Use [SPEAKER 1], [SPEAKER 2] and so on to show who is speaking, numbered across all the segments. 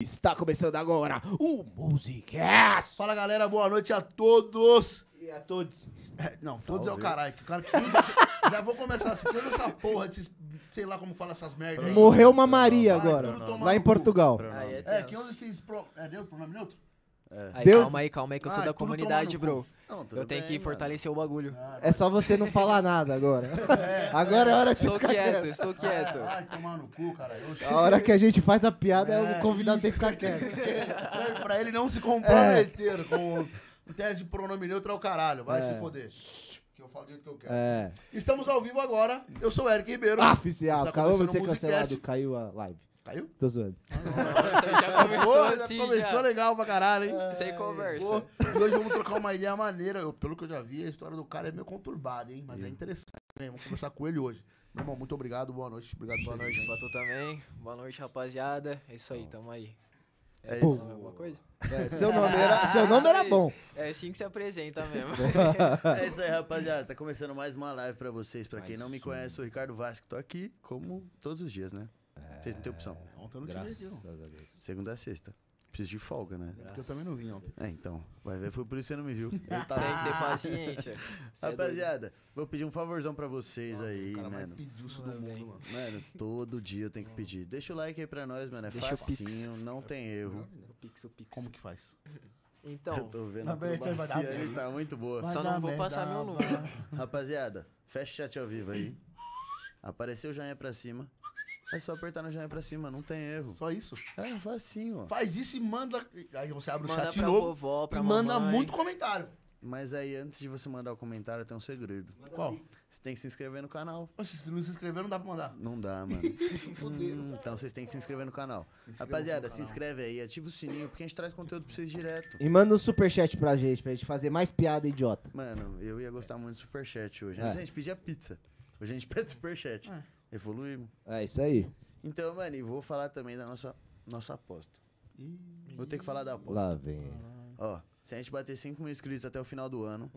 [SPEAKER 1] Está começando agora o É Musicast!
[SPEAKER 2] Fala galera, boa noite a todos.
[SPEAKER 1] E a todos.
[SPEAKER 2] É, não, todos é o caralho. que O cara que tudo, já vou começar assim, toda essa porra desses, sei lá como fala essas merdas aí.
[SPEAKER 3] Morreu uma Maria
[SPEAKER 2] Vai,
[SPEAKER 3] agora,
[SPEAKER 2] então toma
[SPEAKER 3] lá em
[SPEAKER 2] no cu.
[SPEAKER 3] Portugal.
[SPEAKER 4] Aí é
[SPEAKER 2] É,
[SPEAKER 4] tenso.
[SPEAKER 2] que usa esses pro... é Deus, pronome neutro?
[SPEAKER 4] Aí,
[SPEAKER 3] Deus-
[SPEAKER 4] calma aí, calma aí, que eu sou
[SPEAKER 2] Ah,
[SPEAKER 4] da
[SPEAKER 2] tudo tomar
[SPEAKER 4] comunidade,
[SPEAKER 2] no
[SPEAKER 4] bro.
[SPEAKER 2] Não,
[SPEAKER 4] Eu tenho que fortalecer o bagulho.
[SPEAKER 2] Ah.
[SPEAKER 3] É só você não falar nada agora. Agora é a hora que você
[SPEAKER 4] Estou
[SPEAKER 3] ficar
[SPEAKER 4] quieto,
[SPEAKER 3] quieto.
[SPEAKER 4] estou quieto.
[SPEAKER 2] Vai tomar no cu, cara. Eu
[SPEAKER 3] A hora que a gente faz a piada, é,
[SPEAKER 2] É,
[SPEAKER 3] o convidado tem que ficar quieto.
[SPEAKER 2] Pra- pra ele
[SPEAKER 3] É.
[SPEAKER 2] não se comprometer com os... o teste de pronome neutro é o caralho. Vai se foder. Que eu falo do jeito que eu quero.
[SPEAKER 3] É.
[SPEAKER 2] Estamos ao vivo agora. Eu sou o Eric Ribeiro.
[SPEAKER 3] Ah, oficial,
[SPEAKER 2] Está
[SPEAKER 3] acabamos
[SPEAKER 2] Tá começando
[SPEAKER 3] de ser
[SPEAKER 2] o
[SPEAKER 3] cancelado,
[SPEAKER 2] Musicast.
[SPEAKER 3] caiu a live.
[SPEAKER 2] Caiu?
[SPEAKER 3] Tô zoando.
[SPEAKER 4] Nossa, já começou
[SPEAKER 2] Pô, já
[SPEAKER 4] assim,
[SPEAKER 2] começou
[SPEAKER 4] já.
[SPEAKER 2] legal pra caralho, hein?
[SPEAKER 4] Sem
[SPEAKER 2] Pô,
[SPEAKER 4] conversa.
[SPEAKER 2] e hoje vamos trocar uma ideia maneira. Eu- pelo que eu já vi, a história do cara é meio conturbada, hein? Mas é interessante. Hein? Vamos conversar com ele hoje. Meu irmão, muito obrigado. Boa noite. Obrigado
[SPEAKER 4] Boa
[SPEAKER 2] pela
[SPEAKER 4] noite
[SPEAKER 2] noite.
[SPEAKER 4] pra tu também. Boa noite, rapaziada. É isso aí, tamo aí.
[SPEAKER 2] É
[SPEAKER 4] É
[SPEAKER 2] isso.
[SPEAKER 4] isso. Alguma coisa?
[SPEAKER 3] É, seu nome era, seu nome era bom.
[SPEAKER 4] É assim que se apresenta mesmo.
[SPEAKER 5] É isso aí, rapaziada. Tá começando mais uma live pra vocês. Pra quem
[SPEAKER 2] um.
[SPEAKER 5] não me conhece, sou o Ricardo Vasque. Tô aqui como todos os dias, né? Vocês não têm opção.
[SPEAKER 2] Ontem eu não tive aqui, não.
[SPEAKER 3] a Deus.
[SPEAKER 5] Segunda a sexta. Preciso de folga, né?
[SPEAKER 2] Porque eu também não vim ontem.
[SPEAKER 5] É, então. Vai ver, foi por isso que você não me viu. Eu
[SPEAKER 2] tá.
[SPEAKER 5] tava-
[SPEAKER 4] Tem que ter paciência. Cê é doido.
[SPEAKER 5] Rapaziada, vou pedir um favorzão pra vocês aí,
[SPEAKER 2] o cara mais
[SPEAKER 5] mano.
[SPEAKER 2] pediu isso do
[SPEAKER 4] Mano,
[SPEAKER 2] mundo,
[SPEAKER 4] hein?
[SPEAKER 2] mano.
[SPEAKER 5] Mano, todo dia eu tenho que pedir. Deixa o like aí pra nós, mano. É
[SPEAKER 4] Deixa o pix.
[SPEAKER 5] facinho, não tem erro.
[SPEAKER 4] O Pix, o Pix.
[SPEAKER 2] Como que faz?
[SPEAKER 5] Eu
[SPEAKER 4] Então,
[SPEAKER 5] tô vendo
[SPEAKER 2] Na
[SPEAKER 5] a
[SPEAKER 2] verdade, vai dar
[SPEAKER 5] acrobacia ali,
[SPEAKER 2] merda.
[SPEAKER 5] tá muito boa.
[SPEAKER 2] Vai
[SPEAKER 4] só
[SPEAKER 2] dar
[SPEAKER 4] não vou
[SPEAKER 2] merda,
[SPEAKER 4] passar meu
[SPEAKER 2] vai.
[SPEAKER 4] número.
[SPEAKER 5] Rapaziada, fecha o chat ao vivo aí. Apareceu o joinha pra cima. É só apertar no joinha pra cima, não tem erro.
[SPEAKER 2] Só isso?
[SPEAKER 5] É, facinho, ó.
[SPEAKER 2] Faz isso e manda. Aí você abre o
[SPEAKER 4] Manda
[SPEAKER 2] chat de
[SPEAKER 4] pra
[SPEAKER 2] novo.
[SPEAKER 4] vovó, pra
[SPEAKER 2] e manda
[SPEAKER 4] mamãe.
[SPEAKER 2] muito comentário.
[SPEAKER 5] Mas aí, antes de você mandar o comentário, tem um segredo.
[SPEAKER 2] Qual?
[SPEAKER 5] Você tem que se inscrever no canal.
[SPEAKER 2] Oxe, se não se inscrever, não dá pra mandar.
[SPEAKER 5] Não dá, mano. Hum, então vocês têm que se inscrever no canal. Rapaziada, se inscreve aí, ativa o sininho, porque a gente traz conteúdo pra vocês direto.
[SPEAKER 3] E manda um superchat pra gente, pra gente fazer mais piada idiota.
[SPEAKER 5] Mano, eu ia gostar muito do superchat hoje.
[SPEAKER 3] É.
[SPEAKER 5] Antes a gente pedia pizza. Hoje a gente pede superchat. Evoluímos.
[SPEAKER 3] É isso aí.
[SPEAKER 5] Então, mano, e vou falar também da nossa, nossa aposta. Vou ter que falar da aposta.
[SPEAKER 3] Lá vem.
[SPEAKER 5] Ó, se a gente bater 5 mil inscritos até o final do ano,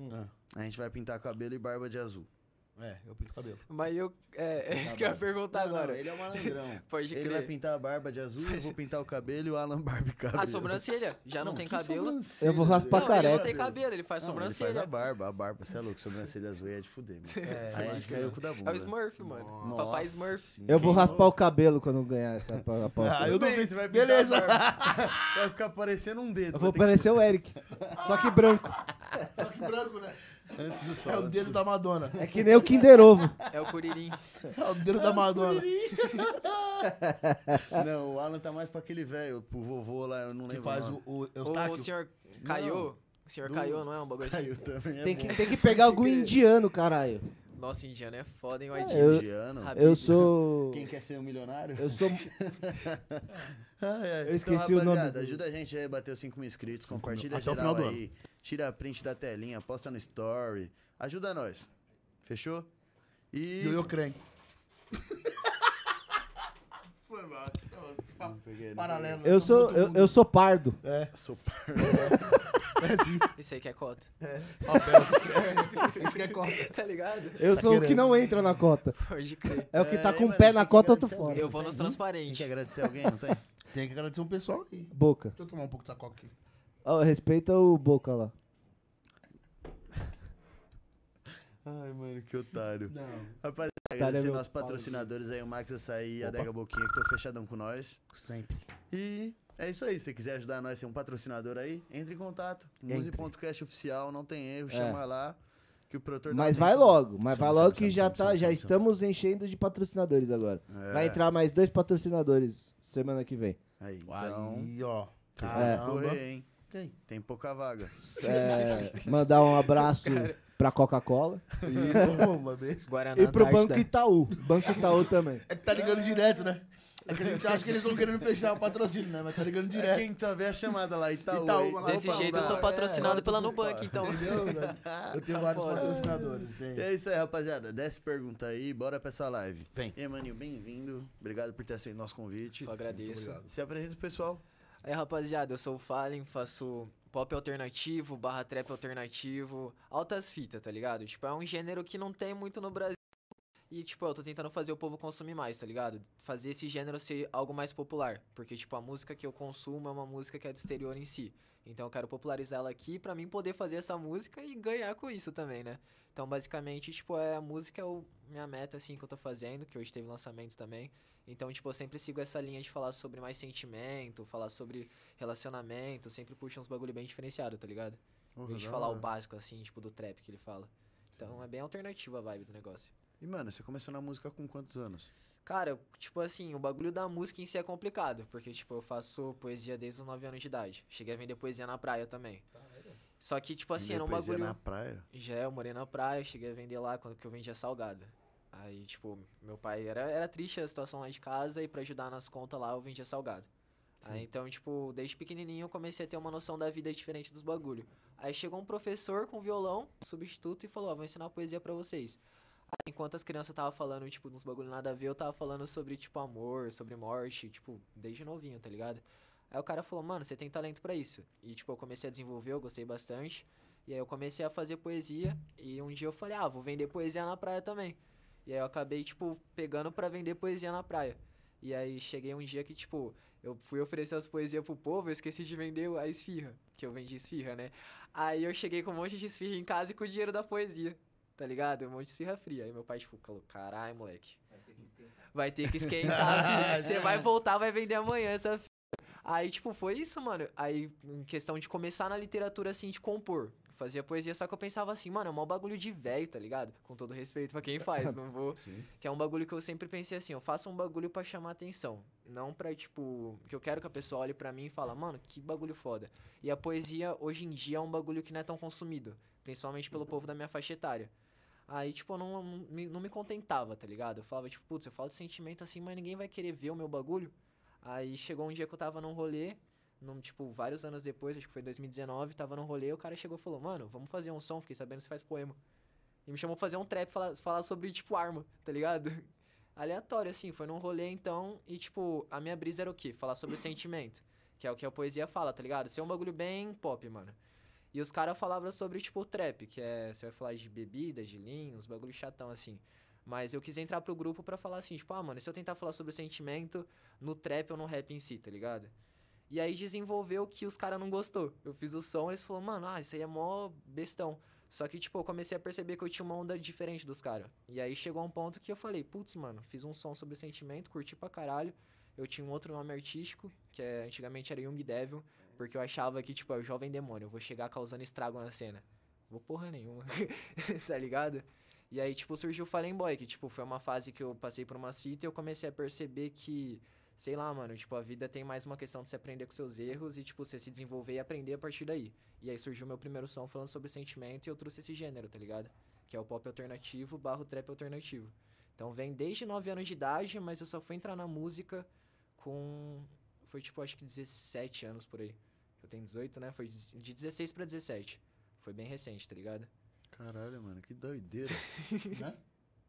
[SPEAKER 5] a gente vai pintar cabelo e barba de azul.
[SPEAKER 2] É, eu pinto o cabelo.
[SPEAKER 4] Mas eu.
[SPEAKER 2] Tá
[SPEAKER 4] É, é isso que eu ia perguntar
[SPEAKER 5] Não, não,
[SPEAKER 4] agora.
[SPEAKER 5] ele é um malandrão.
[SPEAKER 4] Pode
[SPEAKER 5] ele vai
[SPEAKER 4] crer.
[SPEAKER 5] pintar a barba de azul, eu vou pintar o cabelo e o Alan Barbie cabelo.
[SPEAKER 4] A sobrancelha já não tem cabelo.
[SPEAKER 3] Eu vou raspar
[SPEAKER 4] não, ele
[SPEAKER 3] careca.
[SPEAKER 4] não tem cabelo, ele faz
[SPEAKER 5] Não,
[SPEAKER 4] sobrancelha.
[SPEAKER 5] Ele faz a barba, a barba. Você é louco, sobrancelha azul é de fuder, mano. Aí a gente caiu com o da bunda.
[SPEAKER 4] É o Smurf, mano.
[SPEAKER 5] Nossa
[SPEAKER 4] Papai Smurf.
[SPEAKER 5] senhora.
[SPEAKER 3] Eu vou raspar o cabelo quando ganhar essa pa- aposta.
[SPEAKER 2] Ah,
[SPEAKER 3] eu,
[SPEAKER 2] eu não
[SPEAKER 5] Bem,
[SPEAKER 2] vi.
[SPEAKER 5] você vai pintar
[SPEAKER 2] Beleza.
[SPEAKER 5] a barba. Vai ficar parecendo um dedo.
[SPEAKER 3] vou
[SPEAKER 5] vai ter que
[SPEAKER 3] parecer o Eric, só que branco.
[SPEAKER 2] Só que branco, né?
[SPEAKER 5] Antes do sol. assim.
[SPEAKER 2] É o
[SPEAKER 5] antes
[SPEAKER 2] dedo da Madonna.
[SPEAKER 3] É que nem o Kinder Ovo.
[SPEAKER 4] É o Curirim.
[SPEAKER 2] É o dedo da Madonna.
[SPEAKER 5] do- Não, o Alan tá mais pra aquele velho, pro vovô lá, eu não
[SPEAKER 2] Que
[SPEAKER 5] lembro.
[SPEAKER 2] faz
[SPEAKER 5] nome.
[SPEAKER 2] o, É o tá
[SPEAKER 4] O
[SPEAKER 2] Eustáquio.
[SPEAKER 4] senhor Caiô. O senhor
[SPEAKER 5] Do-
[SPEAKER 4] Caiô, não é um bagulho assim?
[SPEAKER 5] Caiu também. É
[SPEAKER 3] Tem
[SPEAKER 5] bom.
[SPEAKER 3] que, tem que pegar algum indiano, caralho.
[SPEAKER 4] Nossa, indiano é foda, hein, White?
[SPEAKER 3] eu-
[SPEAKER 5] Indiano.
[SPEAKER 4] Rabi-
[SPEAKER 3] Eu sou.
[SPEAKER 5] Quem quer ser um milionário?
[SPEAKER 3] Eu sou.
[SPEAKER 5] Ai, ai.
[SPEAKER 3] Eu esqueci o nome
[SPEAKER 5] É, então, rapaziada,
[SPEAKER 3] do-
[SPEAKER 5] Ajuda a gente aí, bateu 5 mil inscritos, compartilha
[SPEAKER 2] Até o
[SPEAKER 5] geral
[SPEAKER 2] final do
[SPEAKER 5] aí. Tira a print da telinha, posta no story. Ajuda nós. Fechou? E.
[SPEAKER 2] E o Eucrenco. Foi mal. Tá
[SPEAKER 5] Não peguei, não
[SPEAKER 2] Paralelo. né?
[SPEAKER 3] Eu sou, eu, eu sou pardo.
[SPEAKER 5] peguei. Sou par-
[SPEAKER 4] Isso aí que é cota.
[SPEAKER 2] Papel. Isso que é corta.
[SPEAKER 4] Tá ligado?
[SPEAKER 3] Eu
[SPEAKER 2] Tá
[SPEAKER 3] sou o que
[SPEAKER 2] querendo.
[SPEAKER 3] não entra na cota.
[SPEAKER 4] Pode crer.
[SPEAKER 3] É o que
[SPEAKER 5] É,
[SPEAKER 3] tá com
[SPEAKER 5] mano,
[SPEAKER 3] o pé
[SPEAKER 5] tem
[SPEAKER 3] na
[SPEAKER 5] que
[SPEAKER 3] cota, outro
[SPEAKER 5] agradecer
[SPEAKER 3] fora.
[SPEAKER 4] Eu vou nos
[SPEAKER 5] Tem
[SPEAKER 4] transparentes.
[SPEAKER 5] que agradecer alguém, não tem?
[SPEAKER 2] Tem que agradecer um pessoal aqui.
[SPEAKER 3] Boca.
[SPEAKER 2] Deixa eu tomar um pouco dessa coca aqui.
[SPEAKER 3] Ó, respeita o Boca lá.
[SPEAKER 5] Tá Ai, mano, que otário.
[SPEAKER 2] Não.
[SPEAKER 5] Rapaziada,
[SPEAKER 3] é
[SPEAKER 5] agradecer
[SPEAKER 3] meu
[SPEAKER 5] nossos
[SPEAKER 3] pau,
[SPEAKER 5] patrocinadores aí, o Max Açaí e a Dega Boquinha, que tô fechadão com nós.
[SPEAKER 2] Sempre.
[SPEAKER 5] E é isso aí. Se você quiser ajudar nós a ser um patrocinador aí, entre em contato. Muse.cast oficial, não tem erro, chama lá. Que o produtor dá
[SPEAKER 3] Mas
[SPEAKER 5] atenção.
[SPEAKER 3] vai logo, mas vai
[SPEAKER 5] um Chama,
[SPEAKER 3] logo
[SPEAKER 5] chama,
[SPEAKER 3] que
[SPEAKER 5] chama,
[SPEAKER 3] já
[SPEAKER 5] chama,
[SPEAKER 3] tá,
[SPEAKER 5] chama,
[SPEAKER 3] já
[SPEAKER 5] chama,
[SPEAKER 3] estamos enchendo de patrocinadores agora.
[SPEAKER 5] É.
[SPEAKER 3] Vai entrar mais dois patrocinadores semana que vem.
[SPEAKER 5] Aí, então.
[SPEAKER 2] Aí, ó.
[SPEAKER 5] Vocês têm que
[SPEAKER 2] Caramba.
[SPEAKER 5] correr, hein?
[SPEAKER 2] Quem?
[SPEAKER 5] Tem pouca vaga.
[SPEAKER 3] É, mandar um abraço pra Coca-Cola
[SPEAKER 2] Toma, beijo.
[SPEAKER 4] Guaraná
[SPEAKER 3] e pro
[SPEAKER 4] Antártida.
[SPEAKER 3] Banco Itaú. Banco Itaú também.
[SPEAKER 2] É que tá ligando direto, né? É que a gente acha que eles estão querendo fechar o patrocínio, né? Mas tá ligando
[SPEAKER 5] É
[SPEAKER 2] direto.
[SPEAKER 5] quem só vê a chamada lá, Itaú.
[SPEAKER 2] Itaú,
[SPEAKER 5] hein?
[SPEAKER 2] lá,
[SPEAKER 5] Opa,
[SPEAKER 4] Desse jeito eu
[SPEAKER 5] dá.
[SPEAKER 4] sou patrocinado
[SPEAKER 2] É,
[SPEAKER 4] pela
[SPEAKER 2] tô-
[SPEAKER 4] Nubank, então.
[SPEAKER 2] Entendeu? velho? Eu tenho vários
[SPEAKER 4] foda.
[SPEAKER 2] patrocinadores. Tem.
[SPEAKER 5] E é isso aí, rapaziada. Desce pergunta aí, bora pra essa live.
[SPEAKER 2] Vem.
[SPEAKER 5] E aí, maninho, bem-vindo. Obrigado por ter aceito nosso convite.
[SPEAKER 4] Só agradeço.
[SPEAKER 5] Se apresenta pro pessoal.
[SPEAKER 4] Aí, rapaziada, eu sou o Fallen, faço pop alternativo, barra trap alternativo, altas fitas, tá ligado? Tipo, é um gênero que não tem muito no Brasil. E, tipo, eu tô tentando fazer o povo consumir mais, tá ligado? Fazer esse gênero ser algo mais popular. Porque, tipo, a música que eu consumo é uma música que é do exterior em si. Então eu quero popularizar ela aqui pra mim poder fazer essa música e ganhar com isso também, né? Então, basicamente, tipo, é, a música é o, minha meta, assim, que eu tô fazendo, que hoje teve lançamento também. Então, tipo, eu sempre sigo essa linha de falar sobre mais sentimento, falar sobre relacionamento, sempre puxo uns bagulho bem diferenciado, tá ligado?
[SPEAKER 5] Uhum,
[SPEAKER 4] Em vez de falar o básico, assim, tipo, do trap que ele fala. Então é bem alternativa a vibe do negócio.
[SPEAKER 5] E, mano, você começou na música com quantos anos?
[SPEAKER 4] Cara, eu- tipo assim, o bagulho da música em si é complicado, porque, tipo, eu faço poesia desde os 9 anos de idade. Cheguei a vender poesia na praia também. Só que, tipo assim, era um
[SPEAKER 5] Depois ia
[SPEAKER 4] bagulho.
[SPEAKER 5] na praia.
[SPEAKER 4] Já eu morei na praia, cheguei a vender lá quando que eu vendia salgada. Aí, tipo, meu pai era, era triste a situação lá de casa e pra ajudar nas contas lá eu vendia salgado. Aí, então, tipo, desde pequenininho eu comecei a ter uma noção da vida diferente dos bagulho. Aí chegou um professor com violão, substituto, e falou: Ó, vou ensinar poesia pra vocês. Aí, enquanto as crianças tava falando, tipo, uns bagulho nada a ver, eu tava falando sobre, tipo, amor, sobre morte, tipo, desde novinho, tá ligado? Aí o cara falou: Mano, você tem talento pra isso. E, tipo, eu comecei a desenvolver, eu gostei bastante. E aí eu comecei a fazer poesia e um dia eu falei, ah, vou vender poesia na praia também. E aí eu acabei, tipo, pegando pra vender poesia na praia. E aí cheguei um dia que, tipo, eu fui oferecer as poesias pro povo, eu esqueci de vender a esfirra, que eu vendi esfirra, né? Aí eu cheguei com um monte de esfirra em casa e com o dinheiro da poesia, tá ligado? Um monte de esfirra fria. Aí meu pai, tipo, falou, caralho, moleque. Vai ter que esquentar. filho. Você vai voltar, vai vender amanhã essa fi- Aí, tipo, foi isso, mano. Aí, em questão de começar na literatura, assim, de compor. Eu Fazia poesia, só que eu pensava assim, mano, é mó bagulho de velho, tá ligado? Com todo respeito pra quem faz, não vou. Que é um bagulho que eu sempre pensei assim, eu faço um bagulho pra chamar atenção. Não pra, tipo, que eu quero que a pessoa olhe pra mim e fala, mano, que bagulho foda. E a poesia, hoje em dia, é um bagulho que não é tão consumido. Principalmente pelo povo da minha faixa etária. Aí, tipo, eu não, não me- não me contentava, tá ligado? Eu falava, tipo, putz, eu falo de sentimento assim, mas ninguém vai querer ver o meu bagulho. Aí chegou um dia que eu tava num rolê, num, tipo, vários anos depois, acho que foi 2019, tava num rolê, o cara chegou e falou, mano, vamos fazer um som, fiquei sabendo que você faz poema. E me chamou pra fazer um trap, falar, falar sobre, tipo, arma, tá ligado? Aleatório, assim, foi num rolê então, e, tipo, a minha brisa era o quê? Falar sobre sentimento, que é o que a poesia fala, tá ligado? Ser um bagulho bem pop, mano. E os caras falavam sobre, tipo, o trap, que é. Você vai falar de bebida, de linho, uns bagulho chatão, assim. Mas eu quis entrar pro grupo pra falar assim, tipo, ah, mano, e se eu tentar falar sobre o sentimento no trap ou no rap em si, tá ligado? E aí desenvolveu que os caras não gostou. Eu fiz o som, eles falaram, mano, ah, isso aí é mó bestão. Só que, tipo, eu comecei a perceber que eu tinha uma onda diferente dos caras. E aí chegou um ponto que eu falei, putz, mano, fiz um som sobre sentimento, curti pra caralho. Eu tinha um outro nome artístico, que é, antigamente era Young Devil, porque eu achava que, tipo, é o jovem demônio, eu vou chegar causando estrago na cena. Vou porra nenhuma, tá ligado? E aí, tipo, surgiu o Fallen Boy, que, tipo, foi uma fase que eu passei por umas fitas e eu comecei a perceber que, sei lá, mano, tipo, a vida tem mais uma questão de se aprender com seus erros e, tipo, você se desenvolver e aprender a partir daí. E aí surgiu meu primeiro som falando sobre sentimento e eu trouxe esse gênero, tá ligado? Que é o pop alternativo barro trap alternativo. Então vem desde 9 anos de idade, mas eu só fui entrar na música com. Foi tipo, acho que 17 anos por aí. Eu tenho 18, né? Foi de 16 pra 17. Foi bem recente, tá ligado?
[SPEAKER 5] Caralho, mano, que doideira.
[SPEAKER 2] Né?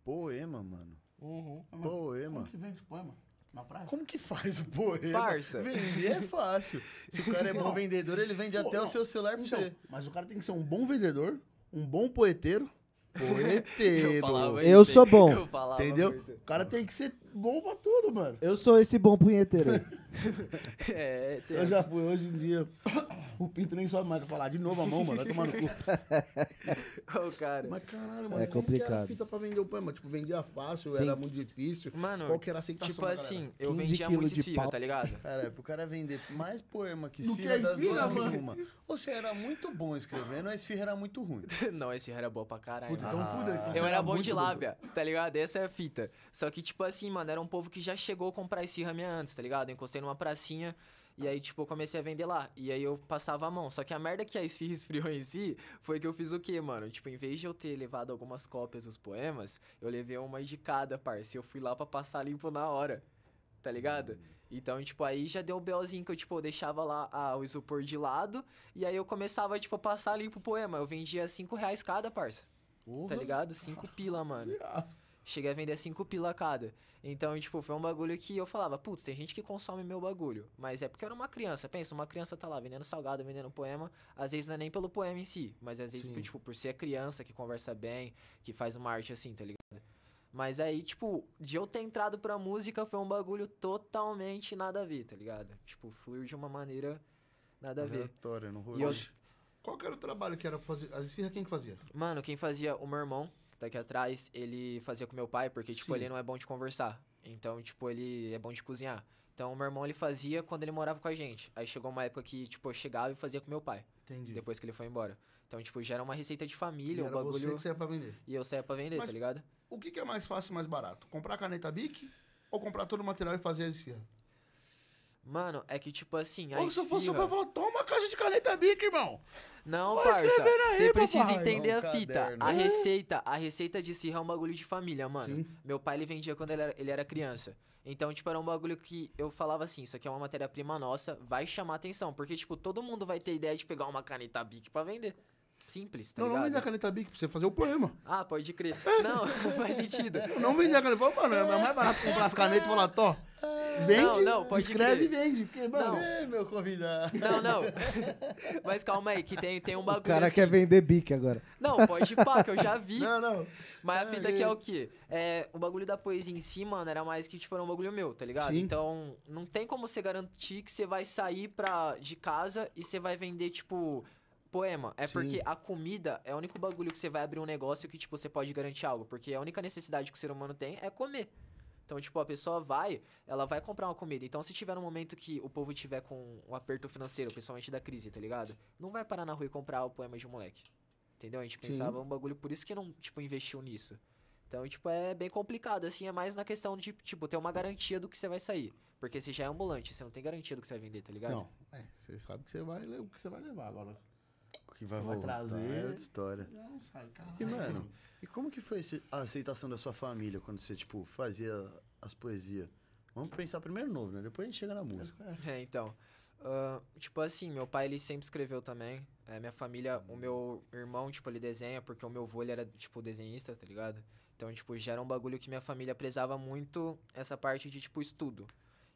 [SPEAKER 5] Poema, mano.
[SPEAKER 2] Uhum. Como
[SPEAKER 5] Poema.
[SPEAKER 2] que vende poema? Na praia?
[SPEAKER 5] Como que faz o poema?
[SPEAKER 4] Parça.
[SPEAKER 5] Vender é fácil. Se o cara é bom
[SPEAKER 2] Não.
[SPEAKER 5] vendedor, ele vende
[SPEAKER 2] Pô,
[SPEAKER 5] até
[SPEAKER 2] não.
[SPEAKER 5] o seu celular pra
[SPEAKER 2] Então,
[SPEAKER 5] é você.
[SPEAKER 2] mas o cara tem que ser um bom vendedor, um bom poeteiro. é Poeteiro.
[SPEAKER 3] Eu
[SPEAKER 4] isso aí.
[SPEAKER 3] sou bom.
[SPEAKER 4] Eu falava
[SPEAKER 2] entendeu?
[SPEAKER 4] muito.
[SPEAKER 2] O cara tem que ser bom pra tudo, mano.
[SPEAKER 3] Eu sou esse bom punheteiro aí.
[SPEAKER 4] É, tem
[SPEAKER 2] Eu já fui hoje em dia. O pinto nem sobe mais pra falar de novo a mão, mano. Vai tomar no cu.
[SPEAKER 4] o cara.
[SPEAKER 2] Mas caralho, mano.
[SPEAKER 3] É
[SPEAKER 2] como que era
[SPEAKER 3] complicado.
[SPEAKER 2] a fita pra vender o poema? Tipo, vendia fácil, era muito difícil.
[SPEAKER 4] Mano,
[SPEAKER 2] Qual que era a aceitação
[SPEAKER 4] tipo
[SPEAKER 2] da galera?
[SPEAKER 4] assim, eu
[SPEAKER 3] 15
[SPEAKER 4] vendia
[SPEAKER 3] quilos
[SPEAKER 4] muito
[SPEAKER 3] de
[SPEAKER 4] esfirra,
[SPEAKER 3] pau.
[SPEAKER 4] tá ligado?
[SPEAKER 5] Cara, pro cara vender mais poema que
[SPEAKER 2] Do
[SPEAKER 5] esfirra
[SPEAKER 2] que
[SPEAKER 5] das duas
[SPEAKER 2] esfirra, mano.
[SPEAKER 5] uma. Ou você era muito bom escrevendo, ou a esfirra era muito ruim.
[SPEAKER 4] Não, esse era boa pra caralho.
[SPEAKER 2] Puta,
[SPEAKER 4] mano.
[SPEAKER 2] então fudeu. então você
[SPEAKER 4] Eu era bom
[SPEAKER 2] muito
[SPEAKER 4] de lábia, tá ligado? Essa é a fita. Só que, tipo assim, mano, era um povo que já chegou a comprar esse minha antes, tá ligado? Eu encostei numa pracinha e aí, tipo, eu comecei a vender lá. E aí eu passava a mão. Só que a merda que a esfirra esfriou em si foi que eu fiz o quê, mano? Tipo, em vez de eu ter levado algumas cópias dos poemas, eu levei uma de cada, parça. E eu fui lá pra passar limpo na hora, tá ligado? Então, tipo, aí já deu o BOzinho que eu, tipo, eu deixava lá ah, o isopor de lado e aí eu começava, tipo, a passar limpo o poema. Eu vendia 5 reais cada, parça. Tá ligado? 5 pila, mano. Cheguei a vender 5 pila cada. Então, tipo, foi um bagulho que eu falava, putz, tem gente que consome meu bagulho. Mas é porque eu era uma criança. Pensa, uma criança tá lá vendendo salgado, vendendo poema. Às vezes não é nem pelo poema em si, mas às vezes, tipo, por ser criança que conversa bem, que faz uma arte assim, tá ligado? Mas aí, tipo, de eu ter entrado pra música foi um bagulho totalmente nada a ver, tá ligado? Tipo, fluiu de uma maneira nada a ver.
[SPEAKER 5] Aleatório, não rolou.
[SPEAKER 4] E eu,
[SPEAKER 2] Qual que era o trabalho que era pra fazer? As esfirras quem que fazia?
[SPEAKER 4] Mano, quem fazia o meu irmão, que tá aqui atrás, ele fazia com meu pai, porque, tipo,
[SPEAKER 2] Sim.
[SPEAKER 4] ele não é bom de conversar. Então, tipo, ele é bom de cozinhar. Então, o meu irmão, ele fazia quando ele morava com a gente. Aí chegou uma época que, tipo, eu chegava e fazia com meu pai,
[SPEAKER 2] Entendi.
[SPEAKER 4] depois que ele foi embora. Então, tipo, já era uma receita de
[SPEAKER 2] E
[SPEAKER 4] família, o
[SPEAKER 2] era você
[SPEAKER 4] bagulho...
[SPEAKER 2] que saia pra vender.
[SPEAKER 4] E eu saía pra vender,
[SPEAKER 2] Mas-
[SPEAKER 4] tá ligado?
[SPEAKER 2] O que, que é mais fácil e mais barato? Comprar caneta Bic ou comprar todo o material e fazer as esfirras?
[SPEAKER 4] Mano, é que, tipo assim, a
[SPEAKER 2] Ou se eu fosse o
[SPEAKER 4] esfirra-
[SPEAKER 2] pai, eu falava, toma a caixa de caneta Bic, irmão.
[SPEAKER 4] Não,
[SPEAKER 2] Vai
[SPEAKER 4] parça.
[SPEAKER 2] escrever aí,
[SPEAKER 4] Você precisa
[SPEAKER 2] papai.
[SPEAKER 4] entender
[SPEAKER 5] É um
[SPEAKER 4] a fita.
[SPEAKER 5] caderno.
[SPEAKER 4] A receita, a receita de cirra é um bagulho de família, mano.
[SPEAKER 2] Sim.
[SPEAKER 4] Meu pai ele vendia quando ele era, ele era criança. Então, tipo, era um bagulho que eu falava assim, isso aqui é uma matéria-prima nossa, vai chamar atenção, porque tipo, todo mundo vai ter ideia de pegar uma caneta Bic pra vender. Simples, tá
[SPEAKER 2] não, não
[SPEAKER 4] ligado?
[SPEAKER 2] vender a caneta Bic pra você fazer o poema.
[SPEAKER 4] Ah, pode crer. Não, faz sentido.
[SPEAKER 2] Não vender a caneta. Fala, mano, é mais barato comprar as canetas e falar, Tó, vende,
[SPEAKER 4] Não, não, pode
[SPEAKER 2] escreve
[SPEAKER 4] crer.
[SPEAKER 2] e vende. Porque, mano,
[SPEAKER 4] Não.
[SPEAKER 5] É, meu convidado.
[SPEAKER 4] Não, não. Mas calma aí, que tem, tem um bagulho.
[SPEAKER 3] O cara
[SPEAKER 4] assim.
[SPEAKER 3] quer vender bique agora.
[SPEAKER 4] Não, pode pá, que eu já vi.
[SPEAKER 2] não, não.
[SPEAKER 4] Mas a
[SPEAKER 2] Ah,
[SPEAKER 4] fita aqui é o quê? É, o bagulho da poesia em si, mano, era mais que, tipo, era um bagulho meu, tá ligado?
[SPEAKER 2] Sim.
[SPEAKER 4] Então, não tem como você garantir que você vai sair pra, de casa e você vai vender, tipo, poema. É
[SPEAKER 2] Sim.
[SPEAKER 4] porque a comida é o único bagulho que você vai abrir um negócio que, tipo, você pode garantir algo. Porque a única necessidade que o ser humano tem é comer. Então, tipo, a pessoa vai, ela vai comprar uma comida. Então, se tiver um momento que o povo tiver com um aperto financeiro, principalmente da crise, tá ligado? Não vai parar na rua e comprar o poema de um moleque. Entendeu? A gente pensava um bagulho, por isso que não, tipo, investiu nisso. Então, tipo, é bem complicado, assim, é mais na questão de, tipo, ter uma garantia do que você vai sair. Porque se já é ambulante, você não tem garantia do que você vai vender, tá ligado?
[SPEAKER 2] Não, é, você sabe que você vai, le- o que você vai levar agora.
[SPEAKER 5] O que vai
[SPEAKER 2] Vai
[SPEAKER 5] voltar
[SPEAKER 2] trazer.
[SPEAKER 5] é outra história.
[SPEAKER 2] Não, sabe, caralho.
[SPEAKER 5] E, mano, e como que foi esse- a aceitação da sua família quando você, tipo, fazia as poesias? Vamos pensar primeiro no novo, né? Depois a gente chega na música.
[SPEAKER 4] É, então. Ah, tipo assim, meu pai ele sempre escreveu também. É, minha família, o meu irmão, tipo, ele desenha, porque o meu avô ele era, tipo, desenhista, tá ligado? Então, tipo, já era um bagulho que minha família prezava muito essa parte de, tipo, estudo.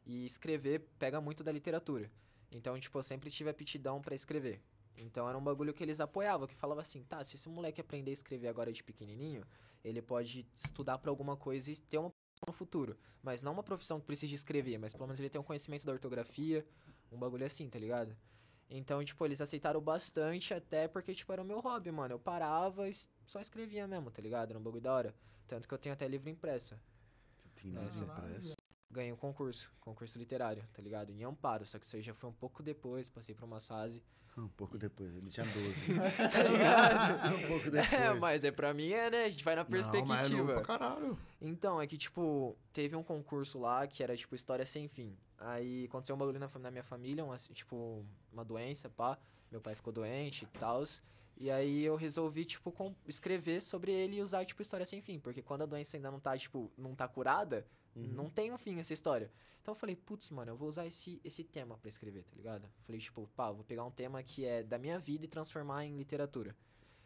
[SPEAKER 4] E escrever pega muito da literatura. Então, tipo, eu sempre tive aptidão pra escrever. Então era um bagulho que eles apoiavam, que falava assim, tá, se esse moleque aprender a escrever agora de pequenininho, ele pode estudar pra alguma coisa e ter uma profissão no futuro. Mas não uma profissão que precise escrever, mas pelo menos ele tem um conhecimento da ortografia, um bagulho assim, tá ligado? Então, tipo, eles aceitaram bastante até porque, tipo, era o meu hobby, mano. Eu parava e s- só escrevia mesmo, tá ligado? Era um bagulho da hora. Tanto que eu tenho até livro impresso. É,
[SPEAKER 5] Você tem nessa
[SPEAKER 2] Caralho.
[SPEAKER 5] pressa.
[SPEAKER 4] Ganhei um concurso, concurso literário, tá ligado? Em Amparo, só que isso aí já foi um pouco depois, passei por uma fase.
[SPEAKER 5] Um pouco depois, ele tinha 12. um pouco depois.
[SPEAKER 4] É, mas é pra mim é, né? A gente vai na
[SPEAKER 2] Não,
[SPEAKER 4] perspectiva.
[SPEAKER 2] mas é novo pra caralho.
[SPEAKER 4] Então, é que, tipo, teve um concurso lá que era, tipo, história sem fim. Aí aconteceu um bagulho na, fam- na minha família, um, ass- tipo, uma doença, pá. Meu pai ficou doente e tal. E aí eu resolvi, tipo, com- escrever sobre ele e usar, tipo, história sem fim. Porque quando a doença ainda não tá, tipo, não tá curada,
[SPEAKER 2] Uhum.
[SPEAKER 4] não tem um fim essa história. Então eu falei, putz, mano, eu vou usar esse, esse tema pra escrever, tá ligado? Falei, tipo, pá, eu vou pegar um tema que é da minha vida e transformar em literatura.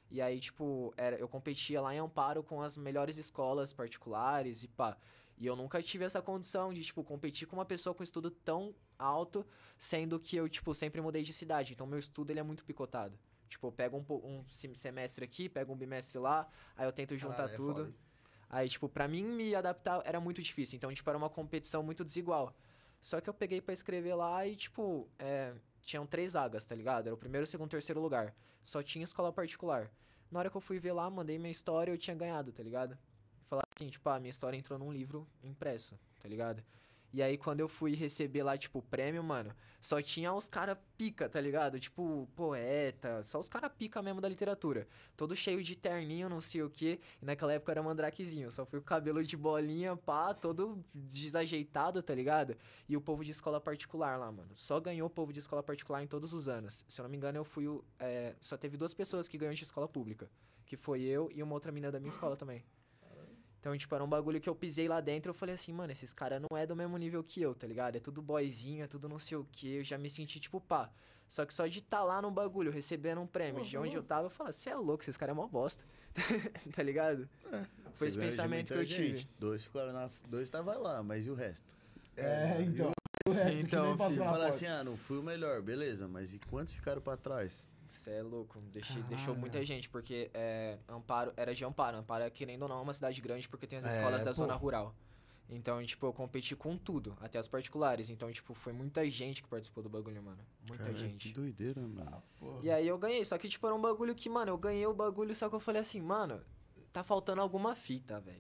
[SPEAKER 4] E aí, tipo, era, eu competia lá em Amparo com as melhores escolas particulares e pá. E eu nunca tive essa condição de, tipo, competir com uma pessoa com estudo tão alto, sendo que eu, tipo, sempre mudei de cidade. Então, meu estudo, ele é muito picotado. Tipo, eu pego um, po- um sem- semestre aqui, pego um bimestre lá, aí eu tento juntar
[SPEAKER 2] Caralho, é
[SPEAKER 4] tudo.
[SPEAKER 2] foda, hein?
[SPEAKER 4] Aí, tipo, pra mim me adaptar era muito difícil. Então, tipo, era uma competição muito desigual. Só que eu peguei pra escrever lá e, tipo, é, tinham três vagas, tá ligado? Era o primeiro, o segundo, o terceiro lugar. Só tinha escola particular. Na hora que eu fui ver lá, mandei minha história eu tinha ganhado, tá ligado? Falar assim, tipo, ah, minha história entrou num livro impresso, tá ligado? E aí, quando eu fui receber lá, tipo, o prêmio, mano, só tinha os cara pica, tá ligado? Tipo, poeta, só os cara pica mesmo da literatura. Todo cheio de terninho, não sei o quê. E naquela época era mandrakezinho. Só fui com o cabelo de bolinha, pá, todo desajeitado, tá ligado? E o povo de escola particular lá, mano. Só ganhou o povo de escola particular em todos os anos. Se eu não me engano, eu fui o. é, só teve duas pessoas que ganhou de escola pública. Que foi eu e uma outra menina da minha escola também. Então, tipo, era um bagulho que eu pisei lá dentro. Eu falei assim, mano, esses caras não é do mesmo nível que eu, tá ligado? É tudo boyzinho, é tudo não sei o quê. Eu já me senti, tipo, pá. Só que só de estar lá no bagulho, recebendo um prêmio, de onde eu tava, eu falei, você é louco, esses caras é mó bosta. tá ligado? Foi esse
[SPEAKER 5] Você ganhou de
[SPEAKER 4] pensamento que eu
[SPEAKER 5] muita
[SPEAKER 4] tive.
[SPEAKER 5] gente. Dois ficaram na. Dois tava lá, mas e o resto?
[SPEAKER 3] É, então.
[SPEAKER 4] Então,
[SPEAKER 5] assim, Falar assim, ah, não fui o melhor, beleza, mas e quantos ficaram pra trás?
[SPEAKER 4] Você é louco. deixei- deixou muita gente, porque é, Amparo era de Amparo. Amparo, é, querendo ou não, é uma cidade grande porque tem as
[SPEAKER 5] É,
[SPEAKER 4] escolas da
[SPEAKER 5] pô.
[SPEAKER 4] zona rural. Então, tipo, eu competi com tudo, até as particulares. Então, tipo, foi muita gente que participou do bagulho, mano. Muita
[SPEAKER 5] Cara, Que
[SPEAKER 4] gente.
[SPEAKER 5] doideira, mano.
[SPEAKER 4] E aí eu ganhei. Só que, tipo, era um bagulho que, mano, eu ganhei o bagulho, só que eu falei assim, mano, tá faltando alguma fita, velho.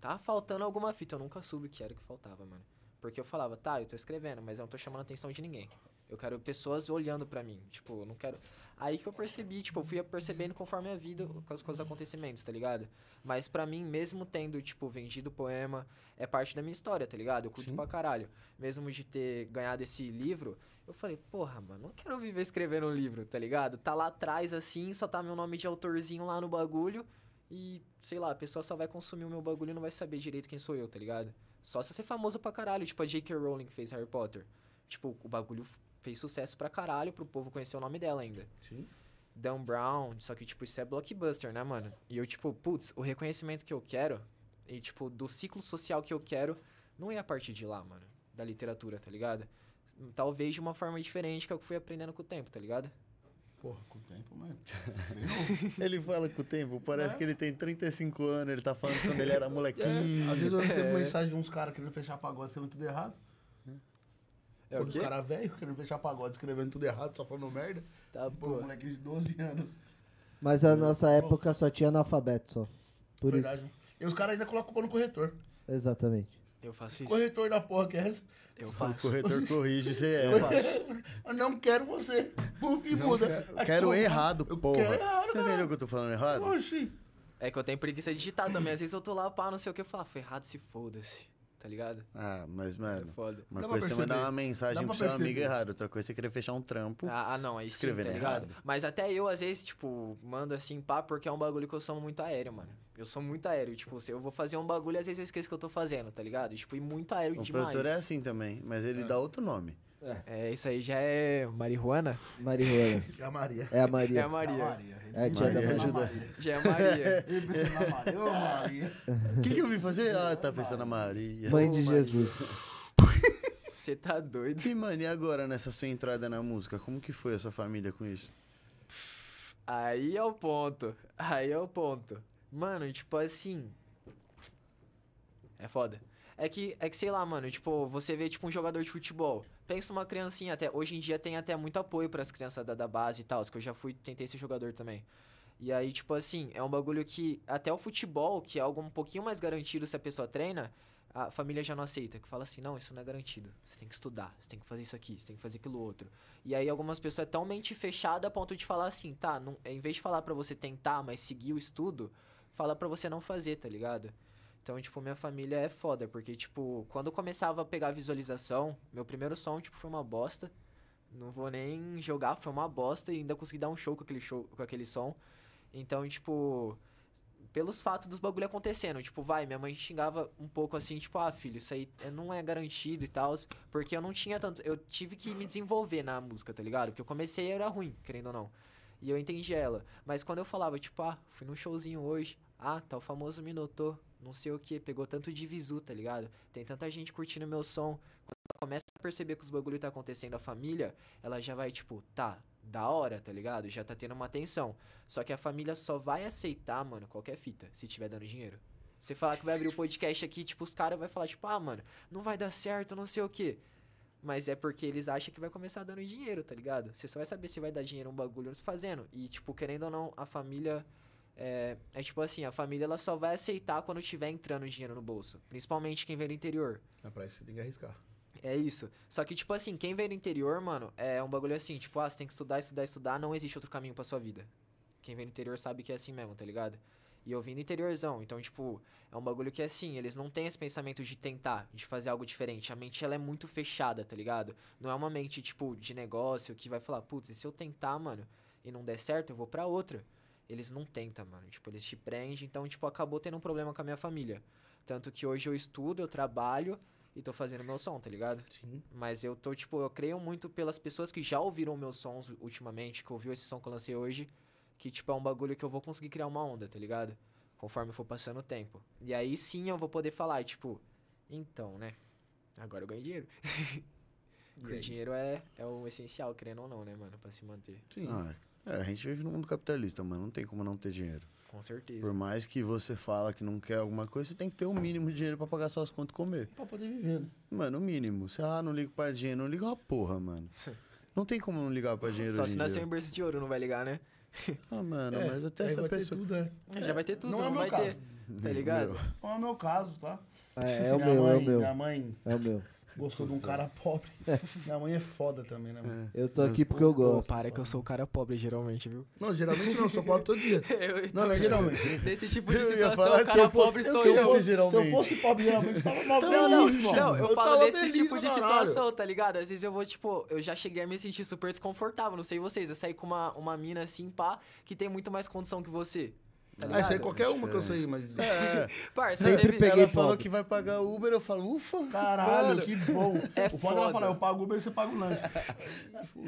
[SPEAKER 4] Tá faltando alguma fita. Eu nunca soube o que era que faltava, mano. Porque eu falava, tá, eu tô escrevendo, mas eu não tô chamando a atenção de ninguém. Eu quero pessoas olhando pra mim. Tipo, eu não quero. Aí que eu percebi, tipo, eu fui percebendo conforme a vida, com os, com os acontecimentos, tá ligado? Mas pra mim, mesmo tendo, tipo, vendido o poema, é parte da minha história, tá ligado? Eu curto pra caralho. Mesmo de ter ganhado esse livro, eu falei, porra, mano, não quero viver escrevendo um livro, tá ligado? Tá lá atrás, assim, só tá meu nome de autorzinho lá no bagulho. E, sei lá, a pessoa só vai consumir o meu bagulho e não vai saber direito quem sou eu, tá ligado? Só se eu ser famoso pra caralho, tipo a J.K. Rowling que fez Harry Potter. Tipo, o bagulho f- fez sucesso pra caralho pro povo conhecer o nome dela ainda.
[SPEAKER 2] Sim.
[SPEAKER 4] Dan Brown, só que, tipo, isso é blockbuster, né, mano? E eu, tipo, putz, o reconhecimento que eu quero e, tipo, do ciclo social que eu quero não é a partir de lá, mano, da literatura, tá ligado? Talvez de uma forma diferente que eu fui aprendendo com o tempo, tá ligado?
[SPEAKER 2] Porra, com o tempo, mano.
[SPEAKER 5] Ele fala com o tempo, parece que ele tem 35 anos, ele tá falando quando ele era molequinho.
[SPEAKER 2] Às vezes eu recebo mensagem de uns caras querendo fechar pagode escrevendo tudo errado.
[SPEAKER 4] É
[SPEAKER 2] Ou dos caras velhos querendo fechar pagode escrevendo tudo errado, só falando merda.
[SPEAKER 4] Tá
[SPEAKER 2] Pô, um
[SPEAKER 4] bom.
[SPEAKER 2] moleque de 12 anos.
[SPEAKER 3] Mas
[SPEAKER 5] É.
[SPEAKER 3] a nossa época só tinha analfabeto só. Por isso.
[SPEAKER 2] Verdade. né? E os caras ainda colocam a culpa no corretor.
[SPEAKER 3] Exatamente.
[SPEAKER 4] Eu faço isso.
[SPEAKER 2] Corretor da porra que é essa?
[SPEAKER 4] Eu
[SPEAKER 5] O
[SPEAKER 4] faço.
[SPEAKER 5] corretor corrige, você é.
[SPEAKER 2] Eu não quero você. Puf, e muda.
[SPEAKER 5] Eu Quero errado,
[SPEAKER 2] é um Eu
[SPEAKER 5] porra.
[SPEAKER 2] quero errado,
[SPEAKER 5] Tá vendo que eu tô falando errado?
[SPEAKER 2] Oxi.
[SPEAKER 4] É que eu tenho preguiça de digitar também. Às vezes eu tô lá, pá, não sei o que, eu falo, ferrado se foda-se, tá ligado?
[SPEAKER 5] Ah, mas,
[SPEAKER 4] É
[SPEAKER 5] mano.
[SPEAKER 4] foda.
[SPEAKER 5] Uma
[SPEAKER 2] Dá pra
[SPEAKER 5] coisa é você mandar
[SPEAKER 2] perceber.
[SPEAKER 5] uma mensagem
[SPEAKER 2] Dá
[SPEAKER 5] pro
[SPEAKER 2] pra
[SPEAKER 5] seu
[SPEAKER 2] perceber.
[SPEAKER 5] amigo errado, outra coisa é você querer fechar um trampo.
[SPEAKER 4] Ah, ah, não, aí sim, tá
[SPEAKER 5] Escrevendo
[SPEAKER 4] ligado?
[SPEAKER 5] né? errado.
[SPEAKER 4] Mas até eu, às vezes, tipo, mando assim, pá, porque é um bagulho que eu sou muito aéreo, mano. Eu sou muito aéreo, tipo, se eu vou fazer um bagulho, às vezes eu esqueço que eu tô fazendo, tá ligado? Tipo, e muito aéreo
[SPEAKER 5] o
[SPEAKER 4] demais.
[SPEAKER 5] produtor é assim também, mas ele dá outro nome.
[SPEAKER 4] É, isso aí já é marihuana?
[SPEAKER 3] Marihuana.
[SPEAKER 2] É a Maria.
[SPEAKER 3] É a
[SPEAKER 4] É a
[SPEAKER 3] Maria.
[SPEAKER 4] Maria.
[SPEAKER 3] É, tia da
[SPEAKER 2] Maria.
[SPEAKER 5] Maria.
[SPEAKER 2] Maria.
[SPEAKER 4] Já é Maria.
[SPEAKER 2] Representa a Maria. Ô, Maria.
[SPEAKER 5] O que, que eu vim fazer? Ah, tá pensando na Maria.
[SPEAKER 3] Mãe de Jesus.
[SPEAKER 4] Você tá doido?
[SPEAKER 5] E, mano, e agora nessa sua entrada na música? Como que foi a sua família com isso?
[SPEAKER 4] Aí é o ponto. Aí é o ponto. Mano, tipo assim. É foda. É que, é que, sei lá, mano, tipo, você vê, tipo, um jogador de futebol. Pensa uma criancinha até. Hoje em dia tem até muito apoio pras crianças da, da base e tal, que eu já fui, tentei ser jogador também. E aí, tipo assim, é um bagulho que até o futebol, que é algo um pouquinho mais garantido se a pessoa treina, a família já não aceita. Que fala assim, não, isso não é garantido. Você tem que estudar, você tem que fazer isso aqui, você tem que fazer aquilo outro. E aí algumas pessoas é tão mente fechada a ponto de falar assim, tá, não, em vez de falar pra você tentar, mas seguir o estudo, fala pra você não fazer, tá ligado? Então, tipo, minha família é foda, porque, tipo, quando eu começava a pegar visualização, meu primeiro som, tipo, foi uma bosta. Não vou nem jogar, foi uma bosta e ainda consegui dar um show com aquele show, com aquele som. Então, tipo, pelos fatos dos bagulho acontecendo, tipo, vai, minha mãe xingava um pouco assim, tipo, ah, filho, isso aí é- não é garantido e tal, porque eu não tinha tanto, eu tive que me desenvolver na música, tá ligado? Porque eu comecei e era ruim, querendo ou não. E eu entendi ela, mas quando eu falava, tipo, ah, fui num showzinho hoje, ah, tá o famoso me notou, não sei o que, pegou tanto de visu, tá ligado? Tem tanta gente curtindo meu som. Quando ela começa a perceber que os bagulho tá acontecendo, a família, ela já vai, tipo, tá, da hora, tá ligado? Já tá tendo uma atenção. Só que a família só vai aceitar, mano, qualquer fita, se tiver dando dinheiro. Você falar que vai abrir o podcast aqui, tipo, os caras vão falar, tipo, ah, mano, não vai dar certo, não sei o quê. Mas é porque eles acham que vai começar dando dinheiro, tá ligado? Você só vai saber se vai dar dinheiro um bagulho fazendo. E, tipo, querendo ou não, a família. É, é tipo assim, a família ela só vai aceitar quando tiver entrando dinheiro no bolso. Principalmente quem vem do interior.
[SPEAKER 2] É pra isso que você tem que arriscar.
[SPEAKER 4] É isso. Só que, tipo assim, quem vem do interior, mano, é um bagulho assim, tipo, ah, você tem que estudar, estudar, estudar, não existe outro caminho pra sua vida. Quem vem do interior sabe que é assim mesmo, tá ligado? E eu vim do interiorzão, então, tipo, é um bagulho que é assim, eles não têm esse pensamento de tentar, de fazer algo diferente. A mente, ela é muito fechada, tá ligado? Não é uma mente, tipo, de negócio que vai falar, putz, e se eu tentar, mano, e não der certo, eu vou pra outra. Eles não tentam, mano. Tipo, eles te prendem, então, tipo, acabou tendo um problema com a minha família. Tanto que hoje eu estudo, eu trabalho e tô fazendo meu som, tá ligado?
[SPEAKER 2] Sim.
[SPEAKER 4] Mas eu tô, tipo, eu creio muito pelas pessoas que já ouviram meus sons ultimamente, que ouviu esse som que eu lancei hoje, que, tipo, é um bagulho que eu vou conseguir criar uma onda, tá ligado? Conforme for passando o tempo. E aí sim eu vou poder falar, tipo, então, né? Agora eu ganho dinheiro. Porque dinheiro é, é o essencial, querendo ou não, né, mano, pra se manter.
[SPEAKER 2] Sim.
[SPEAKER 5] Ah, É, a gente vive num mundo capitalista, mano. Não tem como não ter dinheiro.
[SPEAKER 4] Com certeza.
[SPEAKER 5] Por mais que você fala que não quer alguma coisa, você tem que ter o mínimo de dinheiro pra pagar suas contas e comer.
[SPEAKER 2] Pra poder viver, né?
[SPEAKER 5] Mano, o mínimo. Você, ah, não ligo pra dinheiro. Não liga uma porra, mano.
[SPEAKER 4] Sim.
[SPEAKER 5] Não tem como não ligar pra dinheiro
[SPEAKER 4] Só
[SPEAKER 5] hoje
[SPEAKER 4] se
[SPEAKER 5] em
[SPEAKER 4] nasceu
[SPEAKER 5] dia.
[SPEAKER 4] em berço de ouro, não vai ligar, né?
[SPEAKER 5] Ah, mano,
[SPEAKER 2] É,
[SPEAKER 5] mas até
[SPEAKER 2] aí
[SPEAKER 5] essa
[SPEAKER 2] vai ter
[SPEAKER 5] pessoa...
[SPEAKER 2] tudo, é.
[SPEAKER 4] Já vai ter tudo,
[SPEAKER 2] não
[SPEAKER 4] não,
[SPEAKER 2] é meu
[SPEAKER 4] vai
[SPEAKER 2] caso.
[SPEAKER 4] ter. Tá ligado?
[SPEAKER 2] Não é o meu caso, tá?
[SPEAKER 3] É, é o
[SPEAKER 2] minha
[SPEAKER 3] meu,
[SPEAKER 2] mãe,
[SPEAKER 3] é o meu.
[SPEAKER 2] Minha mãe
[SPEAKER 3] É o meu.
[SPEAKER 2] gostou de um cara pobre. minha mãe é foda também, né, mano?
[SPEAKER 3] Eu tô aqui porque eu
[SPEAKER 4] Pô,
[SPEAKER 3] gosto.
[SPEAKER 4] para que eu sou o cara pobre, geralmente, viu?
[SPEAKER 2] Não, geralmente não, eu sou pobre todo dia.
[SPEAKER 4] Eu,
[SPEAKER 2] Não, não, geralmente.
[SPEAKER 4] Desse tipo de
[SPEAKER 5] Eu ia
[SPEAKER 4] situação,
[SPEAKER 5] falar
[SPEAKER 4] o
[SPEAKER 5] que se
[SPEAKER 4] cara
[SPEAKER 5] eu fosse-
[SPEAKER 4] pobre
[SPEAKER 5] eu
[SPEAKER 4] sou
[SPEAKER 5] se eu
[SPEAKER 4] eu.
[SPEAKER 5] fosse-
[SPEAKER 2] Se eu
[SPEAKER 5] geralmente.
[SPEAKER 2] fosse pobre, geralmente Então, eu tava mal
[SPEAKER 4] Não, não,
[SPEAKER 2] feliz,
[SPEAKER 4] não,
[SPEAKER 2] mano.
[SPEAKER 4] eu, falo
[SPEAKER 2] tava
[SPEAKER 4] desse
[SPEAKER 2] feliz
[SPEAKER 4] tipo
[SPEAKER 2] pra
[SPEAKER 4] de
[SPEAKER 2] caralho.
[SPEAKER 4] situação, tá ligado? Às vezes eu vou, tipo, eu já cheguei a me sentir super desconfortável, não sei vocês. Eu saí com uma, uma mina assim, pá, que tem muito mais condição que você. Tá
[SPEAKER 2] Ah, isso aí
[SPEAKER 4] ligado?
[SPEAKER 2] qualquer uma que eu sei, mas.
[SPEAKER 5] É,
[SPEAKER 4] Parça,
[SPEAKER 3] Sempre
[SPEAKER 4] teve-
[SPEAKER 3] peguei
[SPEAKER 5] ela falou
[SPEAKER 3] pobre.
[SPEAKER 5] que vai pagar Uber, eu falo, ufa.
[SPEAKER 2] Caralho, que bom.
[SPEAKER 4] É
[SPEAKER 2] o foda é ela
[SPEAKER 4] foda.
[SPEAKER 2] falar, eu pago Uber, você paga o lanche.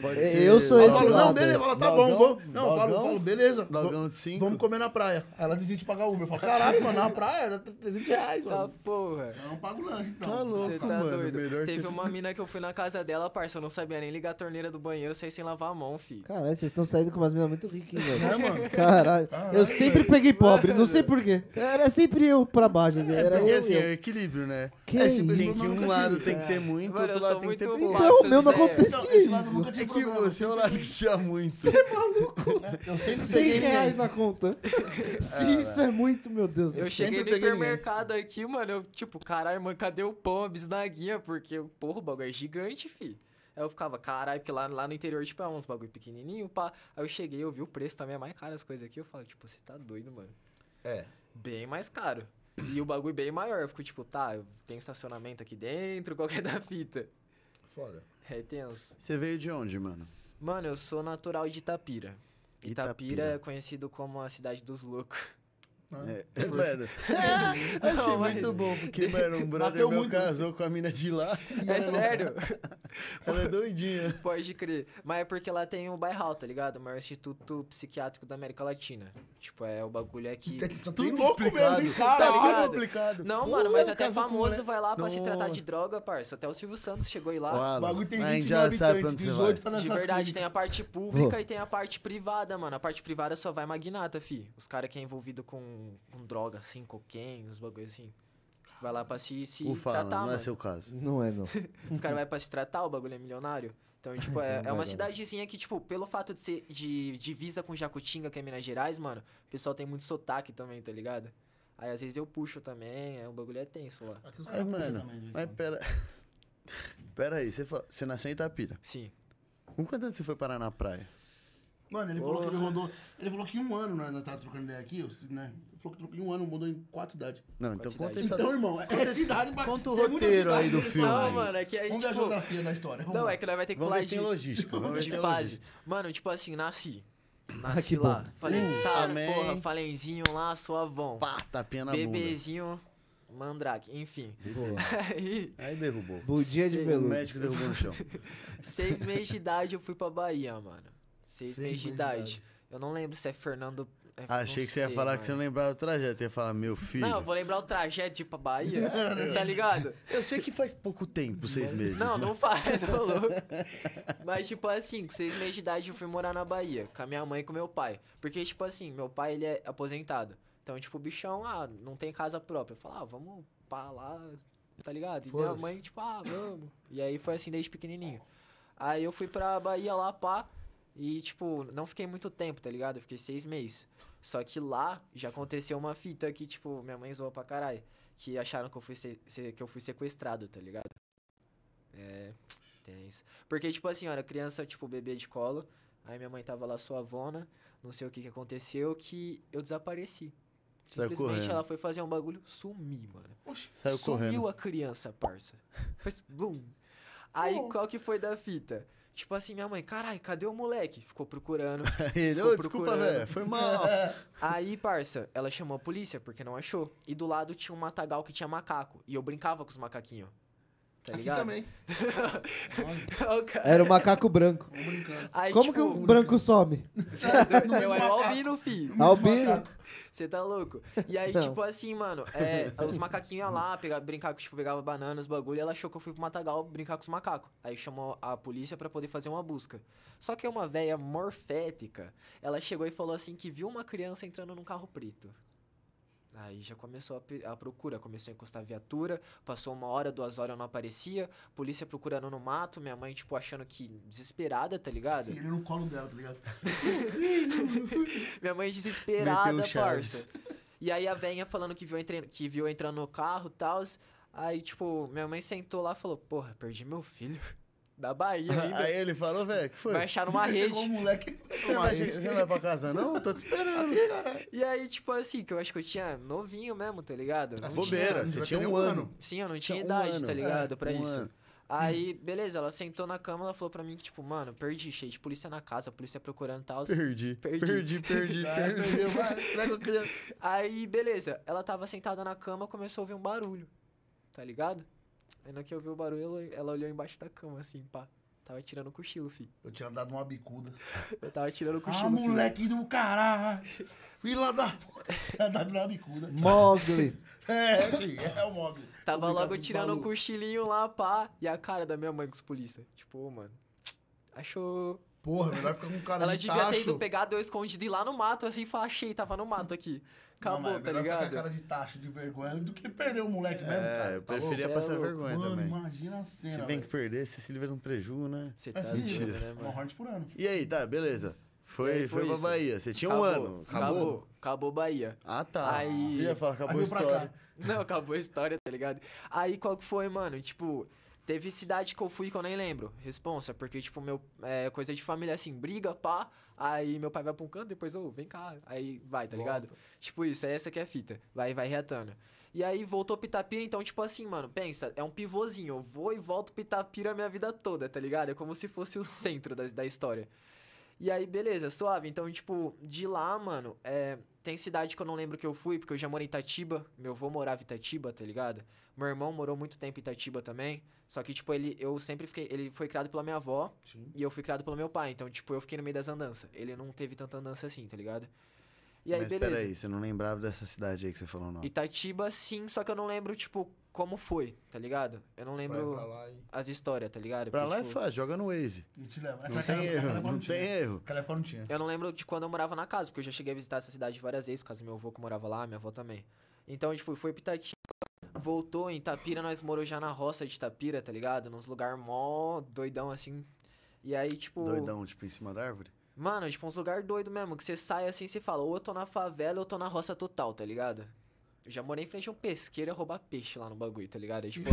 [SPEAKER 5] Pode
[SPEAKER 3] Eu
[SPEAKER 5] ser-
[SPEAKER 3] eu sou
[SPEAKER 2] Eu
[SPEAKER 3] esse
[SPEAKER 2] falo, não,
[SPEAKER 3] lado.
[SPEAKER 2] beleza. Ela, tá
[SPEAKER 5] Dogão,
[SPEAKER 2] bom, vamos. Não, eu falo,
[SPEAKER 5] dogão,
[SPEAKER 2] eu falo, beleza.
[SPEAKER 5] Dogão é
[SPEAKER 2] vamos-
[SPEAKER 5] de 5.
[SPEAKER 2] Vamos comer na praia. Aí Ela decide pagar Uber. Eu falo, caralho, mano, na praia dá 300 reais,
[SPEAKER 4] Tá,
[SPEAKER 2] mano.
[SPEAKER 4] porra.
[SPEAKER 2] Eu não pago lanche, então.
[SPEAKER 5] Tá louco,
[SPEAKER 4] Você tá
[SPEAKER 5] mano.
[SPEAKER 4] doido.
[SPEAKER 5] Melhor
[SPEAKER 4] Teve
[SPEAKER 5] você-
[SPEAKER 4] uma mina que eu fui na casa dela, parça, eu não sabia nem ligar a torneira do banheiro, saí sem lavar a mão, fi.
[SPEAKER 3] Caralho, vocês estão saindo com umas minas muito ricas, hein, velho?
[SPEAKER 2] É, mano.
[SPEAKER 3] Caralho. Eu
[SPEAKER 2] Caralho, é,
[SPEAKER 3] sempre peguei pobre, não sei porquê. Era sempre eu pra baixo, assim, era
[SPEAKER 5] Porque
[SPEAKER 3] eu.
[SPEAKER 5] assim,
[SPEAKER 3] e eu.
[SPEAKER 5] é o equilíbrio, né?
[SPEAKER 3] Que
[SPEAKER 5] é tipo assim,
[SPEAKER 3] isso?
[SPEAKER 5] que um lado tem que ter muito,
[SPEAKER 4] Mano, eu
[SPEAKER 5] outro
[SPEAKER 4] sou
[SPEAKER 5] lado tem que ter
[SPEAKER 4] muito
[SPEAKER 5] pouco.
[SPEAKER 4] pobre.
[SPEAKER 3] Então o meu não
[SPEAKER 4] Vocês- é.
[SPEAKER 3] acontecia
[SPEAKER 2] Então, esse lado
[SPEAKER 3] isso.
[SPEAKER 2] nunca
[SPEAKER 5] É
[SPEAKER 2] tinha
[SPEAKER 5] que
[SPEAKER 2] problema.
[SPEAKER 5] você é o lado que tinha muito.
[SPEAKER 2] é Eu sempre
[SPEAKER 3] 100
[SPEAKER 2] peguei
[SPEAKER 3] reais
[SPEAKER 2] ninguém.
[SPEAKER 3] na conta. Se isso é muito, meu Deus do
[SPEAKER 4] Eu
[SPEAKER 3] céu.
[SPEAKER 4] cheguei no
[SPEAKER 2] Ah, sempre peguei ninguém.
[SPEAKER 4] hipermercado aqui, mano. Eu, tipo, caralho, mano, cadê o pão, a bisnaguinha? Porque, porra, o bagulho é gigante, fi. Aí eu ficava, caralho, porque lá, lá no interior, tipo, é uns bagulho pequenininho, pá. Aí eu cheguei, eu vi o preço também, é mais caro as coisas aqui. Eu falo, tipo, você tá doido, mano.
[SPEAKER 2] É.
[SPEAKER 4] Bem mais caro. E o bagulho bem maior. Eu fico, tipo, tá, eu tenho estacionamento aqui dentro, qual que é da fita?
[SPEAKER 2] Foda.
[SPEAKER 4] É tenso.
[SPEAKER 5] Você veio de onde, mano?
[SPEAKER 4] Mano, eu sou natural de Itapira. Itapira,
[SPEAKER 5] Itapira.
[SPEAKER 4] é conhecido como a cidade dos loucos.
[SPEAKER 5] É, é, mano. Achei
[SPEAKER 4] Não, mas-
[SPEAKER 5] muito bom, porque, mano, um brother
[SPEAKER 2] Bateu
[SPEAKER 5] meu
[SPEAKER 2] muito.
[SPEAKER 5] casou com a mina de lá.
[SPEAKER 4] É sério?
[SPEAKER 5] Ela é doidinha.
[SPEAKER 4] Pode crer. Mas é porque lá tem o Bairral, tá ligado? O maior instituto psiquiátrico da América Latina. Tipo, é o bagulho é que.
[SPEAKER 2] Tá
[SPEAKER 5] Tudo explicado.
[SPEAKER 4] Tá
[SPEAKER 5] Tá
[SPEAKER 4] ligado?
[SPEAKER 5] tudo explicado.
[SPEAKER 4] Não,
[SPEAKER 5] Pô,
[SPEAKER 4] mano, mas
[SPEAKER 5] ela
[SPEAKER 4] até
[SPEAKER 5] casou com
[SPEAKER 4] famoso
[SPEAKER 5] mulher.
[SPEAKER 4] vai lá pra se tratar de
[SPEAKER 5] Nossa.
[SPEAKER 4] droga, parça. Até o Silvio Santos chegou aí
[SPEAKER 5] Ô,
[SPEAKER 4] lá.
[SPEAKER 2] O
[SPEAKER 5] Alan,
[SPEAKER 2] bagulho tem
[SPEAKER 5] a gente
[SPEAKER 2] 20
[SPEAKER 5] já sabe pra
[SPEAKER 2] habitantes,
[SPEAKER 5] onde você
[SPEAKER 2] 18
[SPEAKER 5] vai.
[SPEAKER 2] tá
[SPEAKER 4] De
[SPEAKER 2] nessas
[SPEAKER 4] verdade,
[SPEAKER 2] coisas.
[SPEAKER 4] tem a parte pública e tem a parte privada, mano. A parte privada só vai magnata, fi. Os caras que é envolvido com, com droga, assim, cocaine, uns bagulho assim. Vai lá pra se, se
[SPEAKER 5] Ufa, Alan,
[SPEAKER 4] tratar,
[SPEAKER 5] não é
[SPEAKER 4] tá, mano.
[SPEAKER 5] seu caso.
[SPEAKER 3] Não é, não.
[SPEAKER 4] Os
[SPEAKER 5] Uhum.
[SPEAKER 4] caras vão pra se tratar, o bagulho é milionário. Então, tipo, é, é uma cidadezinha que, tipo, pelo fato de ser de divisa com Jacutinga, que é Minas Gerais, mano, o pessoal tem muito sotaque também, tá ligado? Aí às vezes eu puxo também, é, o bagulho é tenso lá.
[SPEAKER 2] Aqui os
[SPEAKER 5] Mas,
[SPEAKER 2] caras puxam
[SPEAKER 5] mano,
[SPEAKER 2] também, de vez em
[SPEAKER 5] mas
[SPEAKER 2] quando.
[SPEAKER 5] pera... Pera aí, você, fa- você nasceu em Itapira.
[SPEAKER 4] Sim.
[SPEAKER 5] Com quantos anos você foi parar na praia?
[SPEAKER 2] Mano, ele falou que ele rodou. Ele falou que em um ano, né? Nós tava trocando ideia aqui, eu sei, né? Ele falou que trocou em um ano, mudou em quatro cidades.
[SPEAKER 5] Não, então
[SPEAKER 4] Quantas
[SPEAKER 5] conta
[SPEAKER 4] idades?
[SPEAKER 5] essa...
[SPEAKER 2] Então, irmão, é
[SPEAKER 5] conta,
[SPEAKER 2] cidade, mas
[SPEAKER 5] conta o
[SPEAKER 2] tem muita
[SPEAKER 5] roteiro
[SPEAKER 2] cidade
[SPEAKER 5] aí do
[SPEAKER 2] que
[SPEAKER 5] filme.
[SPEAKER 4] Não,
[SPEAKER 5] aí.
[SPEAKER 4] mano, é que a gente.
[SPEAKER 2] Vamos ver a
[SPEAKER 4] tipo,
[SPEAKER 2] geografia da história. vamos
[SPEAKER 4] não,
[SPEAKER 2] lá.
[SPEAKER 4] é que nós vai ter que
[SPEAKER 5] Vamos
[SPEAKER 4] pular
[SPEAKER 5] ver se tem
[SPEAKER 4] de,
[SPEAKER 5] logística. Vamos ver se
[SPEAKER 4] de
[SPEAKER 5] tem Ah,
[SPEAKER 4] fase.
[SPEAKER 5] logística.
[SPEAKER 4] Mano, tipo assim, nasci. Nasci
[SPEAKER 3] que
[SPEAKER 4] lá.
[SPEAKER 3] bom.
[SPEAKER 4] Falei, tá,
[SPEAKER 5] Uh, amém.
[SPEAKER 4] porra, falenzinho lá, suavão.
[SPEAKER 5] Pá, tapinha na bunda.
[SPEAKER 4] Bebezinho, mandrake, enfim.
[SPEAKER 5] Boa.
[SPEAKER 4] Aí.
[SPEAKER 5] Aí derrubou.
[SPEAKER 3] Budinha de
[SPEAKER 4] Sei.
[SPEAKER 5] O
[SPEAKER 3] veludo.
[SPEAKER 5] médico derrubou no chão.
[SPEAKER 4] Seis meses de idade eu fui pra Bahia, mano. Seis,
[SPEAKER 2] Seis
[SPEAKER 4] meses de
[SPEAKER 2] meses de
[SPEAKER 4] idade. Eu não lembro se é Fernando. é, não
[SPEAKER 5] Ah, Achei que você ia
[SPEAKER 4] sei,
[SPEAKER 5] falar
[SPEAKER 4] mano.
[SPEAKER 5] que você não lembrava do trajeto. Ia falar, meu filho.
[SPEAKER 4] Não, eu vou lembrar o trajeto de ir pra Bahia, tá ligado?
[SPEAKER 5] Eu sei que faz pouco tempo, seis meses. né?
[SPEAKER 4] Não,
[SPEAKER 5] mas-
[SPEAKER 4] não faz, ô louco. Mas, tipo assim, com seis meses de idade eu fui morar na Bahia, com a minha mãe e com meu pai. Porque, tipo assim, meu pai, ele é aposentado. Então, tipo, o bichão, ah, não tem casa própria. Fala, ah, vamos pra lá, tá ligado? E minha
[SPEAKER 2] Foda-se.
[SPEAKER 4] mãe, tipo, ah, vamos. E aí foi assim desde pequenininho. Aí eu fui pra Bahia lá, pá. E, tipo, não fiquei muito tempo, tá ligado? Eu fiquei seis meses. Só que lá já aconteceu uma fita que, tipo, minha mãe zoou pra caralho. Que acharam que eu fui, se- se- que eu fui sequestrado, tá ligado? É. Tenso. Porque, tipo assim, olha, criança, tipo, bebê de colo. Aí minha mãe tava lá suavona. Não sei o que que aconteceu, que eu desapareci.
[SPEAKER 5] Saiu
[SPEAKER 4] Simplesmente
[SPEAKER 5] correndo.
[SPEAKER 4] ela foi fazer um bagulho, sumi, mano.
[SPEAKER 5] Saiu
[SPEAKER 4] Sumiu
[SPEAKER 5] correndo.
[SPEAKER 4] a criança, parça. Fez blum. Aí qual que foi da fita? Tipo assim, minha mãe, carai, cadê o moleque? Ficou procurando.
[SPEAKER 5] Ele,
[SPEAKER 4] Ficou
[SPEAKER 5] ô, desculpa,
[SPEAKER 4] procurando.
[SPEAKER 5] velho. Foi mal.
[SPEAKER 4] Aí, parça, ela chamou a polícia porque não achou. E do lado tinha um matagal que tinha macaco. E eu brincava com os macaquinhos. tá
[SPEAKER 2] Aqui
[SPEAKER 4] ligado?
[SPEAKER 2] também.
[SPEAKER 4] O cara-
[SPEAKER 3] Era o macaco branco.
[SPEAKER 2] Tô brincando.
[SPEAKER 4] Aí,
[SPEAKER 3] Como que um branco some?
[SPEAKER 4] Cê é doido, eu era o albino, filho.
[SPEAKER 3] Albino.
[SPEAKER 4] Você tá louco? E aí,
[SPEAKER 3] Não.
[SPEAKER 4] tipo assim, mano, é, os macaquinhos iam lá, pegar, brincar com, tipo, pegava bananas, bagulho, e ela achou que eu fui pro matagal brincar com os macacos. Aí chamou a polícia pra poder fazer uma busca. Só que uma velha morfética, ela chegou e falou assim que viu uma criança entrando num carro preto. Aí já começou a, pe- a procura, começou a encostar a viatura, passou uma hora, duas horas eu não aparecia, polícia procurando no mato, minha mãe, tipo, achando que desesperada, tá ligado?
[SPEAKER 2] Ele no colo dela, tá ligado?
[SPEAKER 4] Minha mãe é desesperada,
[SPEAKER 5] Meteu o Chaves.
[SPEAKER 4] parça. E aí a velhinha falando que viu, eu entrando- que viu eu entrando no carro e tal. Aí, tipo, minha mãe sentou lá e falou, porra, perdi meu filho. Da Bahia ainda.
[SPEAKER 5] Aí ele falou, velho, que foi?
[SPEAKER 4] vai achar numa rede.
[SPEAKER 2] Chegou o moleque.
[SPEAKER 5] Você, vai, você não vai pra casa, não? Tô te esperando.
[SPEAKER 4] E aí, tipo assim, que eu acho que eu tinha novinho mesmo, tá
[SPEAKER 5] Ah,
[SPEAKER 4] ligado? Não
[SPEAKER 5] Bobeira,
[SPEAKER 2] Não
[SPEAKER 5] você
[SPEAKER 2] vai
[SPEAKER 5] tinha
[SPEAKER 2] ter
[SPEAKER 5] um
[SPEAKER 2] nem um
[SPEAKER 5] ano.
[SPEAKER 2] ano.
[SPEAKER 4] Sim, eu não tinha
[SPEAKER 5] um
[SPEAKER 4] idade,
[SPEAKER 5] ano,
[SPEAKER 4] tá ligado?
[SPEAKER 5] é,
[SPEAKER 4] pra
[SPEAKER 5] um
[SPEAKER 4] isso.
[SPEAKER 5] ano.
[SPEAKER 4] Aí, beleza, ela sentou na cama, ela falou pra mim que, tipo, mano, perdi, cheio de polícia na casa, polícia procurando e tal.
[SPEAKER 5] Perdi.
[SPEAKER 4] Perdi.
[SPEAKER 5] Perdi, perdi,
[SPEAKER 2] Vai,
[SPEAKER 5] perdi.
[SPEAKER 2] É, perdeu, vai, Entrega a criança.
[SPEAKER 4] Aí, beleza. Ela tava sentada na cama, começou a ouvir um barulho. Tá ligado? Aí no que eu ouvi o barulho, ela, ela olhou embaixo da cama, assim, pá. Tava tirando o cochilo, fi.
[SPEAKER 2] Eu tinha dado uma bicuda.
[SPEAKER 4] Eu tava tirando o cochilo,
[SPEAKER 2] Ah,
[SPEAKER 4] fi.
[SPEAKER 2] moleque do caralho. Filha da puta. Tinha dado uma bicuda.
[SPEAKER 3] Mogli.
[SPEAKER 2] É, sim, é o Mogli.
[SPEAKER 4] Tava
[SPEAKER 2] Obrigado,
[SPEAKER 4] logo tirando o
[SPEAKER 2] Balu.
[SPEAKER 4] cochilinho lá, pá. E a cara da minha mãe com os polícia. Tipo, ô, mano. Achou.
[SPEAKER 2] Porra, melhor ficar com um cara
[SPEAKER 4] Ela
[SPEAKER 2] de
[SPEAKER 4] devia
[SPEAKER 2] tacho.
[SPEAKER 4] ter ido pegar dois escondido e ir lá no mato, assim, e falar, achei, tava no mato aqui.
[SPEAKER 2] Não,
[SPEAKER 4] Acabou,
[SPEAKER 2] mas é
[SPEAKER 4] tá
[SPEAKER 2] melhor ficar com a
[SPEAKER 4] ligado?
[SPEAKER 2] cara de tacho, de vergonha, do que perder o moleque mesmo, cara.
[SPEAKER 5] É, eu preferia
[SPEAKER 4] Você é
[SPEAKER 5] passar
[SPEAKER 4] louco.
[SPEAKER 5] vergonha
[SPEAKER 2] Mano,
[SPEAKER 5] também.
[SPEAKER 2] imagina a
[SPEAKER 5] Se
[SPEAKER 2] cena,
[SPEAKER 5] bem
[SPEAKER 2] velho.
[SPEAKER 5] que perder, você se livra de um prejuízo, né?
[SPEAKER 4] Você tá
[SPEAKER 2] É, sim,
[SPEAKER 4] doido,
[SPEAKER 5] Mentira.
[SPEAKER 4] né,
[SPEAKER 2] Uma
[SPEAKER 4] mano?
[SPEAKER 2] hornet por ano.
[SPEAKER 5] E aí, tá, beleza.
[SPEAKER 4] E
[SPEAKER 5] Foi,
[SPEAKER 4] aí
[SPEAKER 5] foi,
[SPEAKER 4] foi
[SPEAKER 5] pra
[SPEAKER 4] isso.
[SPEAKER 5] Bahia. Você tinha um ano. Acabou?
[SPEAKER 4] Acabou, acabou Bahia.
[SPEAKER 5] Ah, tá.
[SPEAKER 4] Aí-
[SPEAKER 5] Eu ia falar, acabou
[SPEAKER 2] Aí
[SPEAKER 5] a
[SPEAKER 2] eu pra
[SPEAKER 5] história.
[SPEAKER 4] Não, acabou a história, tá ligado? Aí qual que foi, mano? Tipo, teve cidade que eu fui que eu nem lembro. Responsa, porque, tipo, meu. É coisa de família assim, briga, pá. Aí meu pai vai pra um canto, depois eu, vem cá. Aí vai, tá ligado? Tipo, isso, é essa que é a fita. Vai, vai reatando. E aí voltou Pitapira, então, tipo assim, mano, pensa, é um pivôzinho. Eu vou e volto Pitapira a minha vida toda, tá ligado? É como se fosse o centro da, da história. E aí, beleza, suave. Então, tipo, de lá, mano, é, tem cidade que eu não lembro que eu fui, porque eu já morei em Itatiba. Meu avô morava em Itatiba, tá ligado? Meu irmão morou muito tempo em Itatiba também. Só que, tipo, ele, eu sempre fiquei. Ele foi criado pela minha avó
[SPEAKER 2] Sim.
[SPEAKER 4] e eu fui criado pelo meu pai. Então, tipo, eu fiquei no meio das andanças. Ele não teve tanta andança assim, tá ligado? E aí,
[SPEAKER 5] Mas
[SPEAKER 4] beleza.
[SPEAKER 5] peraí, você não lembrava dessa cidade aí que você falou o nome.
[SPEAKER 4] Itatiba, sim, só que eu não lembro, tipo, como foi, tá ligado? Eu não
[SPEAKER 2] Pra ir pra
[SPEAKER 4] lembro
[SPEAKER 2] lá e,
[SPEAKER 4] as histórias, tá ligado?
[SPEAKER 5] Pra
[SPEAKER 4] Porque,
[SPEAKER 5] lá é
[SPEAKER 4] tipo,
[SPEAKER 5] fácil, joga no Waze.
[SPEAKER 2] e te leva.
[SPEAKER 5] Não tem erro, não tem erro.
[SPEAKER 2] Naquela época não tinha.
[SPEAKER 4] Eu não lembro de quando eu morava na casa, porque eu já cheguei a visitar essa cidade várias vezes, por causa do meu avô que morava lá, minha avó também. Então, tipo, foi pra Itatiba, voltou em Itapira, nós morou já na roça de Itapira, tá ligado? Nos lugar mó doidão, assim. E aí, tipo...
[SPEAKER 5] Doidão, tipo, em cima da árvore.
[SPEAKER 4] Mano, tipo, uns lugar doido mesmo, que você sai assim e você fala, ou eu tô na favela ou eu tô na roça total, tá ligado? Eu já morei em frente a um pesqueiro a roubar peixe lá no bagulho, tá ligado? É, tipo,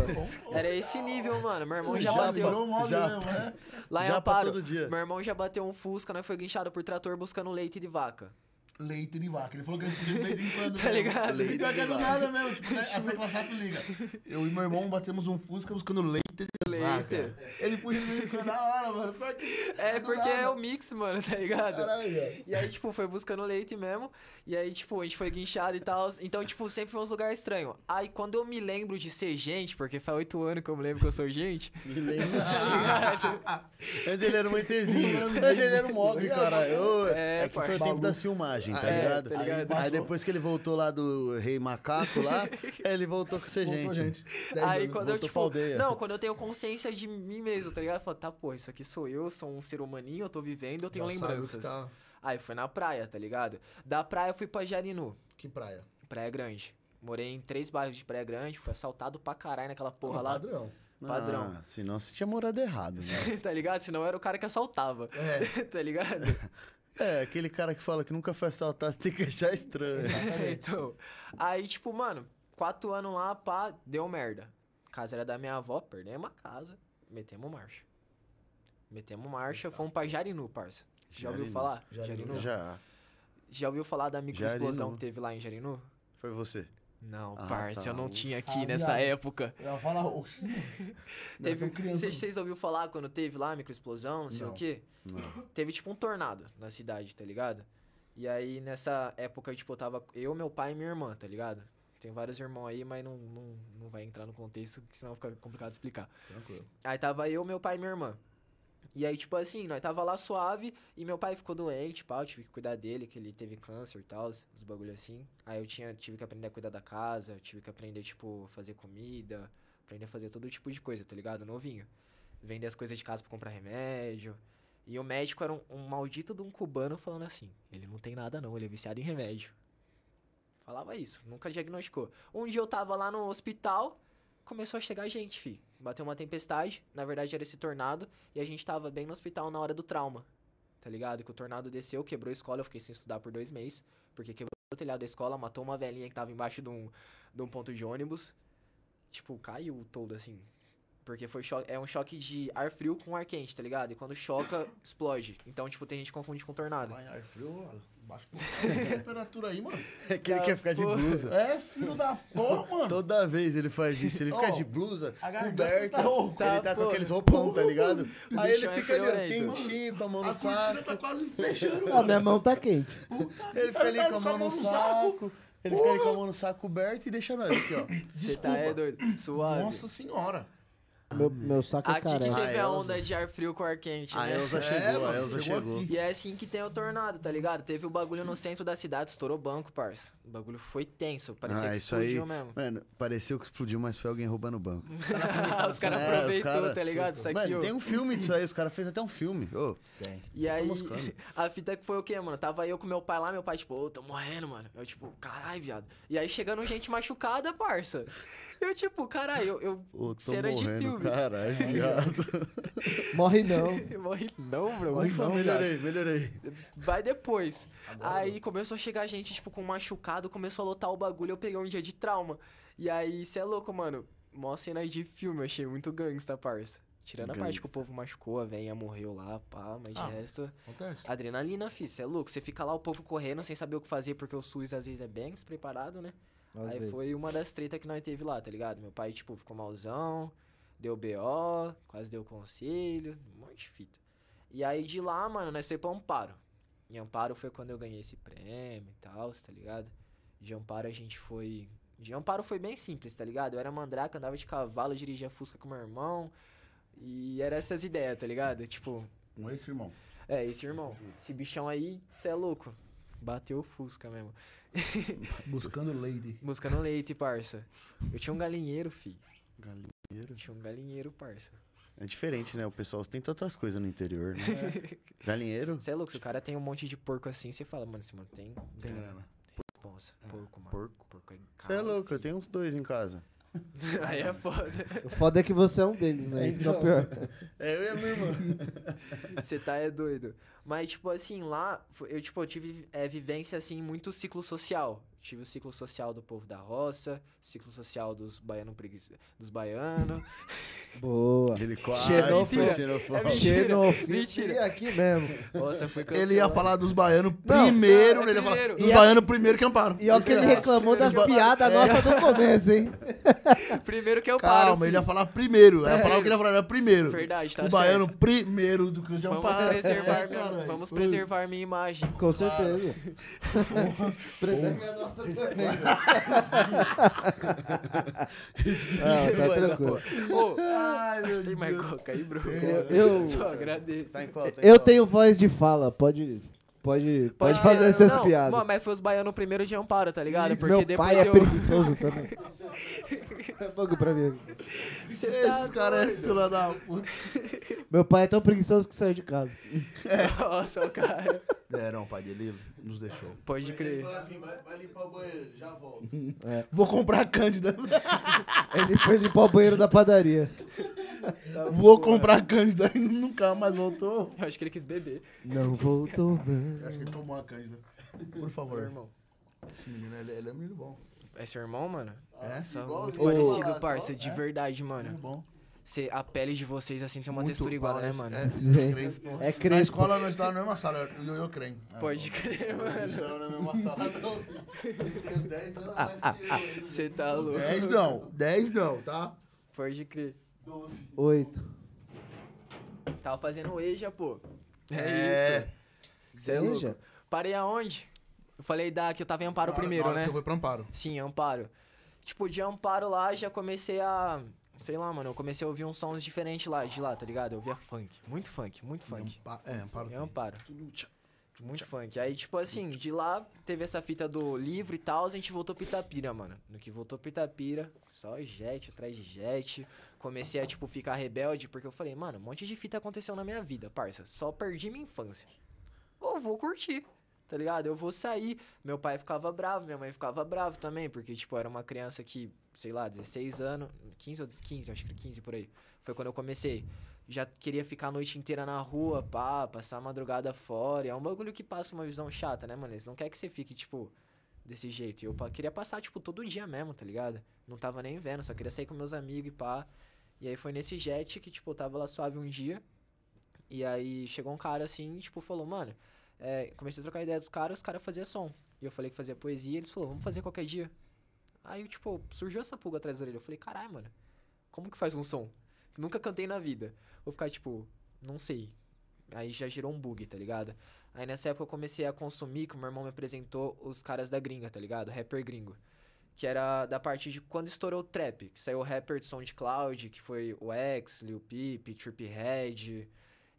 [SPEAKER 4] era esse nível, mano. Meu irmão já
[SPEAKER 5] Já
[SPEAKER 4] bateu.
[SPEAKER 2] virou o Mogli
[SPEAKER 5] já-
[SPEAKER 2] mesmo, né?
[SPEAKER 4] Lá em
[SPEAKER 5] Já pra
[SPEAKER 4] Amparo,
[SPEAKER 5] todo dia.
[SPEAKER 4] meu irmão já bateu um fusca, né? Foi guinchado por trator buscando leite de vaca.
[SPEAKER 2] Leite de vaca. Ele falou que ele podia de vez em quando.
[SPEAKER 4] Tá
[SPEAKER 2] mesmo.
[SPEAKER 4] ligado?
[SPEAKER 2] Ele não
[SPEAKER 5] Leite de
[SPEAKER 2] quer do nada mesmo. Tipo, né? a tecla sapo liga. Eu e meu irmão batemos um Fusca buscando leite de vaca.
[SPEAKER 4] Leite.
[SPEAKER 2] Ele puxa de vez em quando. Da hora, mano. Pior que-
[SPEAKER 4] É
[SPEAKER 2] do
[SPEAKER 4] porque
[SPEAKER 2] nada.
[SPEAKER 4] é o mix, mano, tá ligado?
[SPEAKER 2] Caralho, ó.
[SPEAKER 4] E aí, tipo, foi buscando leite mesmo. E aí, tipo, a gente foi guinchado e tal. Então, tipo, sempre foi uns lugares estranhos. Aí, quando eu me lembro de ser gente, porque faz oito anos que eu me lembro que eu sou gente.
[SPEAKER 5] Me lembro disso. Antes ele era um ETzinho. Antes ele era um mogre, caralho. Ô,
[SPEAKER 4] É,
[SPEAKER 5] É, que foi o
[SPEAKER 4] parça.
[SPEAKER 5] tempo das filmagens, tá
[SPEAKER 4] É,
[SPEAKER 5] ligado?
[SPEAKER 4] tá ligado.
[SPEAKER 5] Aí, aí depois que ele voltou lá do Rei Macaco lá, ele voltou com ser
[SPEAKER 2] Voltou,
[SPEAKER 5] gente.
[SPEAKER 2] gente. Dez
[SPEAKER 4] Aí
[SPEAKER 2] anos.
[SPEAKER 4] quando eu,
[SPEAKER 5] voltou
[SPEAKER 4] tipo,
[SPEAKER 5] pra aldeia.
[SPEAKER 4] não, quando eu tenho consciência de mim mesmo, tá ligado? Eu falo, tá, pô, isso aqui sou eu, sou um ser humaninho, eu tô vivendo, eu tenho
[SPEAKER 2] Já sabe o que
[SPEAKER 4] lembranças.
[SPEAKER 2] tá-
[SPEAKER 4] Aí foi na praia, tá ligado? Da praia eu fui pra Jarinu,
[SPEAKER 2] Que praia.
[SPEAKER 4] Praia Grande. Morei em três bairros de Praia Grande, fui assaltado pra caralho naquela porra lá,
[SPEAKER 2] Padrão.
[SPEAKER 4] Padrão.
[SPEAKER 5] Ah, senão você tinha morado errado, né?
[SPEAKER 4] tá ligado? Senão eu era o cara que assaltava,
[SPEAKER 2] É.
[SPEAKER 4] tá ligado?
[SPEAKER 5] É, aquele cara que fala que nunca foi assaltado, você tem que achar estranho.
[SPEAKER 4] então, aí, tipo, mano, quatro anos lá, pá, deu merda. Casa era da minha avó, perdemos a casa, metemos marcha. Metemos marcha, fomos pra Jarinu, parça. Já ouviu
[SPEAKER 5] Jarinu.
[SPEAKER 4] falar?
[SPEAKER 2] Jarinu.
[SPEAKER 5] Já.
[SPEAKER 4] Já ouviu falar da microexplosão
[SPEAKER 5] Jarinu.
[SPEAKER 4] que teve lá em Jarinu?
[SPEAKER 5] Foi você.
[SPEAKER 4] Não,
[SPEAKER 5] Ah,
[SPEAKER 4] parça,
[SPEAKER 5] tá.
[SPEAKER 4] eu não tinha aqui
[SPEAKER 2] Ah,
[SPEAKER 4] nessa
[SPEAKER 2] viado.
[SPEAKER 4] época.
[SPEAKER 2] Eu ia falar, oxi, mano.
[SPEAKER 4] Teve, um,
[SPEAKER 2] tão criança.
[SPEAKER 4] vocês ouviram falar quando teve lá a microexplosão, não sei
[SPEAKER 2] Não.
[SPEAKER 4] o quê?
[SPEAKER 5] Não.
[SPEAKER 4] Teve tipo um tornado na cidade, tá ligado? E aí nessa época, tipo, eu tava eu, meu pai e minha irmã, tá ligado? Tem vários irmãos aí, mas não, não, não vai entrar no contexto, que senão fica complicado de explicar.
[SPEAKER 2] Tranquilo.
[SPEAKER 4] Aí tava eu, meu pai e minha irmã. E aí, tipo assim, nós tava lá suave e meu pai ficou doente, pá, eu tive que cuidar dele, que ele teve câncer e tal, uns bagulho assim. Aí eu tinha, tive que aprender a cuidar da casa, tive que aprender, tipo, fazer comida, aprender a fazer todo tipo de coisa, tá ligado? Novinho. Vender as coisas de casa pra comprar remédio. E o médico era um, um maldito de um cubano falando assim, ele não tem nada não, ele é viciado em remédio. Falava isso, nunca diagnosticou. Um dia eu tava lá no hospital, começou a chegar gente, fi. Bateu uma tempestade, na verdade era esse tornado, e a gente tava bem no hospital na hora do trauma, tá ligado? Que o tornado desceu, quebrou a escola, eu fiquei sem estudar por dois meses, porque quebrou o telhado da escola, matou uma velhinha que tava embaixo de um, de um ponto de ônibus. Tipo, caiu todo assim. Porque foi cho- é um choque de ar frio com ar quente, tá ligado? E quando choca, explode. Então, tipo, tem gente que confunde com tornado.
[SPEAKER 2] Vai, ar frio, mano. Baixa um pouquinho essa temperatura aí, mano.
[SPEAKER 5] É que ele quer ficar de blusa.
[SPEAKER 2] É, filho da porra, mano.
[SPEAKER 5] Toda vez ele faz isso. Ele fica
[SPEAKER 2] Ó,
[SPEAKER 5] de blusa,
[SPEAKER 2] a garganta
[SPEAKER 5] coberta.
[SPEAKER 2] tá
[SPEAKER 5] ele
[SPEAKER 4] rouca.
[SPEAKER 5] tá
[SPEAKER 4] Tá,
[SPEAKER 5] com
[SPEAKER 4] pô.
[SPEAKER 5] aqueles roupão, tá ligado? Aí ele
[SPEAKER 4] bichão é
[SPEAKER 5] fica ali, ó,
[SPEAKER 4] friorento.
[SPEAKER 5] quentinho, com a mão
[SPEAKER 2] A
[SPEAKER 5] no
[SPEAKER 2] cortina
[SPEAKER 5] saco.
[SPEAKER 2] tá quase fechando,
[SPEAKER 3] Ah,
[SPEAKER 2] mano.
[SPEAKER 3] minha mão tá quente.
[SPEAKER 5] Ele fica ali com a mão no saco. Ele fica ali com a mão no saco coberto e deixa nós aqui, ó.
[SPEAKER 4] Você tá é doido. Suave.
[SPEAKER 2] Nossa senhora.
[SPEAKER 3] Meu, meu saco é
[SPEAKER 4] Aqui que
[SPEAKER 3] careca.
[SPEAKER 4] teve
[SPEAKER 5] Ah,
[SPEAKER 4] a
[SPEAKER 5] Elza.
[SPEAKER 4] onda de ar frio com ar quente,
[SPEAKER 5] A
[SPEAKER 4] né?
[SPEAKER 5] Elza
[SPEAKER 2] É,
[SPEAKER 5] chegou, a
[SPEAKER 2] mano,
[SPEAKER 5] Elza
[SPEAKER 2] chegou
[SPEAKER 5] chegou.
[SPEAKER 2] aqui.
[SPEAKER 4] E é assim que tem o tornado, tá ligado? Teve o bagulho no centro da cidade, estourou banco, parça. O bagulho foi tenso, parecia
[SPEAKER 5] Ah,
[SPEAKER 4] que
[SPEAKER 5] isso aí.
[SPEAKER 4] explodiu mesmo.
[SPEAKER 5] Mano, pareceu que explodiu, mas foi alguém roubando o banco.
[SPEAKER 4] os caras
[SPEAKER 5] É, os
[SPEAKER 4] aproveitou,
[SPEAKER 5] cara-
[SPEAKER 4] tá ligado? Isso aqui,
[SPEAKER 5] Mano,
[SPEAKER 4] ó.
[SPEAKER 5] tem um filme disso aí, os caras fez até um filme. Ô, tem.
[SPEAKER 4] E aí, a fita que foi o quê, mano? Tava eu com meu pai lá, meu pai, tipo, ô, tô morrendo, mano. Eu, tipo, caralho, viado. E aí chegando gente machucada, parça. Eu, tipo, caralho, eu. eu
[SPEAKER 5] Ô, tô
[SPEAKER 4] cena de
[SPEAKER 5] morrendo,
[SPEAKER 4] filme.
[SPEAKER 5] caralho, viado.
[SPEAKER 3] Morre não.
[SPEAKER 4] Morre não, bro.
[SPEAKER 5] Ufa, melhorei, melhorei.
[SPEAKER 4] Vai depois. aí começou a chegar gente, tipo, com machucado, começou a lotar o bagulho, eu peguei um dia de trauma. E aí, cê é louco, mano. Mó cena de filme, eu achei muito gangsta, parça. Tirando a parte que o
[SPEAKER 5] Gangsta.
[SPEAKER 4] povo machucou, a velha morreu lá, pá, mas
[SPEAKER 2] Ah.
[SPEAKER 4] de resto.
[SPEAKER 2] Acontece.
[SPEAKER 4] Adrenalina, fi, cê é louco. Você fica lá o povo correndo sem saber o que fazer, porque o SUS às vezes é bem despreparado, né?
[SPEAKER 3] Às
[SPEAKER 4] aí
[SPEAKER 3] vezes.
[SPEAKER 4] foi uma das tretas que nós teve lá, tá ligado? Meu pai, tipo, ficou malzão, deu BO, quase deu conselho, um monte de fita. E aí de lá, mano, nós foi pra Amparo. Em Amparo foi quando eu ganhei esse prêmio e tal, tá ligado? De Amparo a gente foi. De Amparo foi bem simples, tá ligado? Eu era mandraca, andava de cavalo, dirigia Fusca com meu irmão. E era essas ideias, tá ligado? Tipo,
[SPEAKER 2] Com esse irmão.
[SPEAKER 4] é, esse irmão, esse bichão aí, cê é louco. Bateu o Fusca mesmo.
[SPEAKER 2] Buscando Lady.
[SPEAKER 4] Buscando leite, parça. Eu tinha um galinheiro, fi.
[SPEAKER 5] Galinheiro.
[SPEAKER 4] Eu tinha um galinheiro, parça.
[SPEAKER 5] É diferente, né? O pessoal tenta outras coisas no interior, né? Galinheiro?
[SPEAKER 4] Você é louco, se o cara tem um monte de porco assim, você fala, mano, esse mano tem.
[SPEAKER 2] Tem grana.
[SPEAKER 4] Nossa, porco, mano.
[SPEAKER 5] porco.
[SPEAKER 4] Porco é caro.
[SPEAKER 5] Você é louco, eu tenho uns dois em casa.
[SPEAKER 4] tenho. Aí é foda.
[SPEAKER 3] O foda é que você é um deles, né? Isso que é o pior.
[SPEAKER 5] É, eu e a minha irmã.
[SPEAKER 4] Você tá é doido. Mas, tipo assim, lá, fo- eu, tipo, eu tive é, vivência, assim, em muito ciclo social. Tive o ciclo social do povo da roça, ciclo social dos baianos preguiçosos, dos baianos.
[SPEAKER 3] Boa.
[SPEAKER 5] Ele quase
[SPEAKER 3] Xenofobia.
[SPEAKER 5] foi xenofóbico.
[SPEAKER 4] É mentira,
[SPEAKER 3] Xenofobia
[SPEAKER 4] mentira.
[SPEAKER 3] aqui mesmo.
[SPEAKER 4] Nossa, fui
[SPEAKER 2] Ele ia
[SPEAKER 4] cancelado.
[SPEAKER 2] falar dos baianos
[SPEAKER 3] Não,
[SPEAKER 2] primeiro,
[SPEAKER 4] não, é
[SPEAKER 2] ele ia falar
[SPEAKER 4] primeiro.
[SPEAKER 2] dos
[SPEAKER 3] E a-
[SPEAKER 2] baianos primeiro que amparam.
[SPEAKER 3] E olha que ele reclamou das piadas nossas do começo, hein?
[SPEAKER 4] Primeiro que eu paro.
[SPEAKER 2] Calma,
[SPEAKER 4] fi.
[SPEAKER 2] ele ia falar primeiro. Aí a palavra que ele ia falar era primeiro.
[SPEAKER 4] Verdade, tá
[SPEAKER 2] O baiano primeiro do que os de
[SPEAKER 4] Vamos
[SPEAKER 2] amparo.
[SPEAKER 4] preservar,
[SPEAKER 2] É,
[SPEAKER 4] minha,
[SPEAKER 2] caralho.
[SPEAKER 4] vamos preservar minha imagem.
[SPEAKER 3] Com certeza. Preserve a nossa também. Não, tá tranquilo.
[SPEAKER 4] Ô, você tem mais coca aí, bro?
[SPEAKER 3] eu-
[SPEAKER 4] só agradeço.
[SPEAKER 5] Tá em qual? Tá em
[SPEAKER 3] Eu
[SPEAKER 5] qual?
[SPEAKER 3] tenho voz de fala, pode. Pode, pode fazer essas
[SPEAKER 4] não,
[SPEAKER 3] piadas.
[SPEAKER 4] Mano, mas foi os baianos primeiro de Amparo, tá ligado? Porque
[SPEAKER 3] Meu
[SPEAKER 4] depois
[SPEAKER 3] pai é
[SPEAKER 4] eu.
[SPEAKER 3] preguiçoso também. É pouco pra mim.
[SPEAKER 4] Cê tá
[SPEAKER 2] Esses caras é
[SPEAKER 4] doido.
[SPEAKER 2] fila da puta.
[SPEAKER 3] Meu pai é tão preguiçoso que saiu de casa.
[SPEAKER 4] Nossa, o cara.
[SPEAKER 2] É, não, pai dele nos deixou.
[SPEAKER 4] Pode crer.
[SPEAKER 5] assim, vai, vai limpar o banheiro, já volto.
[SPEAKER 2] É, Vou comprar a Cândida.
[SPEAKER 3] Tá Ele foi limpar o banheiro da padaria.
[SPEAKER 2] Vou comprar a Cândida. E nunca mais voltou.
[SPEAKER 4] Eu acho que ele quis beber.
[SPEAKER 3] Não voltou, né? não.
[SPEAKER 2] Acho que ele tomou a Cândida. Por
[SPEAKER 4] Meu
[SPEAKER 2] favor.
[SPEAKER 4] irmão.
[SPEAKER 2] Esse menino, ele, ele é um menino bom.
[SPEAKER 4] É seu irmão, mano?
[SPEAKER 2] É?
[SPEAKER 4] Só muito
[SPEAKER 5] Igualzinho.
[SPEAKER 4] parecido,
[SPEAKER 5] Ô.
[SPEAKER 4] parça. De verdade,
[SPEAKER 2] Menino
[SPEAKER 4] mano.
[SPEAKER 2] é. bom.
[SPEAKER 4] Cê, a pele de vocês, assim, tem uma
[SPEAKER 2] Muito
[SPEAKER 4] textura igual, né,
[SPEAKER 2] parece-
[SPEAKER 4] mano?
[SPEAKER 2] É, crespo.
[SPEAKER 3] É
[SPEAKER 2] Na
[SPEAKER 3] crespo.
[SPEAKER 2] escola nós estávamos na mesma sala, eu, eu, eu creio. Ah,
[SPEAKER 4] Pode crer, mano.
[SPEAKER 5] Não, na mesma sala não. Tenho 10 anos mais que eu.
[SPEAKER 4] Você tá louco.
[SPEAKER 2] 10 não, 10 não, tá?
[SPEAKER 4] Pode crer.
[SPEAKER 5] 12.
[SPEAKER 3] Oito.
[SPEAKER 4] Tava fazendo EJA, pô.
[SPEAKER 2] É.
[SPEAKER 4] É, isso. Cê é louco.
[SPEAKER 3] Veja.
[SPEAKER 4] Parei aonde? Eu falei da que eu tava em Amparo
[SPEAKER 2] Na hora-
[SPEAKER 4] primeiro,
[SPEAKER 2] na hora que
[SPEAKER 4] né?
[SPEAKER 2] Você foi pra Amparo.
[SPEAKER 4] Sim, Amparo. tipo, de amparo lá, já comecei a. Sei lá, mano, eu comecei a ouvir uns sons diferentes lá, de lá, tá ligado? Eu ouvia funk. Muito funk, muito funk.
[SPEAKER 2] Ampa- É, amparo.
[SPEAKER 4] Eu amparo. Muito funk. Aí, tipo assim, de lá teve essa fita do livro e tal, a gente voltou Pitapira, mano. No que voltou Pitapira, só jet atrás de jet. Comecei a, tipo, ficar rebelde, porque eu falei, mano, um monte de fita aconteceu na minha vida, parça. Só perdi minha infância. Eu vou curtir, tá ligado? Eu vou sair. Meu pai ficava bravo, minha mãe ficava bravo também, porque, tipo, eu era uma criança que, sei lá, 16 anos, 15 ou 15, acho que 15 por aí. Foi quando eu comecei já queria ficar a noite inteira na rua, pá, passar a madrugada fora. E é um bagulho que passa uma visão chata, né, mano? Eles não querem que você fique, tipo, desse jeito. E eu pa- queria passar, tipo, todo dia mesmo, tá ligado? Não tava nem vendo, só queria sair com meus amigos e pá. E aí foi nesse jet que, tipo, eu tava lá suave um dia. E aí chegou um cara assim, tipo, falou, mano, é, comecei a trocar ideia dos caras, os caras faziam som. E eu falei que fazia poesia, e eles falaram, vamos fazer qualquer dia. Aí, tipo, surgiu essa pulga atrás da orelha. Eu falei, caralho, mano, como que faz um som? Nunca cantei na vida vou ficar tipo, não sei. Aí já gerou um bug, tá ligado? Aí nessa época eu comecei a consumir, que o meu irmão me apresentou os caras da gringa, tá ligado? Rapper gringo. Que era da parte de quando estourou o trap, que saiu o rapper de SoundCloud, que foi o X, Lil Peep, Trip Head,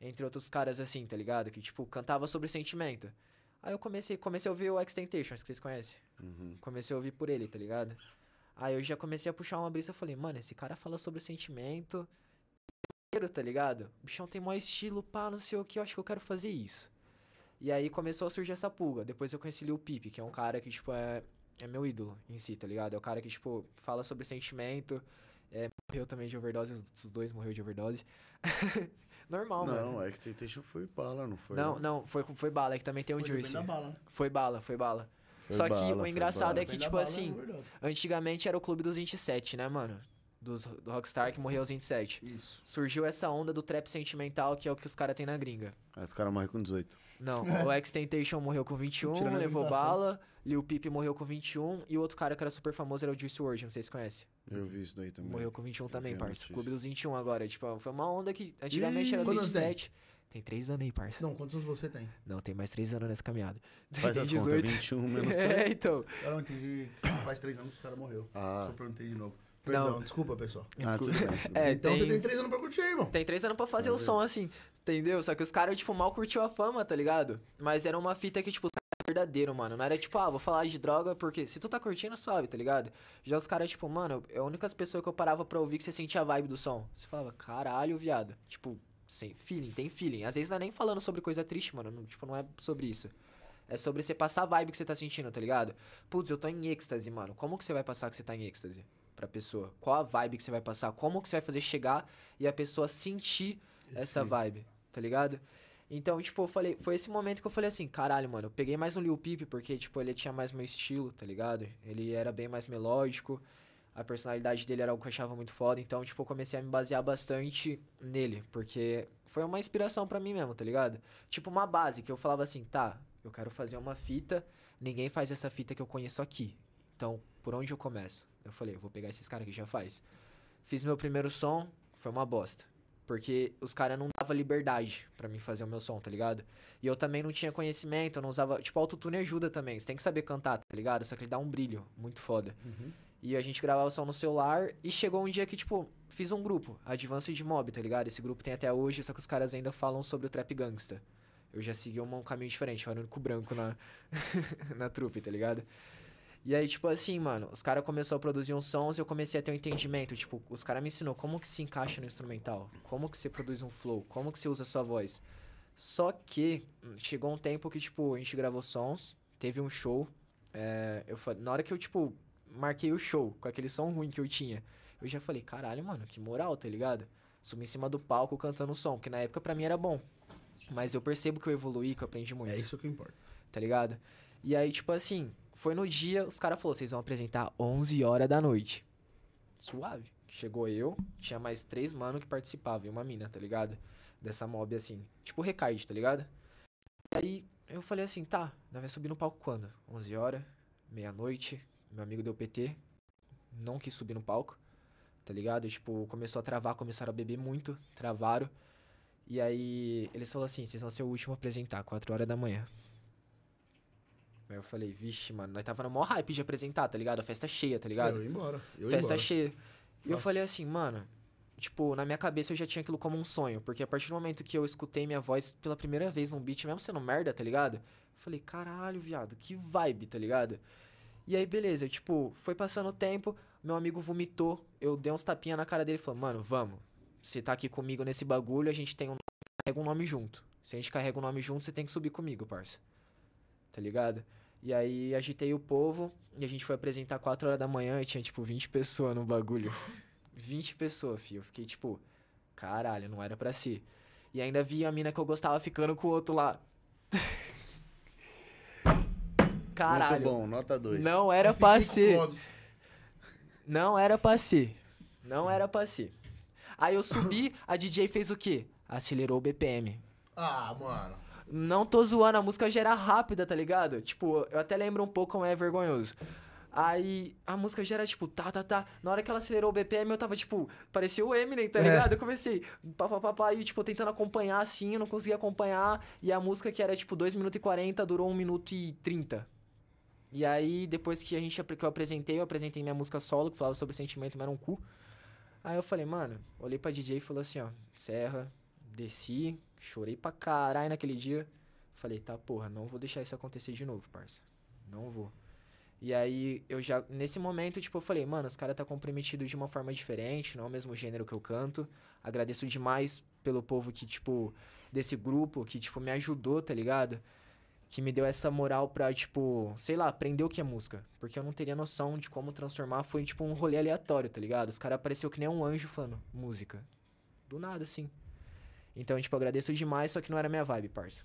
[SPEAKER 4] entre outros caras assim, tá ligado? Que tipo, cantava sobre sentimento. Aí eu comecei, comecei a ouvir o X Temptations, que vocês conhecem.
[SPEAKER 5] Uhum.
[SPEAKER 4] Comecei a ouvir por ele, tá ligado? Aí eu já comecei a puxar uma brisa e falei, mano, esse cara fala sobre sentimento. Tá ligado? O bichão tem maior estilo, pá, não sei o que, eu acho que eu quero fazer isso. E aí começou a surgir essa pulga. Depois eu conheci Lil Peep, que é um cara que, tipo, é, é meu ídolo em si, tá ligado? É o cara que, tipo, fala sobre sentimento. é, morreu também de overdose, os dois morreu de overdose. Normal, mano.
[SPEAKER 5] Não, é a Expectation foi bala, não foi? um
[SPEAKER 4] Não, não, foi, foi bala, que também tem um
[SPEAKER 2] Foi depende
[SPEAKER 4] Juicy.
[SPEAKER 2] da bala, né?
[SPEAKER 4] Foi bala, foi bala.
[SPEAKER 5] Foi
[SPEAKER 4] Só
[SPEAKER 5] bala,
[SPEAKER 4] que o
[SPEAKER 5] foi
[SPEAKER 4] engraçado
[SPEAKER 5] bala.
[SPEAKER 4] é que,
[SPEAKER 2] Depende da
[SPEAKER 4] tipo
[SPEAKER 2] bala,
[SPEAKER 4] assim,
[SPEAKER 2] é verdade.
[SPEAKER 4] Antigamente era o clube dos 27, né, mano? Dos, do Rockstar que morreu aos 27.
[SPEAKER 2] Isso.
[SPEAKER 4] Surgiu essa onda do trap sentimental, que é o que os caras têm na gringa.
[SPEAKER 5] Aí os caras morrem com 18.
[SPEAKER 4] Não, o X-Tentation morreu com 21,
[SPEAKER 2] Tirando a
[SPEAKER 4] levou
[SPEAKER 2] limitação.
[SPEAKER 4] bala. Lil Peep morreu com 21. E o outro cara que era super famoso era o Juice WRLD, não sei se conhece.
[SPEAKER 5] Eu vi isso daí também.
[SPEAKER 4] Morreu com 21 também,
[SPEAKER 5] vi a
[SPEAKER 4] parça.
[SPEAKER 5] notícia.
[SPEAKER 4] Clube dos 21 agora. Tipo, foi uma onda que antigamente era os
[SPEAKER 2] Quantos anos
[SPEAKER 4] 27. Tem 3 anos aí, parça.
[SPEAKER 2] assim? Não, quantos anos você tem?
[SPEAKER 4] Não, tem mais 3 anos nessa caminhada.
[SPEAKER 5] Faz
[SPEAKER 4] tem
[SPEAKER 5] as contas, 21 menos 3.
[SPEAKER 4] É, então.
[SPEAKER 2] Eu não entendi. Faz três anos que o cara morreu.
[SPEAKER 5] Ah.
[SPEAKER 2] Só pra eu entender de novo. Perdão,
[SPEAKER 4] Não.
[SPEAKER 2] desculpa, pessoal.
[SPEAKER 5] Ah, tudo
[SPEAKER 4] Desculpa.
[SPEAKER 5] bem, tudo bem.
[SPEAKER 4] É,
[SPEAKER 2] Então
[SPEAKER 4] tem...
[SPEAKER 2] você tem três anos pra curtir aí, irmão.
[SPEAKER 4] Tem três anos pra fazer o som, assim, entendeu? Só que os caras, tipo, mal curtiu a fama, tá ligado? Mas era uma fita que, tipo, os caras eram verdadeiro, mano. Não era tipo, ah, vou falar de droga porque se tu tá curtindo, suave, tá ligado? Já os caras, tipo, mano, é a única pessoa que eu parava pra ouvir que você sentia a vibe do som. Você falava, caralho, viado. Tipo, sem feeling, tem feeling. Às vezes não é nem falando sobre coisa triste, mano. Não, tipo, não é sobre isso. É sobre você passar a vibe que você tá sentindo, tá ligado? Putz, eu tô em êxtase, mano. Como que você vai passar que você tá em êxtase pra pessoa? Qual a vibe que você vai passar? Como que você vai fazer chegar e a pessoa sentir essa vibe, tá ligado? Então, tipo, eu falei, foi esse momento que eu falei assim, caralho, mano, eu peguei mais um Lil Peep, porque, tipo, ele tinha mais meu estilo, tá ligado? Ele era bem mais melódico, a personalidade dele era algo que eu achava muito foda, então, tipo, eu comecei a me basear bastante nele, porque foi uma inspiração pra mim mesmo, tá ligado? Tipo, uma base, que eu falava assim, tá, eu quero fazer uma fita, ninguém faz essa fita que eu conheço aqui, então, por onde eu começo? Eu falei, eu vou pegar esses caras que já faz. Fiz meu primeiro som, foi uma bosta. Porque os caras não davam liberdade pra mim fazer o meu som, tá ligado? E eu também não tinha conhecimento, eu não usava. Tipo, autotune ajuda também. Você tem que saber cantar, tá ligado? Só que ele dá um brilho muito foda. E a gente gravava o som no celular e chegou um dia que, tipo, fiz um grupo, Advanced Mob, tá ligado? Esse grupo tem até hoje, só que os caras ainda falam sobre o trap gangsta. Eu já segui um um caminho diferente, eu era o único branco na, na trupe, tá ligado? E aí, tipo assim, mano, os caras começaram a produzir uns sons e eu comecei a ter um entendimento. Tipo, os caras me ensinou como que se encaixa no instrumental, como que você produz um flow, como que você usa a sua voz. Só que hum, chegou um tempo que, tipo, a gente gravou sons, teve um show. é, eu fa- Na hora que eu, tipo, marquei o show com aquele som ruim que eu tinha, eu já falei, caralho, mano, que moral, tá ligado? Subi em cima do palco cantando o som, que na época pra mim era bom. Mas eu percebo que eu evoluí, que eu aprendi muito
[SPEAKER 2] É isso que importa.
[SPEAKER 4] tá ligado? E aí, tipo assim, foi no dia, os caras falaram, vocês vão apresentar 11 horas da noite. Suave. Chegou eu, tinha mais três mano que participavam, e uma mina, tá ligado? Dessa mob, assim, tipo recaíde, tá ligado? E aí, eu falei assim, tá, nós vai subir no palco quando? 11 horas, meia-noite, meu amigo deu PT, não quis subir no palco, tá ligado? E, tipo, começou a travar, começaram a beber muito, travaram. E aí, eles falaram assim, vocês vão ser o último a apresentar, 4 horas da manhã. Aí eu falei, vixe, mano, nós tava no maior hype de apresentar, tá ligado? A festa cheia, tá ligado?
[SPEAKER 2] Eu ia embora. Eu ia
[SPEAKER 4] festa
[SPEAKER 2] embora.
[SPEAKER 4] cheia. E eu
[SPEAKER 2] Nossa.
[SPEAKER 4] falei assim, mano, tipo, na minha cabeça eu já tinha aquilo como um sonho, porque a partir do momento que eu escutei minha voz pela primeira vez num beat, mesmo sendo merda, tá ligado? Eu falei, caralho, viado, que vibe, tá ligado? E aí, beleza, tipo, foi passando o tempo, meu amigo vomitou, eu dei uns tapinha na cara dele e falei, mano, vamos, você tá aqui comigo nesse bagulho, a gente tem um carrega um nome junto. Se a gente carrega um nome junto, você tem que subir comigo, parça. Tá ligado? E aí agitei o povo e a gente foi apresentar 4 horas da manhã e tinha tipo 20 pessoas no bagulho. 20 pessoas, fio. Eu fiquei tipo, caralho, não era pra ser. E ainda vi a mina que eu gostava ficando com o outro lá.
[SPEAKER 5] Muito
[SPEAKER 4] Caralho.
[SPEAKER 5] bom, nota 2.
[SPEAKER 4] Não era
[SPEAKER 2] Eu fiquei
[SPEAKER 4] pra
[SPEAKER 2] com
[SPEAKER 4] ser.
[SPEAKER 2] Clóvis.
[SPEAKER 4] Não era pra ser. Não era pra ser. Aí eu subi, a DJ fez o quê? Acelerou o BPM.
[SPEAKER 2] Ah, mano.
[SPEAKER 4] Não tô zoando, a música já era rápida, tá ligado? Tipo, eu até lembro um pouco como é vergonhoso. Aí a música já era tipo, tá, tá, tá. Na hora que ela acelerou o BPM, eu tava tipo, parecia o Eminem, tá ligado? Eu comecei, pá, pá, pá, pá, e tipo, tentando acompanhar assim, eu não conseguia acompanhar. E a música que era tipo 2 minutos e 40 durou 1 minuto e 30. E aí, depois que a gente apre- que eu apresentei, eu apresentei minha música solo, que falava sobre sentimento, mas era um cu. Aí eu falei, mano, olhei pra DJ e falou assim, ó, serra, desci, chorei pra caralho naquele dia. Falei, tá, porra, não vou deixar isso acontecer de novo, parça. Não vou. E aí, eu já, nesse momento, tipo, eu falei, mano, os caras tá comprometido de uma forma diferente, não é o mesmo gênero que eu canto. Agradeço demais pelo povo que, tipo, desse grupo, que, tipo, me ajudou, tá ligado? Que me deu essa moral pra, tipo, sei lá, aprender o que é música. Porque eu não teria noção de como transformar. Foi, tipo, um rolê aleatório, tá ligado? Os caras apareceu que nem um anjo falando música. Do nada, assim. Então, tipo, eu agradeço demais, só que não era minha vibe, parça.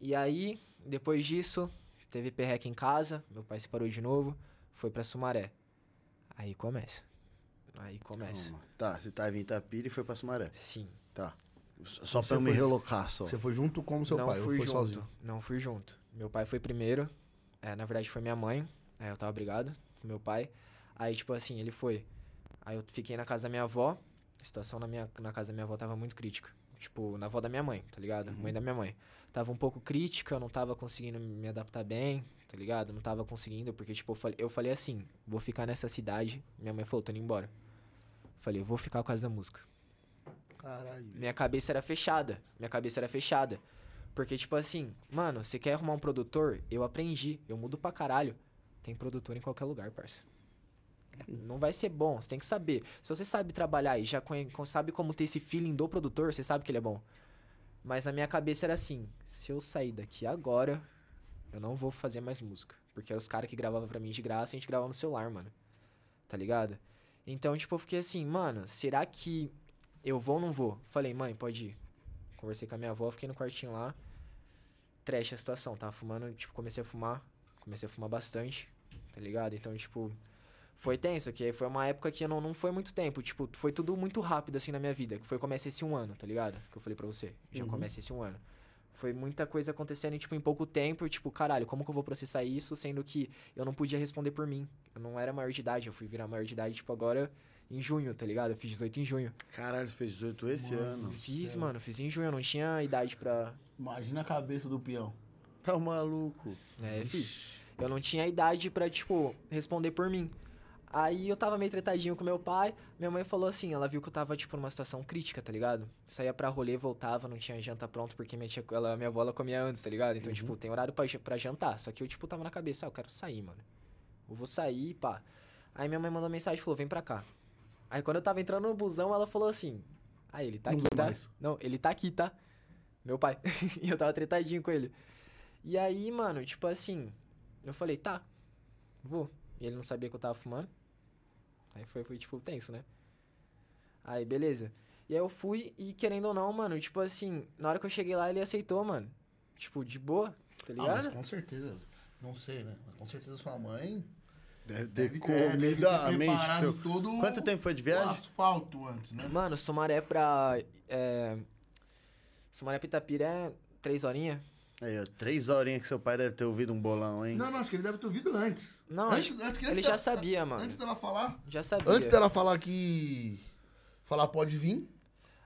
[SPEAKER 4] E aí, depois disso, teve perreca em casa, meu pai se parou de novo, foi pra Sumaré. Aí começa. Aí começa.
[SPEAKER 5] Calma. Tá, você tava em Itapira e foi pra Sumaré.
[SPEAKER 4] Sim.
[SPEAKER 5] Tá. Só
[SPEAKER 2] Você
[SPEAKER 5] pra eu me
[SPEAKER 2] foi-
[SPEAKER 5] relocar, só.
[SPEAKER 2] Você foi junto com o seu
[SPEAKER 4] não
[SPEAKER 2] pai, ou
[SPEAKER 4] fui
[SPEAKER 2] foi
[SPEAKER 4] junto.
[SPEAKER 2] sozinho?
[SPEAKER 4] Não fui junto. Meu pai foi primeiro. É, na verdade foi minha mãe. Aí eu tava brigado com meu pai. Aí, tipo assim, ele foi. Aí eu fiquei na casa da minha avó. A situação na, minha, na casa da minha avó tava muito crítica. Tipo, na avó da minha mãe, tá ligado?
[SPEAKER 2] Uhum.
[SPEAKER 4] Mãe da minha mãe. Tava um pouco crítica, eu não tava conseguindo me adaptar bem, tá ligado? Não tava conseguindo, porque, tipo, eu falei, eu falei assim, vou ficar nessa cidade. Minha mãe falou, tô indo embora. Falei, eu vou ficar por causa da música.
[SPEAKER 2] Caralho.
[SPEAKER 4] Minha cabeça era fechada. Minha cabeça era fechada. Porque, tipo assim, mano, você quer arrumar um produtor? Eu aprendi. Eu mudo pra caralho. Tem produtor em qualquer lugar, parça. Não vai ser bom, você tem que saber. Se você sabe trabalhar e já conhe- con- sabe como ter esse feeling do produtor, você sabe que ele é bom. Mas na minha cabeça era assim: se eu sair daqui agora, eu não vou fazer mais música. Porque eram os caras que gravavam pra mim de graça e a gente gravava no celular, mano. Tá ligado? Então, tipo, eu fiquei assim, mano, será que eu vou ou não vou? Falei, mãe, pode ir. Conversei com a minha avó, fiquei no quartinho lá. Trash a situação, tava fumando, tipo, comecei a fumar. Comecei a fumar bastante, tá ligado? Então, tipo, foi tenso, que aí foi uma época que eu não, não foi muito tempo. Tipo, foi tudo muito rápido, assim, na minha vida. Que foi começa esse um ano, tá ligado? Que eu falei pra você. Já começa esse um ano. Foi muita coisa acontecendo, e, tipo, em pouco tempo. e, Tipo, caralho, como que eu vou processar isso, sendo que eu não podia responder por mim. Eu não era maior de idade, eu fui virar maior de idade, tipo, agora em junho, tá ligado? Eu fiz 18 em junho.
[SPEAKER 5] Caralho, você fez 18 esse ano.
[SPEAKER 4] Fiz, mano, fiz em junho, eu não tinha idade pra.
[SPEAKER 2] Imagina a cabeça do peão.
[SPEAKER 5] Tá maluco.
[SPEAKER 4] É, fi. Eu não tinha idade pra, tipo, responder por mim. Aí eu tava meio tretadinho com meu pai. Minha mãe falou assim: ela viu que eu tava, tipo, numa situação crítica, tá ligado? Saía pra rolê, voltava, não tinha janta pronto, porque minha, tia, ela, minha avó ela comia antes, tá ligado? Então, tipo, tem horário pra, ja- pra jantar. Só que eu, tipo, tava na cabeça: ah, eu quero sair, mano. Eu vou sair, pá. Aí minha mãe mandou mensagem e falou: vem pra cá. Aí quando eu tava entrando no busão, ela falou assim: ah, ele tá
[SPEAKER 2] Não
[SPEAKER 4] aqui,
[SPEAKER 2] vou
[SPEAKER 4] tá?
[SPEAKER 2] mais.
[SPEAKER 4] Não, ele tá aqui, tá? Meu pai. e eu tava tretadinho com ele. E aí, mano, tipo assim, eu falei, tá, vou. E ele não sabia que eu tava fumando. Aí foi, foi tipo, tenso, né? Aí, beleza. E aí eu fui e, querendo ou não, mano, tipo assim, na hora que eu cheguei lá, ele aceitou, mano. Tipo, de boa, tá
[SPEAKER 2] Ah, mas
[SPEAKER 4] ligado?
[SPEAKER 2] com certeza. Não sei, né? Mas com certeza sua mãe
[SPEAKER 5] Deve ter
[SPEAKER 2] deve ter, deve
[SPEAKER 5] comido a
[SPEAKER 2] ter
[SPEAKER 5] mente.
[SPEAKER 2] preparado
[SPEAKER 5] seu-
[SPEAKER 2] todo o-
[SPEAKER 5] Quanto tempo foi de
[SPEAKER 2] o
[SPEAKER 5] viagem?
[SPEAKER 2] asfalto antes, né?
[SPEAKER 4] Mano, Sumaré pra. É... Sumaré Pitapira é três horinhas.
[SPEAKER 5] Aí, ó, três horinhas que seu pai deve ter ouvido um bolão, hein?
[SPEAKER 2] Não, não, acho que ele deve ter ouvido antes.
[SPEAKER 4] Não,
[SPEAKER 2] antes,
[SPEAKER 4] ele-
[SPEAKER 2] antes que-
[SPEAKER 4] ele
[SPEAKER 2] antes
[SPEAKER 4] já
[SPEAKER 2] da-
[SPEAKER 4] sabia, mano.
[SPEAKER 2] Antes dela falar.
[SPEAKER 4] Já sabia.
[SPEAKER 2] Antes dela falar que. Falar pode vir,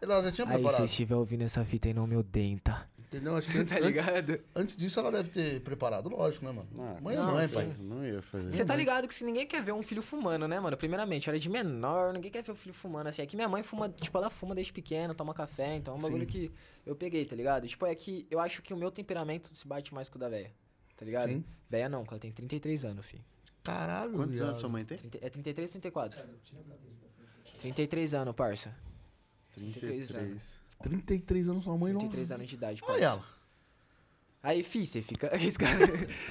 [SPEAKER 2] ela já tinha
[SPEAKER 4] Aí, se
[SPEAKER 2] preparado.
[SPEAKER 4] estiver ouvindo essa fita e não me odeiem, tá?
[SPEAKER 2] Entendeu? Acho que antes,
[SPEAKER 4] Tá
[SPEAKER 2] antes,
[SPEAKER 4] ligado?
[SPEAKER 2] antes disso ela deve ter preparado, lógico, né, mano?
[SPEAKER 5] Ah,
[SPEAKER 2] Mas
[SPEAKER 5] não,
[SPEAKER 2] não é,
[SPEAKER 5] sim,
[SPEAKER 2] pai.
[SPEAKER 5] Não ia fazer.
[SPEAKER 4] Você tá ligado que se ninguém quer ver um filho fumando, né, mano? Primeiramente, eu era de menor, ninguém quer ver o filho fumando, assim. É que minha mãe fuma, tipo, ela fuma desde pequena, toma café, então é um bagulho que eu peguei, tá ligado? Tipo, é que eu acho que o meu temperamento se bate mais com o da véia, tá ligado?
[SPEAKER 2] Sim.
[SPEAKER 4] Véia não, porque ela tem 33 anos, filho.
[SPEAKER 2] Caralho,
[SPEAKER 5] Quantos
[SPEAKER 2] viado.
[SPEAKER 5] anos sua mãe tem?
[SPEAKER 4] 30 É 33 34? 33 anos, parça. 33
[SPEAKER 5] 33.
[SPEAKER 2] 33 anos sua mãe, não.
[SPEAKER 4] 33 anos de idade,
[SPEAKER 2] Olha
[SPEAKER 4] parça.
[SPEAKER 2] ela.
[SPEAKER 4] Aí, fi, você fica... Esse cara...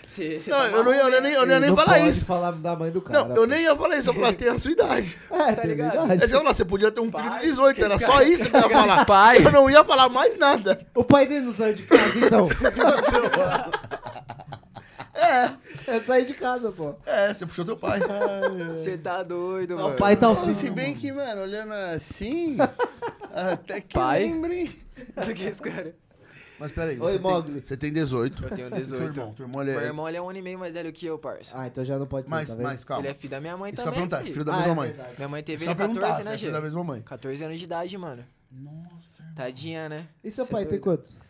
[SPEAKER 4] Você, você
[SPEAKER 2] Não,
[SPEAKER 4] tá
[SPEAKER 2] eu não ia, eu nem, eu não ia nem
[SPEAKER 3] Não
[SPEAKER 2] falar
[SPEAKER 3] pode
[SPEAKER 2] isso.
[SPEAKER 3] falar da mãe do cara.
[SPEAKER 2] Não, eu
[SPEAKER 3] pô.
[SPEAKER 2] nem ia falar isso, eu falei, tem a sua idade.
[SPEAKER 3] É,
[SPEAKER 4] Tá
[SPEAKER 3] tem
[SPEAKER 4] ligado?
[SPEAKER 2] Aí
[SPEAKER 3] verdade.
[SPEAKER 2] você falou, você podia ter um filho de
[SPEAKER 4] Pai,
[SPEAKER 2] 18, era
[SPEAKER 4] esse
[SPEAKER 2] só
[SPEAKER 4] cara-
[SPEAKER 2] isso que eu ia falar.
[SPEAKER 4] Pai.
[SPEAKER 2] Eu não ia falar mais nada.
[SPEAKER 3] O pai dele não saiu de casa, então. é. É sair de casa, pô.
[SPEAKER 2] É, você puxou teu pai.
[SPEAKER 4] Você tá doido,
[SPEAKER 3] O
[SPEAKER 4] mano.
[SPEAKER 3] pai tá
[SPEAKER 5] Ah, Se
[SPEAKER 3] ofício.
[SPEAKER 5] bem que, mano, olhando assim, até que
[SPEAKER 4] Pai?
[SPEAKER 5] lembrem.
[SPEAKER 4] que esse cara...
[SPEAKER 2] Mas peraí.
[SPEAKER 3] Oi,
[SPEAKER 2] você tem-
[SPEAKER 3] Mogli.
[SPEAKER 2] Você tem 18.
[SPEAKER 4] Eu tenho
[SPEAKER 2] Teu
[SPEAKER 4] 18.
[SPEAKER 2] irmão, teu irmão, ele
[SPEAKER 4] Meu
[SPEAKER 2] é...
[SPEAKER 4] irmão, ele é um ano e meio mais velho que eu, parça.
[SPEAKER 3] Ah, então já não pode ser,
[SPEAKER 2] Mas,
[SPEAKER 3] tá vendo?
[SPEAKER 2] mas, calma.
[SPEAKER 4] Ele é filho da minha mãe
[SPEAKER 2] Isso que eu ia
[SPEAKER 4] também,
[SPEAKER 2] perguntar,
[SPEAKER 4] filho.
[SPEAKER 2] filho da
[SPEAKER 3] ah,
[SPEAKER 2] mesma
[SPEAKER 3] é
[SPEAKER 2] mãe.
[SPEAKER 3] verdade.
[SPEAKER 4] Minha mãe
[SPEAKER 2] Isso
[SPEAKER 4] teve
[SPEAKER 2] que eu
[SPEAKER 4] ele
[SPEAKER 2] ia perguntar, se é
[SPEAKER 4] 14, né,
[SPEAKER 2] filho da
[SPEAKER 4] Gê?
[SPEAKER 2] mesma mãe.
[SPEAKER 4] 14 anos de idade, mano.
[SPEAKER 2] Nossa, irmão.
[SPEAKER 4] Tadinha, né?
[SPEAKER 3] E seu
[SPEAKER 4] Cê
[SPEAKER 3] pai
[SPEAKER 4] é
[SPEAKER 3] tem
[SPEAKER 4] doido.
[SPEAKER 3] quanto?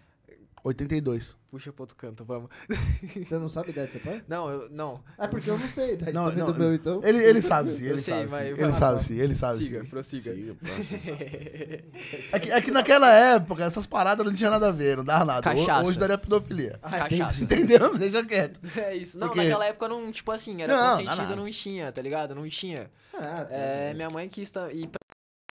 [SPEAKER 2] 82.
[SPEAKER 4] Puxa pro outro canto, vamos.
[SPEAKER 3] Você não sabe a idade do seu pai?
[SPEAKER 4] Não, eu... Não.
[SPEAKER 3] É porque eu não sei a idade
[SPEAKER 2] Não,
[SPEAKER 3] também
[SPEAKER 2] não,
[SPEAKER 3] do meu, então.
[SPEAKER 2] Ele, ele sabe sim,
[SPEAKER 4] Eu
[SPEAKER 2] ele
[SPEAKER 4] sei,
[SPEAKER 2] sabe sim.
[SPEAKER 4] vai-
[SPEAKER 2] Ele
[SPEAKER 4] vai lá,
[SPEAKER 2] sabe
[SPEAKER 4] vai.
[SPEAKER 2] sim, ele sabe Ah, sim.
[SPEAKER 4] Siga, prossiga.
[SPEAKER 2] É que, é que naquela época, essas paradas não tinham nada a ver, não dava nada. Ho-
[SPEAKER 4] Cachaça.
[SPEAKER 2] Hoje daria pedofilia.
[SPEAKER 3] Ah,
[SPEAKER 4] Cachaça.
[SPEAKER 3] entendi.
[SPEAKER 2] Entendeu? Deixa quieto.
[SPEAKER 4] É isso. Não,
[SPEAKER 2] Porque-
[SPEAKER 4] naquela época não, tipo assim, era
[SPEAKER 2] Não,
[SPEAKER 4] consentido,
[SPEAKER 2] nada.
[SPEAKER 4] não tinha, tá ligado? Não tinha.
[SPEAKER 3] Ah, tá.
[SPEAKER 4] É, minha mãe quis ta- ir pra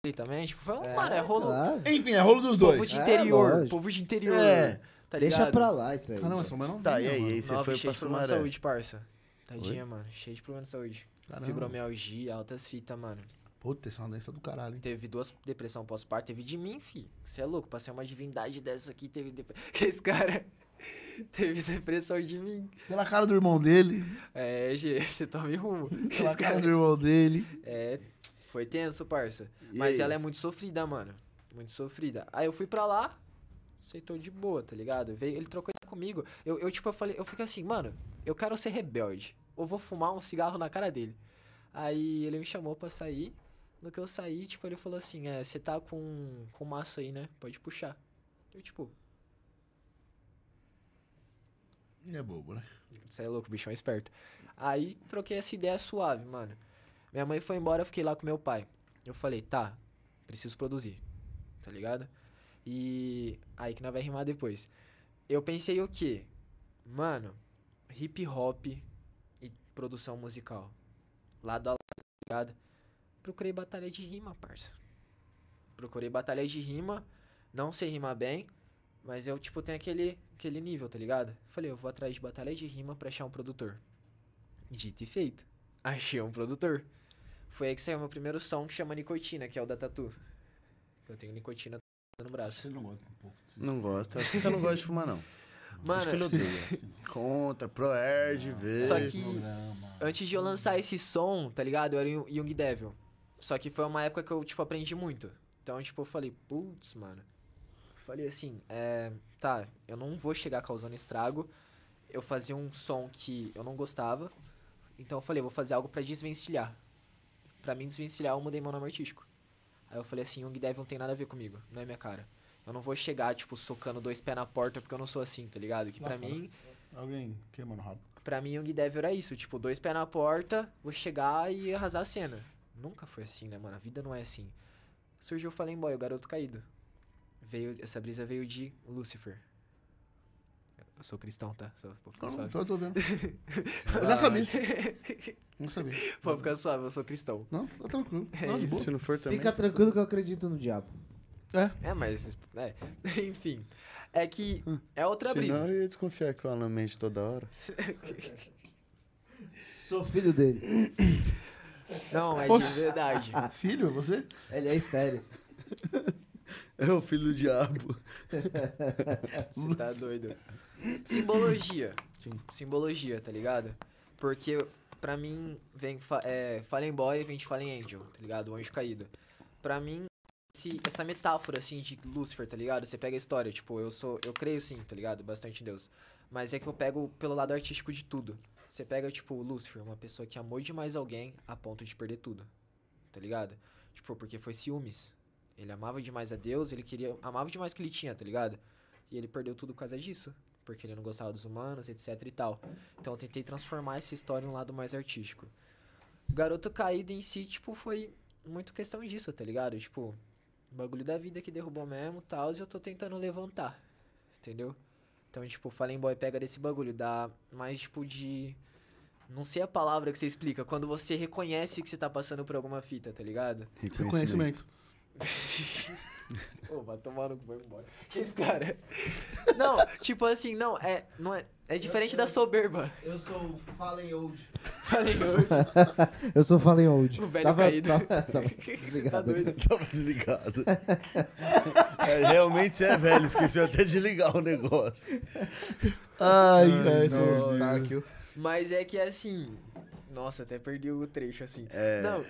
[SPEAKER 4] ele também, tipo, foi um,
[SPEAKER 3] É,
[SPEAKER 4] mano, é rolo.
[SPEAKER 3] claro.
[SPEAKER 2] Enfim, é rolo dos
[SPEAKER 4] Povo
[SPEAKER 2] dois.
[SPEAKER 4] de
[SPEAKER 3] É,
[SPEAKER 4] interior,
[SPEAKER 3] lógico.
[SPEAKER 4] povo de interior,
[SPEAKER 2] É.
[SPEAKER 4] tá ligado?
[SPEAKER 3] Deixa pra lá isso aí.
[SPEAKER 2] Caramba,
[SPEAKER 3] gente.
[SPEAKER 2] sua mãe não
[SPEAKER 5] Tá, e aí? E aí você
[SPEAKER 4] Nove,
[SPEAKER 5] foi pra
[SPEAKER 4] cheio de problema de
[SPEAKER 5] Sumaré.
[SPEAKER 4] saúde, parça. Tadinha, mano, cheio de problema de saúde. Fibromialgia, altas fitas, mano.
[SPEAKER 2] Puta, isso é uma doença do caralho, hein?
[SPEAKER 4] Teve duas depressão pós-parto, teve de mim, fi. Você é louco, passei uma divindade dessa aqui, teve dep- esse cara teve depressão de mim.
[SPEAKER 2] Pela cara do irmão dele,
[SPEAKER 4] É, G, você tome rumo.
[SPEAKER 2] pela
[SPEAKER 4] Esse
[SPEAKER 2] cara
[SPEAKER 4] cara
[SPEAKER 2] do irmão dele.
[SPEAKER 4] É, foi tenso, parça.
[SPEAKER 5] E
[SPEAKER 4] Mas
[SPEAKER 5] aí?
[SPEAKER 4] ela é muito sofrida, mano. Muito sofrida. Aí eu fui pra lá, aceitou de boa, tá ligado? Veio, ele trocou ideia comigo. Eu, eu, tipo, eu falei, eu fico assim, mano, eu quero ser rebelde. Ou vou fumar um cigarro na cara dele. Aí ele me chamou pra sair. No que eu saí, tipo, ele falou assim, é, você tá com, com maço aí, né? Pode puxar. Eu, tipo,
[SPEAKER 2] É bobo, né?
[SPEAKER 4] Você é louco, o bichão é esperto. Aí troquei essa ideia suave, mano. Minha mãe foi embora, eu fiquei lá com meu pai. Eu falei, tá, preciso produzir, tá ligado? E aí que nós vai rimar depois. Eu pensei o quê? Mano, hip hop e produção musical. Lado a lado, tá ligado? Procurei batalha de rima, parça. Procurei batalha de rima, não sei rimar bem, mas eu, tipo, tenho aquele, aquele nível, tá ligado? Falei, eu vou atrás de batalha de rima pra achar um produtor. Dito e feito. Achei um produtor. Foi aí que saiu meu primeiro som que chama Nicotina, que é o da Tatu. Eu tenho nicotina no braço.
[SPEAKER 2] não gosta um pouco disso.
[SPEAKER 5] Não gosto. Acho que você não gosta de fumar, não. Acho que
[SPEAKER 4] Mano,
[SPEAKER 5] ele odeia. Contra, Proerd, vê.
[SPEAKER 4] só que antes de eu lançar esse som, tá ligado? Eu era um Young Devil. Só que foi uma época que eu, tipo, aprendi muito. Então, tipo, eu falei, putz, mano. Falei assim, é, tá, eu não vou chegar causando estrago. Eu fazia um som que eu não gostava. Então eu falei, vou fazer algo pra desvencilhar. Pra mim desvencilhar, eu mudei meu nome artístico. Aí eu falei assim, Young Devil não tem nada a ver comigo, não é minha cara. Eu não vou chegar, tipo, socando dois pés na porta porque eu não sou assim, tá ligado? Que
[SPEAKER 2] Lá
[SPEAKER 4] pra
[SPEAKER 2] fora.
[SPEAKER 4] mim
[SPEAKER 2] Alguém queimando o rabo.
[SPEAKER 4] Pra mim, Young Devil era isso. Tipo, dois pés na porta, vou chegar e arrasar a cena. Nunca foi assim, né, mano? A vida não é assim. Surgiu o Fallen Boy, o garoto caído. Veio, essa brisa veio de Lucifer. Eu sou cristão, tá? Só pra ficar
[SPEAKER 2] Não,
[SPEAKER 4] suave.
[SPEAKER 2] só eu tô vendo. Eu já sabia. Não sabia.
[SPEAKER 4] Pra ficar suave, eu sou cristão.
[SPEAKER 2] Não, tá tranquilo.
[SPEAKER 4] É
[SPEAKER 2] Não, de boa.
[SPEAKER 5] Se não for também.
[SPEAKER 3] Fica tranquilo que eu acredito no diabo.
[SPEAKER 4] É, mas. É. Enfim. É que é outra
[SPEAKER 5] Senão
[SPEAKER 4] brisa.
[SPEAKER 5] eu ia desconfiar que o Alan mente toda hora.
[SPEAKER 3] Sou filho dele.
[SPEAKER 4] Não, é de
[SPEAKER 2] Poxa.
[SPEAKER 4] verdade.
[SPEAKER 2] Filho, é você?
[SPEAKER 3] Ele é estéreo.
[SPEAKER 5] É o filho do diabo.
[SPEAKER 4] Você tá doido. Simbologia. Simbologia, tá ligado? Porque pra mim vem fa é, Fallen Boy e vem de Fallen Angel, tá ligado? O anjo caído. Pra mim, esse- essa metáfora assim de Lúcifer, tá ligado? Você pega a história, tipo, eu sou. Eu creio sim, tá ligado? Bastante em Deus. Mas é que eu pego pelo lado artístico de tudo. Você pega, tipo, o Lúcifer, uma pessoa que amou demais alguém a ponto de perder tudo. Tá ligado? Tipo, porque foi ciúmes. Ele amava demais a Deus, ele queria. Amava demais o que ele tinha, tá ligado? E ele perdeu tudo por causa disso. Porque ele não gostava dos humanos, etc e tal. Então eu tentei transformar essa história em um lado mais artístico. O Garoto Caído em si, tipo, foi muito questão disso, tá ligado? Tipo, bagulho da vida que derrubou mesmo, tal, e eu tô tentando levantar. Entendeu? Então, tipo, Fallen Boy pega desse bagulho, dá mais, tipo, de... Não sei a palavra que você explica, quando você reconhece que você tá passando por alguma fita, tá ligado?
[SPEAKER 2] Reconhecimento.
[SPEAKER 4] Ô, vai tomar no cu, vai embora. Que esse cara? Não, tipo assim, não, é, não é, é diferente da soberba.
[SPEAKER 6] Eu sou o Fallen Old.
[SPEAKER 4] Falei hoje,
[SPEAKER 2] tá
[SPEAKER 3] Eu sou Fallen Old.
[SPEAKER 4] o velho
[SPEAKER 3] Tava-
[SPEAKER 4] caído.
[SPEAKER 3] tava- tava
[SPEAKER 4] Você tá
[SPEAKER 3] desligado.
[SPEAKER 4] doido?
[SPEAKER 5] Tava desligado. É, realmente você é velho, esqueceu até de ligar o negócio.
[SPEAKER 2] Ai,
[SPEAKER 5] Ai,
[SPEAKER 2] esse
[SPEAKER 5] meu Deus.
[SPEAKER 2] Eustáquio.
[SPEAKER 4] Mas é que assim. Nossa, até perdi o trecho assim.
[SPEAKER 5] É,
[SPEAKER 4] Não,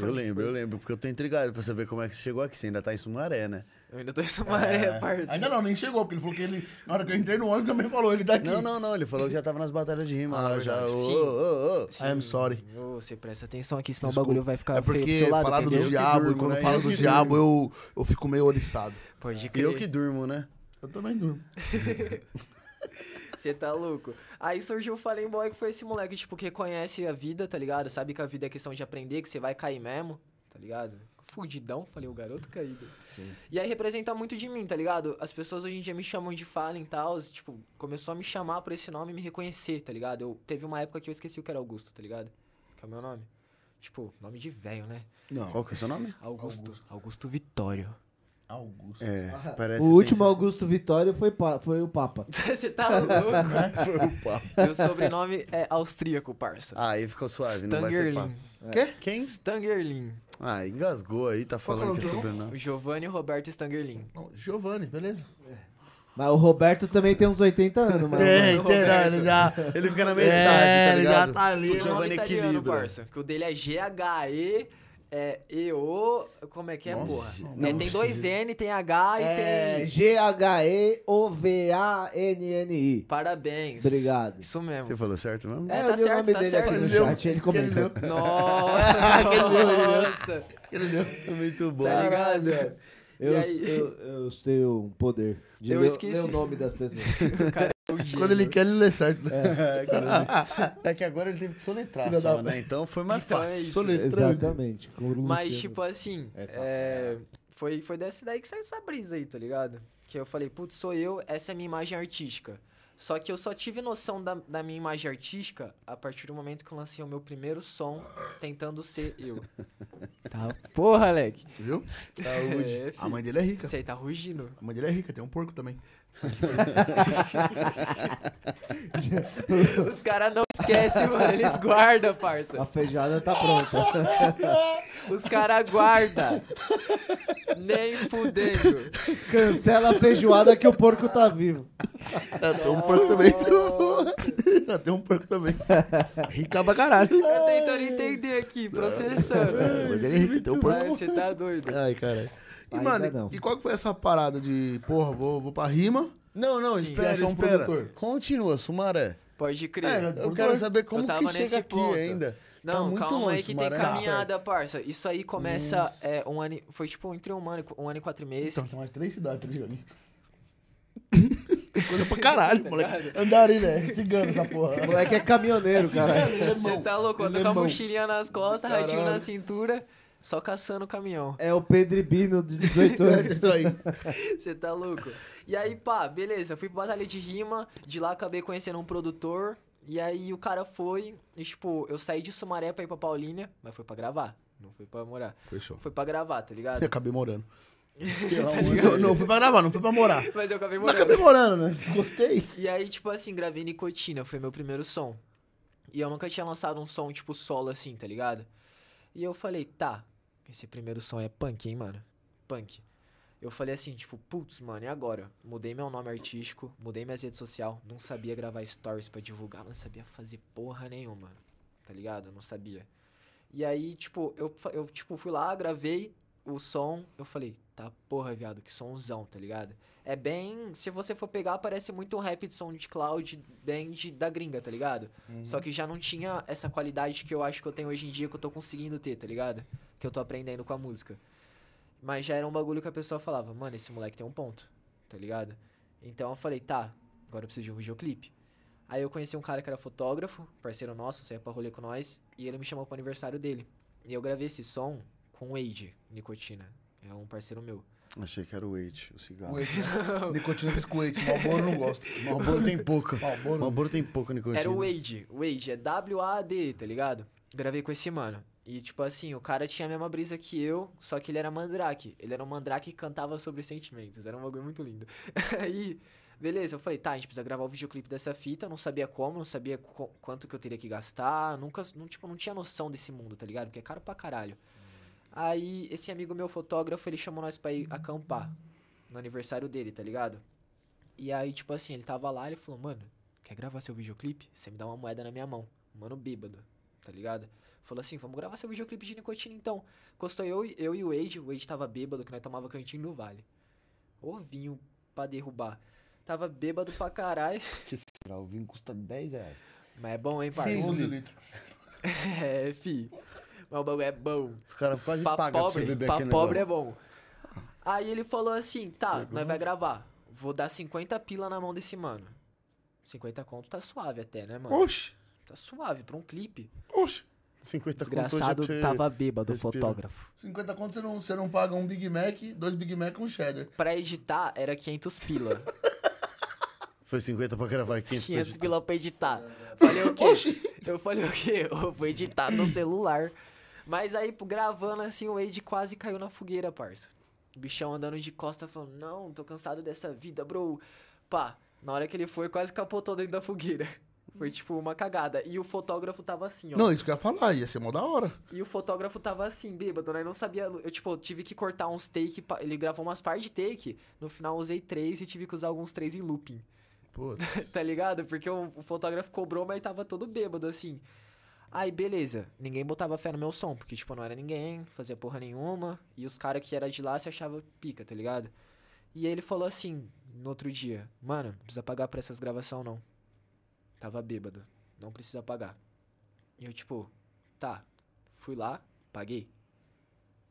[SPEAKER 5] eu lembro, eu lembro, porque eu tô intrigado pra saber como é que você chegou aqui. Você ainda tá em Sumaré, né?
[SPEAKER 4] eu ainda tô em Samaré, parça.
[SPEAKER 2] É. Ainda não, nem chegou, porque ele falou que ele, na hora que eu entrei no ônibus, também falou, ele tá daqui.
[SPEAKER 5] Não, não, não, ele falou que já tava nas batalhas de rima
[SPEAKER 2] Ah,
[SPEAKER 5] lá, já.
[SPEAKER 2] verdade.
[SPEAKER 5] Ô,
[SPEAKER 4] Sim.
[SPEAKER 5] ô, ô, ô.
[SPEAKER 4] Sim,
[SPEAKER 2] I am sorry.
[SPEAKER 4] ô, você presta atenção aqui, senão
[SPEAKER 2] Desculpa.
[SPEAKER 4] o bagulho vai ficar
[SPEAKER 2] É
[SPEAKER 4] feio pro
[SPEAKER 2] porque
[SPEAKER 4] seu lado,
[SPEAKER 2] falaram do
[SPEAKER 4] entendeu?
[SPEAKER 2] diabo, e
[SPEAKER 5] durmo,
[SPEAKER 2] quando
[SPEAKER 5] né?
[SPEAKER 2] fala
[SPEAKER 5] Eu
[SPEAKER 2] do
[SPEAKER 5] que
[SPEAKER 2] diabo, eu, eu fico meio oriçado.
[SPEAKER 4] Pode
[SPEAKER 5] E
[SPEAKER 4] crer.
[SPEAKER 5] eu que durmo, né?
[SPEAKER 2] Eu também durmo.
[SPEAKER 4] Você tá louco? Aí surgiu o Fallen Boy, que foi esse moleque, tipo, que reconhece a vida, tá ligado? Sabe que a vida é questão de aprender, que você vai cair mesmo, tá ligado? Fudidão, falei, o garoto caído. E aí representa muito de mim, tá ligado? As pessoas hoje em dia me chamam de Fallen e tal, tipo, começou a me chamar por esse nome e me reconhecer, tá ligado? Eu, teve uma época que eu esqueci o que era Augusto, tá ligado? Que é o meu nome. Tipo, nome de velho, né?
[SPEAKER 5] Não. Qual que é o seu nome?
[SPEAKER 4] Augusto. Augusto Vitório.
[SPEAKER 2] Augusto.
[SPEAKER 5] É, parece.
[SPEAKER 3] O último Augusto Vitório foi, pa- foi o Papa.
[SPEAKER 4] você tá louco?
[SPEAKER 5] Foi o papo.
[SPEAKER 4] Meu sobrenome é austríaco, parça.
[SPEAKER 5] Ah, aí ficou suave, não vai ser papo.
[SPEAKER 4] Stangerlin.
[SPEAKER 2] É.
[SPEAKER 5] Quê? Quem?
[SPEAKER 4] Stangerlin.
[SPEAKER 5] Ah, engasgou aí, tá
[SPEAKER 2] Qual que é
[SPEAKER 5] falando
[SPEAKER 2] o
[SPEAKER 5] que é
[SPEAKER 2] nome?
[SPEAKER 5] sobrenome.
[SPEAKER 4] O Giovanni Roberto Stangerlin.
[SPEAKER 2] Não, Giovanni, beleza?
[SPEAKER 3] Mas o Roberto também tem uns 80 anos, mano.
[SPEAKER 2] É,
[SPEAKER 4] Roberto.
[SPEAKER 2] entendeu? Já.
[SPEAKER 5] Ele fica na metade,
[SPEAKER 2] É, ele
[SPEAKER 5] tá
[SPEAKER 2] já
[SPEAKER 5] ligado?
[SPEAKER 2] tá ali.
[SPEAKER 5] O
[SPEAKER 4] O um nome
[SPEAKER 5] Giovanni
[SPEAKER 4] italiano,
[SPEAKER 5] equilibra.
[SPEAKER 4] parça. Que o dele é G-H-E, é E-O... Como é que é,
[SPEAKER 5] Nossa,
[SPEAKER 4] porra?
[SPEAKER 5] não
[SPEAKER 4] É, tem dois
[SPEAKER 5] precisa.
[SPEAKER 4] N, tem H e
[SPEAKER 3] É
[SPEAKER 4] tem...
[SPEAKER 3] G-H-E-O-V-A-N-N-I.
[SPEAKER 4] Parabéns.
[SPEAKER 3] Obrigado.
[SPEAKER 4] Isso mesmo.
[SPEAKER 5] Você falou certo mesmo?
[SPEAKER 4] É,
[SPEAKER 3] eu
[SPEAKER 4] tá
[SPEAKER 3] vi o
[SPEAKER 4] certo,
[SPEAKER 3] nome
[SPEAKER 4] tá
[SPEAKER 3] dele
[SPEAKER 4] certo.
[SPEAKER 3] aqui no
[SPEAKER 2] Ele leu.
[SPEAKER 3] chat, ele comentou.
[SPEAKER 4] Nossa! Nossa!
[SPEAKER 5] Muito bom.
[SPEAKER 4] Tá ligado?
[SPEAKER 3] Eu,
[SPEAKER 4] E aí?
[SPEAKER 3] eu, eu tenho um poder de
[SPEAKER 4] Eu
[SPEAKER 3] ler,
[SPEAKER 4] esqueci.
[SPEAKER 3] ler o nome das pessoas.
[SPEAKER 4] O cara é um gênio.
[SPEAKER 2] Quando ele quer, ele lê certo. né?
[SPEAKER 5] É, cara, é que agora ele teve que soletrar
[SPEAKER 2] Filha
[SPEAKER 5] só,
[SPEAKER 2] da-
[SPEAKER 5] né? Então foi mais
[SPEAKER 4] Então é
[SPEAKER 5] fácil.
[SPEAKER 4] isso.
[SPEAKER 3] Exatamente. com o
[SPEAKER 4] Mas,
[SPEAKER 3] Luciano.
[SPEAKER 4] tipo assim,
[SPEAKER 3] Essa
[SPEAKER 4] é, foi, foi dessa daí que saiu essa brisa aí, tá ligado? Que eu falei, putz, sou eu, essa é a minha imagem artística. Só que eu só tive noção da, da minha imagem artística a partir do momento que eu lancei o meu primeiro som tentando ser eu. Tá, porra, Alec.
[SPEAKER 2] Viu?
[SPEAKER 5] Saúde.
[SPEAKER 4] É,
[SPEAKER 2] A
[SPEAKER 4] filho.
[SPEAKER 2] mãe dele é rica.
[SPEAKER 4] Você aí tá rugindo.
[SPEAKER 2] A mãe dele é rica, tem um porco também.
[SPEAKER 4] Os caras não esquecem, mano. Eles guardam,
[SPEAKER 3] A
[SPEAKER 4] parça.
[SPEAKER 3] feijada tá pronta.
[SPEAKER 4] Os caras guardam. Nem fudendo.
[SPEAKER 3] Cancela a feijoada que o porco tá vivo.
[SPEAKER 2] Tem um porco também. Tem um porco também. Rica pra caralho.
[SPEAKER 4] Tô tentando entender aqui, processando.
[SPEAKER 2] A mãe dele é rica, tem um porco.
[SPEAKER 4] Mas você tá doido.
[SPEAKER 2] Ai, caralho. E,
[SPEAKER 3] Ainda
[SPEAKER 2] mano,
[SPEAKER 3] não.
[SPEAKER 2] e qual que foi essa parada de, porra, vou, vou pra rima?
[SPEAKER 5] Não, não,
[SPEAKER 4] Sim.
[SPEAKER 5] espera,
[SPEAKER 2] É só um
[SPEAKER 5] espera.
[SPEAKER 2] produtor.
[SPEAKER 5] Continua, Sumaré.
[SPEAKER 4] Pode crer.
[SPEAKER 2] É,
[SPEAKER 5] Eu
[SPEAKER 2] Produtor.
[SPEAKER 5] quero saber como
[SPEAKER 4] Eu tava
[SPEAKER 5] que chega
[SPEAKER 4] nesse
[SPEAKER 5] aqui
[SPEAKER 4] ponto.
[SPEAKER 5] ainda. tá
[SPEAKER 4] Não,
[SPEAKER 5] muito
[SPEAKER 4] calma
[SPEAKER 5] longe,
[SPEAKER 4] aí que tem
[SPEAKER 5] Sumaré.
[SPEAKER 4] caminhada, parça. Isso aí começa é, um ano. e- Foi tipo entre um ano, e qu- um ano e quatro meses.
[SPEAKER 2] Então, tem mais três cidades, tá ligado? Tem coisa pra caralho,
[SPEAKER 4] Tá
[SPEAKER 2] moleque.
[SPEAKER 4] ligado?
[SPEAKER 2] Andarilho, né? Cigano essa porra.
[SPEAKER 3] O moleque é caminhoneiro, caralho.
[SPEAKER 4] Você tá louco? Eu tô com a
[SPEAKER 2] Lemão.
[SPEAKER 4] mochilinha nas costas, ratinho na
[SPEAKER 2] Caralho.
[SPEAKER 4] cintura, só caçando o caminhão.
[SPEAKER 3] É o Pedribino de 18 anos.
[SPEAKER 2] Isso aí.
[SPEAKER 4] Você tá louco? E aí, pá, beleza. Fui pra batalha de rima. De lá acabei conhecendo um produtor. E aí o cara foi. E, tipo, eu saí de Sumaré pra ir pra Paulínia, mas foi pra gravar. Não foi pra morar.
[SPEAKER 2] Fechou.
[SPEAKER 4] Foi pra gravar, tá
[SPEAKER 2] E
[SPEAKER 4] ligado? Tá
[SPEAKER 2] acabei morando.
[SPEAKER 5] ligado?
[SPEAKER 2] Eu, não, fui pra gravar, não fui pra morar.
[SPEAKER 4] Mas eu acabei
[SPEAKER 2] Mas
[SPEAKER 4] morando.
[SPEAKER 2] acabei morando, né? Gostei.
[SPEAKER 4] E aí, tipo assim, gravei Nicotina, foi meu primeiro som. E eu nunca tinha lançado um som, tipo, solo assim, tá ligado? E eu falei, tá, esse primeiro som é punk, hein, mano? Punk. Eu falei assim, tipo, putz, mano, e agora? Mudei meu nome artístico, mudei minhas redes sociais, não sabia gravar stories pra divulgar, não sabia fazer porra nenhuma, tá ligado? Eu não sabia. E aí, tipo, eu, fa- eu tipo, fui lá, gravei o som, eu falei, tá porra, viado, que somzão, tá ligado? É bem. Se você for pegar, parece muito um rap de SoundCloud, bem de, da gringa, tá ligado? Só que já não tinha essa qualidade que eu acho que eu tenho hoje em dia, que eu tô conseguindo ter, tá ligado? Que eu tô aprendendo com a música. Mas já era um bagulho que a pessoa falava, mano, esse moleque tem um ponto, tá ligado? Então eu falei, tá, agora eu preciso de um videoclipe. Aí eu conheci um cara que era fotógrafo, parceiro nosso, saía pra rolê com nós, e ele me chamou pro aniversário dele. E eu gravei esse som com o Wade, Nicotina. É um parceiro meu.
[SPEAKER 5] Achei que era o Wait, o cigarro.
[SPEAKER 2] Coelho. Nicotina fez coelho. Malboro não gosta.
[SPEAKER 5] Malboro tem pouca.
[SPEAKER 2] Marlboro-
[SPEAKER 5] Malboro tem pouca nicotina.
[SPEAKER 4] Era o Wade. Wade é W-A-D, tá ligado? Gravei com esse mano. E, tipo assim, o cara tinha a mesma brisa que eu, só que ele era mandrake. Ele era um mandrake que cantava sobre sentimentos. Era um bagulho muito lindo. Aí, beleza, eu falei, tá, a gente precisa gravar o videoclipe dessa fita. eu Não sabia como, não sabia qu- quanto que eu teria que gastar. Nunca, não, tipo, não tinha noção desse mundo, tá ligado? Porque é caro pra caralho. Aí, esse amigo meu fotógrafo, ele chamou nós pra ir acampar no aniversário dele, tá ligado? E aí, tipo assim, ele tava lá, ele falou, mano, quer gravar seu videoclipe? Você me dá uma moeda na minha mão. Mano, bêbado, tá ligado? Falou assim, vamos gravar seu videoclipe de nicotina então. Costou eu, e- eu e o Wade, o Wade tava bêbado, que nós tomava cantinho no vale. Ovinho pra derrubar. Tava bêbado pra caralho.
[SPEAKER 5] O vinho custa 10 reais.
[SPEAKER 4] Mas é bom, hein,
[SPEAKER 5] Sim.
[SPEAKER 4] parceiro?
[SPEAKER 2] 11 litros.
[SPEAKER 4] é, fi. Mas o bagulho é bom.
[SPEAKER 5] Os caras quase
[SPEAKER 4] pra
[SPEAKER 5] pagam pra você
[SPEAKER 4] pobre,
[SPEAKER 5] beber
[SPEAKER 4] pra
[SPEAKER 5] aquele
[SPEAKER 4] pobre é
[SPEAKER 5] negócio.
[SPEAKER 4] bom. Aí ele falou assim, tá,
[SPEAKER 5] Você
[SPEAKER 4] nós vai
[SPEAKER 5] gosta?
[SPEAKER 4] gravar. Vou dar 50 pila na mão desse mano. 50 conto tá suave até, né, mano?
[SPEAKER 2] Oxi,
[SPEAKER 4] Tá suave pra um clipe.
[SPEAKER 2] oxe.
[SPEAKER 5] 50 conto hoje
[SPEAKER 4] Desgraçado
[SPEAKER 5] é pra você-
[SPEAKER 4] tava bêbado,
[SPEAKER 5] respira.
[SPEAKER 4] fotógrafo.
[SPEAKER 2] 50 conto você não, você não paga um Big Mac, dois Big Mac e um cheddar.
[SPEAKER 4] Pra editar era 500 pila.
[SPEAKER 5] Foi 50 pra gravar 500.
[SPEAKER 4] 500 pila pra editar. Falei o quê? Eu falei o quê? Eu vou editar no celular. Mas aí, pô, gravando assim, o Wade quase caiu na fogueira, parça. O bichão andando de costa, falando, não, tô cansado dessa vida, bro. Pá, na hora que ele foi, quase capotou dentro da fogueira. Foi tipo uma cagada. E o fotógrafo tava assim, ó.
[SPEAKER 2] Não, isso que eu ia falar, ia ser mó da hora.
[SPEAKER 4] E o fotógrafo tava assim, bêbado, né? Não sabia. Eu, tipo, tive que cortar uns take. pa- Ele gravou umas par de take. No final, eu usei três e tive que usar alguns três em looping.
[SPEAKER 2] Pô,
[SPEAKER 4] tá ligado? Porque o, o fotógrafo cobrou, mas ele tava todo bêbado, assim. Aí, beleza. Ninguém botava fé no meu som, porque, tipo, não era ninguém, fazia porra nenhuma. E os caras que era de lá se achava pica, tá ligado? E aí ele falou assim, no outro dia, mano, não precisa pagar pra essas gravações, não. Tava bêbado. Não precisa pagar. E eu, tipo, tá. Fui lá, paguei.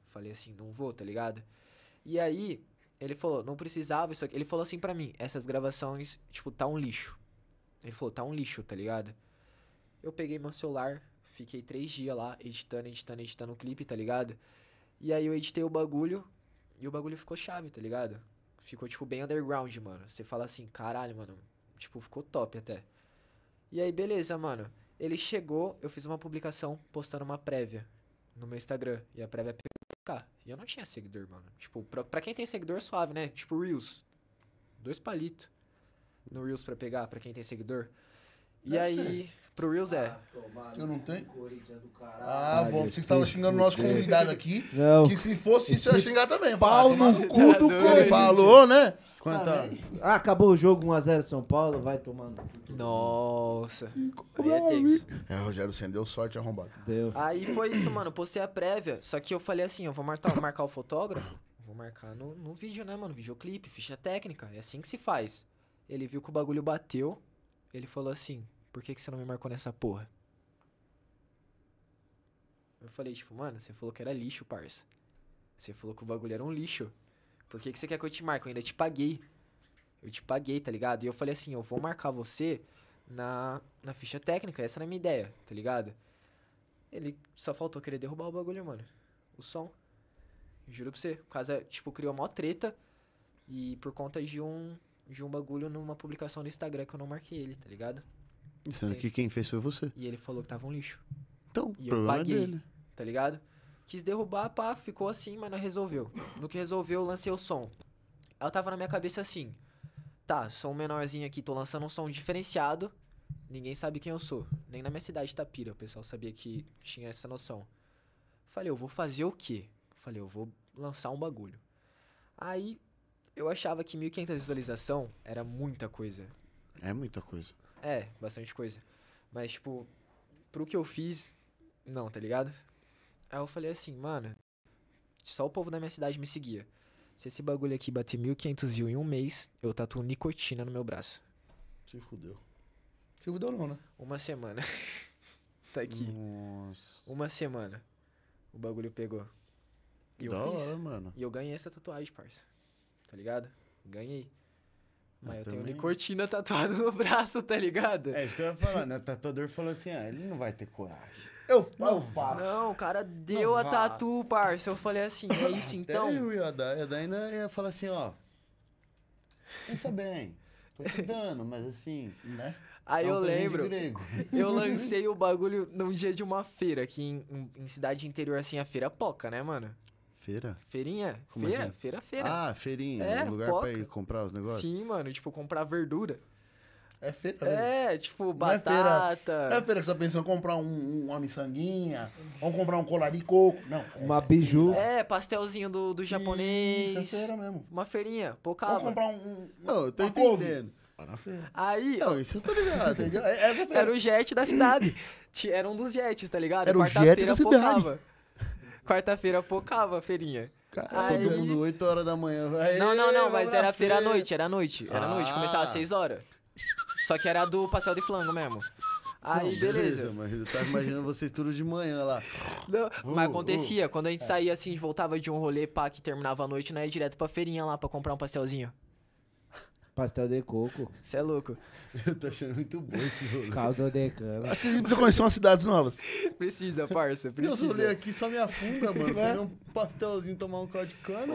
[SPEAKER 4] Falei assim, não vou, tá ligado? E aí, ele falou, não precisava isso aqui. Ele falou assim pra mim, essas gravações, tipo, tá um lixo. Ele falou, tá um lixo, tá ligado? Eu peguei meu celular, fiquei três dias lá, editando, editando, editando o clipe, tá ligado? E aí eu editei o bagulho e o bagulho ficou chave, tá ligado? Ficou, tipo, bem underground, mano. Você fala assim, caralho, mano. Tipo, ficou top até. E aí, beleza, mano. Ele chegou, eu fiz uma publicação postando uma prévia no meu Instagram. E a prévia é Cara, e eu não tinha seguidor, mano. Tipo, pra, pra quem tem seguidor, suave, né? Tipo, Reels. Dois palitos no Reels pra pegar, pra quem tem seguidor. E
[SPEAKER 2] Deve
[SPEAKER 4] aí, pro Reels é.
[SPEAKER 6] Ah, tomar
[SPEAKER 2] Eu não
[SPEAKER 6] no
[SPEAKER 2] tenho?
[SPEAKER 6] Corinthians do caralho.
[SPEAKER 2] Ah,
[SPEAKER 3] Caralho,
[SPEAKER 2] bom, você que
[SPEAKER 3] se
[SPEAKER 2] tava xingando o nosso
[SPEAKER 3] fuder.
[SPEAKER 2] convidado aqui.
[SPEAKER 3] Não.
[SPEAKER 2] Que se fosse isso, eu ia xingar também.
[SPEAKER 3] Pau
[SPEAKER 2] Falar, tomar cu.
[SPEAKER 3] no cu do
[SPEAKER 4] Tá
[SPEAKER 2] Ele
[SPEAKER 4] doido.
[SPEAKER 3] Corinthians.
[SPEAKER 2] falou, né?
[SPEAKER 5] Quanto?
[SPEAKER 3] Ah, acabou o jogo 1x0 São Paulo, vai tomando.
[SPEAKER 4] Nossa. Aí é tenso.
[SPEAKER 2] É, Rogério Senna deu sorte arrombado.
[SPEAKER 3] Deu.
[SPEAKER 4] Aí foi isso, mano. Postei a prévia. Só que eu falei assim: eu vou marcar, marcar o fotógrafo. Vou marcar no, no vídeo, né, mano? Videoclipe, ficha técnica. É assim que se faz. Ele viu que o bagulho bateu. Ele falou assim: Por que, que você não me marcou nessa porra? Eu falei, tipo, mano, você falou que era lixo, parça. Você falou que o bagulho era um lixo. Por que, que você quer que eu te marque? Eu ainda te paguei. Eu te paguei, tá ligado? E eu falei assim: Eu vou marcar você na, na ficha técnica. Essa era a minha ideia, tá ligado? Ele só faltou querer derrubar o bagulho, mano. O som. Juro pra você. O caso, tipo, criou mó treta. E por conta de um, de um bagulho numa publicação no Instagram que eu não marquei ele, tá ligado?
[SPEAKER 5] Sendo que quem fez foi você.
[SPEAKER 4] E ele falou que tava um lixo,
[SPEAKER 5] Então,
[SPEAKER 4] E
[SPEAKER 5] o
[SPEAKER 4] eu
[SPEAKER 5] problema é
[SPEAKER 4] paguei.
[SPEAKER 5] dele.
[SPEAKER 4] tá ligado? Quis derrubar, pá, ficou assim, mas não resolveu. No que resolveu, eu lancei o som. Ela tava na minha cabeça assim. Tá, sou um menorzinho aqui, tô lançando um som diferenciado. Ninguém sabe quem eu sou. Nem na minha cidade, Tapira, o pessoal sabia que tinha essa noção. Falei, eu vou fazer o quê? Falei, eu vou lançar um bagulho. Aí, eu achava que 1500 visualização era muita coisa.
[SPEAKER 5] É muita coisa.
[SPEAKER 4] É, bastante coisa. Mas, tipo, pro que eu fiz, não, tá ligado? Aí eu falei assim, mano, só o povo da minha cidade me seguia. Se esse bagulho aqui bater 1.500 views em um mês, eu tatuo nicotina no meu braço.
[SPEAKER 2] Se fudeu. Se fudeu não, né?
[SPEAKER 4] Uma semana. tá aqui.
[SPEAKER 5] Nossa.
[SPEAKER 4] Uma semana. O bagulho pegou. E eu
[SPEAKER 5] da
[SPEAKER 4] fiz.
[SPEAKER 5] hora, mano.
[SPEAKER 4] E eu ganhei essa tatuagem, parça. Tá ligado? Ganhei. Mas eu, tenho
[SPEAKER 5] Ah, também.
[SPEAKER 4] nicotina tatuada no braço, tá ligado?
[SPEAKER 5] É isso que eu ia falar. né? O tatuador falou assim: ah, ele não vai ter coragem.
[SPEAKER 2] Eu, eu faço.
[SPEAKER 4] Não, o cara deu a
[SPEAKER 5] vá.
[SPEAKER 4] tatu, parça. Eu falei assim, é isso
[SPEAKER 5] Até
[SPEAKER 4] então?
[SPEAKER 5] eu ia dar, ia dar ainda ia falar assim: ó. Pensa bem. Tô te dando, mas assim, né?
[SPEAKER 4] Aí
[SPEAKER 5] É um
[SPEAKER 4] eu
[SPEAKER 5] presente
[SPEAKER 4] lembro.
[SPEAKER 5] grego.
[SPEAKER 4] Eu lancei o bagulho num dia de uma feira aqui em, um, em- em cidade interior, assim, a feira poca, né, mano?
[SPEAKER 5] Feira?
[SPEAKER 4] Feirinha?
[SPEAKER 5] Como
[SPEAKER 4] feira,
[SPEAKER 5] assim?
[SPEAKER 4] feira, feira.
[SPEAKER 5] Ah, feirinha.
[SPEAKER 4] É,
[SPEAKER 5] um lugar
[SPEAKER 4] foca.
[SPEAKER 5] pra ir comprar os negócios?
[SPEAKER 4] Sim, mano, tipo, comprar verdura.
[SPEAKER 2] É feira. né?
[SPEAKER 4] É, tipo,
[SPEAKER 2] Não é feira- É
[SPEAKER 4] batata.
[SPEAKER 2] feira que você tá pensando em comprar um, um- uma miçanguinha, ou comprar um colar de coco. Não. é
[SPEAKER 3] Uma biju.
[SPEAKER 4] É, pastelzinho do, do
[SPEAKER 2] Isso é
[SPEAKER 4] japonês. Ah,
[SPEAKER 2] feira mesmo.
[SPEAKER 4] Uma feirinha,
[SPEAKER 2] Ou
[SPEAKER 4] pocava.
[SPEAKER 2] comprar um. um
[SPEAKER 5] Não, eu tô
[SPEAKER 2] uma couve.
[SPEAKER 5] entendendo.
[SPEAKER 2] Vai Tá na feira.
[SPEAKER 4] Aí,
[SPEAKER 5] Não, isso eu tô ligado.
[SPEAKER 2] Entendeu? É, essa é a feira.
[SPEAKER 4] Era o jet da cidade. Ti- Era um dos jets, tá ligado?
[SPEAKER 2] Era o jet
[SPEAKER 4] Quarta-feira
[SPEAKER 2] da cidade.
[SPEAKER 4] pocava. Quarta-feira pocava a feirinha.
[SPEAKER 5] Todo
[SPEAKER 4] Aí-
[SPEAKER 5] mundo 8 horas da manhã. vai,
[SPEAKER 4] Não, não,
[SPEAKER 5] "Ê,
[SPEAKER 4] não,
[SPEAKER 5] vamos
[SPEAKER 4] mas
[SPEAKER 5] na
[SPEAKER 4] era feira à noite, era à noite. Era à noite,
[SPEAKER 5] um Ah.
[SPEAKER 4] começava às 6 horas. Só que era do pastel de flango mesmo. Aí,
[SPEAKER 5] Não,
[SPEAKER 4] beleza.
[SPEAKER 5] Mas eu tava imaginando vocês tudo de manhã lá.
[SPEAKER 4] Não, mas
[SPEAKER 5] Uh, uh.
[SPEAKER 4] acontecia, quando a gente saía assim, voltava de um rolê pá que terminava à noite, não ia direto pra feirinha lá pra comprar um pastelzinho.
[SPEAKER 3] Pastel de coco.
[SPEAKER 4] Você é louco.
[SPEAKER 5] Eu tô achando muito bom esse rolê.
[SPEAKER 3] Calda de cana.
[SPEAKER 2] Acho que a
[SPEAKER 4] tipo
[SPEAKER 2] gente precisa conhecer umas cidades novas.
[SPEAKER 4] Precisa, parça,
[SPEAKER 5] Meus rolê
[SPEAKER 4] precisa.
[SPEAKER 5] aqui só me afunda, mano. Comer um pastelzinho, tomar um caldo de cana.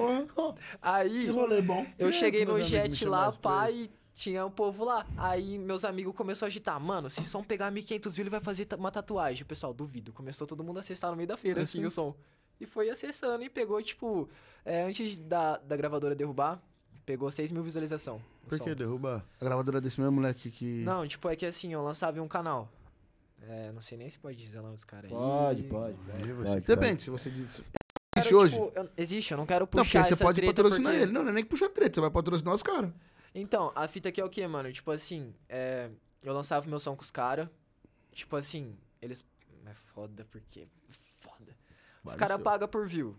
[SPEAKER 4] Aí,
[SPEAKER 2] Que rolê bom.
[SPEAKER 4] Eu
[SPEAKER 5] É,
[SPEAKER 4] cheguei
[SPEAKER 5] meus
[SPEAKER 4] no
[SPEAKER 5] amigos me
[SPEAKER 4] jet lá,
[SPEAKER 5] chamaram pra
[SPEAKER 4] pá, e tinha um povo lá. Aí meus amigos começaram a agitar. Mano, se som pegar 1.500 views, ele vai fazer ta- uma tatuagem. Pessoal, duvido. Começou todo mundo a acessar no meio da feira, assim, o som. E foi acessando e pegou, tipo... é, antes da, da gravadora derrubar, pegou 6 mil visualizações.
[SPEAKER 5] Por que derrubar?
[SPEAKER 2] A gravadora desse mesmo moleque que.
[SPEAKER 4] Não, tipo, é que assim, eu lançava em um canal. É, não sei nem se pode dizer lá os caras é. aí.
[SPEAKER 3] Pode, pode.
[SPEAKER 5] Aí você
[SPEAKER 3] Pode, pode.
[SPEAKER 2] Depende, se você diz.
[SPEAKER 4] Eu
[SPEAKER 2] Existe
[SPEAKER 4] quero,
[SPEAKER 2] hoje.
[SPEAKER 4] tipo, eu- existe, eu não quero
[SPEAKER 2] Não,
[SPEAKER 4] puxar
[SPEAKER 2] porque você
[SPEAKER 4] essa
[SPEAKER 2] pode
[SPEAKER 4] treta
[SPEAKER 2] patrocinar
[SPEAKER 4] porque-
[SPEAKER 2] ele. Não, não é nem que puxar treta, você vai patrocinar os caras.
[SPEAKER 4] Então, a fita aqui é o que, mano? Tipo assim, é, eu lançava meu som com os caras. Tipo assim, eles. É foda porque. é Foda. Os
[SPEAKER 2] Vale
[SPEAKER 4] caras
[SPEAKER 2] seu.
[SPEAKER 4] pagam por view.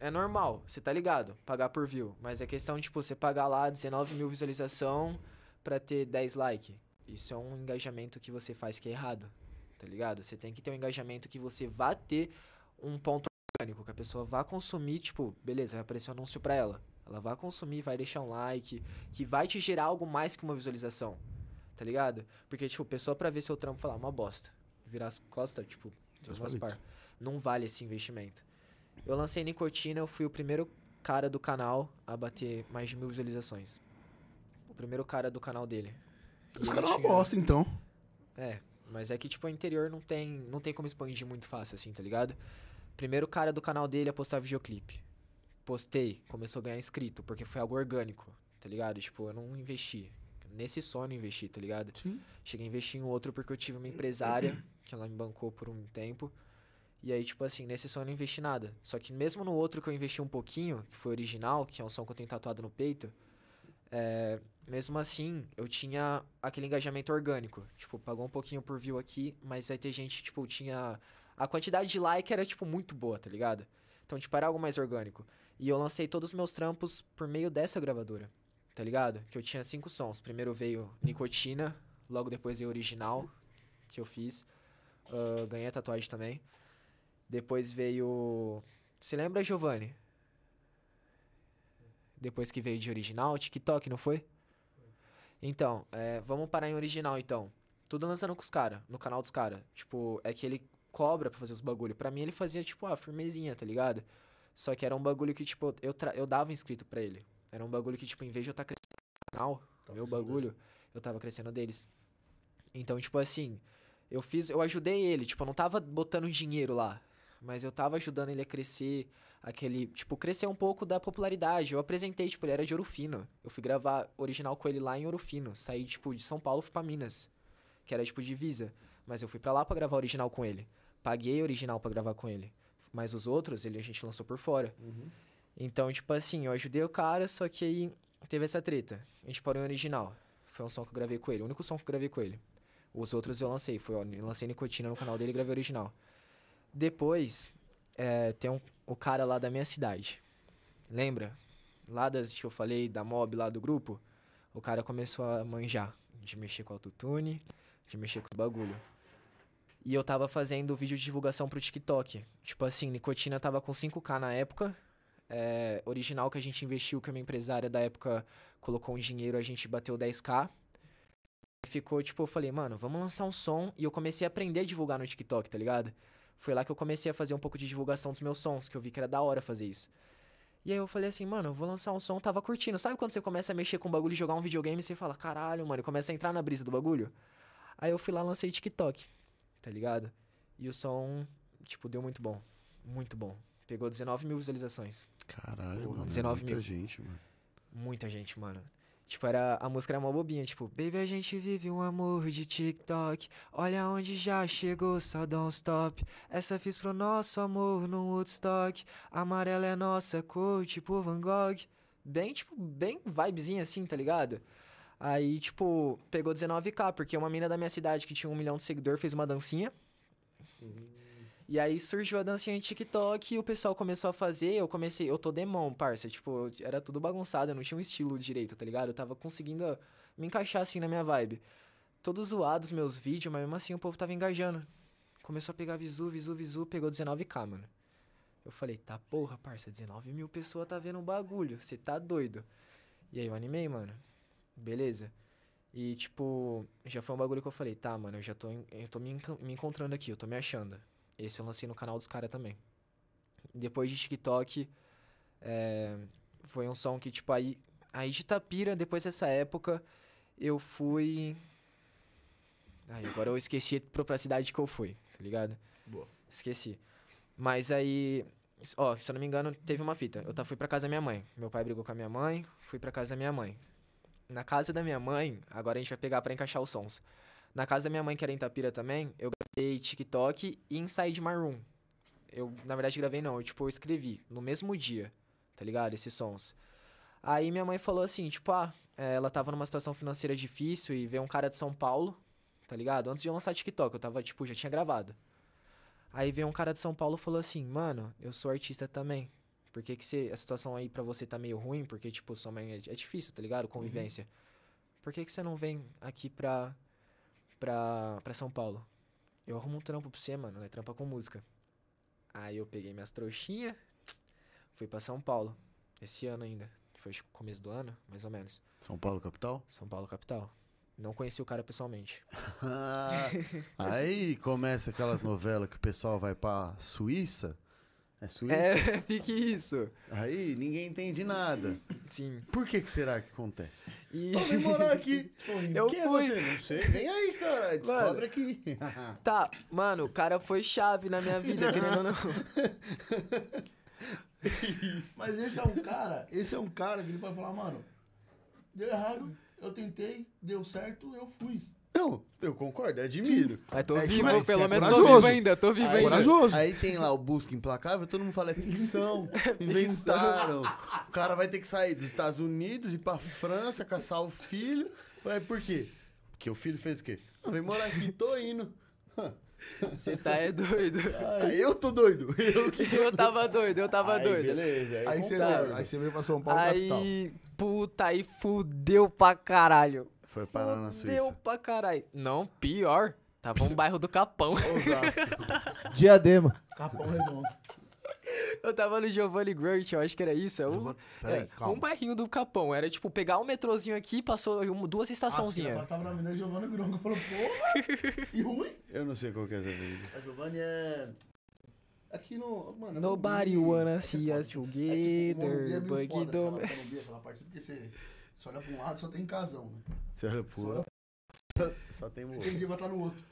[SPEAKER 4] É normal, você tá ligado? Pagar por view. Mas é questão, tipo, você pagar lá 19 mil visualização pra ter 10 like. Isso é um engajamento que você faz que é errado. Tá ligado? Você tem que ter um engajamento que você vá ter um ponto orgânico, que a pessoa vá consumir, tipo, beleza, vai aparecer um anúncio pra ela. Ela vai consumir, vai deixar um like, que vai te gerar algo mais que uma visualização. Tá ligado? Porque, tipo, pessoa pra ver seu trampo e falar uma bosta. Virar as costas, tipo,
[SPEAKER 2] Deus
[SPEAKER 4] umas
[SPEAKER 2] palito.
[SPEAKER 4] par. Não vale esse investimento. Eu lancei Nicotina, eu fui o primeiro cara do canal a bater mais de mil visualizações. O primeiro cara do canal dele. E
[SPEAKER 2] Os
[SPEAKER 4] ele
[SPEAKER 2] caras é uma
[SPEAKER 4] tinha-
[SPEAKER 2] bosta, então.
[SPEAKER 4] é, mas é que, tipo, o interior não tem, não tem como expandir muito fácil, assim, tá ligado? Primeiro cara do canal dele a postar videoclipe. Postei, começou a ganhar inscrito, porque foi algo orgânico, tá ligado? Tipo, eu não investi. Nesse sono eu investi, tá ligado?
[SPEAKER 2] Sim.
[SPEAKER 4] Cheguei a investir em outro porque eu tive uma empresária que ela me bancou por um tempo. E aí, tipo assim, nesse som eu não investi nada. Só que mesmo no outro que eu investi um pouquinho, que foi original, que é um som que eu tenho tatuado no peito, é, mesmo assim, eu tinha aquele engajamento orgânico. Tipo, pagou um pouquinho por view aqui, mas vai ter gente, tipo, tinha. A quantidade de like era, tipo, muito boa, tá ligado? Então, tipo, era algo mais orgânico. E eu lancei todos os meus trampos por meio dessa gravadora, tá ligado? Que eu tinha cinco sons. Primeiro veio Nicotina, logo depois veio Original, que eu fiz. Ah, ganhei a tatuagem também. Depois veio. Se lembra, Giovanni? Depois que veio de original, TikTok, não foi? Então, é, vamos parar em original então. Tudo lançando com os caras, no canal dos caras. Tipo, é que ele cobra pra fazer os bagulho. Pra mim ele fazia, tipo, ah, firmezinha, tá ligado? Só que era um bagulho que, tipo, eu, tra- eu dava inscrito pra ele. Era um bagulho que, tipo, em vez de eu estar crescendo no canal, meu bagulho, eu tava crescendo deles. Então, tipo assim, eu fiz, eu ajudei ele, tipo, eu não tava botando dinheiro lá. Mas eu tava ajudando ele a crescer, aquele, tipo, crescer um pouco da popularidade. Eu apresentei, tipo, ele era de Ouro Fino. Eu fui gravar original com ele lá em Ouro Fino. Saí, tipo, de São Paulo fui pra Minas, que era, tipo, divisa. Mas eu fui pra lá pra gravar original com ele. Paguei original pra gravar com ele. Mas os outros, ele a gente lançou por fora. Então, tipo assim, eu ajudei o cara, só que aí teve essa treta. A gente parou em original. Foi um som que eu gravei com ele, o único som que eu gravei com ele. Os outros eu lancei, foi, ó, eu lancei nicotina no canal dele e gravei original. Depois, é, tem um, o cara lá da minha cidade. Lembra? Lá das que eu falei, da mob lá do grupo, o cara começou a manjar de mexer com autotune, de mexer com os bagulho. E eu tava fazendo vídeo de divulgação pro TikTok. Tipo assim, nicotina tava com 5k na época. É, é, original que a gente investiu, que uma empresária da época colocou um dinheiro, a gente bateu 10k. Ficou, tipo, eu falei, mano, vamos lançar um som. E eu comecei a aprender a divulgar no TikTok, tá ligado? Foi lá que eu comecei a fazer um pouco de divulgação dos meus sons, que eu vi que era da hora fazer isso. E aí eu falei assim, mano, eu vou lançar um som, tava curtindo. Sabe quando você começa a mexer com o bagulho, e jogar um videogame, você fala, caralho, mano, e começa a entrar na brisa do bagulho? Aí eu fui lá, lancei TikTok, tá ligado? E o som, tipo, deu muito bom. Muito bom. Pegou 19 mil visualizações.
[SPEAKER 5] Caralho,
[SPEAKER 4] Porra,
[SPEAKER 5] mano. é
[SPEAKER 4] 19
[SPEAKER 5] muita
[SPEAKER 4] mil.
[SPEAKER 5] gente, mano.
[SPEAKER 4] Muita gente, mano. Tipo, era, a música era uma bobinha, tipo, Baby, a gente vive um amor de TikTok. Olha onde já chegou, só don't stop. Essa fiz pro nosso amor no Woodstock. Amarela é nossa cor, tipo Van Gogh. Bem, tipo, bem vibezinha assim, tá ligado? Aí, tipo, pegou 19k, porque uma mina da minha cidade que tinha um milhão de seguidor fez uma dancinha. E aí surgiu a dancinha de TikTok e o pessoal começou a fazer, eu comecei, eu tô demão, parça, tipo, eu- era tudo bagunçado, eu não tinha um estilo direito, tá ligado? Eu tava conseguindo me encaixar assim na minha vibe. Todos zoados meus vídeos, mas mesmo assim o povo tava engajando. Começou a pegar visu, visu, visu, pegou 19k, mano. Eu falei, tá porra, parça, 19 mil pessoas tá vendo o bagulho, você tá doido. E aí eu animei, mano. Beleza. E, tipo, já foi um bagulho que eu falei, tá, mano, eu já tô, en- eu tô me encan- me encontrando aqui, eu tô me achando. Esse eu lancei no canal dos caras também. Depois de TikTok, é, foi um som que, tipo, aí, aí de Itapira, depois dessa época, eu fui. Aí, agora eu esqueci pra pra cidade que eu fui, tá ligado?
[SPEAKER 2] Boa.
[SPEAKER 4] Esqueci. Mas aí, s- ó, se eu não me engano, teve uma fita. Eu tá, fui pra casa da minha mãe. Meu pai brigou com a minha mãe, fui pra casa da minha mãe. Na casa da minha mãe, agora a gente vai pegar pra encaixar os sons. Na casa da minha mãe, que era em Itapira também, eu gravei TikTok e Inside My Room. Eu, na verdade, gravei não. Eu, tipo, eu escrevi no mesmo dia, tá ligado? Esses sons. Aí minha mãe falou assim, tipo, ah, eh, ela tava numa situação financeira difícil e veio um cara de São Paulo, tá ligado? Antes de eu lançar TikTok, eu tava, tipo, já tinha gravado. Aí veio um cara de São Paulo e falou assim, mano, eu sou artista também. Por que, que você- a situação aí pra você tá meio ruim? Porque, tipo, sua mãe é, é difícil, tá ligado? Convivência. Por que, que você não vem aqui pra, pra, pra São Paulo? Eu arrumo um trampo pra você, mano, né? Trampa com música. Aí eu peguei minhas trouxinhas, fui pra São Paulo. Esse ano ainda. Foi acho que começo do ano, mais ou menos.
[SPEAKER 5] São Paulo, capital?
[SPEAKER 4] São Paulo, capital. Não conheci o cara pessoalmente.
[SPEAKER 5] Ah, aí começa aquelas novelas que o pessoal vai pra Suíça. É Suíça?
[SPEAKER 4] É, fique isso.
[SPEAKER 5] Aí ninguém entende nada.
[SPEAKER 4] Sim.
[SPEAKER 5] Por que, que será que acontece?
[SPEAKER 4] E
[SPEAKER 5] Eu vim morar aqui.
[SPEAKER 4] Eu
[SPEAKER 5] Quem
[SPEAKER 4] fui.
[SPEAKER 5] é você? Não sei. Vem aí, cara. Descobre
[SPEAKER 4] Mano.
[SPEAKER 5] aqui.
[SPEAKER 4] tá, mano, o cara foi chave na minha vida, querendo ou não.
[SPEAKER 2] Mas esse é um cara, esse é um cara que ele vai falar, mano, deu errado, eu tentei, deu certo, eu fui.
[SPEAKER 5] Não, eu concordo, eu admiro.
[SPEAKER 4] Mas tô
[SPEAKER 5] É,
[SPEAKER 4] vivo,
[SPEAKER 5] mas
[SPEAKER 4] pelo
[SPEAKER 5] você é
[SPEAKER 4] menos tô
[SPEAKER 5] corajoso. É
[SPEAKER 4] vivo ainda, tô vivo
[SPEAKER 5] Aí,
[SPEAKER 4] ainda.
[SPEAKER 2] corajoso.
[SPEAKER 5] aí tem lá o Busca Implacável, todo mundo fala, é ficção, inventaram. O cara vai ter que sair dos Estados Unidos, ir pra França, caçar o filho. Ué, por quê? Porque o filho fez o quê? Ah, vem morar aqui, tô indo.
[SPEAKER 4] Você tá é doido.
[SPEAKER 5] Ah, eu tô doido. Eu que
[SPEAKER 4] Eu tava doido, eu tava
[SPEAKER 5] Aí,
[SPEAKER 4] doido.
[SPEAKER 5] Beleza, aí,
[SPEAKER 2] Aí você,
[SPEAKER 5] concordo.
[SPEAKER 2] veio, aí você veio pra São Paulo, capital.
[SPEAKER 4] Aí, puta, aí fudeu pra caralho.
[SPEAKER 5] Foi parar na
[SPEAKER 4] Fudeu
[SPEAKER 5] Suíça.
[SPEAKER 4] pra caralho. Não, pior. Tava um bairro do Capão.
[SPEAKER 5] Osasco.
[SPEAKER 3] Diadema.
[SPEAKER 2] Capão Redondo.
[SPEAKER 4] Eu tava no Giovanni Grant, eu acho que era isso. É um,
[SPEAKER 2] Giovanni- peraí,
[SPEAKER 4] é,
[SPEAKER 2] calma.
[SPEAKER 4] um bairrinho do Capão. Era tipo pegar um metrozinho aqui e passou um- duas estaçãozinhas.
[SPEAKER 2] Ela tava na menina Giovanna Grongo falou, porra, e ruim.
[SPEAKER 5] Eu não sei qual que é essa vida.
[SPEAKER 2] A Giovanni é... Aqui no... Mano, é
[SPEAKER 4] Nobody
[SPEAKER 2] Morumbi.
[SPEAKER 4] wanna
[SPEAKER 2] É que é
[SPEAKER 4] see
[SPEAKER 2] foda.
[SPEAKER 4] us
[SPEAKER 2] É tipo, o Morumbi é
[SPEAKER 4] together,
[SPEAKER 2] meio
[SPEAKER 4] but you
[SPEAKER 2] foda,
[SPEAKER 4] don't-
[SPEAKER 2] aquela- Morumbi, aquela parte, porque você... Você olha pra um lado, só tem casão, né?
[SPEAKER 5] Você olha pro
[SPEAKER 2] Só olha
[SPEAKER 5] outro, só tem
[SPEAKER 2] pra um
[SPEAKER 5] moço.
[SPEAKER 2] dia vai estar no outro.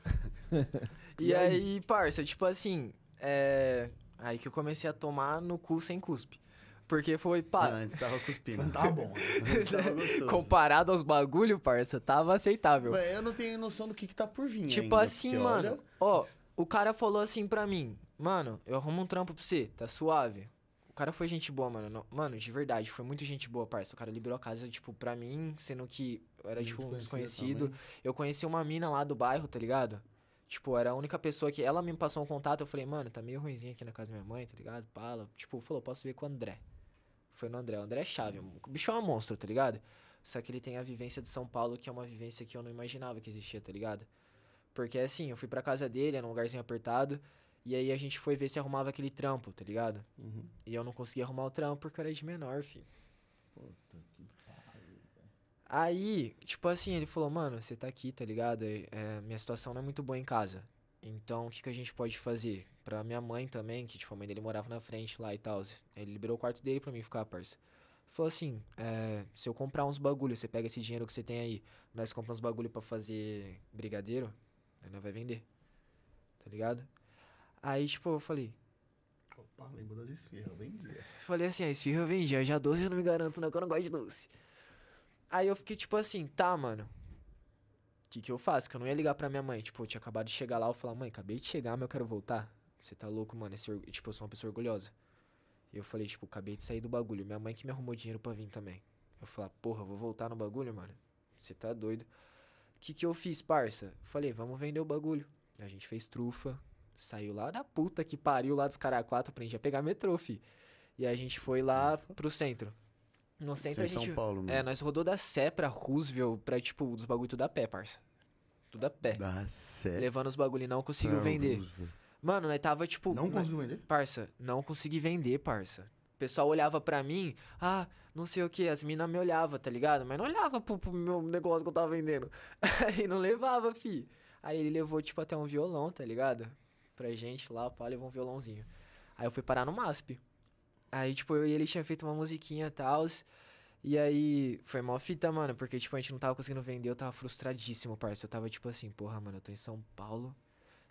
[SPEAKER 4] E aí, parça, tipo assim, é. Aí que eu comecei a tomar no cu sem cuspe. Porque foi,
[SPEAKER 5] Ah,
[SPEAKER 4] pá,
[SPEAKER 5] antes tava cuspindo.
[SPEAKER 2] Tá bom.
[SPEAKER 5] Antes tava
[SPEAKER 2] Ah,
[SPEAKER 5] gostoso.
[SPEAKER 4] comparado aos bagulho, parça, tava aceitável.
[SPEAKER 5] Ué, eu não tenho noção do que, que tá por vir
[SPEAKER 4] Tipo
[SPEAKER 5] ainda,
[SPEAKER 4] assim,
[SPEAKER 5] porque,
[SPEAKER 4] mano.
[SPEAKER 5] olha,
[SPEAKER 4] Ó, o cara falou assim pra mim, mano, eu arrumo um trampo pra você, tá suave. O cara foi gente boa, mano. não- mano, de verdade, foi muito gente boa, parça. O cara liberou a casa, tipo, pra mim, sendo que eu era, tipo, um desconhecido. Eu conheci uma mina lá do bairro, tá ligado? Tipo, era a única pessoa que. Ela me passou um contato, eu falei, mano, tá meio ruimzinho aqui na casa da minha mãe, tá ligado? Fala. Tipo, falou, posso ver com o André. Foi no André. O André é chave. O bicho é um monstro, tá ligado? Só que ele tem a vivência de São Paulo, que é uma vivência que eu não imaginava que existia, tá ligado? Porque assim, eu fui pra casa dele, era um lugarzinho apertado. E aí a gente foi ver se arrumava aquele trampo, tá ligado? E eu não conseguia arrumar o trampo porque eu era de menor, filho. Aí, tipo assim, ele falou, mano, você tá aqui, tá ligado? É, minha situação não é muito boa em casa. Então, o que, que a gente pode fazer? Pra minha mãe também, que tipo, a mãe dele morava na frente lá e tal. Ele liberou o quarto dele pra mim ficar, parça. Falou assim, é, se eu comprar uns bagulho, você pega esse dinheiro que você tem aí, nós compramos uns bagulho pra fazer brigadeiro, aí nós vai vender. Tá ligado? Aí, tipo, eu falei,
[SPEAKER 2] Opa, lembro das esfirras, bem dizer.
[SPEAKER 4] Falei assim, a esfirra eu vendi, aí já doce eu não me garanto não, que eu não gosto de doce. Aí eu fiquei tipo assim, tá, mano. O que que eu faço? Que eu não ia ligar pra minha mãe. Tipo, eu tinha acabado de chegar lá, eu falar, mãe, acabei de chegar, mas eu quero voltar. Você tá louco, mano? Esse, org- tipo, eu sou uma pessoa orgulhosa. E eu falei, tipo, acabei de sair do bagulho. Minha mãe que me arrumou dinheiro pra vir também. Eu falar, porra, vou voltar no bagulho, mano? Você tá doido. O que que eu fiz, parça? Falei, vamos vender o bagulho. A gente fez trufa. Saiu lá da puta que pariu lá dos caras quatro, aprendi a pegar metrô, fi. E a gente foi lá pro centro. No centro
[SPEAKER 5] Sei,
[SPEAKER 4] a gente.
[SPEAKER 5] São Paulo,
[SPEAKER 4] É,
[SPEAKER 5] mano.
[SPEAKER 4] nós rodou da Sé pra Roosevelt, pra, tipo, dos bagulho tudo a pé, parça. Tudo a pé.
[SPEAKER 5] Dá certo.
[SPEAKER 4] Levando os bagulho e não conseguiu
[SPEAKER 5] Não,
[SPEAKER 4] vender.
[SPEAKER 5] Roosevelt.
[SPEAKER 4] Mano, nós tava, tipo...
[SPEAKER 2] Não
[SPEAKER 4] nós-
[SPEAKER 2] conseguiu vender?
[SPEAKER 4] Parça, não consegui vender, parça. O pessoal olhava pra mim, ah, não sei o que, as minas me olhavam, tá ligado? Mas não olhava pro, pro meu negócio que eu tava vendendo. Aí não levava, fi. Aí ele levou, tipo, até um violão, tá ligado? Pra gente lá, pá, levou um violãozinho. Aí eu fui parar no MASP. Aí, tipo, eu e ele tinha feito uma musiquinha e tal. E aí, foi mó fita, mano, porque, tipo, a gente não tava conseguindo vender, eu tava frustradíssimo, parça. Eu tava, tipo assim, porra, mano, eu tô em São Paulo,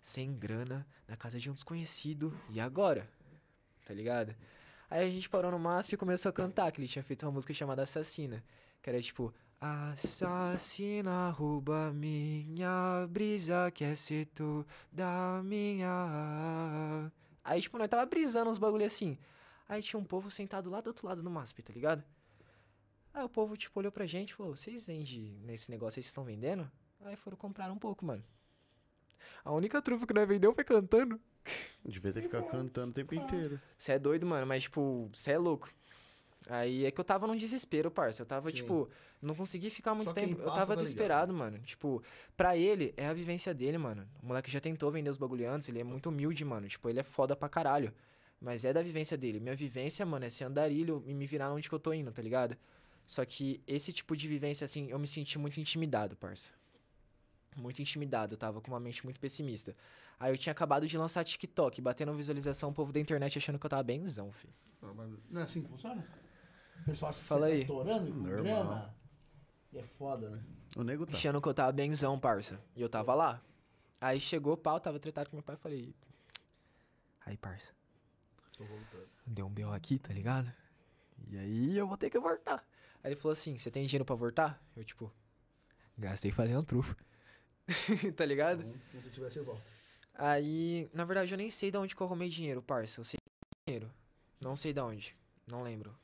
[SPEAKER 4] sem grana, na casa de um desconhecido, e agora? Tá ligado? Aí a gente parou no MASP e começou a cantar, que ele tinha feito uma música chamada Assassina, que era tipo... Assassina rouba minha brisa, quer ser tu da minha... Aí, tipo, nós tava brisando uns bagulho assim. Aí tinha um povo sentado lá do outro lado no MASP, tá ligado? Aí o povo, tipo, olhou pra gente e falou, vocês vendem nesse negócio aí, vocês estão vendendo? Aí foram comprar um pouco, mano. A única trufa que nós vendeu foi cantando.
[SPEAKER 5] Devia ter que ficar cantando o tempo inteiro.
[SPEAKER 4] Você é doido, mano, mas, tipo, você é louco. Aí é que eu tava num desespero, parça. Eu tava,
[SPEAKER 2] Sim.
[SPEAKER 4] tipo, não consegui ficar muito
[SPEAKER 2] Só quem
[SPEAKER 4] tempo. eu
[SPEAKER 2] passa
[SPEAKER 4] tava
[SPEAKER 2] tá
[SPEAKER 4] desesperado, mano. Tipo, pra ele, é a vivência dele, mano. O moleque já tentou vender os bagulho antes, ele é muito humilde, mano. Tipo, ele é foda pra caralho. Mas é da vivência dele. Minha vivência, mano, é ser andarilho e me virar onde que eu tô indo, tá ligado? Só que esse tipo de vivência, assim, eu me senti muito intimidado, parça. Muito intimidado, eu tava com uma mente muito pessimista. Aí eu tinha acabado de lançar TikTok, batendo visualização, o povo da internet achando que eu tava benzão, filho.
[SPEAKER 2] Não, mas não é assim que funciona? O pessoal acha que
[SPEAKER 4] Fala
[SPEAKER 2] você
[SPEAKER 4] aí.
[SPEAKER 2] tá estourando com
[SPEAKER 5] Normal.
[SPEAKER 2] grana. E é foda, né?
[SPEAKER 5] O nego tá.
[SPEAKER 4] Achando que eu tava benzão, parça. E eu tava lá. Aí chegou o pau, tava tretado com meu pai, falei... Aí, parça. Deu um B.O. aqui, tá ligado? E aí eu vou ter que voltar. Aí ele falou assim, você tem dinheiro pra voltar? Eu, tipo... Gastei fazendo trufa. tá ligado?
[SPEAKER 2] Se tivesse, eu volto.
[SPEAKER 4] Aí, na verdade, eu nem sei de onde que eu arrumei dinheiro, parça. Eu sei que eu arrumei dinheiro. Não sei de onde. Não lembro.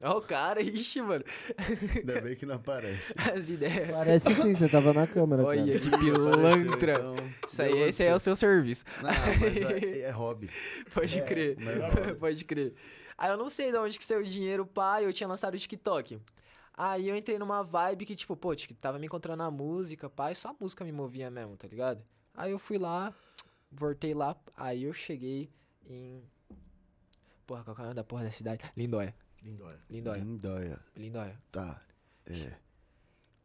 [SPEAKER 4] Ó, o cara, ixi, mano.
[SPEAKER 5] Ainda bem que não aparece.
[SPEAKER 4] As ideias.
[SPEAKER 3] Parece sim, você tava na câmera, cara.
[SPEAKER 4] Olha que
[SPEAKER 5] Apareceu,
[SPEAKER 4] pilantra.
[SPEAKER 5] então.
[SPEAKER 4] Isso aí,
[SPEAKER 5] Deu
[SPEAKER 4] esse aí é o seu serviço.
[SPEAKER 5] Não, mas é, é hobby.
[SPEAKER 4] Pode crer.
[SPEAKER 5] Mas é hobby.
[SPEAKER 4] Pode crer. Aí eu não sei de onde que saiu o dinheiro, pai. Eu tinha lançado o TikTok. Aí eu entrei numa vibe que, tipo, pô, tic- tava me encontrando na música, pai. Só a música me movia mesmo, tá ligado? Aí eu fui lá, voltei lá. Aí eu cheguei em. Porra, qual que é o nome da porra da cidade? Lindóia.
[SPEAKER 2] Lindóia.
[SPEAKER 4] Lindóia.
[SPEAKER 5] Lindóia.
[SPEAKER 4] Lindóia.
[SPEAKER 5] Tá. É.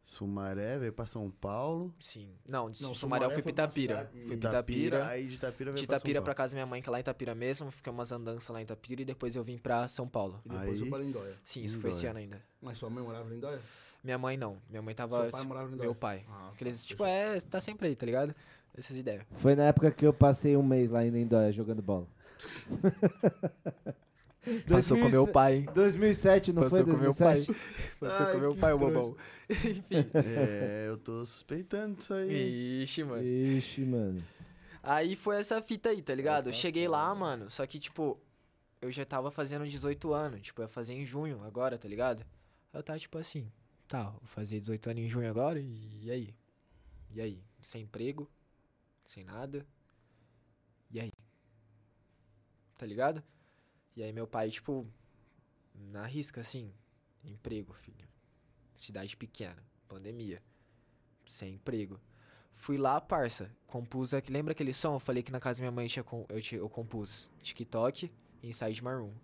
[SPEAKER 5] Sumaré veio pra São Paulo.
[SPEAKER 4] Sim. Não, de
[SPEAKER 2] Não,
[SPEAKER 4] Sumaré eu
[SPEAKER 2] Sumaré
[SPEAKER 4] fui pra
[SPEAKER 2] foi pra
[SPEAKER 4] Itapira.
[SPEAKER 2] cidade-
[SPEAKER 4] Fui pra
[SPEAKER 5] Itapira.
[SPEAKER 4] Itapira.
[SPEAKER 5] Aí de Itapira
[SPEAKER 4] De
[SPEAKER 5] veio pra São
[SPEAKER 4] Itapira
[SPEAKER 5] Paulo.
[SPEAKER 4] pra casa da minha mãe, que é lá em Itapira mesmo. Fiquei umas andanças lá em Itapira. E depois eu vim pra São Paulo.
[SPEAKER 2] E depois
[SPEAKER 5] Aí.
[SPEAKER 2] foi pra Lindóia.
[SPEAKER 4] Sim, isso foi esse
[SPEAKER 5] Lindóia.
[SPEAKER 4] ano ainda.
[SPEAKER 2] Mas sua mãe morava em Lindóia?
[SPEAKER 4] Minha mãe não. Minha mãe tava.
[SPEAKER 2] Seu pai morava em Lindóia?
[SPEAKER 4] Meu pai.
[SPEAKER 2] Ah,
[SPEAKER 4] Porque eles, tipo, é, tá sempre aí, tá ligado? Essas ideias.
[SPEAKER 3] Foi na época que eu passei um mês lá em Lindóia jogando bola.
[SPEAKER 4] Passou com meu pai, hein?
[SPEAKER 3] 2007, não
[SPEAKER 4] Passou
[SPEAKER 3] foi?
[SPEAKER 4] com meu pai.
[SPEAKER 3] 2007?
[SPEAKER 4] Passou
[SPEAKER 5] Ai,
[SPEAKER 4] com meu
[SPEAKER 5] que
[SPEAKER 4] pai, o
[SPEAKER 5] trouxa.
[SPEAKER 4] bobão. Enfim.
[SPEAKER 5] É, eu tô suspeitando disso aí.
[SPEAKER 4] Ixi, mano.
[SPEAKER 3] Ixi, mano.
[SPEAKER 4] Aí foi essa fita aí, tá ligado? Eu cheguei lá, mano, só que, tipo, eu já tava fazendo 18 anos, tipo, eu ia fazer em junho agora, tá ligado? Eu tava, tipo, assim, tá, vou fazer 18 anos em junho agora, e, e aí? E aí? Sem emprego, sem nada, e aí? Tá ligado? E aí meu pai, tipo, na risca, assim, emprego, filho. Cidade pequena, pandemia, sem emprego. Fui lá, parça, compus aqui. Lembra aquele som? Eu falei que na casa da minha mãe tinha com- eu, tinha- eu compus TikTok e Inside My Room.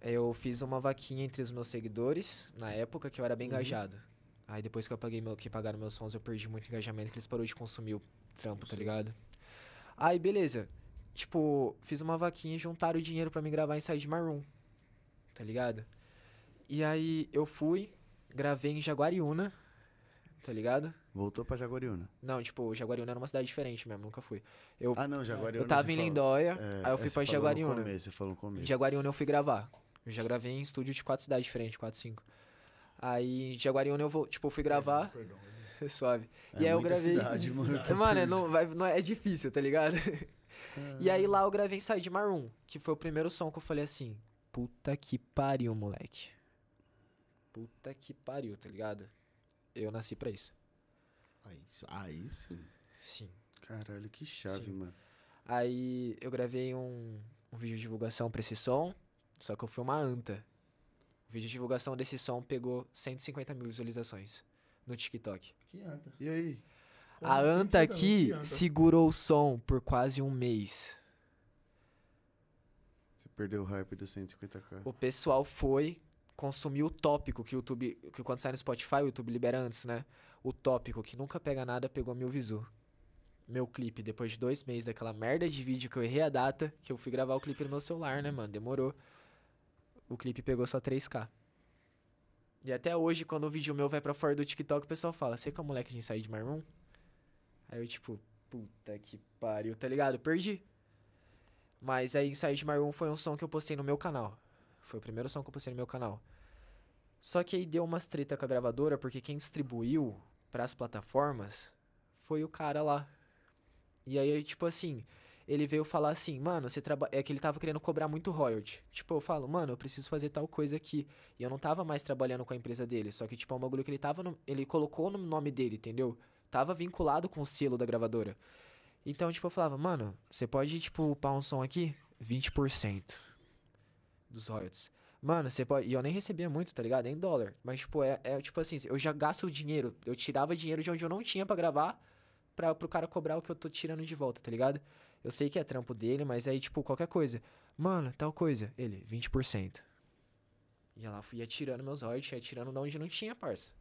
[SPEAKER 4] Eu fiz uma vaquinha entre os meus seguidores, na época que eu era bem engajado. Aí depois que eu paguei meu, que pagaram meus sons, eu perdi muito engajamento, que eles pararam de consumir o trampo, tá ligado? Aí, beleza. Tipo, fiz uma vaquinha e juntaram o dinheiro pra me gravar Inside My Room. Tá ligado? E aí eu fui, gravei em Jaguariúna, tá ligado?
[SPEAKER 5] Voltou pra Jaguariúna.
[SPEAKER 4] Não, tipo, Jaguariúna era uma cidade diferente mesmo, nunca fui. Eu,
[SPEAKER 5] Ah, não, Jaguariúna.
[SPEAKER 4] eu tava
[SPEAKER 5] você
[SPEAKER 4] em
[SPEAKER 5] falou.
[SPEAKER 4] Lindóia,
[SPEAKER 5] É,
[SPEAKER 4] aí eu
[SPEAKER 5] é,
[SPEAKER 4] fui pra
[SPEAKER 5] você falou no
[SPEAKER 4] Jaguariúna.
[SPEAKER 5] começo, Você falou no
[SPEAKER 4] Em
[SPEAKER 5] começo.
[SPEAKER 4] Jaguariúna eu fui gravar. Eu já gravei em estúdio de quatro cidades diferentes, quatro, cinco. Aí em Jaguariúna eu vou, tipo, eu fui gravar. Suave. e aí eu
[SPEAKER 5] É muita
[SPEAKER 4] gravei.
[SPEAKER 5] cidade, mano, tá eu tô
[SPEAKER 4] Mano, não, vai- não é é difícil, tá ligado? E aí lá eu gravei Inside Maroon, que foi o primeiro som que eu falei assim, puta que pariu, moleque. Puta que pariu, tá ligado? Eu nasci pra isso.
[SPEAKER 2] Aí, aí sim.
[SPEAKER 4] Sim.
[SPEAKER 5] Caralho, que chave,
[SPEAKER 4] Sim.
[SPEAKER 5] mano.
[SPEAKER 4] Aí eu gravei um, um vídeo de divulgação pra esse som, só que eu fui uma anta. O vídeo de divulgação desse som pegou 150 mil visualizações no TikTok.
[SPEAKER 2] Que anta.
[SPEAKER 5] E aí?
[SPEAKER 4] A anta aqui
[SPEAKER 2] anta.
[SPEAKER 4] segurou o som por quase um mês.
[SPEAKER 5] Você perdeu o hype do 150k.
[SPEAKER 4] O pessoal foi consumir o tópico que o YouTube. Que quando sai no Spotify, o YouTube libera antes, né? O tópico que nunca pega nada pegou meu visu. Meu clipe, depois de dois meses daquela merda de vídeo que eu errei a data, que eu fui gravar o clipe no meu celular, né, mano? Demorou. O clipe pegou só 3K. E até hoje, quando o vídeo meu vai pra fora do TikTok, o pessoal fala: Você que é o moleque de Inside My Room? Aí eu, tipo, puta que pariu, tá ligado? Perdi. Mas aí Inside My Room foi um som que eu postei no meu canal. Foi o primeiro som que eu postei no meu canal. Só que aí deu umas treta com a gravadora, porque quem distribuiu pras plataformas foi o cara lá. E aí, tipo assim, ele veio falar assim, mano, você trabalha. É que ele tava querendo cobrar muito royalty. Tipo, eu falo, mano, eu preciso fazer tal coisa aqui. E eu não tava mais trabalhando com a empresa dele. Só que, tipo, é um bagulho que ele tava. no- Ele colocou no nome dele, entendeu? Tava vinculado com o selo da gravadora. Então, tipo, eu falava, mano, você pode, tipo, upar um som aqui? 20% dos royalties. Mano, você pode. E eu nem recebia muito, tá ligado? Em dólar. Mas, tipo, é, é tipo assim, eu já gasto o dinheiro. Eu tirava dinheiro de onde eu não tinha pra gravar pra, pro cara cobrar o que eu tô tirando de volta, tá ligado? Eu sei que é trampo dele, mas aí, tipo, qualquer coisa. Mano, tal coisa. Ele, 20%. E ela ia tirando meus royalties, ia tirando de onde não tinha, parça.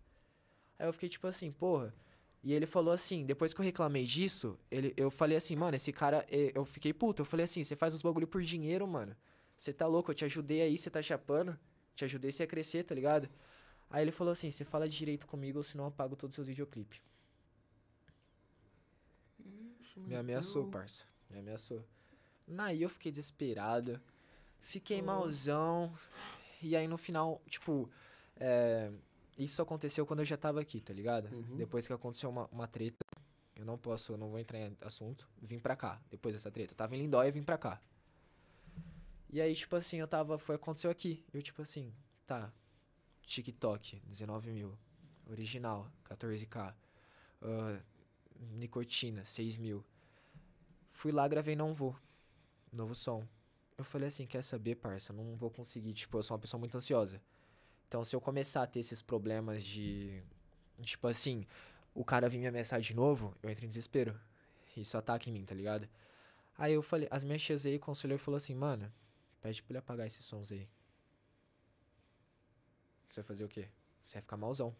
[SPEAKER 4] Aí eu fiquei tipo assim, porra. E ele falou assim, depois que eu reclamei disso, ele, eu falei assim, mano, esse cara, eh, eu fiquei puto. Eu falei assim, você faz uns bagulho por dinheiro, mano. Você tá louco, eu te ajudei aí, você tá chapando. Te ajudei você a crescer, tá ligado? Aí ele falou assim, você fala direito comigo ou senão eu apago todos os seus videoclipes. Me ameaçou, parça. Me ameaçou. Aí eu fiquei desesperado. Fiquei malzão. E aí no final, tipo... é, isso aconteceu quando eu já tava aqui, tá ligado? Depois que aconteceu uma, uma treta. Eu não posso, eu não vou entrar em assunto. Vim pra cá, depois dessa treta. Eu tava em Lindóia, vim pra cá. E aí, tipo assim, eu tava. Foi, aconteceu aqui. Eu, tipo assim, tá. TikTok, 19 mil. Original, 14k. Ah, nicotina, 6 mil. Fui lá, gravei Não Vou. Novo som. Eu falei assim, quer saber, parça? Eu Não vou conseguir. Tipo, eu sou uma pessoa muito ansiosa. Então, se eu começar a ter esses problemas de. Tipo assim, o cara vir me ameaçar de novo, eu entro em desespero. Isso ataca em mim, tá ligado? Aí eu falei, as minhas tias aí, o conselheiro falou assim, mano, pede pra ele apagar esses sons aí. Você vai fazer o quê? Você vai ficar malzão.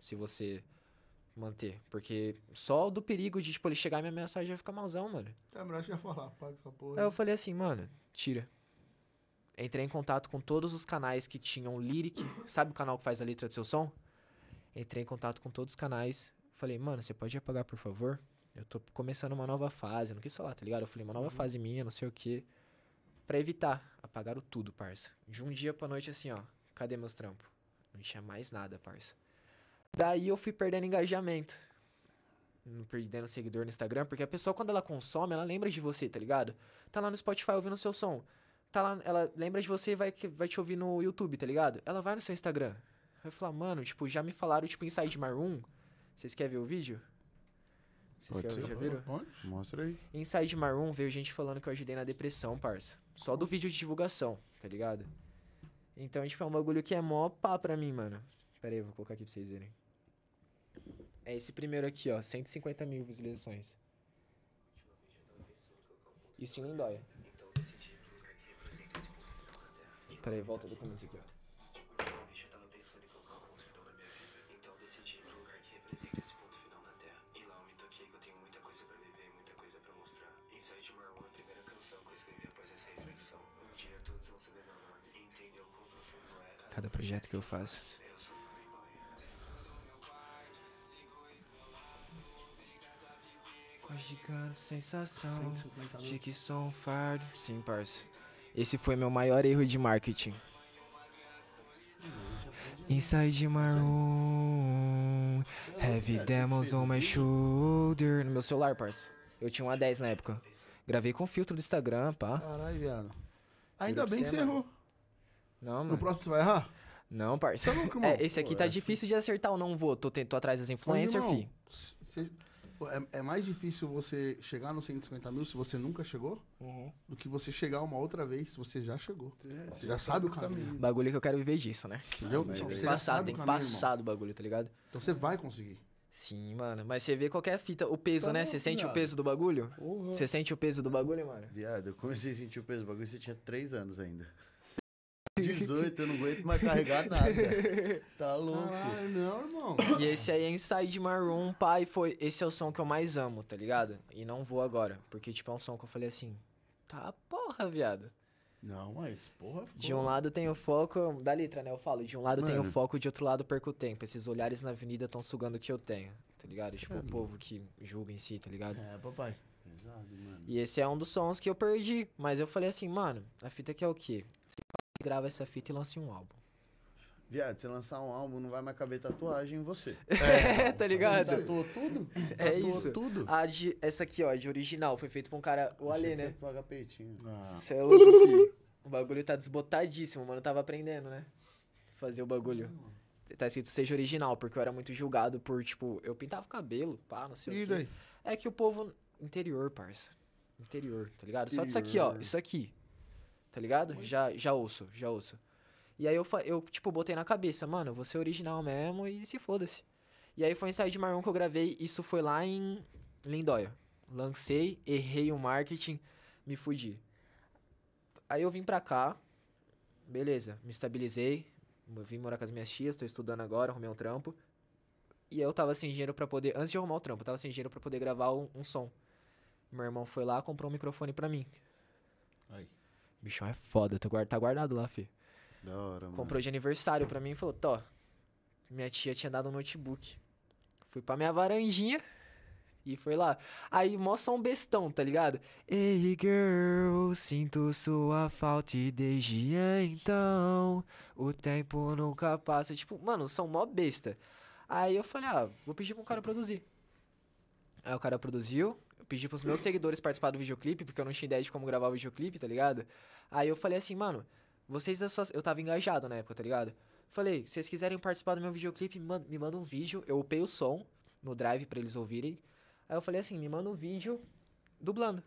[SPEAKER 4] Se você manter. Porque só do perigo de, tipo, ele chegar e me ameaçar já ficar malzão, mano.
[SPEAKER 2] É melhor já falar, paga essa porra.
[SPEAKER 4] Aí eu falei assim, mano, tira. Entrei em contato com todos os canais que tinham lyric. Sabe o canal que faz a letra do seu som? Entrei em contato com todos os canais. Falei, mano, você pode apagar, por favor? Eu tô começando uma nova fase. Eu não quis falar, tá ligado? Eu falei, uma nova fase minha, não sei o quê. Pra evitar. Apagaram tudo, parça. De um dia pra noite, assim, ó. Cadê meus trampos? Não tinha mais nada, parça. Daí eu fui perdendo engajamento. Não Perdendo seguidor no Instagram, porque a pessoa, quando ela consome, ela lembra de você, tá ligado? tá lá no Spotify ouvindo o seu som. Tá lá, ela lembra de você e vai, que- vai te ouvir no YouTube, tá ligado? Ela vai no seu Instagram. Vai falar, mano, tipo, já me falaram, tipo, Inside My Room. Vocês querem ver o vídeo? Vocês
[SPEAKER 5] Pode
[SPEAKER 4] querem,
[SPEAKER 5] ser.
[SPEAKER 4] já viram?
[SPEAKER 5] Mostra aí.
[SPEAKER 4] Inside My Room veio gente falando que eu ajudei na depressão, parça. Só do vídeo de divulgação, tá ligado? Então, tipo, é um bagulho que é mó pá pra mim, mano. Pera aí, eu vou colocar aqui pra vocês verem. É esse primeiro aqui, ó. 150 mil visualizações. Isso em Lindóia. Peraí, volta do começo aqui, ó. Cada projeto que eu faço. Com a gigante sensação
[SPEAKER 2] 150
[SPEAKER 4] de que sou um fardo. Sim, parça. Esse foi meu maior erro de marketing. Inside my room,
[SPEAKER 2] É,
[SPEAKER 4] heavy demons
[SPEAKER 2] um
[SPEAKER 4] on my shoulder. No meu celular, parça. Eu tinha uma 10 na época. Gravei com filtro do Instagram, pá.
[SPEAKER 2] Caralho, viado. Ainda
[SPEAKER 4] pra
[SPEAKER 2] bem que
[SPEAKER 4] você,
[SPEAKER 2] você
[SPEAKER 4] mano.
[SPEAKER 2] errou.
[SPEAKER 4] Não,
[SPEAKER 2] No
[SPEAKER 4] mano.
[SPEAKER 2] próximo você vai errar?
[SPEAKER 4] Não, parça.
[SPEAKER 2] Tá louco, irmão?
[SPEAKER 4] É, esse aqui tá difícil de acertar ou não vou. Tô, ten- tô atrás das
[SPEAKER 2] Mas,
[SPEAKER 4] influencers,
[SPEAKER 2] irmão,
[SPEAKER 4] fi.
[SPEAKER 2] se- se- pô, é- É mais difícil você chegar nos 150 mil se você nunca chegou do que você chegar uma outra vez se você já chegou. Você já sabe o caminho.
[SPEAKER 4] Bagulho que eu quero viver disso, né?
[SPEAKER 2] Entendeu? Tipo,
[SPEAKER 4] Tem
[SPEAKER 2] você
[SPEAKER 4] que
[SPEAKER 2] já
[SPEAKER 4] passar,
[SPEAKER 2] sabe
[SPEAKER 4] tem
[SPEAKER 2] o
[SPEAKER 4] que
[SPEAKER 2] caminho, irmão.
[SPEAKER 4] passar do bagulho, tá ligado?
[SPEAKER 2] Então você vai conseguir.
[SPEAKER 4] Sim, mano. Mas você vê qualquer fita, o peso,
[SPEAKER 5] Tá
[SPEAKER 4] né?
[SPEAKER 5] louco,
[SPEAKER 4] Você sente o
[SPEAKER 5] viado.
[SPEAKER 4] peso do bagulho? Você sente o peso do bagulho, mano?
[SPEAKER 5] Viado, eu comecei a sentir o peso do bagulho você tinha 3 anos ainda. 18, eu não aguento mais carregar nada. Tá louco.
[SPEAKER 2] Caralho, não, irmão.
[SPEAKER 4] E esse aí é Inside My Room, pai, foi. Esse é o som que eu mais amo, tá ligado? E não vou agora. Porque, tipo, é um som que eu falei assim. Tá porra, viado.
[SPEAKER 2] Não, mas porra.
[SPEAKER 4] De um lado tem o foco. Da letra, né? Eu falo, de um lado tem o
[SPEAKER 5] Mano.
[SPEAKER 4] foco, de outro lado perco o tempo. Esses olhares na avenida estão sugando o que eu tenho, tá ligado? Tipo, o povo que julga em si, tá ligado?
[SPEAKER 5] É, papai. Pesado, mano.
[SPEAKER 4] E esse é um dos sons que eu perdi. Mas eu falei assim, mano, a fita aqui é o quê? Você grava essa fita e lança um álbum.
[SPEAKER 5] Viado, você lançar um álbum, não vai mais caber tatuagem em você.
[SPEAKER 4] É, tá ligado?
[SPEAKER 5] Tatuou tudo?
[SPEAKER 4] É
[SPEAKER 5] Tatuou
[SPEAKER 4] isso.
[SPEAKER 5] tudo?
[SPEAKER 4] A de, essa aqui, ó, de original, foi feito pra um cara, o
[SPEAKER 5] Achei
[SPEAKER 4] Ale,
[SPEAKER 5] que
[SPEAKER 4] né?
[SPEAKER 5] ia pagar peitinho.
[SPEAKER 4] Cê é louco, filho. O bagulho tá desbotadíssimo, mano. Eu tava aprendendo, né? Fazer o bagulho. Tá escrito seja original, porque eu era muito julgado por, tipo, eu pintava o cabelo, pá, não sei
[SPEAKER 2] E
[SPEAKER 4] o quê.
[SPEAKER 2] daí?
[SPEAKER 4] É que o povo. Interior, parça. Interior, tá ligado? Só disso aqui, ó. Isso aqui. Tá ligado? Já, já ouço, já ouço. E aí eu, fa- eu, tipo, botei na cabeça, mano, eu vou ser original mesmo e se foda-se. E aí foi Inside Marrom que eu gravei, isso foi lá em Lindóia. Lancei, errei o marketing, me fudi. Aí eu vim pra cá, beleza, me estabilizei, eu vim morar com as minhas tias, tô estudando agora, arrumei um trampo. E eu tava sem dinheiro pra poder, antes de arrumar o trampo, eu tava sem dinheiro pra poder gravar um, um som. Meu irmão foi lá, comprou um microfone pra mim.
[SPEAKER 2] Aí.
[SPEAKER 4] Bichão é foda, tá guar- tá guardado lá, fi.
[SPEAKER 5] Da hora, mano.
[SPEAKER 4] Comprou de aniversário pra mim e falou, Tó, minha tia tinha dado um notebook. Fui pra minha varandinha e foi lá. Aí, mó som bestão, tá ligado? Ei, girl, sinto sua falta e desde então o tempo nunca passa. Tipo, mano, som mó besta. Aí eu falei, ah, vou pedir pra um cara produzir. Aí o cara produziu, eu pedi pros meus seguidores participar do videoclipe, porque eu não tinha ideia de como gravar o videoclipe, tá ligado? Aí eu falei assim, mano, vocês das suas. Eu tava engajado na época, tá ligado? Falei, se vocês quiserem participar do meu videoclipe, man- me manda um vídeo. Eu upei o som no drive pra eles ouvirem. Aí eu falei assim, me manda um vídeo dublando.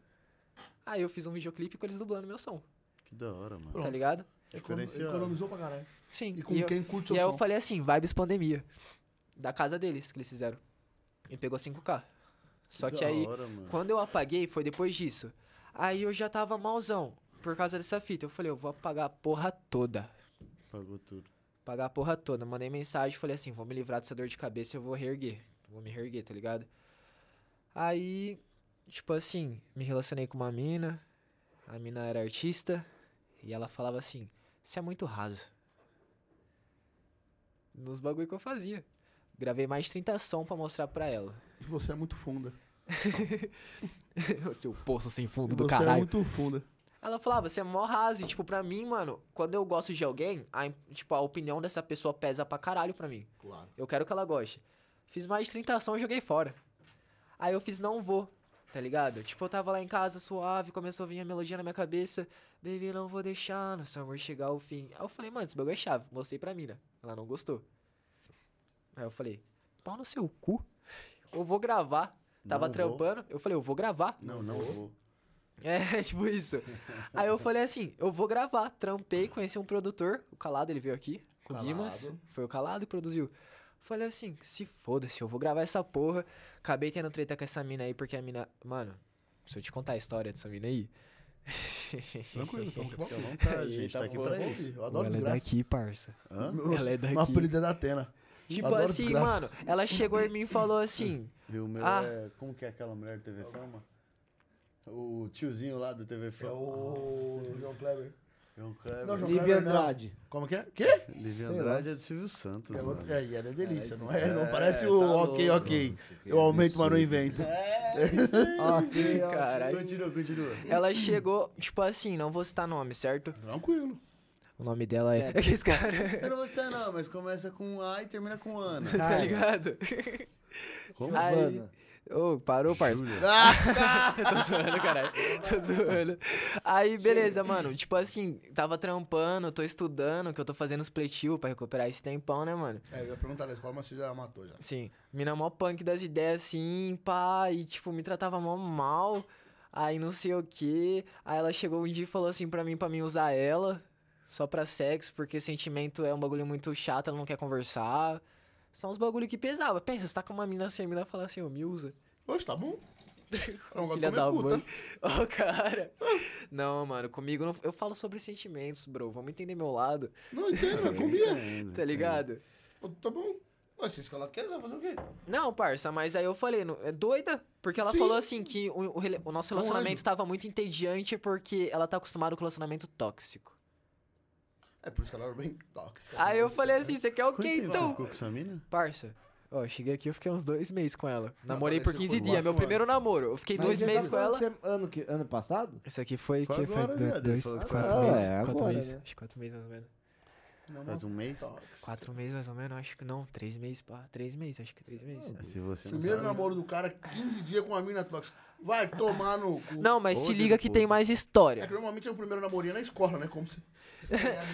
[SPEAKER 4] Aí eu fiz um videoclipe com eles dublando meu som,
[SPEAKER 5] Que da hora, mano.
[SPEAKER 4] tá
[SPEAKER 2] Pronto.
[SPEAKER 4] ligado?
[SPEAKER 5] Diferenciado.
[SPEAKER 2] Economizou pra caralho.
[SPEAKER 4] Sim.
[SPEAKER 2] E com
[SPEAKER 4] eu-
[SPEAKER 2] quem curte
[SPEAKER 4] e
[SPEAKER 2] o
[SPEAKER 4] aí eu
[SPEAKER 2] som.
[SPEAKER 4] falei assim, vibes pandemia. Da casa deles que eles fizeram. E pegou 5K. Só que
[SPEAKER 5] da
[SPEAKER 4] aí,
[SPEAKER 5] hora, mano.
[SPEAKER 4] quando eu apaguei, foi depois disso. Aí eu já tava malzão por causa dessa fita. Eu falei, eu vou apagar a porra toda.
[SPEAKER 5] Pagou tudo.
[SPEAKER 4] Apagar a porra toda. Mandei mensagem, falei assim, vou me livrar dessa dor de cabeça e eu vou reerguer. Vou me reerguer, tá ligado? Aí, tipo assim, me relacionei com uma mina. A mina era artista. E ela falava assim, você é muito raso. Nos bagulho que eu fazia. Gravei mais 30 som pra mostrar pra ela.
[SPEAKER 2] E você é muito funda.
[SPEAKER 4] Seu poço sem fundo
[SPEAKER 2] E
[SPEAKER 4] do
[SPEAKER 2] você
[SPEAKER 4] caralho.
[SPEAKER 2] é muito funda.
[SPEAKER 4] Ela falava, você é mó raso. E, tipo, pra mim, mano, quando eu gosto de alguém, a, im- tipo, a opinião dessa pessoa pesa pra caralho pra mim.
[SPEAKER 2] Claro.
[SPEAKER 4] Eu quero que ela goste. Fiz mais de 30 ação e joguei fora. Aí eu fiz não vou, tá ligado? Tipo, eu tava lá em casa suave, começou a vir a melodia na minha cabeça. Baby, não vou deixar nosso amor chegar ao fim. Aí eu falei, mano, esse bagulho é chave. Mostrei pra mina. Ela não gostou. Aí eu falei, pau no seu cu. Eu vou gravar. Tava
[SPEAKER 5] Não vou.
[SPEAKER 4] trampando. Eu falei, eu vou gravar.
[SPEAKER 5] Não, não vou.
[SPEAKER 4] É, tipo isso. Aí eu falei assim, eu vou gravar. Trampei, conheci um produtor, o Calado, ele veio aqui, o
[SPEAKER 2] Calado.
[SPEAKER 4] Guimas. Foi o Calado que produziu. Falei assim, se foda-se, eu vou gravar essa porra. Acabei tendo treta com essa mina aí, porque a mina. Mano, se eu te contar a história dessa mina aí.
[SPEAKER 2] Tranquilo, então. que bom.
[SPEAKER 5] a gente tá aqui pra isso. Eu adoro
[SPEAKER 4] ela é
[SPEAKER 5] desgraça.
[SPEAKER 4] daqui, parça.
[SPEAKER 5] Hã?
[SPEAKER 4] Ela é daqui.
[SPEAKER 2] Uma apelida da Atena.
[SPEAKER 4] Tipo
[SPEAKER 5] Adoro
[SPEAKER 4] assim,
[SPEAKER 5] desgraça.
[SPEAKER 4] mano, ela chegou em mim e falou assim.
[SPEAKER 5] E o meu
[SPEAKER 4] Ah.
[SPEAKER 5] é. Como que é aquela mulher do TV Fama? O tiozinho lá do TV
[SPEAKER 2] É
[SPEAKER 5] Fama.
[SPEAKER 2] o João Kleber.
[SPEAKER 5] João Kleber.
[SPEAKER 2] Não, João
[SPEAKER 3] Livre
[SPEAKER 2] Kleber, não.
[SPEAKER 3] Andrade.
[SPEAKER 2] Como que é? Quê?
[SPEAKER 3] Sei
[SPEAKER 5] Livi Andrade é do Silvio Santos.
[SPEAKER 2] É,
[SPEAKER 5] mano.
[SPEAKER 2] outro- é, e ela é delícia,
[SPEAKER 5] É,
[SPEAKER 2] não
[SPEAKER 5] isso
[SPEAKER 2] é? Não
[SPEAKER 5] é,
[SPEAKER 2] parece
[SPEAKER 5] tá
[SPEAKER 2] o
[SPEAKER 5] louco,
[SPEAKER 2] ok, ok. Eu aumento, mas não invento.
[SPEAKER 3] Ok, ó.
[SPEAKER 4] Caralho.
[SPEAKER 5] É, Continua, continua.
[SPEAKER 4] Ela chegou, tipo assim, não vou citar nome, certo?
[SPEAKER 2] Tranquilo.
[SPEAKER 4] O nome dela é. Aqueles cara,
[SPEAKER 5] Eu não vou citar não, mas começa com A e termina com Ana.
[SPEAKER 2] Ah,
[SPEAKER 4] tá ligado?
[SPEAKER 5] Como?
[SPEAKER 4] Aí.
[SPEAKER 3] Giovana.
[SPEAKER 4] Ô, parou, parça. Tô zoando, caralho. Tô zoando. Aí, beleza, mano. Tipo assim, tava trampando, tô estudando, que eu tô fazendo os pletivo pra recuperar esse tempão, né, mano?
[SPEAKER 2] É, eu ia perguntar na escola, mas você já matou já.
[SPEAKER 4] Sim. Mina mó punk das ideias, assim, pá, e tipo, me tratava mó mal. Aí não sei o que. Aí ela chegou um dia e falou assim pra mim, pra mim usar ela. Só pra sexo, porque sentimento é um bagulho muito chato, ela não quer conversar. São uns bagulho que pesava. Pensa, você tá com uma mina assim, a mina fala assim, ô, me usa.
[SPEAKER 2] Oxe, tá bom. Eu não gosto de comer
[SPEAKER 4] Filha da
[SPEAKER 2] puta.
[SPEAKER 4] mãe. Ô, cara. Não, mano, comigo não- eu falo sobre sentimentos, bro. Vamos entender meu lado,
[SPEAKER 2] Não, entendo, mas comia.
[SPEAKER 4] tá ligado?
[SPEAKER 2] Pô, Tá bom. Ué, se a escola quer, você vai fazer o quê?
[SPEAKER 4] Não, parça, mas aí eu falei, não- é doida? Porque ela
[SPEAKER 2] Sim.
[SPEAKER 4] falou assim que o, o rela- o nosso
[SPEAKER 2] É um
[SPEAKER 4] relacionamento
[SPEAKER 2] anjo.
[SPEAKER 4] tava muito entediante porque ela tá acostumada com relacionamento tóxico.
[SPEAKER 2] É por isso que ela era bem tóxica.
[SPEAKER 4] Aí eu falei assim, você quer o
[SPEAKER 5] Quanto
[SPEAKER 4] quê
[SPEAKER 5] tempo você
[SPEAKER 4] então?
[SPEAKER 5] ficou com essa mina?
[SPEAKER 4] Parça, ó, eu cheguei aqui, eu fiquei uns dois meses com ela. Namorei por
[SPEAKER 2] parece
[SPEAKER 4] 15
[SPEAKER 2] por
[SPEAKER 4] dias,
[SPEAKER 2] baixo,
[SPEAKER 4] meu
[SPEAKER 2] mano.
[SPEAKER 4] primeiro namoro. Eu fiquei
[SPEAKER 3] Mas
[SPEAKER 4] dois
[SPEAKER 3] você tá
[SPEAKER 4] meses com ela.
[SPEAKER 3] falando que você- Ano, que, ano passado?
[SPEAKER 4] Isso aqui foi,
[SPEAKER 5] é
[SPEAKER 4] que
[SPEAKER 5] Foi
[SPEAKER 4] foi
[SPEAKER 5] agora,
[SPEAKER 4] do-
[SPEAKER 5] viado, ele
[SPEAKER 4] dois,
[SPEAKER 5] falou que foi
[SPEAKER 4] quatro
[SPEAKER 3] agora.
[SPEAKER 4] meses,
[SPEAKER 3] É,
[SPEAKER 4] quatro
[SPEAKER 3] agora,
[SPEAKER 4] meses,
[SPEAKER 3] né?
[SPEAKER 4] acho que quatro meses mais ou menos.
[SPEAKER 5] Faz um mês?
[SPEAKER 2] Tá.
[SPEAKER 4] Quatro meses mais ou menos, acho que não. Três meses, pá. Três meses, acho que três meses.
[SPEAKER 5] Se você não
[SPEAKER 2] Primeiro
[SPEAKER 5] sabe-
[SPEAKER 2] namoro do cara, 15 dias com uma mina tóxica. Vai tomar no cu.
[SPEAKER 4] Não, mas se
[SPEAKER 5] Ou
[SPEAKER 4] liga que
[SPEAKER 5] depois.
[SPEAKER 4] tem
[SPEAKER 2] É
[SPEAKER 4] mais
[SPEAKER 2] que
[SPEAKER 4] história.
[SPEAKER 2] normalmente é o primeiro namorinho na escola, né? Como se...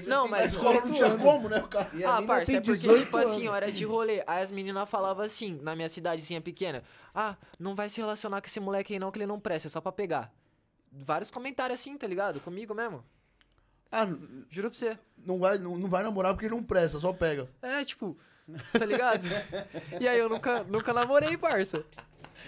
[SPEAKER 4] Não,
[SPEAKER 2] Na
[SPEAKER 4] mas.
[SPEAKER 2] escola não tinha como, né, cara?
[SPEAKER 3] E a
[SPEAKER 4] Ah,
[SPEAKER 3] mina
[SPEAKER 4] parça,
[SPEAKER 3] tem
[SPEAKER 4] é porque,
[SPEAKER 3] 18
[SPEAKER 4] tipo assim,
[SPEAKER 3] anos.
[SPEAKER 4] hora de rolê. Aí as meninas falavam assim, na minha cidadezinha pequena: Ah, não vai se relacionar com esse moleque aí não, que ele não presta, é só pra pegar. Vários comentários assim, tá ligado? Comigo mesmo.
[SPEAKER 2] Ah,
[SPEAKER 4] Juro pra você.
[SPEAKER 2] não vai, não, não vai namorar porque não presta, só pega.
[SPEAKER 4] É, tipo, tá ligado? e aí eu nunca, nunca namorei, parça.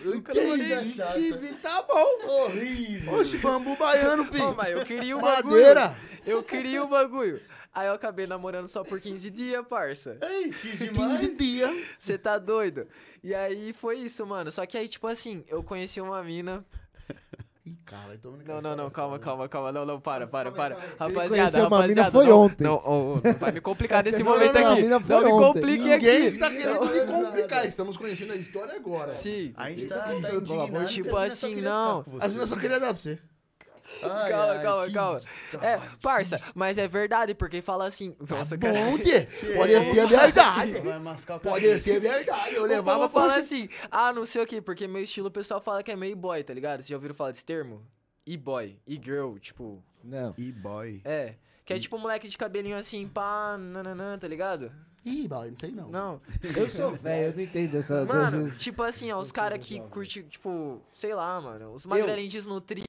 [SPEAKER 4] Nunca namorei. assim.
[SPEAKER 2] Que vi- tá bom.
[SPEAKER 5] Horrível!
[SPEAKER 2] Oxe, bambu baiano,
[SPEAKER 4] Ô,
[SPEAKER 2] filho.
[SPEAKER 4] mas eu queria o bagulho.
[SPEAKER 2] Madeira.
[SPEAKER 4] Eu queria o bagulho. Aí eu acabei namorando só por 15 dias, parça.
[SPEAKER 5] Ei, quis
[SPEAKER 2] 15
[SPEAKER 5] demais!
[SPEAKER 2] dias.
[SPEAKER 4] Você tá doido? E aí foi isso, mano. Só que aí, tipo assim, eu conheci uma mina.
[SPEAKER 2] Ih, cara, então...
[SPEAKER 4] Não, não, não, calma, calma, calma. Não, não, para, para, para.
[SPEAKER 3] conheceu
[SPEAKER 4] Rapaziada,
[SPEAKER 3] uma mina
[SPEAKER 4] rapaziada.
[SPEAKER 3] foi
[SPEAKER 4] não,
[SPEAKER 3] ontem.
[SPEAKER 4] Não, ô, ô, não vai me complicar nesse
[SPEAKER 3] Não, não,
[SPEAKER 4] momento
[SPEAKER 3] não, a
[SPEAKER 4] aqui.
[SPEAKER 3] mina foi
[SPEAKER 4] Não me
[SPEAKER 3] ontem. tá
[SPEAKER 4] complique
[SPEAKER 2] Ninguém
[SPEAKER 4] aqui.
[SPEAKER 2] está querendo me complicar. Estamos conhecendo a história agora.
[SPEAKER 4] Sim.
[SPEAKER 5] A gente tá, tá
[SPEAKER 2] Deus, pelo amor de
[SPEAKER 5] indignado.
[SPEAKER 4] Tipo
[SPEAKER 5] porque a mina só
[SPEAKER 4] assim,
[SPEAKER 5] queria
[SPEAKER 4] não.
[SPEAKER 5] ficar com você.
[SPEAKER 2] As meninas só queriam dar pra você.
[SPEAKER 5] Ai,
[SPEAKER 4] calma,
[SPEAKER 5] ai,
[SPEAKER 4] calma,
[SPEAKER 5] que-
[SPEAKER 4] calma. É, parça, mas é verdade, porque fala assim.
[SPEAKER 3] Tá
[SPEAKER 4] Nossa, cara.
[SPEAKER 2] Bom, tê. Pode ser verdade.
[SPEAKER 5] Vai mascar o
[SPEAKER 4] Tá
[SPEAKER 2] Pode
[SPEAKER 5] cabelo.
[SPEAKER 2] ser verdade. Eu
[SPEAKER 4] O
[SPEAKER 2] levava
[SPEAKER 4] povo fala
[SPEAKER 2] pra...
[SPEAKER 4] assim, ah, não sei o quê, porque meu estilo o pessoal fala que é meio boy, tá ligado? Vocês já ouviram falar desse termo? E-boy, e-girl, tipo,
[SPEAKER 3] Não.
[SPEAKER 5] E boy.
[SPEAKER 4] é. Que é tipo um moleque de cabelinho assim, pá, nananã, tá ligado?
[SPEAKER 2] Ih, Bal, não sei não.
[SPEAKER 4] Não.
[SPEAKER 3] Eu sou velho, eu não entendo essa.
[SPEAKER 4] Mano,
[SPEAKER 3] dessas-
[SPEAKER 4] tipo assim, ó, os caras que curte, tipo, sei lá, mano, os magrelinhos desnutridos,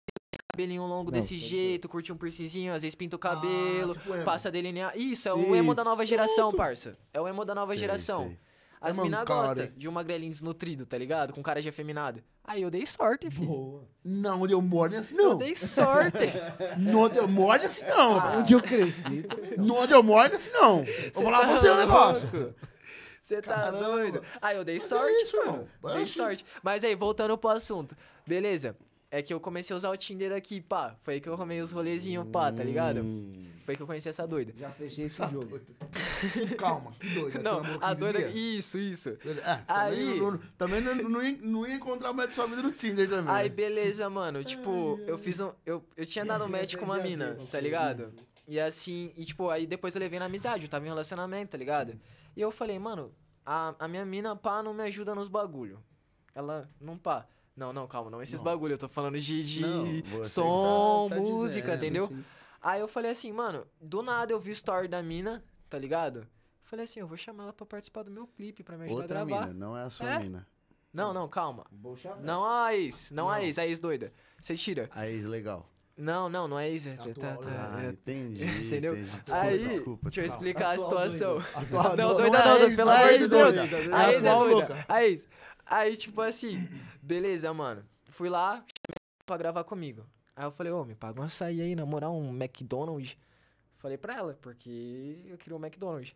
[SPEAKER 4] cabelinho longo
[SPEAKER 3] Não,
[SPEAKER 4] desse
[SPEAKER 3] pode
[SPEAKER 4] jeito, curte um piercingzinho, às vezes pinta o cabelo,
[SPEAKER 2] tipo emo.
[SPEAKER 4] passa delinear. Isso, é o emo da nova geração, parça. É o emo da nova
[SPEAKER 5] Sei,
[SPEAKER 4] geração.
[SPEAKER 5] sei.
[SPEAKER 4] As
[SPEAKER 2] É
[SPEAKER 4] minas
[SPEAKER 2] mancada.
[SPEAKER 4] gostam de um magrelinho desnutrido, tá ligado? Com cara de afeminado. Aí eu dei sorte, filho.
[SPEAKER 3] Boa.
[SPEAKER 2] Não, onde eu moro não é assim não.
[SPEAKER 4] Eu dei sorte.
[SPEAKER 2] Não, onde eu moro não é assim não.
[SPEAKER 3] Onde eu cresci.
[SPEAKER 2] Não, onde eu moro não é assim não. Eu vou lá pra você o negócio.
[SPEAKER 4] Você tá
[SPEAKER 2] Caramba.
[SPEAKER 4] doido? Aí eu dei
[SPEAKER 2] Mas é
[SPEAKER 4] sorte,
[SPEAKER 2] isso,
[SPEAKER 4] mano.
[SPEAKER 2] irmão.
[SPEAKER 4] Dei
[SPEAKER 2] Acho-
[SPEAKER 4] sorte. Mas aí, voltando pro assunto. Beleza. É que eu comecei a usar o Tinder aqui, pá. Foi aí que eu arrumei os rolezinhos, pá, tá ligado?
[SPEAKER 2] Hum.
[SPEAKER 4] Foi aí que eu conheci essa doida.
[SPEAKER 3] Já fechei esse jogo.
[SPEAKER 2] Calma, que doido.
[SPEAKER 4] Não,
[SPEAKER 2] você namorou
[SPEAKER 4] a
[SPEAKER 2] 15
[SPEAKER 4] doida.
[SPEAKER 2] dias?
[SPEAKER 4] Isso, isso.
[SPEAKER 2] É, também
[SPEAKER 4] Aí-
[SPEAKER 2] não- também não, não ia, não ia encontrar mais de sua vida no Tinder também.
[SPEAKER 4] Aí,
[SPEAKER 2] né?
[SPEAKER 4] beleza, mano. Tipo, eu fiz um. Eu, eu tinha dado um match com uma mina, tá ligado? E assim, e tipo, aí depois eu levei na amizade, eu tava em relacionamento, tá ligado? E eu falei, mano, a, a minha mina, pá, não me ajuda nos bagulho. Ela não pá. Não, não, calma, não esses bagulho, eu tô falando de, de
[SPEAKER 5] Não, você que tá-
[SPEAKER 4] som,
[SPEAKER 5] tá
[SPEAKER 4] música,
[SPEAKER 5] dizendo,
[SPEAKER 4] entendeu?
[SPEAKER 5] sim.
[SPEAKER 4] Aí eu falei assim, mano, do nada eu vi o story da mina, tá ligado? Falei assim, eu vou chamar ela pra participar do meu clipe, pra me ajudar
[SPEAKER 5] Outra
[SPEAKER 4] a gravar.
[SPEAKER 5] mina, não é a sua
[SPEAKER 4] É?
[SPEAKER 5] mina.
[SPEAKER 4] Não, não, calma. Não a ex, não, a ex, a ex doida. Você tira.
[SPEAKER 5] A ex legal.
[SPEAKER 4] Não, não, não é isso. tá- tá- tá-
[SPEAKER 5] Ah,
[SPEAKER 4] é-
[SPEAKER 5] entendi.
[SPEAKER 4] Entendeu?
[SPEAKER 5] entendi. Desculpa,
[SPEAKER 4] Aí,
[SPEAKER 5] desculpa.
[SPEAKER 4] deixa eu
[SPEAKER 5] desculpa.
[SPEAKER 4] explicar a
[SPEAKER 5] Atual
[SPEAKER 4] situação.
[SPEAKER 5] doida. Atual
[SPEAKER 4] Não,
[SPEAKER 5] doida.
[SPEAKER 4] doida
[SPEAKER 5] é
[SPEAKER 4] não,
[SPEAKER 5] ex,
[SPEAKER 4] pelo
[SPEAKER 5] não é
[SPEAKER 4] amor de
[SPEAKER 5] ex
[SPEAKER 4] Deus.
[SPEAKER 5] doida, né?
[SPEAKER 4] A ex é
[SPEAKER 5] Atual
[SPEAKER 4] doida.
[SPEAKER 5] louca.
[SPEAKER 4] A ex. Aí, tipo assim, beleza, mano. Fui lá, chamei ela pra gravar comigo. Aí eu falei, ô, me paga um açaí aí, na moral, um McDonald's. Falei pra ela, porque eu queria um McDonald's.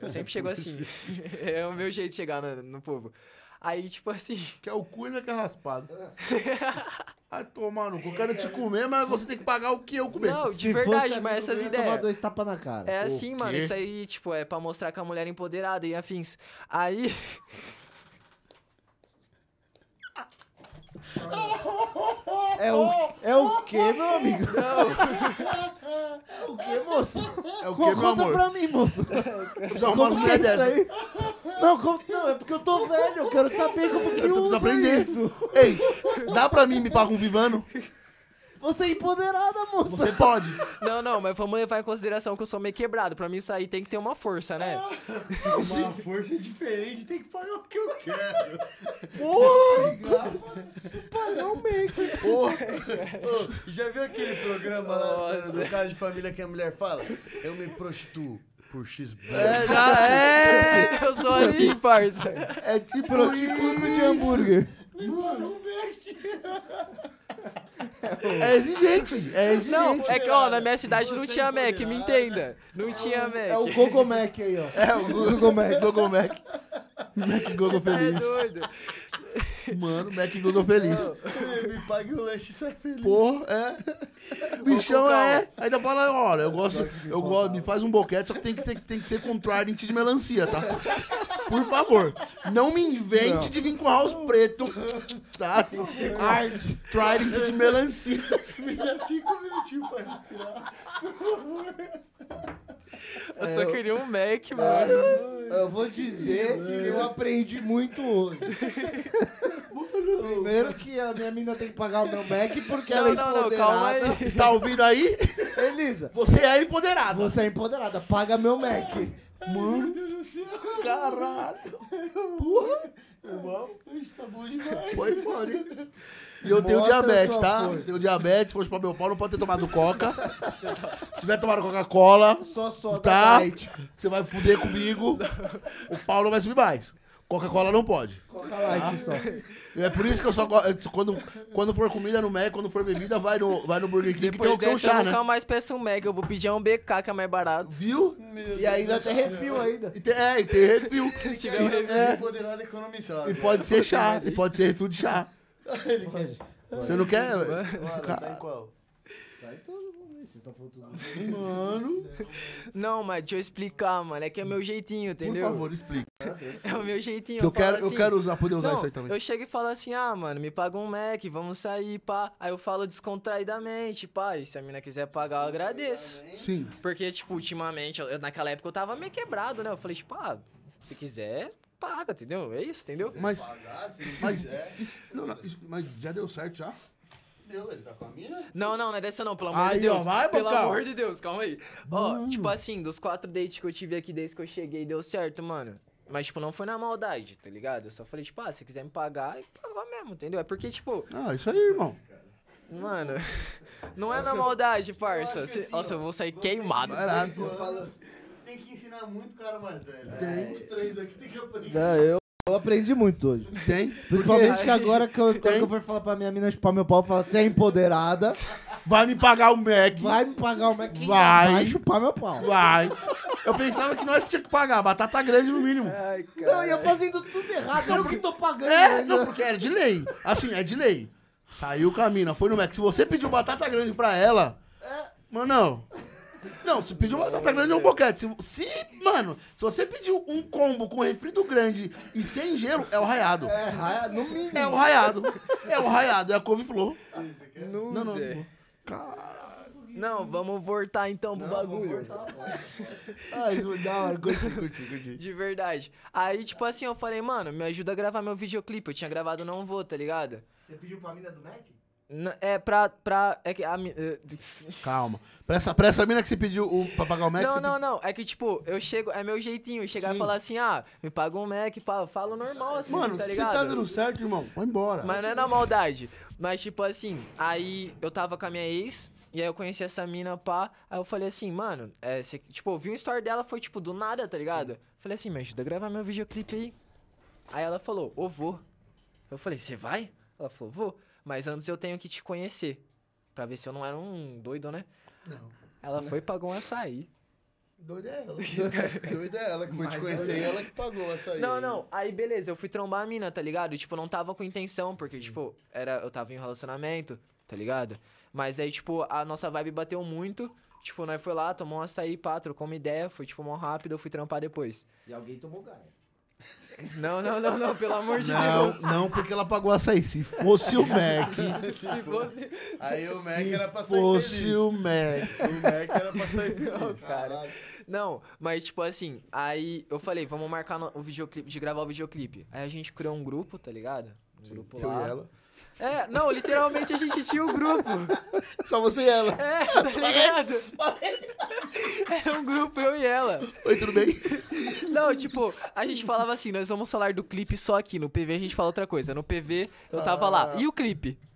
[SPEAKER 4] Eu sempre chego assim. é o meu jeito de chegar no, no povo. Aí, tipo assim,
[SPEAKER 2] Que é o cu e que é raspado. Ai, tomar no cu. Eu quero te comer, mas você tem que pagar o que eu comer.
[SPEAKER 4] Não, de
[SPEAKER 3] Se
[SPEAKER 4] verdade,
[SPEAKER 3] fosse
[SPEAKER 4] mas
[SPEAKER 3] amigo
[SPEAKER 4] essas
[SPEAKER 3] meu, ia
[SPEAKER 4] ideias.
[SPEAKER 3] tomar dois tapas na cara.
[SPEAKER 4] é
[SPEAKER 2] o
[SPEAKER 4] assim, mano.
[SPEAKER 2] quê?
[SPEAKER 4] Isso aí, tipo, é pra mostrar que a mulher é empoderada e afins. Aí.
[SPEAKER 3] É o, é o quê, meu amigo? o quê, moço?
[SPEAKER 2] É o que,
[SPEAKER 3] Co-
[SPEAKER 2] meu
[SPEAKER 3] Conta
[SPEAKER 2] amor?
[SPEAKER 3] pra mim, moço.
[SPEAKER 2] Precisa arrumar uma
[SPEAKER 3] Como que é
[SPEAKER 2] mulher
[SPEAKER 3] isso
[SPEAKER 2] dessa.
[SPEAKER 3] aí? Não, como- não, é porque eu tô velho, eu quero saber como que
[SPEAKER 2] Eu preciso
[SPEAKER 3] usa
[SPEAKER 2] aprender.
[SPEAKER 3] isso.
[SPEAKER 2] Ei, dá pra mim me pagar um vivano?
[SPEAKER 3] Você é empoderada, moço.
[SPEAKER 2] Você pode.
[SPEAKER 4] Não, não, mas vamos levar em consideração que eu sou meio quebrado. Pra mim sair tem que ter uma força, né?
[SPEAKER 5] Uma força diferente tem que pagar o que eu quero.
[SPEAKER 3] Não, meio.
[SPEAKER 5] Ô, já viu aquele programa lá
[SPEAKER 4] Nossa.
[SPEAKER 5] do caso de família que a mulher fala? Eu me prostituo por X
[SPEAKER 2] É, já é.
[SPEAKER 4] Eu sou assim, parça.
[SPEAKER 2] É tipo
[SPEAKER 3] Prostituto de
[SPEAKER 2] isso.
[SPEAKER 3] hambúrguer.
[SPEAKER 2] É exigente. É exigente.
[SPEAKER 4] Não, é que, ó, na minha cidade não
[SPEAKER 5] Você
[SPEAKER 4] tinha Mac, me
[SPEAKER 5] empoderada.
[SPEAKER 4] entenda. Não tinha Mac.
[SPEAKER 3] É o Gogo Mac aí, ó.
[SPEAKER 2] É o Google, Google Mac. Google Mac. Mac Google
[SPEAKER 4] Tá é
[SPEAKER 2] feliz.
[SPEAKER 4] doido.
[SPEAKER 2] Mano, Mac Google feliz.
[SPEAKER 5] Me pague o lanche e sai feliz.
[SPEAKER 2] Porra, é. Bichão
[SPEAKER 4] Cocão.
[SPEAKER 2] é. Ainda fala, olha, eu gosto,
[SPEAKER 3] que me
[SPEAKER 2] eu gosto, me faz um boquete, só que tem que, ter- tem que ser com trident de melancia, tá? Por favor, não me invente de vir com house preto, tá? Hard. Trident de melancia.
[SPEAKER 5] Me dá cinco minutinhos pra respirar.
[SPEAKER 4] Eu
[SPEAKER 3] É
[SPEAKER 4] só queria um Mac, mano.
[SPEAKER 3] Eu vou dizer que eu aprendi muito hoje. Primeiro que a minha mina tem que pagar o meu Mac porque ela é
[SPEAKER 4] Não, não, não, calma aí.
[SPEAKER 3] empoderada.
[SPEAKER 2] Está Tá ouvindo aí?
[SPEAKER 3] Elisa,
[SPEAKER 2] Você é empoderado.
[SPEAKER 3] você é empoderada, paga meu Mac.
[SPEAKER 5] Meu Deus do céu.
[SPEAKER 2] Caralho.
[SPEAKER 5] Isso tá bom demais.
[SPEAKER 2] Foi foda, hein? E eu tenho
[SPEAKER 3] Mostra
[SPEAKER 2] diabetes,
[SPEAKER 3] sua
[SPEAKER 2] tá?
[SPEAKER 3] força.
[SPEAKER 2] Tenho diabetes, fosse pra meu pau, não pode ter tomado coca. Se tiver tomado Coca-Cola,
[SPEAKER 3] Só só
[SPEAKER 2] Tá.
[SPEAKER 3] da Light.
[SPEAKER 2] Você vai fuder comigo. o Paulo vai subir mais. Coca-Cola não pode.
[SPEAKER 3] Coca Light só.
[SPEAKER 2] É por isso que eu só gosto. Quando, quando for comida no Mac, quando for bebida, vai no, vai no Burger King
[SPEAKER 3] Então
[SPEAKER 4] Depois
[SPEAKER 2] que tem o
[SPEAKER 4] dessa, eu
[SPEAKER 2] chá, né?
[SPEAKER 4] nunca mais peço um Mac. Eu vou pedir um BK, que é mais barato.
[SPEAKER 2] Viu?
[SPEAKER 3] E ainda tem refil ainda.
[SPEAKER 2] E tem, é, e tem refil.
[SPEAKER 4] Se tiver um
[SPEAKER 5] Ele
[SPEAKER 4] review.
[SPEAKER 5] é empoderado economizado.
[SPEAKER 2] E pode ser chá. E pode ser refil de chá. Você não quer?
[SPEAKER 5] Mano, tá em qual?
[SPEAKER 3] Vai todo mundo aí, vocês estão falando tudo.
[SPEAKER 2] Mano,
[SPEAKER 4] Não, mas deixa eu explicar, mano. É que é meu jeitinho,
[SPEAKER 2] por
[SPEAKER 4] entendeu?
[SPEAKER 2] favor, explica.
[SPEAKER 4] É o meu jeitinho.
[SPEAKER 2] Que eu
[SPEAKER 4] falo
[SPEAKER 2] quero, eu
[SPEAKER 4] assim,
[SPEAKER 2] quero usar, poder usar
[SPEAKER 4] Não,
[SPEAKER 2] isso aí também.
[SPEAKER 4] Eu chego e falo assim, ah, mano, me paga um Mac, vamos sair, pá. Aí eu falo descontraidamente, pá. E se a mina quiser pagar, eu agradeço.
[SPEAKER 2] Sim.
[SPEAKER 4] Porque, tipo, ultimamente, eu- naquela época eu tava meio quebrado, né? Eu falei, tipo, ah, se quiser, paga, entendeu? É isso, entendeu?
[SPEAKER 2] Mas,
[SPEAKER 5] Pagar, se ele
[SPEAKER 2] mas,
[SPEAKER 5] quiser.
[SPEAKER 2] isso- não, não, isso- mas já deu certo já?
[SPEAKER 5] Deu, ele tá com a mina?
[SPEAKER 4] Não, não, não é dessa não, pelo amor
[SPEAKER 2] Aí,
[SPEAKER 4] de Deus.
[SPEAKER 2] ó, vai,
[SPEAKER 4] pelo
[SPEAKER 2] Bocal.
[SPEAKER 4] amor de Deus, calma aí. Ó, tipo assim, dos quatro dates que eu tive aqui desde que eu cheguei, deu certo, mano. Mas, tipo, não foi na maldade, tá ligado? Eu só falei, tipo, ah, se quiser me pagar, eu pago mesmo, entendeu? É porque, tipo,
[SPEAKER 2] Ah, isso aí, irmão.
[SPEAKER 4] Mano, não é na maldade, parça.
[SPEAKER 5] acho que
[SPEAKER 4] Cê-
[SPEAKER 5] assim,
[SPEAKER 4] Nossa,
[SPEAKER 5] ó,
[SPEAKER 4] eu vou sair
[SPEAKER 5] você
[SPEAKER 4] queimado.
[SPEAKER 5] tem 18 anos, Tem que ensinar muito o cara mais velho. É, os três aqui tem que aprender.
[SPEAKER 3] Não, eu, eu aprendi muito hoje.
[SPEAKER 2] Tem.
[SPEAKER 3] Principalmente
[SPEAKER 4] Porque-
[SPEAKER 3] que agora que eu, quando eu for falar pra minha mina chupar meu pau, eu falo, você é empoderada,
[SPEAKER 2] Vai me pagar o Mac.
[SPEAKER 3] vai me pagar o Mac e
[SPEAKER 2] Vai.
[SPEAKER 3] vai chupar meu pau.
[SPEAKER 2] Vai. Eu pensava que nós que tinha que pagar. Batata grande no mínimo.
[SPEAKER 3] Não, e eu fazendo tudo errado, eu que tô pagando
[SPEAKER 2] É,
[SPEAKER 3] ainda.
[SPEAKER 2] não, porque era de lei. Assim, é de lei. Saiu com a mina, foi no Mac. Se você pediu batata grande pra ela, mano, não. Não, se pediu batata grande é um boquete. Se, se- mano, se você pediu um combo com refrito grande e sem gelo, é o raiado.
[SPEAKER 3] É, raia- no mínimo.
[SPEAKER 2] É o raiado. É o raiado, é a couve-flor.
[SPEAKER 4] Não,
[SPEAKER 2] Não, não.
[SPEAKER 4] Zé. Não, vamos voltar então pro bagulho.
[SPEAKER 2] Ah, isso é da hora. Curti, curti, curti.
[SPEAKER 4] De verdade. Aí, tipo assim, eu falei, mano, me ajuda a gravar meu videoclipe. Eu tinha gravado Não Vou, tá ligado?
[SPEAKER 6] Você pediu pra mina do Mac?
[SPEAKER 4] N- É pra. pra é que a, mi- eh,
[SPEAKER 2] Calma. Pra essa, pra essa mina que você pediu o, pra pagar o Mac,
[SPEAKER 4] não,
[SPEAKER 2] você
[SPEAKER 4] não, não. É que, tipo, eu chego. É meu jeitinho. Chegar e falar assim, ah, me paga um Mac, pá. Eu falo normal assim,
[SPEAKER 2] pediu... Mano,
[SPEAKER 4] tá
[SPEAKER 2] se
[SPEAKER 4] ligado?
[SPEAKER 2] tá dando certo, irmão, vai embora.
[SPEAKER 4] Mas não é na maldade. Mas, tipo assim, aí eu tava com a minha ex, E aí eu conheci essa mina, pá. Aí eu falei assim, mano, é, cê- tipo, eu vi um story dela, foi tipo do nada, tá ligado? Falei assim, me ajuda a gravar meu videoclipe aí. Aí ela falou, ô, vou. Eu falei, você vai? Ela falou, vou. Mas antes eu tenho que te conhecer. Pra ver se eu não era um doido, né?
[SPEAKER 6] Não.
[SPEAKER 4] Ela foi e pagou um açaí.
[SPEAKER 6] Doido é ela.
[SPEAKER 5] Doida é ela que foi te conhecer e ela que pagou essa aí.
[SPEAKER 4] Não,
[SPEAKER 5] hein?
[SPEAKER 4] não. Aí, beleza, eu fui trombar a mina, tá ligado? E, Tipo, não tava com intenção, porque, tipo, era, eu tava em um relacionamento, tá ligado? Mas aí, tipo, a nossa vibe bateu muito. Tipo, nós foi lá, tomou um açaí, pá, trocou uma ideia, foi, tipo, mó rápido, eu fui trampar depois.
[SPEAKER 3] E alguém tomou gaia.
[SPEAKER 4] Não, não, não, não, pelo amor de
[SPEAKER 2] Não, não, porque ela pagou açaí. Se fosse o Mac.
[SPEAKER 4] Deus. Se fosse.
[SPEAKER 5] Aí o Mac
[SPEAKER 2] Se
[SPEAKER 5] era pra sair
[SPEAKER 2] fosse
[SPEAKER 5] feliz.
[SPEAKER 2] o Mac.
[SPEAKER 5] O Mac era pra sair
[SPEAKER 4] Não,
[SPEAKER 5] feliz.
[SPEAKER 4] cara. Não, mas tipo assim, aí eu falei, vamos marcar no- o videoclipe, de gravar o videoclipe. Aí a gente criou um grupo, tá ligado? Um grupo
[SPEAKER 2] Eu
[SPEAKER 4] lá.
[SPEAKER 2] e ela.
[SPEAKER 4] É, não, literalmente a gente tinha o grupo.
[SPEAKER 2] Só você e ela.
[SPEAKER 4] É, tá ligado? Era um grupo, eu e ela.
[SPEAKER 2] Oi, tudo bem?
[SPEAKER 4] Não, tipo, a gente falava assim, nós vamos falar do clipe só aqui. No PV a gente fala outra coisa. No PV eu tava
[SPEAKER 2] Ah.
[SPEAKER 4] lá. E o clipe?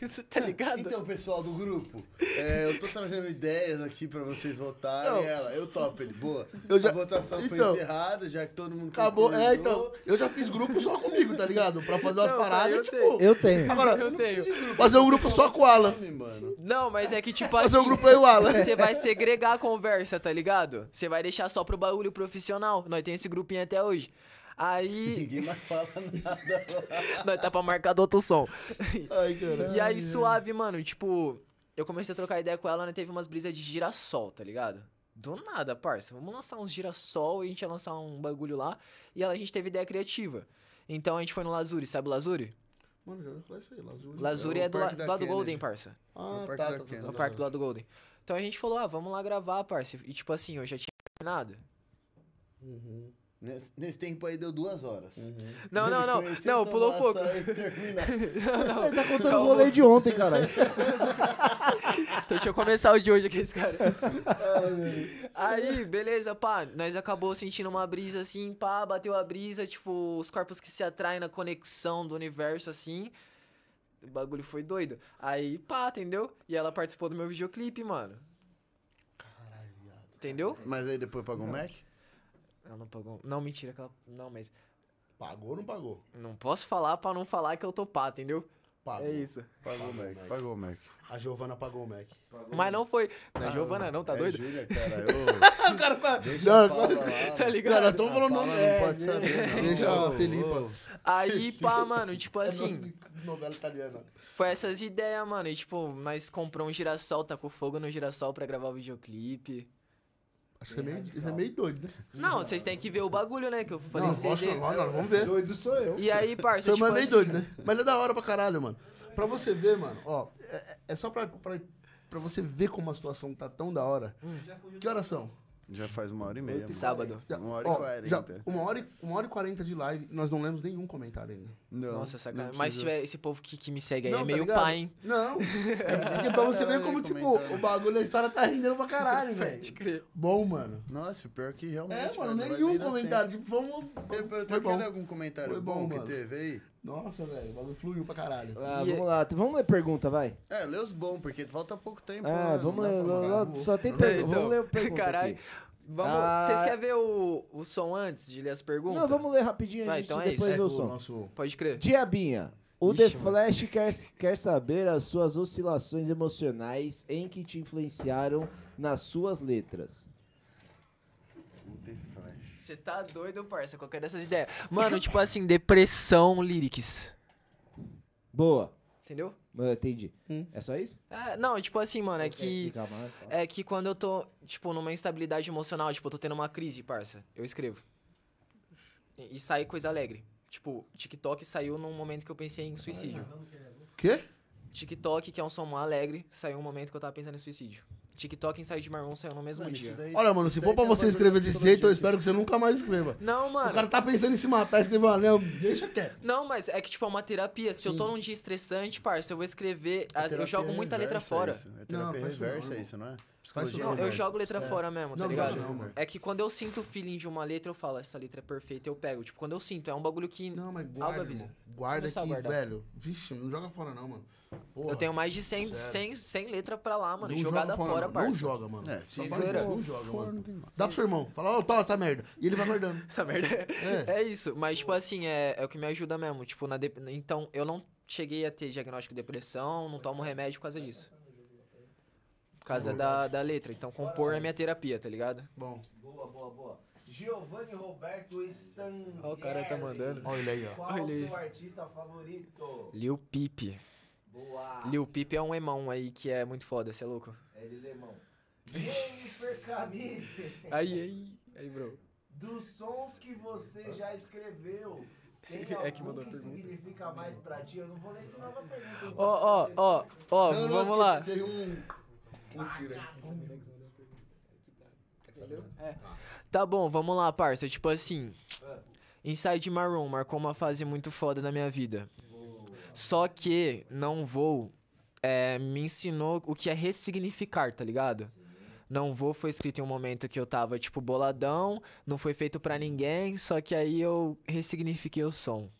[SPEAKER 2] É.
[SPEAKER 4] tá ligado?
[SPEAKER 5] Então, pessoal do grupo, é, eu tô trazendo ideias aqui pra vocês votarem.
[SPEAKER 2] Não.
[SPEAKER 5] Ela, eu topo ele, boa.
[SPEAKER 2] Eu já-
[SPEAKER 5] A votação
[SPEAKER 2] Então.
[SPEAKER 5] foi encerrada, já que todo mundo
[SPEAKER 2] Acabou. É,
[SPEAKER 5] concordou.
[SPEAKER 2] então. Eu já fiz grupo só comigo, tá ligado? Pra fazer umas
[SPEAKER 4] Não,
[SPEAKER 2] paradas,
[SPEAKER 4] eu
[SPEAKER 2] tipo.
[SPEAKER 4] tenho.
[SPEAKER 3] Eu tenho.
[SPEAKER 2] Agora,
[SPEAKER 4] eu tenho.
[SPEAKER 2] fazer um grupo só com o Alan.
[SPEAKER 5] Nome, mano.
[SPEAKER 4] Não, mas é que tipo assim.
[SPEAKER 2] Fazer um grupo aí, o Alan.
[SPEAKER 4] Você vai segregar a conversa, tá ligado? Você vai deixar só pro bagulho profissional. Nós tem esse grupinho até hoje. Aí,
[SPEAKER 5] Ninguém mais fala nada lá.
[SPEAKER 4] nós tá pra marcar do outro som.
[SPEAKER 2] Ai, cara.
[SPEAKER 4] E aí, suave, mano, tipo, eu comecei a trocar ideia com ela, né? Teve umas brisas de girassol, tá ligado? Do nada, parça. Vamos lançar uns girassol e a gente ia lançar um bagulho lá. E ela, a gente teve ideia criativa. Então a gente foi no Lazuri, sabe o Lazuri?
[SPEAKER 2] Mano, já ouviu falar isso aí, Lazuri.
[SPEAKER 4] Lazuri
[SPEAKER 5] o
[SPEAKER 4] é, do, la-
[SPEAKER 5] parque da
[SPEAKER 4] do lado do
[SPEAKER 5] Kennedy.
[SPEAKER 4] Golden, parça.
[SPEAKER 2] Ah,
[SPEAKER 5] No
[SPEAKER 2] tá,
[SPEAKER 5] Parque
[SPEAKER 2] tá,
[SPEAKER 5] da
[SPEAKER 2] tá,
[SPEAKER 5] Kennedy.
[SPEAKER 2] tá,
[SPEAKER 4] No
[SPEAKER 2] tá.
[SPEAKER 4] parque do lado do Golden. Então a gente falou, ah, vamos lá gravar, parça. E tipo assim, eu já tinha terminado.
[SPEAKER 5] Nesse, nesse tempo aí deu duas horas.
[SPEAKER 2] Uhum.
[SPEAKER 4] Não, não, não.
[SPEAKER 5] Conheci
[SPEAKER 4] Não,
[SPEAKER 5] o
[SPEAKER 4] pulou um pouco.
[SPEAKER 5] Tomás, aí termina.
[SPEAKER 3] Ele tá contando o rolê de ontem, caralho.
[SPEAKER 4] Então deixa eu começar o de hoje aqui, esse cara. Aí, beleza, pá. Nós acabou sentindo uma brisa assim, pá, bateu a brisa, tipo, os corpos que se atraem na conexão do universo, assim. O bagulho foi doido. Aí, pá, entendeu? E ela participou do meu videoclipe, mano. Entendeu?
[SPEAKER 5] Mas aí depois pagou o Mac?
[SPEAKER 4] Ela não pagou. Não, mentira, que ela. Não, mas.
[SPEAKER 2] Pagou ou não pagou?
[SPEAKER 4] Não posso falar pra não falar que eu tô pá, entendeu?
[SPEAKER 2] Pagou.
[SPEAKER 4] É isso.
[SPEAKER 5] Pagou o Mac. Pagou o Mac.
[SPEAKER 2] A Giovana pagou o Mac.
[SPEAKER 4] Mas não foi. Na Giovana, não, tá
[SPEAKER 5] é
[SPEAKER 4] doido?
[SPEAKER 5] Júlia, cara.
[SPEAKER 2] O cara
[SPEAKER 5] Ô,
[SPEAKER 2] fala.
[SPEAKER 5] deixa
[SPEAKER 2] Não,
[SPEAKER 5] a Paula lá.
[SPEAKER 4] Tá
[SPEAKER 5] mano.
[SPEAKER 4] ligado?
[SPEAKER 2] Cara, estão
[SPEAKER 5] A
[SPEAKER 2] falando
[SPEAKER 5] Paula
[SPEAKER 2] nome.
[SPEAKER 5] Ah, não
[SPEAKER 2] É,
[SPEAKER 5] pode saber, não.
[SPEAKER 2] Deixa a
[SPEAKER 5] Ô, ô.
[SPEAKER 2] Felipa.
[SPEAKER 4] Aí, pá, mano, tipo
[SPEAKER 2] É
[SPEAKER 4] assim.
[SPEAKER 2] nome de Novela italiana.
[SPEAKER 4] Foi essas ideias, mano. E, tipo, nós comprou um girassol, tacou fogo no girassol pra gravar o videoclipe.
[SPEAKER 2] Acho que é meio, isso é meio doido, né?
[SPEAKER 4] Não, vocês têm que ver o bagulho, né? Que eu falei pra vocês.
[SPEAKER 2] lógico,
[SPEAKER 4] verem.
[SPEAKER 2] lógico, vamos ver.
[SPEAKER 6] Doido sou eu.
[SPEAKER 4] E aí, parça,
[SPEAKER 2] Foi
[SPEAKER 4] tipo
[SPEAKER 2] mais meio
[SPEAKER 4] assim,
[SPEAKER 2] doido, né? Mas é da hora pra caralho, mano. Pra você ver, mano, ó, é, é- é só pra, pra, pra você ver como a situação tá tão da hora. Que horas são?
[SPEAKER 5] Já faz uma hora e meia. mano.
[SPEAKER 4] Sábado.
[SPEAKER 2] Já-
[SPEAKER 5] Uma hora e
[SPEAKER 2] ó,
[SPEAKER 5] quarenta.
[SPEAKER 2] já- uma, hora e, uma hora e quarenta de live, nós não lemos nenhum comentário ainda.
[SPEAKER 5] Não,
[SPEAKER 4] Nossa,
[SPEAKER 5] não
[SPEAKER 4] sacanagem. Mas se
[SPEAKER 5] precisa.
[SPEAKER 4] tiver esse povo que, que me segue aí
[SPEAKER 2] Não,
[SPEAKER 4] é
[SPEAKER 2] tá
[SPEAKER 4] meio
[SPEAKER 2] ligado?
[SPEAKER 4] pai, hein?
[SPEAKER 2] Não, é porque pra você ver como,
[SPEAKER 5] Ai,
[SPEAKER 2] tipo,
[SPEAKER 5] comentando.
[SPEAKER 2] o bagulho, a história tá rendendo pra caralho, velho.
[SPEAKER 4] crer.
[SPEAKER 2] Bom, mano.
[SPEAKER 5] Nossa, pior que
[SPEAKER 2] É,
[SPEAKER 5] realmente.
[SPEAKER 2] mano,
[SPEAKER 5] velho, vai
[SPEAKER 2] nenhum
[SPEAKER 5] nem dar
[SPEAKER 2] comentário. Tipo,
[SPEAKER 5] tempo. Eu,
[SPEAKER 2] vamos...
[SPEAKER 5] eu,
[SPEAKER 2] Foi
[SPEAKER 5] eu,
[SPEAKER 2] bom.
[SPEAKER 5] algum comentário
[SPEAKER 2] Foi
[SPEAKER 5] bom,
[SPEAKER 2] bom,
[SPEAKER 5] que
[SPEAKER 2] mano.
[SPEAKER 5] teve aí?
[SPEAKER 2] Nossa, velho, o bagulho fluiu pra caralho.
[SPEAKER 3] Ah,
[SPEAKER 4] E-
[SPEAKER 3] vamos lá. Vamos ler pergunta, vai.
[SPEAKER 5] É, lê os bons, porque falta pouco tempo.
[SPEAKER 3] Ah,
[SPEAKER 5] né?
[SPEAKER 3] vamos
[SPEAKER 5] Não dá
[SPEAKER 3] ler.
[SPEAKER 5] pra
[SPEAKER 3] lá- lá-
[SPEAKER 5] jogar.
[SPEAKER 3] Só tem
[SPEAKER 4] É,
[SPEAKER 3] pergunta.
[SPEAKER 4] então.
[SPEAKER 3] Vamos ler a pergunta
[SPEAKER 4] Caralho.
[SPEAKER 3] aqui.
[SPEAKER 4] Vamos.
[SPEAKER 3] Ah.
[SPEAKER 4] Vocês querem ver o, o som antes de ler as perguntas?
[SPEAKER 3] Não, vamos ler rapidinho
[SPEAKER 4] Vai,
[SPEAKER 3] a gente
[SPEAKER 4] então é
[SPEAKER 3] depois
[SPEAKER 4] isso.
[SPEAKER 3] vê o
[SPEAKER 2] O
[SPEAKER 3] som.
[SPEAKER 2] nosso...
[SPEAKER 4] Pode crer.
[SPEAKER 3] Diabinha, o
[SPEAKER 4] Ixi,
[SPEAKER 3] The
[SPEAKER 4] mano.
[SPEAKER 3] Flash quer, quer saber as suas oscilações emocionais em que te influenciaram nas suas letras.
[SPEAKER 5] O The Flash.
[SPEAKER 4] Você tá doido, parça? Qualquer dessas ideias. Mano, tipo assim, depressão lyrics.
[SPEAKER 3] Boa.
[SPEAKER 4] Entendeu?
[SPEAKER 3] Mano, entendi. É só isso?
[SPEAKER 4] É, não, tipo assim, mano, é que.
[SPEAKER 3] Fica mais, fala.
[SPEAKER 6] tá.
[SPEAKER 4] É que quando eu tô, tipo, numa instabilidade emocional, tipo, eu tô tendo uma crise, parça, eu escrevo. E, e sai coisa alegre. Tipo, TikTok saiu num momento que eu pensei em suicídio.
[SPEAKER 2] Quê?
[SPEAKER 4] TikTok, que é um som mó alegre, saiu um momento que eu tava pensando em suicídio. TikTok e Inside Marrom saiu no mesmo
[SPEAKER 5] Mano, isso
[SPEAKER 4] dia.
[SPEAKER 5] daí-
[SPEAKER 2] Olha, mano, se
[SPEAKER 5] isso
[SPEAKER 2] for
[SPEAKER 5] daí
[SPEAKER 2] pra
[SPEAKER 5] tem um
[SPEAKER 2] você
[SPEAKER 5] bagulho
[SPEAKER 2] escrever
[SPEAKER 5] de
[SPEAKER 2] desse jeito, eu
[SPEAKER 5] psicologia,
[SPEAKER 2] espero que você nunca mais escreva.
[SPEAKER 4] Não,
[SPEAKER 2] O
[SPEAKER 4] mano.
[SPEAKER 2] cara tá pensando em se matar, escreveu um anel, deixa quieto.
[SPEAKER 4] Não, mas é que, tipo, é uma terapia. Se eu tô num dia estressante, parça, eu vou escrever. as- eu
[SPEAKER 5] terapia
[SPEAKER 4] jogo muita letra
[SPEAKER 5] reversa
[SPEAKER 4] fora.
[SPEAKER 5] isso, É
[SPEAKER 2] Não,
[SPEAKER 5] terapia
[SPEAKER 2] faz isso não,
[SPEAKER 5] reversa
[SPEAKER 2] irmão.
[SPEAKER 5] isso, não é? Psicologia
[SPEAKER 4] Não, eu
[SPEAKER 5] reversa.
[SPEAKER 4] jogo letra fora mesmo, tá
[SPEAKER 2] Não,
[SPEAKER 4] ligado?
[SPEAKER 2] não, não, mano.
[SPEAKER 4] É que quando eu sinto o feeling de uma letra, eu falo, essa letra é perfeita, eu pego. Tipo, quando eu sinto, é um bagulho que.
[SPEAKER 2] Não, mas
[SPEAKER 4] Algo
[SPEAKER 2] guarda,
[SPEAKER 4] avisa.
[SPEAKER 2] irmão. Guarda
[SPEAKER 4] Começar a
[SPEAKER 2] aqui,
[SPEAKER 4] guardar.
[SPEAKER 2] velho. Vixe, não joga fora não, mano. Porra,
[SPEAKER 4] eu tenho mais de 100,
[SPEAKER 2] sério.
[SPEAKER 4] 100, 100 letras pra lá, mano.
[SPEAKER 2] não
[SPEAKER 4] jogada
[SPEAKER 2] joga fora,
[SPEAKER 4] fora,
[SPEAKER 2] não.
[SPEAKER 4] parça.
[SPEAKER 2] Não joga, mano.
[SPEAKER 5] É,
[SPEAKER 2] Só
[SPEAKER 4] sem
[SPEAKER 2] faz
[SPEAKER 4] zoeira.
[SPEAKER 2] isso, Não joga,
[SPEAKER 5] Fora não
[SPEAKER 2] mano.
[SPEAKER 5] tem mais.
[SPEAKER 2] Dá pro seu irmão. Fala, ó, toma essa merda. E ele vai guardando.
[SPEAKER 4] Essa merda.
[SPEAKER 2] É.
[SPEAKER 4] É. isso. Mas, tipo assim, é, é o que me ajuda mesmo. Tipo, na dep- então, eu não cheguei a ter diagnóstico de depressão, não tomo remédio por causa disso. Por
[SPEAKER 2] É
[SPEAKER 4] causa da, da letra. Então, compor é minha terapia, tá ligado?
[SPEAKER 2] Bom,
[SPEAKER 6] Boa, boa, boa. Giovanni Roberto Stan.
[SPEAKER 4] Ó, o cara tá mandando.
[SPEAKER 2] olha ele aí, ó.
[SPEAKER 6] Qual o seu artista favorito?
[SPEAKER 4] Lil Peep.
[SPEAKER 6] Boa.
[SPEAKER 4] Lil Peep é um emão aí que é muito foda, você é louco?
[SPEAKER 6] Ele lemão. Jennifer Camille.
[SPEAKER 4] Aí, aí, aí, bro.
[SPEAKER 6] Dos sons que você já escreveu, tem
[SPEAKER 4] É que
[SPEAKER 6] algum
[SPEAKER 4] mandou
[SPEAKER 6] que,
[SPEAKER 4] a pergunta.
[SPEAKER 6] significa mais pra ti? Eu não vou ler de novo a pergunta. hein?
[SPEAKER 4] Ó, ó, ó, ó,
[SPEAKER 5] Não, não,
[SPEAKER 4] vamos
[SPEAKER 5] porque
[SPEAKER 4] lá.
[SPEAKER 5] Teve um. Um tiro aí.
[SPEAKER 4] Tá bom, vamos lá, parça. Tipo assim, Inside Maroon marcou uma fase muito foda na minha vida. Só que não vou é, me ensinou o que é ressignificar, tá ligado? Não vou foi escrito em um momento que eu tava tipo boladão, não foi feito pra ninguém, só que aí eu ressignifiquei o som.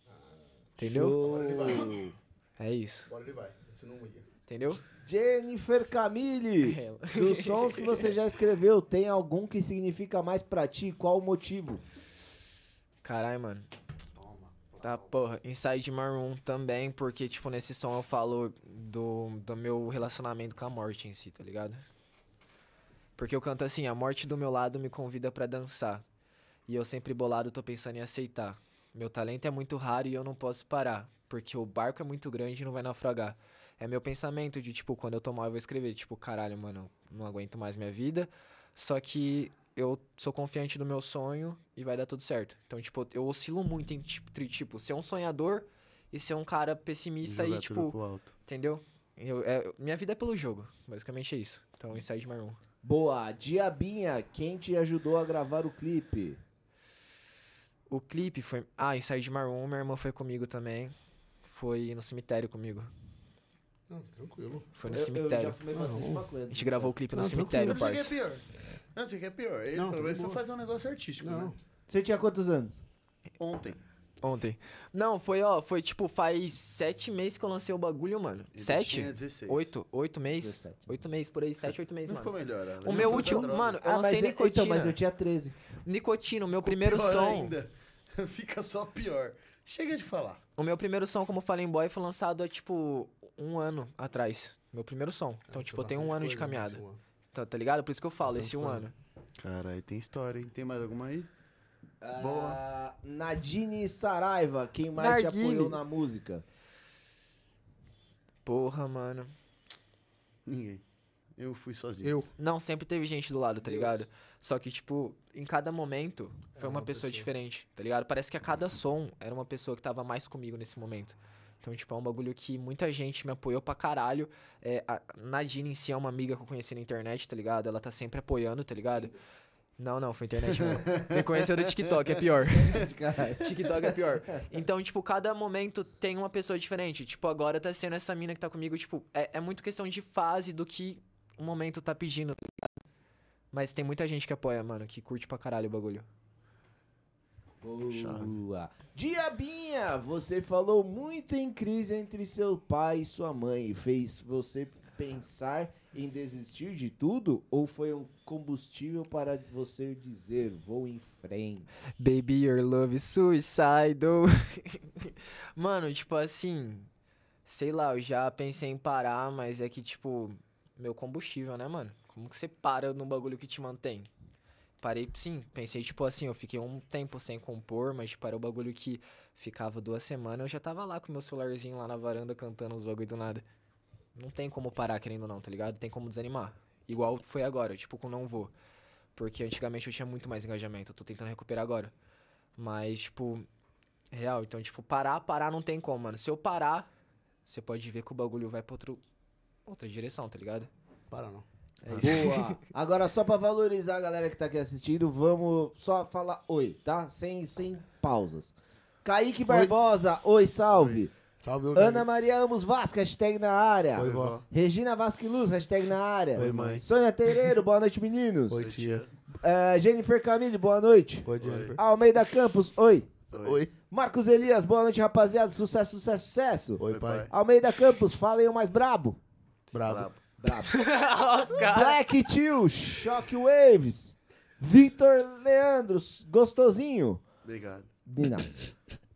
[SPEAKER 4] Entendeu?
[SPEAKER 3] Show.
[SPEAKER 4] É isso,
[SPEAKER 2] Agora ele vai. Você não ia.
[SPEAKER 4] entendeu?
[SPEAKER 3] Jennifer Camille,
[SPEAKER 4] Ela.
[SPEAKER 3] dos sons que você já escreveu, tem algum que significa mais pra ti? Qual o motivo?
[SPEAKER 4] Caralho, mano. Tá, porra. Inside Maroon também, porque, tipo, nesse som eu falo do, do meu relacionamento com a morte em si, tá ligado? Porque eu canto assim, a morte do meu lado me convida pra dançar. E eu sempre bolado tô pensando em aceitar. Meu talento é muito raro e eu não posso parar. Porque o barco é muito grande e não vai naufragar. É meu pensamento de, tipo, quando eu tô mal eu vou escrever. Tipo, caralho, mano, não aguento mais minha vida. Só que eu sou confiante do meu sonho e vai dar tudo certo. Então, tipo, eu oscilo muito em, tipo, tri- tipo, ser um sonhador e ser um cara pessimista e,
[SPEAKER 5] Jogar tudo
[SPEAKER 4] tipo,
[SPEAKER 5] pro alto.
[SPEAKER 4] entendeu? Eu- é- minha vida é pelo jogo. Basicamente é isso. Então, Inside Maroon.
[SPEAKER 3] Boa, Diabinha, quem te ajudou a gravar o clipe?
[SPEAKER 4] O clipe foi. Ah, Inside Maroon, minha irmã foi comigo também. Foi no cemitério comigo.
[SPEAKER 2] Não, tranquilo.
[SPEAKER 4] Foi no
[SPEAKER 3] Eu- eu,
[SPEAKER 4] cemitério.
[SPEAKER 3] já fumei bastante maconha.
[SPEAKER 4] A gente gravou o clipe no
[SPEAKER 2] Não,
[SPEAKER 4] cemitério,
[SPEAKER 5] Não sei o que é
[SPEAKER 4] parça.
[SPEAKER 5] pior. Não sei o que é pior. Ele,
[SPEAKER 2] Não,
[SPEAKER 5] pelo
[SPEAKER 2] tá
[SPEAKER 5] menos
[SPEAKER 2] de
[SPEAKER 5] foi
[SPEAKER 2] boa.
[SPEAKER 5] fazer um negócio artístico,
[SPEAKER 2] Não.
[SPEAKER 5] né?
[SPEAKER 3] Você tinha quantos anos?
[SPEAKER 5] Ontem.
[SPEAKER 4] Ontem. Não, foi, ó, foi tipo, faz sete meses que eu lancei o bagulho, mano.
[SPEAKER 5] Ele
[SPEAKER 4] sete?
[SPEAKER 5] tinha 16.
[SPEAKER 4] Oito? Oito meses?
[SPEAKER 3] 17.
[SPEAKER 4] Oito meses, por aí, sete, oito meses,
[SPEAKER 5] Não ficou
[SPEAKER 4] mano.
[SPEAKER 5] melhor. Alex.
[SPEAKER 4] O
[SPEAKER 5] Não
[SPEAKER 4] meu
[SPEAKER 5] é foi
[SPEAKER 4] último.
[SPEAKER 5] droga.
[SPEAKER 4] Mano, eu lancei
[SPEAKER 3] é-
[SPEAKER 4] nicotina.
[SPEAKER 3] então, mas eu tinha 13.
[SPEAKER 4] Nicotina, o meu
[SPEAKER 5] Ficou
[SPEAKER 4] primeiro
[SPEAKER 5] pior
[SPEAKER 4] som.
[SPEAKER 5] ainda. Fica só pior. Chega de falar.
[SPEAKER 4] O meu primeiro som, como eu falei em boy, foi lançado há, tipo, um ano atrás. Meu primeiro som. Então,
[SPEAKER 2] Ah,
[SPEAKER 4] tipo, eu tenho um ano de caminhada. Tá, tá ligado? Por isso que eu falo,
[SPEAKER 2] né, tipo, Bastante
[SPEAKER 4] esse um
[SPEAKER 2] coisa.
[SPEAKER 4] ano.
[SPEAKER 5] Caralho, tem história, hein? Tem mais alguma aí?
[SPEAKER 3] Ah, Nadine Saraiva, quem mais te
[SPEAKER 4] Narguile.
[SPEAKER 3] apoiou na música?
[SPEAKER 4] Porra, mano.
[SPEAKER 5] Ninguém. Eu fui sozinho.
[SPEAKER 2] Eu.
[SPEAKER 4] Não, sempre teve gente do lado, tá ligado? Só que, tipo, em cada momento foi uma,
[SPEAKER 2] uma
[SPEAKER 4] pessoa,
[SPEAKER 2] pessoa.
[SPEAKER 4] diferente, tá ligado? Parece que a cada som era uma pessoa que tava mais comigo nesse momento. Então, tipo, é um bagulho que muita gente me apoiou pra caralho. É, a Nadine em si é uma amiga que eu conheci na internet, tá ligado? Ela tá sempre apoiando, tá ligado? Não, não, foi internet não. Me conheceu do TikTok, é pior.
[SPEAKER 3] Caralho.
[SPEAKER 4] TikTok é pior. Então, tipo, cada momento tem uma pessoa diferente. Tipo, agora tá sendo essa mina que tá comigo, tipo, é, é muito questão de fase do que o momento tá pedindo, tá ligado? Mas tem muita gente que apoia, mano, que curte pra caralho o bagulho.
[SPEAKER 3] Boa. Diabinha, você falou muito em crise entre seu pai e sua mãe. e Fez você pensar em desistir de tudo? Ou foi um combustível para você dizer vou em frente?
[SPEAKER 4] Baby, your love is suicidal. mano, tipo assim, sei lá, eu já pensei em parar, mas é que, tipo, meu combustível, né, mano? Como que você para num bagulho que te mantém? Parei, sim, pensei, tipo assim, eu fiquei um tempo sem compor, mas tipo, era o bagulho que ficava duas semanas, eu já tava lá com meu celularzinho lá na varanda cantando uns bagulho do nada. Não tem como parar querendo ou não, tá ligado? Tem como desanimar. Igual foi agora, tipo, com Não Vou. Porque antigamente eu tinha muito mais engajamento, eu tô tentando recuperar agora. Mas, tipo, real, então, tipo, parar, parar não tem como, mano. Se eu parar, você pode ver que o bagulho vai pra outro, outra direção, tá ligado?
[SPEAKER 2] Para não.
[SPEAKER 4] É isso.
[SPEAKER 3] Boa. Agora, só pra valorizar a galera que tá aqui assistindo, vamos só falar oi, tá? Sem, sem pausas. Kaique Barbosa, oi, salve.
[SPEAKER 2] Salve, ô,
[SPEAKER 3] Ana Maria Amos Vasco, hashtag na área.
[SPEAKER 2] Oi, vó.
[SPEAKER 3] Regina Vasco e Luz, hashtag na área.
[SPEAKER 2] Oi, mãe.
[SPEAKER 3] Sônia Teireiro, boa noite, meninos.
[SPEAKER 2] Oi, tia.
[SPEAKER 3] É, Jennifer Camille, boa noite.
[SPEAKER 2] Oi, Jennifer.
[SPEAKER 3] Almeida Campos, oi.
[SPEAKER 2] Oi.
[SPEAKER 3] Marcos Elias, boa noite, rapaziada. Sucesso, sucesso, sucesso.
[SPEAKER 2] Oi, pai.
[SPEAKER 3] Almeida Campos, falem o mais brabo.
[SPEAKER 2] Bravo.
[SPEAKER 3] Black Tio, Shockwaves. Vitor Leandro, gostosinho.
[SPEAKER 5] Obrigado.
[SPEAKER 3] De nada.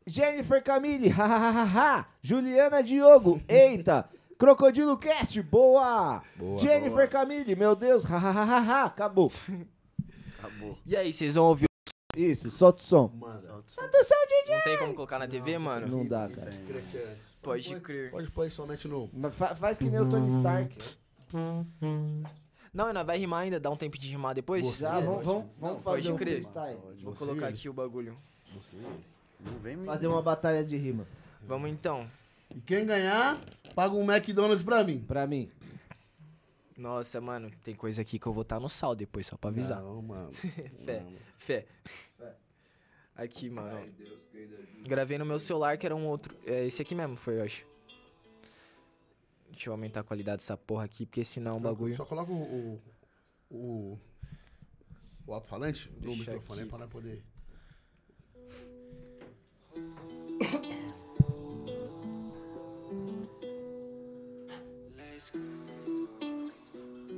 [SPEAKER 3] Jennifer Camille, hahaha. Juliana Diogo, eita. Crocodilo Cast, boa. Jennifer Camille, meu Deus, hahaha. Acabou.
[SPEAKER 5] Acabou.
[SPEAKER 4] E aí, vocês vão ouvir?
[SPEAKER 3] Isso, solta o som.
[SPEAKER 2] Manda.
[SPEAKER 3] Solta o som, DJ.
[SPEAKER 4] Não tem como colocar na TV, mano?
[SPEAKER 3] Não dá, cara.
[SPEAKER 4] Pode crer.
[SPEAKER 2] é Pode pôr aí somente no.
[SPEAKER 3] Mas fa- faz que nem o Tony Stark.
[SPEAKER 4] Não, ainda vai rimar ainda, dá um tempo de rimar depois?
[SPEAKER 3] Já, vamos, vamos, vamos fazer
[SPEAKER 4] pode
[SPEAKER 3] um
[SPEAKER 4] crer.
[SPEAKER 3] freestyle.
[SPEAKER 4] Vou colocar aqui o bagulho.
[SPEAKER 5] Não vem me.
[SPEAKER 3] Fazer uma batalha de rima.
[SPEAKER 4] Vamos então.
[SPEAKER 2] E quem ganhar, paga um McDonald's pra mim.
[SPEAKER 3] Pra mim.
[SPEAKER 4] Nossa, mano, tem coisa aqui que eu vou estar no sal depois, só pra avisar.
[SPEAKER 2] Não, mano.
[SPEAKER 4] Fé, fé. Aqui, mano. ó. Gravei no meu celular, que era um outro. É esse aqui mesmo, foi, eu acho. Deixa eu aumentar a qualidade dessa porra aqui, porque senão o bagulho.
[SPEAKER 2] Só coloca o. o, o... o alto-falante no
[SPEAKER 4] Deixa
[SPEAKER 2] microfone aí
[SPEAKER 4] aqui.
[SPEAKER 2] pra nós poder.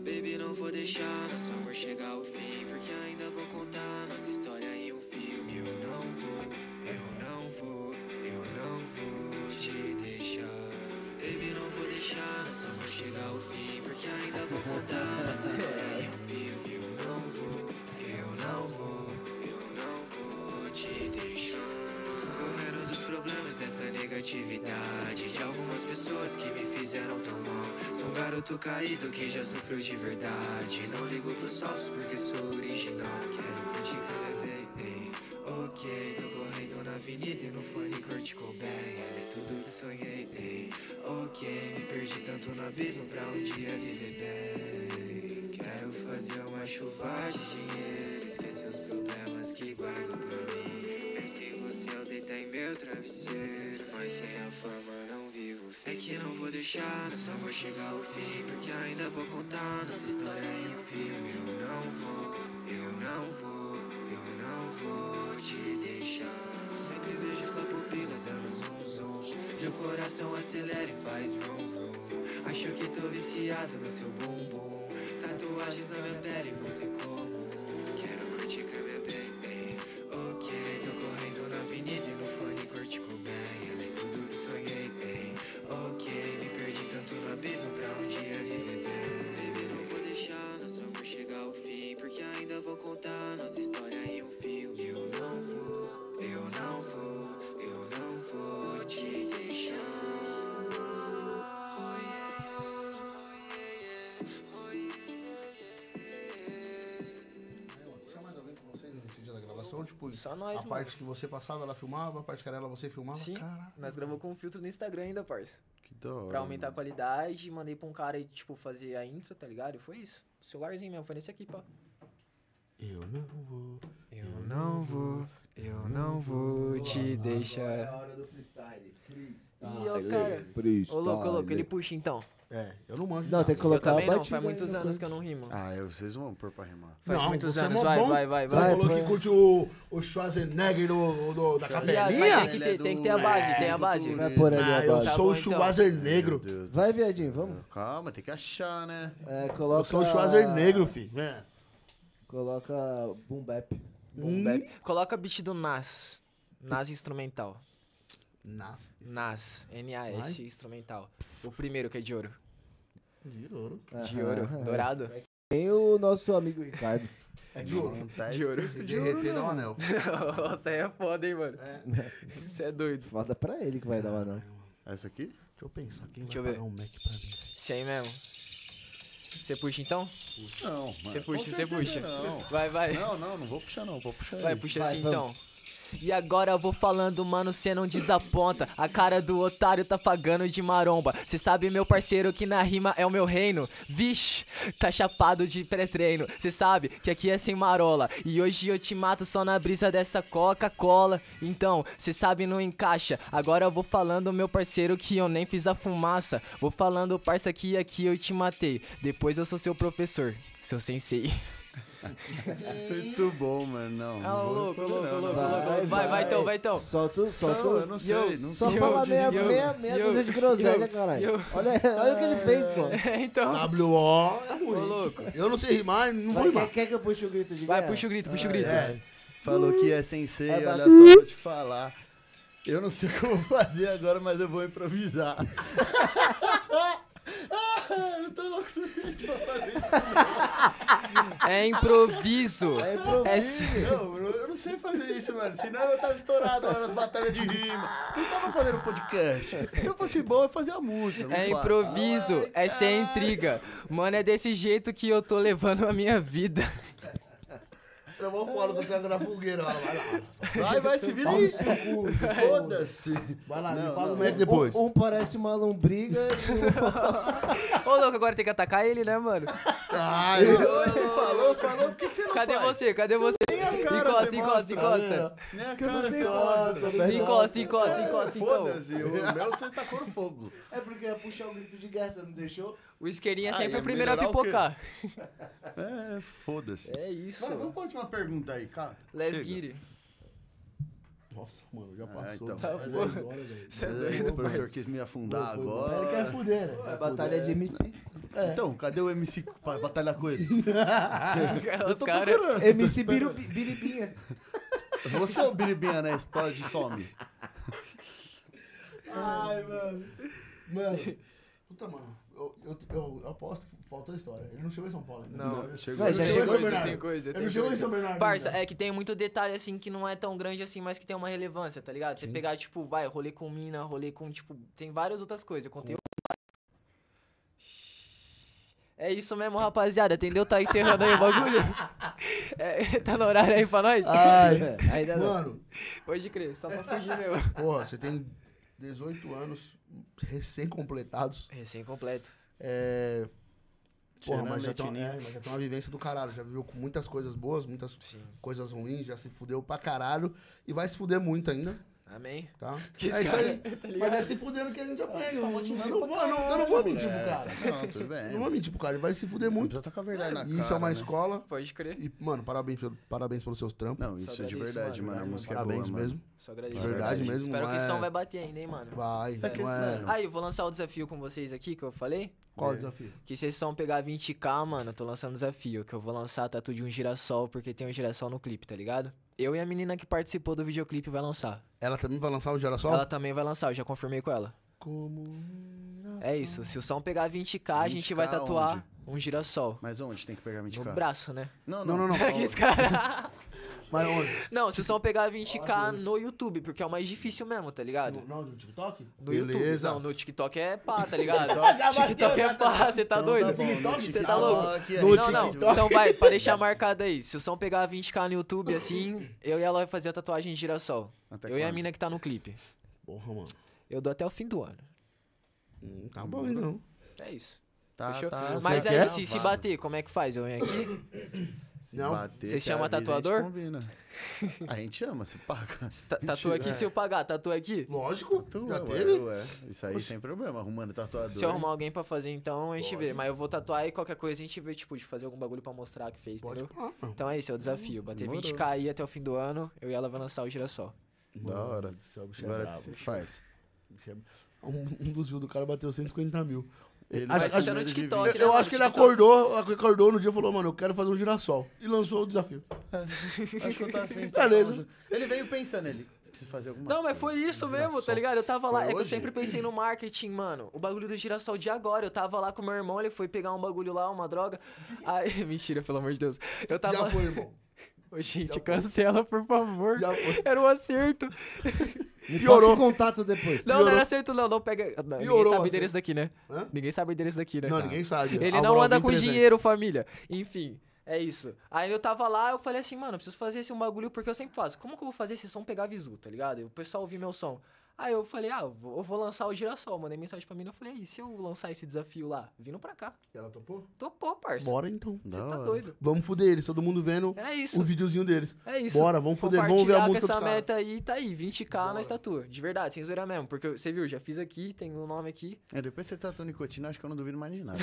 [SPEAKER 7] Baby, não vou deixar nosso amor chegar ao fim. Porque ainda vou contar nossa história em um filme. Eu não vou, eu não vou, eu não vou te deixar. Baby, não vou deixar nosso amor chegar ao fim. Porque ainda vou contar nossa história em um filme. Eu não vou, eu não vou, eu não vou te deixar. Tô correndo dos problemas dessa negatividade De algumas pessoas que me fizeram tão mal Sou um garoto caído que já sofreu de verdade Não ligo pros falsos porque sou original Quero curtir cada bem, ok Tô correndo na avenida e no fone Kurt Cobain Era tudo que sonhei, ei, ok Me perdi tanto no abismo pra um dia viver bem Quero fazer uma chuva de dinheiro Esquecer os problemas que guardo pra mim Pensei em você ao deitar em meu travesseiro Mas sem a fama não vivo É que não vou deixar nosso amor chegar ao fim Porque ainda vou contar nossa história em um filme Eu não vou, eu não vou, eu não vou te deixar Sempre vejo sua pupila dando zoom zoom Meu coração acelera e faz vroom vroom Acho que tô viciado no seu bumbum Tatuagens na minha pele vão ser comum Quero curtir com a minha baby Ok, tô correndo na avenida e no fone curte com bem Ela é tudo que sonhei, ei Ok, me perdi tanto no abismo pra um dia viver bem Baby, não vou deixar nosso amor chegar ao fim Porque ainda vou contar nossa história em um filme Eu não vou, eu não vou, eu não vou te deixar Oh yeah, oh yeah, oh yeah
[SPEAKER 2] Tinha Tá mais alguém com vocês nesse dia da gravação? Tipo,
[SPEAKER 4] Só nós,
[SPEAKER 2] a
[SPEAKER 4] mano.
[SPEAKER 2] parte que você passava, ela filmava, a parte que era ela, você filmava.
[SPEAKER 4] Sim,
[SPEAKER 2] Caraca.
[SPEAKER 4] nós gravamos com um filtro no Instagram ainda, parça.
[SPEAKER 5] Que da hora.
[SPEAKER 4] Pra aumentar a qualidade, mandei pra um cara, tipo, fazer a intro, tá ligado? E foi isso. O celularzinho mesmo, foi nesse aqui, pá.
[SPEAKER 2] Eu não vou.
[SPEAKER 4] Eu não vou, eu não vou te
[SPEAKER 3] É
[SPEAKER 4] deixar.
[SPEAKER 3] a hora do freestyle. Freestyle.
[SPEAKER 4] E, ô, cara,
[SPEAKER 3] freestyle.
[SPEAKER 4] Ô, louco, ô, louco, ele puxa então.
[SPEAKER 2] É, eu não manjo.
[SPEAKER 3] Não, tem que
[SPEAKER 4] Eu
[SPEAKER 3] colocar
[SPEAKER 4] também
[SPEAKER 3] uma
[SPEAKER 4] não, faz
[SPEAKER 3] batida aí,
[SPEAKER 4] muitos
[SPEAKER 3] uma
[SPEAKER 4] anos
[SPEAKER 3] coisa.
[SPEAKER 4] que eu não rimo.
[SPEAKER 5] Ah, eu- vocês vão pôr pra rimar.
[SPEAKER 4] Faz
[SPEAKER 2] Não,
[SPEAKER 4] muitos
[SPEAKER 2] você é
[SPEAKER 4] anos,
[SPEAKER 2] mó
[SPEAKER 4] vai,
[SPEAKER 2] bom.
[SPEAKER 4] vai, vai,
[SPEAKER 2] Você
[SPEAKER 4] vai.
[SPEAKER 2] falou
[SPEAKER 3] põe.
[SPEAKER 2] que curte o, o Schwarzenegger do, do- da
[SPEAKER 4] Viado,
[SPEAKER 2] capelinha?
[SPEAKER 4] mas
[SPEAKER 5] Minha?
[SPEAKER 4] tem que, ter, tem que ter a base, tem a base.
[SPEAKER 3] Vai pôr ali
[SPEAKER 2] Ah,
[SPEAKER 3] a
[SPEAKER 2] eu
[SPEAKER 3] base.
[SPEAKER 4] Tá
[SPEAKER 2] sou
[SPEAKER 4] bom,
[SPEAKER 2] o
[SPEAKER 4] então.
[SPEAKER 2] Schwarzenegger.
[SPEAKER 5] Deus.
[SPEAKER 3] Vai, viadinho, vamos.
[SPEAKER 5] Calma, tem que achar, né?
[SPEAKER 3] É,
[SPEAKER 2] Eu
[SPEAKER 3] coloca...
[SPEAKER 2] sou o Schwarzenegger, filho. É.
[SPEAKER 3] Coloca boom bap.
[SPEAKER 4] Boom bap. Coloca beat do Nas. Nas instrumental.
[SPEAKER 2] Nossa,
[SPEAKER 4] Nas. N-A-S instrumental. O primeiro que é de ouro.
[SPEAKER 2] de ouro.
[SPEAKER 4] De ouro.
[SPEAKER 3] Aham.
[SPEAKER 4] Dourado.
[SPEAKER 3] Tem o nosso amigo Ricardo.
[SPEAKER 2] É de ouro.
[SPEAKER 5] tá
[SPEAKER 4] De ouro.
[SPEAKER 2] Se derreter dá um anel.
[SPEAKER 4] Nossa, aí é foda, hein, mano. Isso é doido.
[SPEAKER 3] Foda pra ele que vai dar uma não.
[SPEAKER 5] Essa aqui?
[SPEAKER 2] Deixa eu pensar, quem
[SPEAKER 4] Deixa eu
[SPEAKER 2] vai
[SPEAKER 4] ver.
[SPEAKER 2] pagar um Mac pra mim?
[SPEAKER 4] Isso aí mesmo. Você puxa então?
[SPEAKER 5] Não, mano.
[SPEAKER 4] Você puxa,
[SPEAKER 5] Com
[SPEAKER 4] você
[SPEAKER 5] certeza
[SPEAKER 4] puxa.
[SPEAKER 5] Não.
[SPEAKER 4] Vai, vai.
[SPEAKER 5] não, não, não vou puxar, não. Vou puxar
[SPEAKER 4] Vai,
[SPEAKER 5] aí.
[SPEAKER 4] puxa
[SPEAKER 3] Vai,
[SPEAKER 4] assim
[SPEAKER 3] vamos.
[SPEAKER 4] então. E agora eu vou falando, mano, cê não desaponta. A cara do otário tá pagando de maromba. Cê sabe, meu parceiro, que na rima é o meu reino. Vixe, tá chapado de pré-treino. Cê sabe que aqui é sem marola. E hoje eu te mato só na brisa dessa Coca-Cola. Então, cê sabe, não encaixa. Agora eu vou falando, meu parceiro, que eu nem fiz a fumaça. Vou falando, parça, que aqui eu te matei. Depois eu sou seu professor, seu sensei.
[SPEAKER 5] Muito bom, mano. Não,
[SPEAKER 4] Ah,
[SPEAKER 5] não vou responder não, não.
[SPEAKER 4] Vai, vai, vai então, vai então.
[SPEAKER 3] Solta, o- solta.
[SPEAKER 5] Não,
[SPEAKER 3] o-
[SPEAKER 5] eu não sei, não
[SPEAKER 3] Só
[SPEAKER 5] sei.
[SPEAKER 3] falar
[SPEAKER 4] eu-
[SPEAKER 3] meia,
[SPEAKER 4] eu-
[SPEAKER 3] meia, meia
[SPEAKER 4] eu-
[SPEAKER 3] dúzia de groselha, caralho. Olha, olha o que ele fez, pô.
[SPEAKER 4] É, então.
[SPEAKER 2] W.O. é
[SPEAKER 4] Ô,
[SPEAKER 2] ruim.
[SPEAKER 4] louco.
[SPEAKER 2] Eu não sei rimar, não vou
[SPEAKER 3] Vai,
[SPEAKER 2] rimar.
[SPEAKER 3] quer, quer que eu puxe o grito de
[SPEAKER 4] Vai,
[SPEAKER 3] guerra?
[SPEAKER 4] puxa o grito, puxa o grito.
[SPEAKER 5] É, falou que é sensei,
[SPEAKER 3] É,
[SPEAKER 5] olha
[SPEAKER 3] vai-
[SPEAKER 5] só, vou te falar. Eu não sei o que eu vou fazer agora, mas eu vou improvisar. eu tô louco suficiente pra fazer isso.
[SPEAKER 4] É improviso.
[SPEAKER 3] É improviso.
[SPEAKER 4] É s-
[SPEAKER 5] Não, eu eu não sei fazer isso, mano. Senão eu tava estourado lá nas batalhas de rima. Eu tava fazendo podcast. Se eu fosse bom, eu fazia música. não
[SPEAKER 4] É
[SPEAKER 5] faço.
[SPEAKER 4] improviso, essa é intriga. Mano, é desse jeito que eu tô levando a minha vida.
[SPEAKER 2] Eu vou fora do Thiago na fogueira. Vai lá, vai lá.
[SPEAKER 5] Vai, vai, se vira aí. Foda-se.
[SPEAKER 2] Vai lá,
[SPEAKER 5] Não,
[SPEAKER 2] me fala
[SPEAKER 5] não.
[SPEAKER 2] o médico depois.
[SPEAKER 3] Um, um parece uma lombriga é e o outro
[SPEAKER 4] Ô, louco, agora tem que atacar ele, né, mano?
[SPEAKER 5] Ai, você falou, falou. Por que, que você não
[SPEAKER 4] Cadê
[SPEAKER 5] faz?
[SPEAKER 4] você? Cadê você?
[SPEAKER 5] cara
[SPEAKER 4] Encosta,
[SPEAKER 5] você
[SPEAKER 4] encosta,
[SPEAKER 5] mostra, né?
[SPEAKER 4] encosta.
[SPEAKER 5] Nem a
[SPEAKER 3] que eu não
[SPEAKER 5] cara
[SPEAKER 3] sei
[SPEAKER 5] você
[SPEAKER 3] falar.
[SPEAKER 5] mostra.
[SPEAKER 3] sou pesado.
[SPEAKER 4] Encosta, encosta, encosta, então.
[SPEAKER 5] Foda-se, o meu você tacou no fogo.
[SPEAKER 3] É porque ia puxar o grito de guerra, você não deixou?
[SPEAKER 4] O isqueirinho é
[SPEAKER 5] Ah,
[SPEAKER 4] sempre
[SPEAKER 5] ia
[SPEAKER 4] o primeiro a
[SPEAKER 5] melhorar o quê?
[SPEAKER 4] pipocar.
[SPEAKER 5] É, foda-se.
[SPEAKER 4] É isso.
[SPEAKER 5] Vai, vamos pra última pergunta aí, cara.
[SPEAKER 4] Let's
[SPEAKER 5] Chega.
[SPEAKER 4] get it.
[SPEAKER 2] Nossa, mano, já
[SPEAKER 5] Ah,
[SPEAKER 2] passou.
[SPEAKER 5] então.
[SPEAKER 2] Tá
[SPEAKER 5] Tá
[SPEAKER 2] bom. Horas, velho.
[SPEAKER 4] Cê é
[SPEAKER 5] Mas aí,
[SPEAKER 4] doido,
[SPEAKER 5] o produtor
[SPEAKER 4] parça.
[SPEAKER 5] quis me afundar
[SPEAKER 3] Tá
[SPEAKER 2] Foi, foi, foi.
[SPEAKER 5] agora.
[SPEAKER 2] Ele quer Tá fuder, né?
[SPEAKER 3] É batalha de MC.
[SPEAKER 5] Então, cadê o MC pra batalhar com ele?
[SPEAKER 4] Os caras.
[SPEAKER 3] MC Biru- Biribinha.
[SPEAKER 5] Você é o Biribinha na espada de some.
[SPEAKER 2] Ai, mano. Mano. Puta, mano. Eu, eu, eu, eu aposto que faltou a história. Ele não chegou em São Paulo ainda.
[SPEAKER 4] Não.
[SPEAKER 5] chegou.
[SPEAKER 3] Não, já
[SPEAKER 4] Tem
[SPEAKER 2] chegou em São
[SPEAKER 4] coisa,
[SPEAKER 2] Bernardo.
[SPEAKER 4] tem coisa,
[SPEAKER 2] Ele
[SPEAKER 4] tem
[SPEAKER 2] não chegou em São
[SPEAKER 4] coisa.
[SPEAKER 2] Bernardo.
[SPEAKER 4] Parça,
[SPEAKER 2] ainda.
[SPEAKER 4] é que tem muito detalhe assim que não é tão grande assim, mas que tem uma relevância, tá ligado? Você pegar, tipo, vai, rolê com mina, rolê com, tipo, tem várias outras coisas. Eu contei. É isso mesmo, rapaziada. Entendeu? Tá encerrando aí o bagulho. É, tá no horário aí pra nós?
[SPEAKER 3] Ai, ainda
[SPEAKER 4] é
[SPEAKER 3] não.
[SPEAKER 2] Mano,
[SPEAKER 4] Pode crer, só pra fugir meu.
[SPEAKER 2] porra, você tem 18 anos recém-completados.
[SPEAKER 4] Recém completo.
[SPEAKER 2] É. Porra,
[SPEAKER 5] Cheirando
[SPEAKER 2] mas já, tem,
[SPEAKER 5] metininho.
[SPEAKER 2] é, mas já tem uma vivência do caralho. Já viveu com muitas coisas boas, muitas
[SPEAKER 4] Sim.
[SPEAKER 2] coisas ruins, já se fudeu pra caralho. E vai se fuder muito ainda,
[SPEAKER 4] Amém.
[SPEAKER 2] tá?
[SPEAKER 4] Que
[SPEAKER 2] é
[SPEAKER 4] esse
[SPEAKER 2] isso
[SPEAKER 4] cara-
[SPEAKER 2] aí. mas é se fudendo que a gente aprende. Tá motivando eu, não vou, eu não, eu não vou
[SPEAKER 4] né?
[SPEAKER 2] mentir pro cara.
[SPEAKER 5] Não, tudo bem.
[SPEAKER 2] É. Eu não vou mentir pro cara, ele vai se fuder
[SPEAKER 5] Não
[SPEAKER 2] muito.
[SPEAKER 5] precisa tá com a verdade na cara.
[SPEAKER 2] Isso é uma
[SPEAKER 5] né?
[SPEAKER 2] escola.
[SPEAKER 4] Pode crer.
[SPEAKER 2] E, mano, parabéns, pelo- parabéns pelos seus trampos.
[SPEAKER 5] Não, isso
[SPEAKER 4] Só
[SPEAKER 5] é de
[SPEAKER 4] agradeço,
[SPEAKER 5] verdade,
[SPEAKER 4] mano.
[SPEAKER 5] mano. A música é boa,
[SPEAKER 2] parabéns
[SPEAKER 5] mano.
[SPEAKER 2] mesmo.
[SPEAKER 4] Só agradeço.
[SPEAKER 2] De verdade
[SPEAKER 5] Verdade.
[SPEAKER 2] mesmo.
[SPEAKER 4] Espero
[SPEAKER 2] não
[SPEAKER 4] que o
[SPEAKER 2] é-
[SPEAKER 4] som vai bater ainda, hein, mano.
[SPEAKER 2] Vai,
[SPEAKER 5] É que-
[SPEAKER 2] não é-
[SPEAKER 5] mano,
[SPEAKER 4] Aí, eu vou lançar o desafio com vocês aqui que eu falei.
[SPEAKER 2] Qual o desafio?
[SPEAKER 4] Que vocês vão pegar 20k, mano. eu Tô lançando desafio. Que eu vou lançar a tatu de um girassol, porque tem um girassol no clipe, tá ligado? Eu e a menina que participou do videoclipe vai lançar.
[SPEAKER 2] Ela também vai lançar o girassol?
[SPEAKER 4] Ela também vai lançar, eu já confirmei com ela.
[SPEAKER 2] Como.
[SPEAKER 4] É isso. Se o som pegar 20k, a gente vai
[SPEAKER 5] 20K
[SPEAKER 4] tatuar um girassol.
[SPEAKER 5] Mas onde tem que pegar 20
[SPEAKER 4] No
[SPEAKER 5] k
[SPEAKER 4] braço, né?
[SPEAKER 5] Não, Tá,
[SPEAKER 2] Não, não, não.
[SPEAKER 4] Esse cara-
[SPEAKER 2] Mas onde?
[SPEAKER 4] Não, se o som pegar 20k no YouTube, porque é o mais difícil mesmo, tá ligado?
[SPEAKER 2] No, não, no TikTok?
[SPEAKER 4] No YouTube.
[SPEAKER 2] Beleza.
[SPEAKER 4] Não, no TikTok é pá, tá ligado?
[SPEAKER 2] bateu,
[SPEAKER 4] TikTok é pá, você tá
[SPEAKER 5] Então
[SPEAKER 4] doido?
[SPEAKER 5] tá bom, no
[SPEAKER 4] Você tá
[SPEAKER 5] TikTok,
[SPEAKER 4] louco?
[SPEAKER 5] aqui,
[SPEAKER 4] não,
[SPEAKER 5] aí,
[SPEAKER 4] não.
[SPEAKER 5] TikTok.
[SPEAKER 4] Então vai, pra deixar marcado aí. Se o som pegar 20k no YouTube, assim, eu e ela vai fazer a tatuagem de girassol.
[SPEAKER 5] Até
[SPEAKER 4] eu e a
[SPEAKER 5] quando?
[SPEAKER 4] mina que tá no clipe.
[SPEAKER 2] Porra, mano.
[SPEAKER 4] Eu dou até o fim do ano.
[SPEAKER 2] Hum, Tá bom, então.
[SPEAKER 4] É isso.
[SPEAKER 5] Tá,
[SPEAKER 4] Fechou?
[SPEAKER 5] tá,
[SPEAKER 4] Mas
[SPEAKER 5] tá
[SPEAKER 4] aí,
[SPEAKER 5] gravado.
[SPEAKER 4] se, se bater, como é que faz? Eu venho aqui?
[SPEAKER 5] Se
[SPEAKER 2] Não.
[SPEAKER 5] bater,
[SPEAKER 4] Você
[SPEAKER 5] se
[SPEAKER 4] chama
[SPEAKER 5] avisa,
[SPEAKER 4] tatuador?
[SPEAKER 5] A gente combina. A gente ama, se paga.
[SPEAKER 4] Ta- Tá, Tatua aqui se eu pagar, tatua aqui?
[SPEAKER 2] Lógico.
[SPEAKER 5] Tatua,
[SPEAKER 2] já
[SPEAKER 5] ué,
[SPEAKER 2] teve?
[SPEAKER 5] ué. Isso aí sem problema, arrumando tatuador.
[SPEAKER 4] Se eu arrumar alguém pra fazer, então a gente vê. Mas eu vou tatuar e qualquer coisa a gente vê, tipo, de fazer algum bagulho pra mostrar que fez,
[SPEAKER 2] Pode
[SPEAKER 4] entendeu?
[SPEAKER 2] falar, mano.
[SPEAKER 4] Então é isso, é o desafio. Bater
[SPEAKER 5] Demorou.
[SPEAKER 4] 20k aí até o fim do ano, eu e ela vai lançar o girassol.
[SPEAKER 5] Da hora.
[SPEAKER 2] do céu, o bicho é
[SPEAKER 5] Agora
[SPEAKER 2] brabo.
[SPEAKER 5] faz.
[SPEAKER 2] Bicho é- Um, um dos views do cara bateu 150 mil.
[SPEAKER 5] Ele
[SPEAKER 2] Acho-
[SPEAKER 5] vai
[SPEAKER 2] acho-
[SPEAKER 5] com medo de
[SPEAKER 4] TikTok,
[SPEAKER 5] vir.
[SPEAKER 2] Eu,
[SPEAKER 4] né,
[SPEAKER 2] eu
[SPEAKER 4] mano,
[SPEAKER 2] acho que ele
[SPEAKER 4] TikTok.
[SPEAKER 2] acordou, acordou no dia e falou, mano, eu quero fazer um girassol. E lançou o desafio.
[SPEAKER 5] Acho que eu tava afim de
[SPEAKER 2] Beleza.
[SPEAKER 5] tatuar um- Ele veio pensando, ele precisa fazer alguma
[SPEAKER 4] Não,
[SPEAKER 5] coisa.
[SPEAKER 4] mas foi isso mesmo, tá ligado? Eu tava lá, é
[SPEAKER 5] Foi
[SPEAKER 4] que eu
[SPEAKER 5] hoje?
[SPEAKER 4] sempre pensei no marketing, mano. O bagulho do girassol de agora. Eu tava lá com meu irmão, ele foi pegar um bagulho lá, uma droga. Aí, mentira, pelo amor de Deus. Eu tava.
[SPEAKER 2] Já foi, irmão.
[SPEAKER 4] Ô, gente, cancela, por favor.
[SPEAKER 2] Já foi.
[SPEAKER 4] Era um acerto.
[SPEAKER 3] Me
[SPEAKER 2] Piorou.
[SPEAKER 3] passa o contato depois.
[SPEAKER 4] Não, não era acerto, não. Não pega. Não, ninguém
[SPEAKER 2] Piorou o
[SPEAKER 4] sabe o endereço daqui, né?
[SPEAKER 2] Hã?
[SPEAKER 4] Ninguém sabe o endereço daqui, né?
[SPEAKER 2] Não, ninguém sabe.
[SPEAKER 4] Ele
[SPEAKER 2] Álvaro
[SPEAKER 4] não anda
[SPEAKER 2] Alvim
[SPEAKER 4] com
[SPEAKER 2] 300.
[SPEAKER 4] dinheiro, família. Enfim. É isso. Aí eu tava lá, eu falei assim, mano, eu preciso fazer esse um bagulho porque eu sempre faço. Como que eu vou fazer esse som pegar visu, tá ligado? E o pessoal ouvir meu som. Aí eu falei, ah, eu vou eu vou lançar o girassol. Mandei mensagem pra mina, eu falei, e se eu lançar esse desafio lá? Vindo pra cá.
[SPEAKER 2] E ela topou?
[SPEAKER 4] Topou, parça.
[SPEAKER 2] Bora então.
[SPEAKER 4] Você
[SPEAKER 5] Da
[SPEAKER 4] tá
[SPEAKER 5] hora.
[SPEAKER 4] doido.
[SPEAKER 2] Vamos fuder eles, todo mundo vendo
[SPEAKER 4] É isso.
[SPEAKER 2] o videozinho deles.
[SPEAKER 4] É isso.
[SPEAKER 2] Bora, vamos fuder, vamos ver a
[SPEAKER 4] Compartilhar com
[SPEAKER 2] música
[SPEAKER 4] essa
[SPEAKER 2] dos caras.
[SPEAKER 4] meta aí, tá aí, 20k na estatua. De verdade, sem zoeira mesmo. Porque você viu, já fiz aqui, tem o nome aqui.
[SPEAKER 5] É, depois que você tratou nicotina, acho que eu não duvido mais de nada.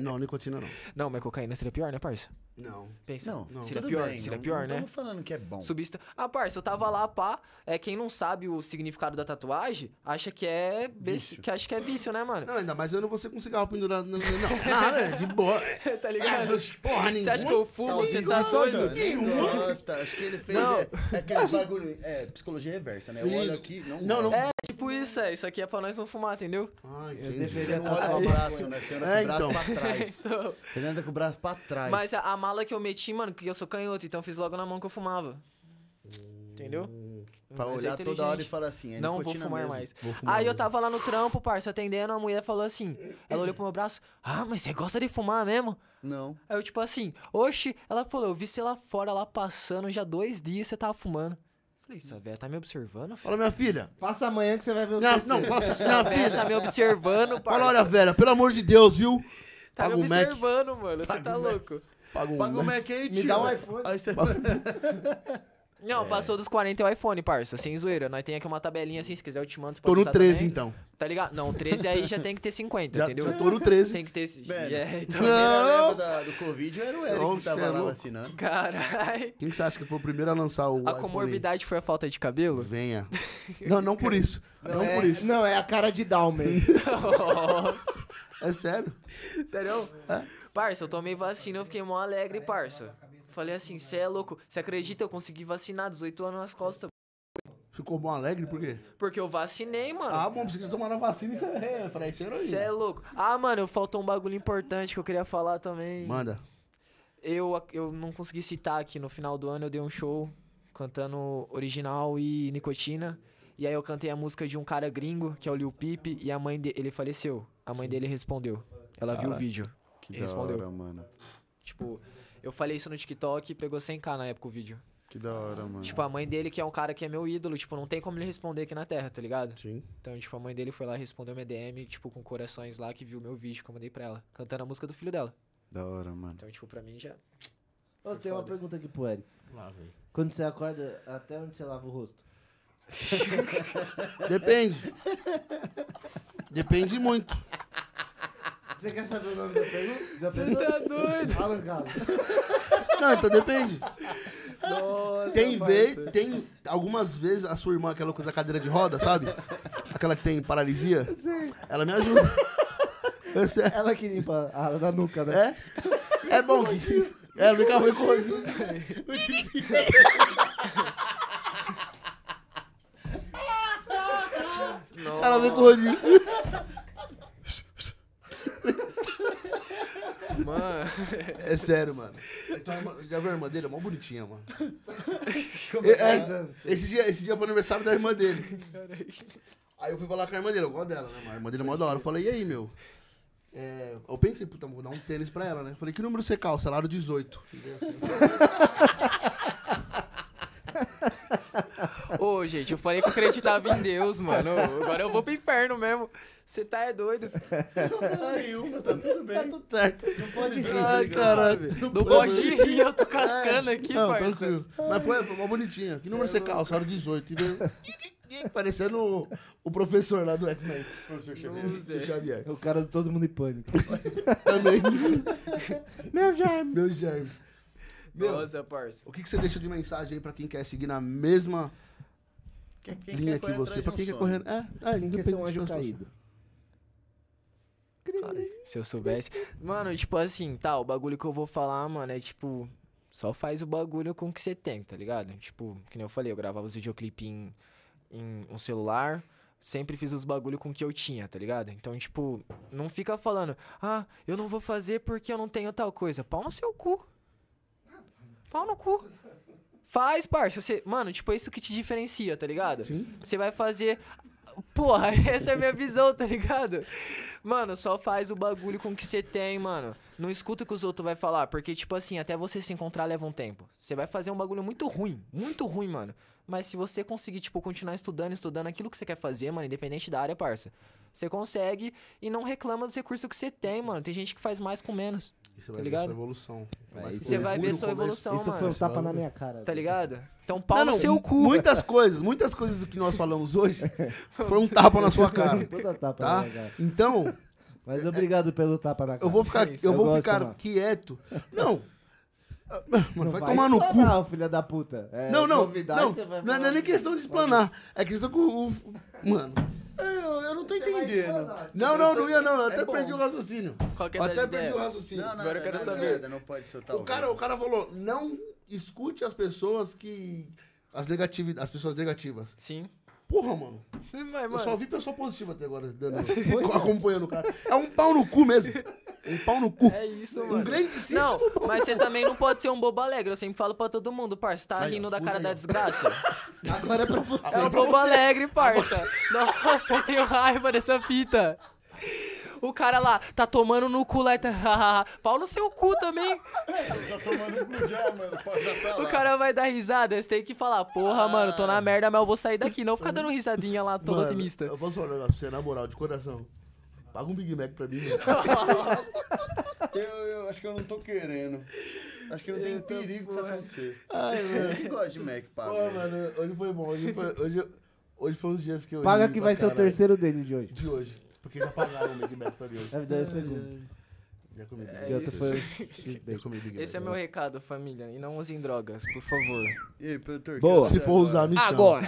[SPEAKER 2] Não, nicotina não.
[SPEAKER 4] Não, mas cocaína seria pior, né, parça?
[SPEAKER 2] Não.
[SPEAKER 4] Pensa.
[SPEAKER 5] Não, não.
[SPEAKER 4] seria
[SPEAKER 5] tudo
[SPEAKER 4] pior,
[SPEAKER 5] bem,
[SPEAKER 4] seria
[SPEAKER 5] não-
[SPEAKER 4] pior,
[SPEAKER 5] não
[SPEAKER 4] né?
[SPEAKER 5] Estamos falando que é bom.
[SPEAKER 4] Subista... Ah, parça, eu tava lá, pá. É, quem não sabe o significado da tatuagem, acha que é. be-
[SPEAKER 5] Vício.
[SPEAKER 4] Que acha que é vício, né, mano?
[SPEAKER 2] Não, ainda mais eu não vou ser com um cigarro pendurado. Não, não nada, é de boa.
[SPEAKER 4] tá ligado?
[SPEAKER 2] Porra nenhuma.
[SPEAKER 4] Você acha que eu fumo? Você tá
[SPEAKER 5] gosta,
[SPEAKER 4] doido?
[SPEAKER 5] nem gosta. Acho que ele fez.
[SPEAKER 4] Não.
[SPEAKER 5] É, é aquele bagulho. É, psicologia reversa, né? Eu olho aqui, não.
[SPEAKER 2] Não, não.
[SPEAKER 5] gosto.
[SPEAKER 4] É, tipo isso, é. Isso aqui é pra nós não fumar, entendeu?
[SPEAKER 2] Ah,
[SPEAKER 3] Eu
[SPEAKER 2] entendi.
[SPEAKER 5] Você
[SPEAKER 3] deveria
[SPEAKER 5] não olha pro
[SPEAKER 3] tatuar.
[SPEAKER 5] braço, né? Você anda com
[SPEAKER 2] É,
[SPEAKER 5] o braço
[SPEAKER 2] então.
[SPEAKER 5] pra trás.
[SPEAKER 4] Então,
[SPEAKER 5] Você anda com o braço pra trás.
[SPEAKER 4] mas a, a mala que eu meti, mano, que eu sou canhoto, então eu fiz logo na mão que eu fumava. Entendeu?
[SPEAKER 5] Hum, Pra
[SPEAKER 4] Mas é
[SPEAKER 5] olhar toda hora e
[SPEAKER 4] inteligente.
[SPEAKER 5] falar assim, é
[SPEAKER 4] Não vou
[SPEAKER 5] nicotina
[SPEAKER 4] fumar
[SPEAKER 5] mesmo.
[SPEAKER 4] mais.
[SPEAKER 2] fumar
[SPEAKER 4] Aí eu tava lá no trampo, parça, atendendo, a mulher falou assim. Ela olhou pro meu braço, ah, mas você gosta de fumar mesmo?
[SPEAKER 5] Não.
[SPEAKER 4] Aí eu, tipo assim, oxi, ela falou, eu vi você lá fora, lá passando, já dois dias você tava fumando. Falei, essa véia tá me observando, filho.
[SPEAKER 2] Fala, minha filha.
[SPEAKER 3] Passa amanhã que você vai ver o
[SPEAKER 2] Não,
[SPEAKER 3] terceiro.
[SPEAKER 2] não, fala assim,
[SPEAKER 4] Essa
[SPEAKER 2] minha
[SPEAKER 4] véia tá
[SPEAKER 2] filha.
[SPEAKER 4] me observando,
[SPEAKER 2] Fala,
[SPEAKER 4] parça.
[SPEAKER 2] olha, velha, pelo amor de Deus, viu?
[SPEAKER 4] tá me
[SPEAKER 2] paga o Mac.
[SPEAKER 4] observando, mano, você tá louco.
[SPEAKER 2] Paga um
[SPEAKER 5] Paga o
[SPEAKER 2] Mac.
[SPEAKER 5] Mac aí, é tio.
[SPEAKER 3] Me dá um iPhone.
[SPEAKER 5] Aí você...
[SPEAKER 4] Não, passou dos 40 é o iPhone, parça, sem zoeira. Nós tem aqui uma tabelinha assim, se quiser eu te mando. você
[SPEAKER 2] Tô
[SPEAKER 4] pode
[SPEAKER 2] no
[SPEAKER 4] usar
[SPEAKER 2] 13,
[SPEAKER 4] também.
[SPEAKER 2] então.
[SPEAKER 4] Tá ligado? Não, 13 aí já tem que ter 50,
[SPEAKER 2] Já,
[SPEAKER 4] entendeu?
[SPEAKER 2] já tô no 13.
[SPEAKER 4] Tem que ter... esse-
[SPEAKER 5] Velho.
[SPEAKER 4] É, então...
[SPEAKER 5] Primeira leva da- do Covid era o Eric
[SPEAKER 2] Nossa,
[SPEAKER 5] que tava
[SPEAKER 2] é
[SPEAKER 5] lá
[SPEAKER 2] louco.
[SPEAKER 5] vacinando.
[SPEAKER 4] Caralho.
[SPEAKER 2] Quem que você acha que foi o primeiro a lançar o
[SPEAKER 4] A
[SPEAKER 2] iPhone aí?
[SPEAKER 4] comorbidade foi a falta de cabelo?
[SPEAKER 2] Venha. Não, não por isso. Não
[SPEAKER 3] é,
[SPEAKER 2] por isso.
[SPEAKER 3] Não, é a cara de Dalmer.
[SPEAKER 2] É sério.
[SPEAKER 4] Sério? Parça, eu tomei vacina, eu fiquei mó alegre, parça. Falei assim, cê é louco, você acredita? Eu consegui vacinar 18 anos nas costas.
[SPEAKER 2] Ficou bom alegre, por quê?
[SPEAKER 4] Porque eu vacinei,
[SPEAKER 2] Ah,
[SPEAKER 4] mano.
[SPEAKER 2] bom, precisa tomar a vacina e você é, Fred, isso é
[SPEAKER 4] Você é
[SPEAKER 2] heroína.
[SPEAKER 4] louco. Ah, mano, faltou um bagulho importante que eu queria falar também.
[SPEAKER 2] Manda.
[SPEAKER 4] Eu, eu não consegui citar aqui, no final do ano eu dei um show cantando original e nicotina. E aí eu cantei a música de um cara gringo, que é o Lil Peep, e a mãe dele, ele faleceu. A mãe dele respondeu. Ela viu o vídeo.
[SPEAKER 5] Que
[SPEAKER 4] da Respondeu. hora,
[SPEAKER 5] mano.
[SPEAKER 4] Tipo, eu falei isso no TikTok e pegou 100k na época o vídeo.
[SPEAKER 5] Que da hora, mano.
[SPEAKER 4] Tipo, a mãe dele, que é um cara que é meu ídolo, tipo, não tem como ele responder aqui na Terra, tá ligado?
[SPEAKER 2] Sim.
[SPEAKER 4] Então, tipo, a mãe dele foi lá e respondeu minha DM, tipo, com corações lá, que viu meu vídeo que eu mandei pra ela, cantando a música do filho dela.
[SPEAKER 5] Da hora, mano.
[SPEAKER 4] Então, tipo, pra mim já.
[SPEAKER 3] Ô, tem uma pergunta aqui pro Eric.
[SPEAKER 2] Lá, velho.
[SPEAKER 3] Quando você acorda, até onde você lava o rosto?
[SPEAKER 2] Depende. Depende muito.
[SPEAKER 3] Você quer saber o nome da pergunta? Já pensou?
[SPEAKER 4] doido!
[SPEAKER 3] Alan Galo.
[SPEAKER 2] Não, então depende.
[SPEAKER 4] Nossa!
[SPEAKER 2] Tem vez, tem algumas vezes a sua irmã, aquela coisa da cadeira de roda, sabe? Aquela que tem paralisia. Ela me ajuda. É sério.
[SPEAKER 3] Ela que limpa a, na nuca, né?
[SPEAKER 2] É? É bom. É, nunca foi corrigido. Ela vem com o rodinho.
[SPEAKER 4] Mano,
[SPEAKER 2] É sério, mano. Então, a irmã- já viu a irmã dele? É mó bonitinha, mano.
[SPEAKER 3] Com
[SPEAKER 2] É,
[SPEAKER 3] 10
[SPEAKER 2] é.
[SPEAKER 3] anos.
[SPEAKER 2] Esse dia, esse dia foi o aniversário da irmã dele. Aí eu fui falar com a irmã dele, eu gosto dela, né? mano? A irmã dele é mó da hora. Eu falei, e aí, meu? É, eu pensei, puta, vou dar um tênis pra ela, né? Eu falei, que número você calça? Salário 18.
[SPEAKER 4] ô, gente, eu falei que eu acreditava em Deus, mano. Ô, Agora eu vou pro inferno mesmo. Você tá é doido.
[SPEAKER 5] Nenhuma, tá tudo bem.
[SPEAKER 2] Tudo certo.
[SPEAKER 3] Não pode rir.
[SPEAKER 2] Ai, caralho.
[SPEAKER 4] Não pode rir, eu tô cascando aqui,
[SPEAKER 2] É. Não,
[SPEAKER 4] parça.
[SPEAKER 2] tranquilo. Mas foi, foi mó bonitinha. Que número você calça? Salário 18. E veio- Parecendo o, o professor lá do X-Men. Professor Xavier.
[SPEAKER 4] Zé.
[SPEAKER 2] O Xavier.
[SPEAKER 3] É O cara de todo mundo em pânico.
[SPEAKER 2] Também. Meu James. Meu James. Meu,
[SPEAKER 4] Nossa, parça.
[SPEAKER 2] O que, que você deixa de mensagem aí pra quem quer seguir na mesma
[SPEAKER 5] Quem, quem
[SPEAKER 2] linha
[SPEAKER 5] quer correr
[SPEAKER 2] que você?
[SPEAKER 5] atrás
[SPEAKER 2] Pra
[SPEAKER 5] de
[SPEAKER 2] quem
[SPEAKER 5] um
[SPEAKER 2] quer
[SPEAKER 5] sonho?
[SPEAKER 2] correr. É, é,
[SPEAKER 3] Porque
[SPEAKER 2] independente
[SPEAKER 3] você é um
[SPEAKER 2] da
[SPEAKER 3] anjo
[SPEAKER 2] situação.
[SPEAKER 3] caído.
[SPEAKER 4] Se eu soubesse. Mano, tipo assim, tá, o bagulho que eu vou falar, mano, é tipo. Só faz o bagulho com o que você tem, tá ligado? Tipo, que nem eu falei, eu gravava os videoclipes em, em um celular. Sempre fiz os bagulho com o que eu tinha, tá ligado? Então, tipo, não fica falando, ah, eu não vou fazer porque eu não tenho tal coisa. Pau no seu cu. Pau no cu. Faz, parça. Você, mano, tipo, é isso que te diferencia, tá ligado? Você vai fazer. Porra, essa é a minha visão, tá ligado? Mano, só faz o bagulho com o que você tem, mano. Não escuta o que os outros vai falar, porque, tipo assim, até você se encontrar leva um tempo. Você vai fazer um bagulho muito ruim, muito ruim, mano. Mas se você conseguir, tipo, continuar estudando, estudando aquilo que você quer fazer, mano, independente da área, parça. Você consegue e não reclama dos recursos que você tem, mano. Tem gente que faz mais com menos,
[SPEAKER 2] Isso
[SPEAKER 4] Tá
[SPEAKER 2] vai
[SPEAKER 4] ligado?
[SPEAKER 2] ver sua evolução. Mas
[SPEAKER 3] isso
[SPEAKER 4] Você
[SPEAKER 2] foi
[SPEAKER 4] vai
[SPEAKER 2] ruim
[SPEAKER 4] ver
[SPEAKER 2] no
[SPEAKER 4] sua
[SPEAKER 2] começo.
[SPEAKER 4] evolução,
[SPEAKER 3] Isso foi
[SPEAKER 4] mano.
[SPEAKER 3] um tapa na minha cara.
[SPEAKER 4] Tá
[SPEAKER 3] velho.
[SPEAKER 4] ligado? Então pau
[SPEAKER 2] Não,
[SPEAKER 4] no
[SPEAKER 2] não,
[SPEAKER 4] seu cu.
[SPEAKER 2] Muitas coisas, muitas coisas do que nós falamos hoje foi um tapa na sua cara,
[SPEAKER 3] Toda um tapa na
[SPEAKER 2] tá?
[SPEAKER 3] minha cara.
[SPEAKER 2] Então,
[SPEAKER 3] Mas obrigado pelo tapa na cara.
[SPEAKER 2] eu vou ficar,
[SPEAKER 4] isso,
[SPEAKER 2] eu
[SPEAKER 3] eu
[SPEAKER 2] vou
[SPEAKER 3] gosto,
[SPEAKER 2] ficar
[SPEAKER 3] mano.
[SPEAKER 2] quieto. Não. Ah, Mano,
[SPEAKER 3] Não
[SPEAKER 2] vai tomar no cu.
[SPEAKER 3] explanar, filha da puta. É,
[SPEAKER 2] Não, não.
[SPEAKER 3] novidade,
[SPEAKER 2] não,
[SPEAKER 3] você
[SPEAKER 2] não
[SPEAKER 3] vai
[SPEAKER 2] é- não é
[SPEAKER 3] falar-
[SPEAKER 2] nem questão de explanar. É questão que o. o- Mano.
[SPEAKER 5] É, Eu, eu não tô
[SPEAKER 6] Você vai
[SPEAKER 5] entendendo.
[SPEAKER 6] explanar, você
[SPEAKER 2] Não,
[SPEAKER 6] vai-
[SPEAKER 2] não, não ia, não. Eu
[SPEAKER 5] É
[SPEAKER 2] até
[SPEAKER 5] bom.
[SPEAKER 2] perdi o raciocínio.
[SPEAKER 4] Qual que é
[SPEAKER 2] Eu
[SPEAKER 4] das
[SPEAKER 2] até perdi
[SPEAKER 4] ideias?
[SPEAKER 2] o raciocínio.
[SPEAKER 5] Não, não,
[SPEAKER 4] Agora eu quero
[SPEAKER 5] não,
[SPEAKER 4] saber.
[SPEAKER 5] nada, Não pode soltar
[SPEAKER 2] o, cara, o cara falou: não escute as pessoas que. As, negativi- as pessoas negativas.
[SPEAKER 4] Sim.
[SPEAKER 2] Porra, mano.
[SPEAKER 4] Mas, mano,
[SPEAKER 2] Eu só vi pessoa positiva até agora, dando, acompanhando o cara. É um pau no cu mesmo. Um pau no cu.
[SPEAKER 4] É isso, mano.
[SPEAKER 2] um grandíssimo
[SPEAKER 4] Não,
[SPEAKER 2] pau.
[SPEAKER 4] mas você também não pode ser um bobo alegre. Eu sempre falo pra todo mundo, parça. Tá rindo da cara da desgraça.
[SPEAKER 2] Agora é pra você.
[SPEAKER 4] É um bobo alegre, parça. Nossa, eu tenho raiva dessa fita. O cara lá tá tomando no cu lá e tá. Pau no seu cu também.
[SPEAKER 5] Tá tomando cu já, mano. Pode já tá
[SPEAKER 4] O
[SPEAKER 5] lá.
[SPEAKER 4] cara vai dar risada. Você tem que falar, porra, mano, tô na merda, mas eu vou sair daqui. Não ficar dando risadinha lá, todo
[SPEAKER 2] Mano,
[SPEAKER 4] otimista.
[SPEAKER 2] Eu posso falar um negócio pra você, na moral, de coração. Paga um Big Mac pra mim. mano.
[SPEAKER 5] Eu, eu acho que eu não tô querendo. Acho que não tem perigo disso acontecer.
[SPEAKER 2] Ai,
[SPEAKER 5] Eu
[SPEAKER 2] mano.
[SPEAKER 5] que gosto de Mac, pá.
[SPEAKER 2] Pô, mano, hoje foi bom. Hoje foi, hoje, hoje foi uns dias que eu.
[SPEAKER 3] Paga
[SPEAKER 2] ri
[SPEAKER 3] que
[SPEAKER 2] pra
[SPEAKER 3] vai ser o
[SPEAKER 2] caralho.
[SPEAKER 3] terceiro dele de hoje.
[SPEAKER 2] De hoje. Porque já pagaram o Big Mac pra mim hoje.
[SPEAKER 3] Deve dar o segundo.
[SPEAKER 2] Já comi Big
[SPEAKER 3] E
[SPEAKER 2] Mac.
[SPEAKER 3] outro É foi o
[SPEAKER 2] Já
[SPEAKER 3] X-Bait.
[SPEAKER 2] comi Big Mac.
[SPEAKER 4] Esse é meu recado, família. E não usem drogas, por favor.
[SPEAKER 5] E aí, produtor? que
[SPEAKER 3] Boa.
[SPEAKER 5] horas
[SPEAKER 2] Se
[SPEAKER 5] é
[SPEAKER 2] for usar, me chama.
[SPEAKER 1] Agora.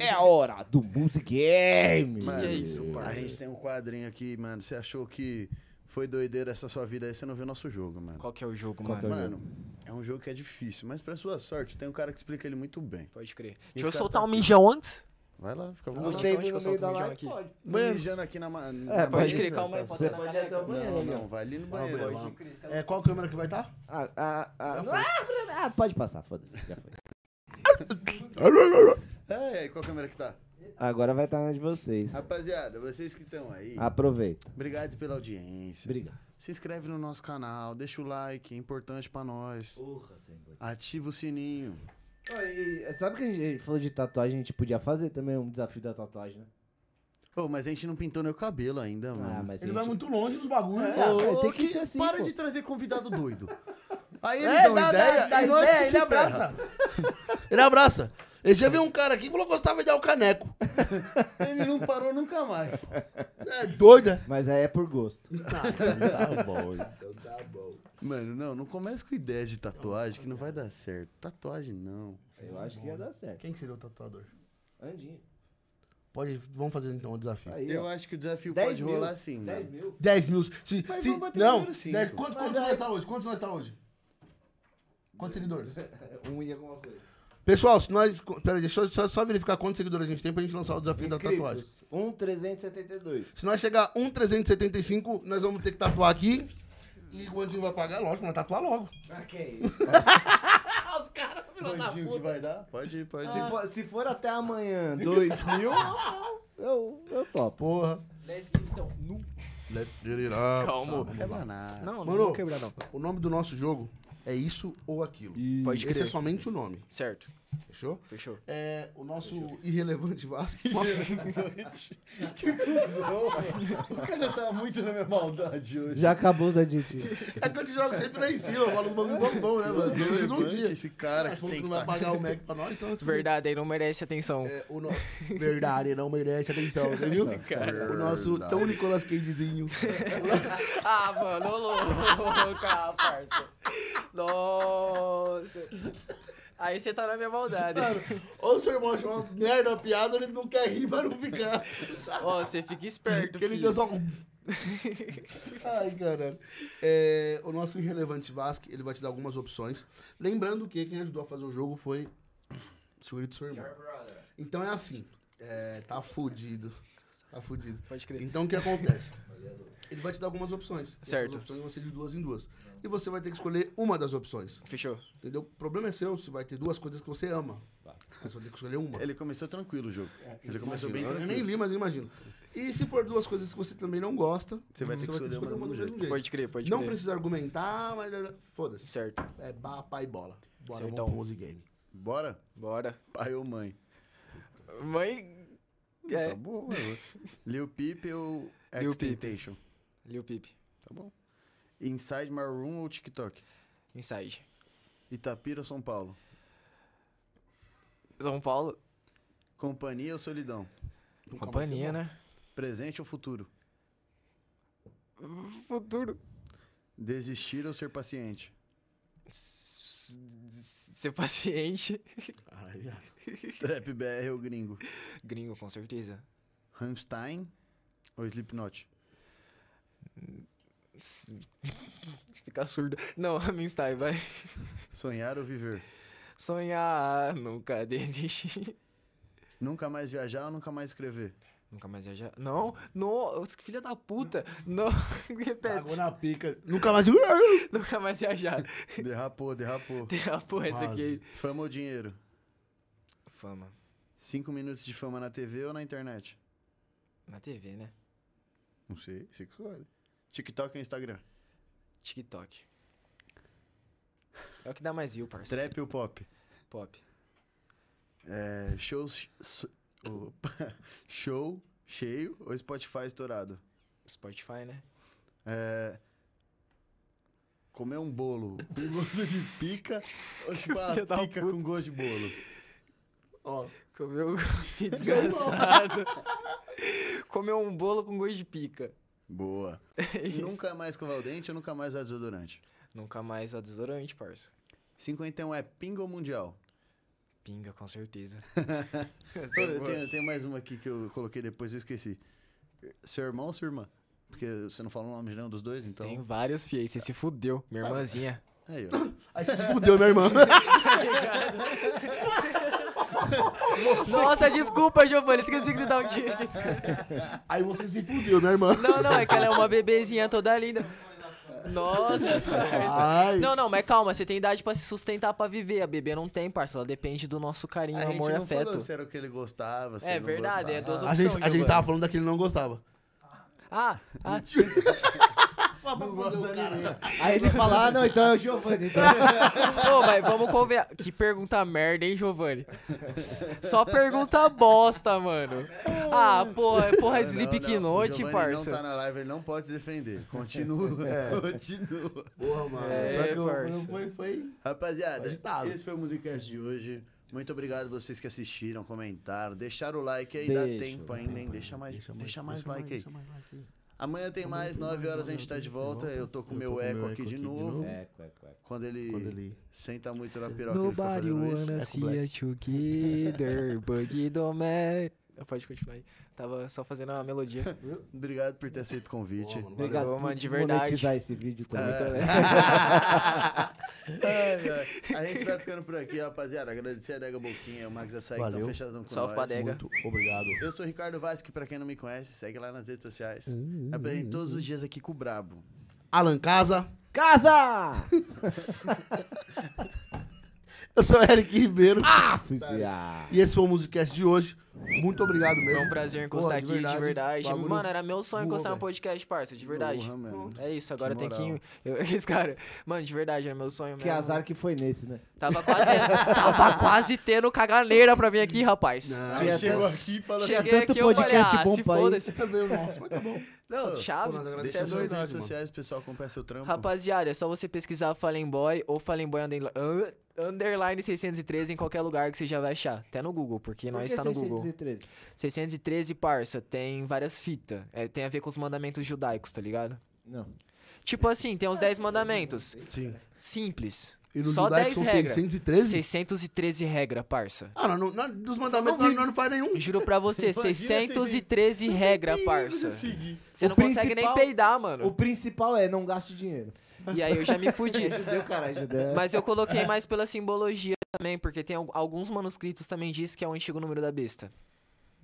[SPEAKER 3] É a hora do Music Game.
[SPEAKER 5] Mano,
[SPEAKER 4] Que é isso,
[SPEAKER 5] A
[SPEAKER 4] parça?
[SPEAKER 5] gente tem um quadrinho aqui, mano. Você achou que foi doideira essa sua vida aí, você não viu nosso jogo, mano.
[SPEAKER 4] Qual que é o jogo,
[SPEAKER 3] Qual que é
[SPEAKER 4] mano?
[SPEAKER 3] o jogo?
[SPEAKER 5] Mano, é um jogo que é difícil, mas pra sua sorte, tem um cara que explica ele muito bem.
[SPEAKER 4] Pode crer.
[SPEAKER 5] Esse
[SPEAKER 4] Deixa eu
[SPEAKER 5] cara
[SPEAKER 4] soltar
[SPEAKER 5] tá
[SPEAKER 4] um
[SPEAKER 5] aqui.
[SPEAKER 4] mijão antes.
[SPEAKER 5] Vai lá, fica à
[SPEAKER 4] Não
[SPEAKER 3] Não
[SPEAKER 5] vontade.
[SPEAKER 4] sei,
[SPEAKER 3] sei,
[SPEAKER 4] onde que eu
[SPEAKER 3] no
[SPEAKER 4] solto
[SPEAKER 3] meio
[SPEAKER 4] o
[SPEAKER 3] da
[SPEAKER 4] mijão
[SPEAKER 3] live
[SPEAKER 4] aqui?
[SPEAKER 3] pode.
[SPEAKER 5] Mano, mijando aqui na, ma na
[SPEAKER 3] pode
[SPEAKER 5] mesa,
[SPEAKER 4] crer, calma aí,
[SPEAKER 5] tá
[SPEAKER 4] pode
[SPEAKER 5] certo?
[SPEAKER 4] na
[SPEAKER 3] pode
[SPEAKER 4] caneca.
[SPEAKER 3] até o banheiro
[SPEAKER 5] Não,
[SPEAKER 3] ali, ó.
[SPEAKER 5] não, vai ali no
[SPEAKER 2] Ah,
[SPEAKER 5] banheiro.
[SPEAKER 2] mano. É, qual câmera que vai estar?
[SPEAKER 3] Ah, ah, ah, não, ah, Bruno, ah, pode passar, foda-se, já foi.
[SPEAKER 5] É, é, qual câmera que tá?
[SPEAKER 3] Agora vai estar na de vocês.
[SPEAKER 5] Rapaziada, vocês que estão aí,
[SPEAKER 3] Aproveita.
[SPEAKER 5] obrigado pela audiência.
[SPEAKER 3] Ah. Obrigado.
[SPEAKER 5] Se inscreve no nosso canal, deixa o like, é importante pra nós.
[SPEAKER 3] Porra, Senhor.
[SPEAKER 5] Ativa o sininho.
[SPEAKER 3] Sabe que a gente falou de tatuagem, a gente podia fazer também um desafio da tatuagem, né?
[SPEAKER 5] Ô, mas a gente não pintou meu cabelo ainda, mano.
[SPEAKER 3] Ah, mas
[SPEAKER 2] Ele
[SPEAKER 3] a
[SPEAKER 2] vai
[SPEAKER 3] gente...
[SPEAKER 2] muito longe né? dos bagulhos.
[SPEAKER 3] É,
[SPEAKER 5] Ô,
[SPEAKER 3] cara,
[SPEAKER 5] ô,
[SPEAKER 3] tem que
[SPEAKER 5] que-
[SPEAKER 3] ser assim,
[SPEAKER 5] Para
[SPEAKER 3] pô.
[SPEAKER 5] de trazer convidado doido. Aí eles
[SPEAKER 2] É,
[SPEAKER 5] dão
[SPEAKER 2] dá-
[SPEAKER 5] ideia
[SPEAKER 2] dá- dá
[SPEAKER 5] e nós
[SPEAKER 2] ideia,
[SPEAKER 5] que se
[SPEAKER 2] ele
[SPEAKER 5] ferra.
[SPEAKER 2] abraça. Ele abraça. Esse dia veio um cara aqui e falou que gostava de dar o caneco.
[SPEAKER 5] Ele não parou nunca mais.
[SPEAKER 2] É doida.
[SPEAKER 3] Mas aí é por gosto.
[SPEAKER 2] Tá bom, então tá bom.
[SPEAKER 5] Mano, não, não começa com ideia de tatuagem que não vai dar certo. Tatuagem não.
[SPEAKER 3] Eu acho que ia dar certo.
[SPEAKER 2] Quem que seria o tatuador?
[SPEAKER 3] Andinho. tá
[SPEAKER 2] Pode, vamos fazer então o desafio.
[SPEAKER 3] Aí,
[SPEAKER 5] Eu
[SPEAKER 3] ó.
[SPEAKER 5] acho que o desafio
[SPEAKER 3] 10
[SPEAKER 5] pode
[SPEAKER 3] mil,
[SPEAKER 5] rolar sim,
[SPEAKER 3] 10
[SPEAKER 5] mano.
[SPEAKER 3] mil.
[SPEAKER 2] 10 mil. Se,
[SPEAKER 5] Mas
[SPEAKER 2] se,
[SPEAKER 5] vamos bater
[SPEAKER 2] não,
[SPEAKER 5] primeiro cinco.
[SPEAKER 2] 10, quanto,
[SPEAKER 3] Mas
[SPEAKER 2] quantos
[SPEAKER 3] aí-
[SPEAKER 2] nós tá hoje? Quantos nós tá hoje? Quantos seguidores?
[SPEAKER 3] Um e alguma coisa.
[SPEAKER 2] Pessoal, se nós. Pera aí, deixa eu só, só verificar quantos seguidores a gente tem pra gente lançar o desafio da tatuagem.
[SPEAKER 3] Inscritos. Um 372.
[SPEAKER 2] Se nós chegar um a 1,375, nós vamos ter que tatuar aqui. E o Andinho vai pagar, lógico, mas tatuar logo.
[SPEAKER 3] Ah, que é isso.
[SPEAKER 5] Bandinho que vai dar? Pode ir, pode ir.
[SPEAKER 3] Se for, se for até amanhã, 2 mil, eu, eu topo.
[SPEAKER 2] Porra.
[SPEAKER 4] 10 quilos, então. Nu.
[SPEAKER 2] Let it up.
[SPEAKER 4] Calma.
[SPEAKER 5] Não quebra nada.
[SPEAKER 4] Não, não
[SPEAKER 2] Mano.
[SPEAKER 4] vou quebrar, não.
[SPEAKER 2] O nome do nosso jogo é Isso ou Aquilo.
[SPEAKER 4] Pode
[SPEAKER 2] Esse é
[SPEAKER 4] crer.
[SPEAKER 2] somente o nome,
[SPEAKER 4] Certo,
[SPEAKER 2] fechou?
[SPEAKER 4] fechou.
[SPEAKER 2] É, o nosso irrelevante Vasco.
[SPEAKER 5] O cara tá muito na minha maldade hoje.
[SPEAKER 3] Já acabou os aditivos.
[SPEAKER 2] é que eu te jogo sempre lá em cima, eu falo um bagulho bom, bom, né, mano? Pelo menos um dia.
[SPEAKER 5] Esse cara
[SPEAKER 2] Mas
[SPEAKER 5] que
[SPEAKER 2] falou que
[SPEAKER 5] tem que
[SPEAKER 2] não vai
[SPEAKER 5] tá...
[SPEAKER 2] pagar o Mac pra nós, então...
[SPEAKER 4] Verdade, aí não merece atenção.
[SPEAKER 2] É, o no... Verdade, não merece atenção, você viu?
[SPEAKER 4] cara.
[SPEAKER 2] O nosso tão Nicolas Cagezinho.
[SPEAKER 4] Ah, mano, ô louca, parça. Nossa. Aí você tá na minha maldade.
[SPEAKER 2] Ou o seu irmão achou uma merda, uma piada, ele não quer rir pra não ficar.
[SPEAKER 4] Ó, você fica esperto,
[SPEAKER 2] Porque ele
[SPEAKER 4] Tá filho.
[SPEAKER 2] deu só um... Ai, caralho. É, o nosso irrelevante Vasco, ele vai te dar algumas opções. Lembrando que quem ajudou a fazer o jogo foi o senhorito seu irmão. Então é assim. É, tá fudido. Tá fudido.
[SPEAKER 4] Pode crer.
[SPEAKER 2] Então o que acontece? Ele vai te dar algumas opções.
[SPEAKER 4] Certo.
[SPEAKER 2] Essas opções vão ser de duas em duas. E você vai ter que escolher uma das opções.
[SPEAKER 4] Fechou.
[SPEAKER 2] Entendeu? O problema é seu, se vai ter duas coisas que você ama. Mas vou ter que escolher uma.
[SPEAKER 5] Ele começou tranquilo o jogo. Ele começou bem
[SPEAKER 2] Eu
[SPEAKER 5] tranquilo.
[SPEAKER 2] nem li, mas eu imagino. E se for duas coisas que você também não gosta,
[SPEAKER 5] Você vai ter que escolher uma do mesmo jeito.
[SPEAKER 4] Pode crer, pode
[SPEAKER 2] não
[SPEAKER 4] crer.
[SPEAKER 2] precisa argumentar, mas eh, foda-se.
[SPEAKER 4] Certo.
[SPEAKER 2] É barra, pá e bola. Bora, vamos
[SPEAKER 4] Certão.
[SPEAKER 2] pro Muse Game.
[SPEAKER 5] Bora?
[SPEAKER 4] Bora.
[SPEAKER 5] Pai ou mãe?
[SPEAKER 4] Mãe.
[SPEAKER 5] Tá
[SPEAKER 2] Então
[SPEAKER 4] É.
[SPEAKER 5] bom, mano. Lil Peep ou
[SPEAKER 4] Lil Peep.
[SPEAKER 5] Extentation?
[SPEAKER 4] Lil Peep.
[SPEAKER 5] Tá bom. Inside My Room ou TikTok?
[SPEAKER 4] Inside.
[SPEAKER 5] Itapira ou São Paulo?
[SPEAKER 4] São Paulo.
[SPEAKER 5] Companhia ou solidão?
[SPEAKER 2] Nunca vai ser
[SPEAKER 4] Companhia,
[SPEAKER 2] bom.
[SPEAKER 4] né?
[SPEAKER 5] Presente ou futuro?
[SPEAKER 4] Futuro.
[SPEAKER 5] Desistir ou ser paciente?
[SPEAKER 4] S- s- Ser paciente.
[SPEAKER 2] Caralho, viado.
[SPEAKER 5] Trap BR ou gringo?
[SPEAKER 4] Gringo, com certeza.
[SPEAKER 5] Rammstein ou Slipknot?
[SPEAKER 4] S- Ficar surdo. Não, Rammstein, vai.
[SPEAKER 5] Sonhar ou viver?
[SPEAKER 4] Sonhar, nunca desistir.
[SPEAKER 5] Nunca mais viajar ou nunca mais escrever?
[SPEAKER 4] Nunca mais viajar. Não, nossa, que filha da puta. Não,
[SPEAKER 2] Cagou
[SPEAKER 4] repete.
[SPEAKER 2] na pica. Nunca mais.
[SPEAKER 4] Nunca mais viajar.
[SPEAKER 5] Derrapou, derrapou.
[SPEAKER 4] Tem a porra essa
[SPEAKER 2] Quase.
[SPEAKER 4] aqui. é
[SPEAKER 5] Fama ou dinheiro?
[SPEAKER 4] Fama.
[SPEAKER 5] Cinco minutos de fama na TV ou na internet?
[SPEAKER 4] Na TV, né?
[SPEAKER 5] Não sei, sei que escolhe. TikTok ou Instagram?
[SPEAKER 4] TikTok. É o que dá mais view, parceiro.
[SPEAKER 5] Trap ou pop?
[SPEAKER 4] Pop.
[SPEAKER 5] É, shows. so- opa. show cheio ou Spotify estourado?
[SPEAKER 4] Spotify, né?
[SPEAKER 5] É, comer um bolo com gosto de pica ou chupar
[SPEAKER 4] Filha da
[SPEAKER 5] pica
[SPEAKER 4] puta.
[SPEAKER 5] com gosto de bolo?
[SPEAKER 2] Ó,
[SPEAKER 4] Comeu um que desgraçado. Comeu um bolo com gosto de pica.
[SPEAKER 5] Boa.
[SPEAKER 4] É isso.
[SPEAKER 5] nunca mais escovar o dente ou nunca mais usar desodorante?
[SPEAKER 4] Nunca mais a desodorante, parça.
[SPEAKER 5] 51 é pinga ou mundial?
[SPEAKER 4] Pinga, com certeza.
[SPEAKER 5] Pô,
[SPEAKER 4] Essa é
[SPEAKER 5] Eu
[SPEAKER 4] boa.
[SPEAKER 5] tenho, tenho mais uma aqui que eu coloquei depois e eu esqueci. Seu irmão ou sua irmã? Porque você não fala o nome de nenhum dos dois, então. É
[SPEAKER 4] Tem vários fiéis, você se fudeu, minha irmãzinha.
[SPEAKER 5] Aí, ó.
[SPEAKER 2] aí você se
[SPEAKER 4] né,
[SPEAKER 2] fudeu, minha irmã.
[SPEAKER 4] Nossa, desculpa, Giovanni, esqueci que você tava aqui. Desculpa.
[SPEAKER 2] Aí você se fudeu, né? minha irmã.
[SPEAKER 4] Não, não, é que ela é uma bebezinha toda linda. Nossa, parça.
[SPEAKER 2] Ai.
[SPEAKER 4] Não, não, mas calma, você tem idade pra se sustentar pra viver. A bebê não tem, parça, ela depende do nosso carinho,
[SPEAKER 5] A gente
[SPEAKER 4] amor e
[SPEAKER 5] não
[SPEAKER 4] afeto.
[SPEAKER 5] falou assim. se era o que ele gostava, se
[SPEAKER 4] É
[SPEAKER 5] não
[SPEAKER 4] verdade, é
[SPEAKER 5] gostava.
[SPEAKER 4] duas
[SPEAKER 2] A
[SPEAKER 4] opções.
[SPEAKER 2] gente, a gente
[SPEAKER 4] Giovanni.
[SPEAKER 2] tava falando daquele que ele não gostava.
[SPEAKER 4] Ah, ah,
[SPEAKER 5] Não gosta nenhum.
[SPEAKER 3] Aí ele fala, ah, não, então é o Giovanni. Então...
[SPEAKER 4] Ô, mas vamos conver... Que pergunta merda, hein, Giovanni? S- Só pergunta bosta, mano. Ah, porra, porra,
[SPEAKER 5] Não, não, o
[SPEAKER 4] Slipknot,
[SPEAKER 5] Giovanni
[SPEAKER 4] parça.
[SPEAKER 5] não tá na live, ele não pode se defender. Continua, continua.
[SPEAKER 2] Porra, mano.
[SPEAKER 4] É,
[SPEAKER 2] Pior que eu-
[SPEAKER 4] parça.
[SPEAKER 2] Foi, foi.
[SPEAKER 5] Rapaziada,
[SPEAKER 2] Agitado.
[SPEAKER 5] esse foi o Musicast de hoje. Muito obrigado vocês que assistiram, comentaram, deixaram o like aí, dá
[SPEAKER 3] Deixa,
[SPEAKER 5] tempo ainda, hein? Deixa mais, deixa mais, like aí. Amanhã tem mais,
[SPEAKER 2] tem
[SPEAKER 5] 9
[SPEAKER 2] mais,
[SPEAKER 5] horas a
[SPEAKER 2] nove
[SPEAKER 5] gente tá
[SPEAKER 2] horas
[SPEAKER 5] de
[SPEAKER 2] a gente
[SPEAKER 5] volta.
[SPEAKER 2] volta.
[SPEAKER 5] Eu tô com
[SPEAKER 2] Eu
[SPEAKER 5] o meu
[SPEAKER 2] tô com
[SPEAKER 5] eco aqui de novo.
[SPEAKER 3] É, cué, cué.
[SPEAKER 5] Quando ele,
[SPEAKER 2] Quando ele.
[SPEAKER 5] senta muito na piroca, ele fica fazendo isso.
[SPEAKER 2] É com Black.
[SPEAKER 4] together, buggy do man. Pode continuar aí. Tava só fazendo uma melodia.
[SPEAKER 5] Obrigado por ter aceito o convite.
[SPEAKER 2] Boa, mano.
[SPEAKER 3] Obrigado
[SPEAKER 4] Valeu,
[SPEAKER 3] por
[SPEAKER 4] mano, de verdade. É.
[SPEAKER 3] monetizar esse vídeo também.
[SPEAKER 5] Ai, ai. A gente vai ficando por aqui, rapaziada. Agradecer a Adega Boquinha, o Max Açaí, que tá
[SPEAKER 2] Valeu.
[SPEAKER 5] fechadão com
[SPEAKER 4] Salve pra
[SPEAKER 5] nós.
[SPEAKER 4] Adega.
[SPEAKER 2] Muito obrigado.
[SPEAKER 5] Eu sou o Ricardo Vaz, que pra quem não me conhece, segue lá nas redes sociais. Apresento todos os dias aqui com o Brabo.
[SPEAKER 2] Alan Casa.
[SPEAKER 3] Casa!
[SPEAKER 2] Eu sou Eric Ribeiro.
[SPEAKER 4] Tá.
[SPEAKER 3] Fuziar.
[SPEAKER 2] E esse foi o Musicast de hoje. Muito obrigado mesmo.
[SPEAKER 4] Foi um prazer encostar
[SPEAKER 2] Porra,
[SPEAKER 4] aqui, de verdade. Tipo,
[SPEAKER 2] Bagulho-
[SPEAKER 4] Mano, era meu sonho
[SPEAKER 2] voou,
[SPEAKER 4] encostar no
[SPEAKER 2] velho.
[SPEAKER 4] podcast, parça, de verdade.
[SPEAKER 5] Porra, mano.
[SPEAKER 4] É isso, agora
[SPEAKER 5] Que
[SPEAKER 4] tem que.
[SPEAKER 5] moral.
[SPEAKER 4] Eu, esse cara. Mano, de verdade, era meu sonho
[SPEAKER 3] Que
[SPEAKER 4] mesmo.
[SPEAKER 3] azar que foi nesse, né?
[SPEAKER 4] Tava quase, tendo, tava quase tendo caganeira pra vir aqui, rapaz.
[SPEAKER 5] Aí
[SPEAKER 3] Tinha
[SPEAKER 5] Então, chegou
[SPEAKER 3] tantos-
[SPEAKER 5] aqui e falou assim...
[SPEAKER 3] Tinha
[SPEAKER 4] Cheguei
[SPEAKER 3] tanto
[SPEAKER 4] aqui, eu falei,
[SPEAKER 3] podcast
[SPEAKER 4] ah,
[SPEAKER 3] bom
[SPEAKER 4] se
[SPEAKER 3] pra ir.
[SPEAKER 4] foda-se.
[SPEAKER 2] nosso, mas tá bom.
[SPEAKER 4] Não, chave.
[SPEAKER 2] nós agradecemos.
[SPEAKER 4] Você é
[SPEAKER 5] Deixa suas
[SPEAKER 4] doido.
[SPEAKER 5] redes
[SPEAKER 2] mano.
[SPEAKER 5] sociais, pessoal, acompanha seu trampo.
[SPEAKER 4] Rapaziada, é só você pesquisar Fallen Boy ou Fallen Boy underli- un- Underline 613 em qualquer lugar que você já vai achar. Até no Google, porque
[SPEAKER 3] Por
[SPEAKER 4] nós
[SPEAKER 3] que
[SPEAKER 4] tá no Google.
[SPEAKER 3] 613?
[SPEAKER 4] 613, parça, tem várias fitas. É, tem a ver com os mandamentos judaicos, tá ligado?
[SPEAKER 3] Não.
[SPEAKER 4] Tipo assim, tem uns 10 mandamentos.
[SPEAKER 2] Sim.
[SPEAKER 4] Simples.
[SPEAKER 2] E no
[SPEAKER 4] Só
[SPEAKER 2] judaico
[SPEAKER 4] 10
[SPEAKER 2] são
[SPEAKER 4] regras.
[SPEAKER 2] 613?
[SPEAKER 4] 613 regra, parça.
[SPEAKER 2] Ah, não, não, não, dos mandamentos nós nós não faz nenhum.
[SPEAKER 4] Juro pra você,
[SPEAKER 5] Imagina
[SPEAKER 4] 613 regra, parça.
[SPEAKER 5] Seguir.
[SPEAKER 4] Você
[SPEAKER 3] O
[SPEAKER 4] não consegue nem
[SPEAKER 3] principal-
[SPEAKER 4] peidar,
[SPEAKER 3] O
[SPEAKER 4] mano.
[SPEAKER 3] principal é não gaste dinheiro.
[SPEAKER 4] E aí eu já me fudi.
[SPEAKER 3] É judeu, caralho, judeu.
[SPEAKER 4] Mas eu coloquei mais pela simbologia também, porque tem al- alguns manuscritos também diz que é o antigo número da besta.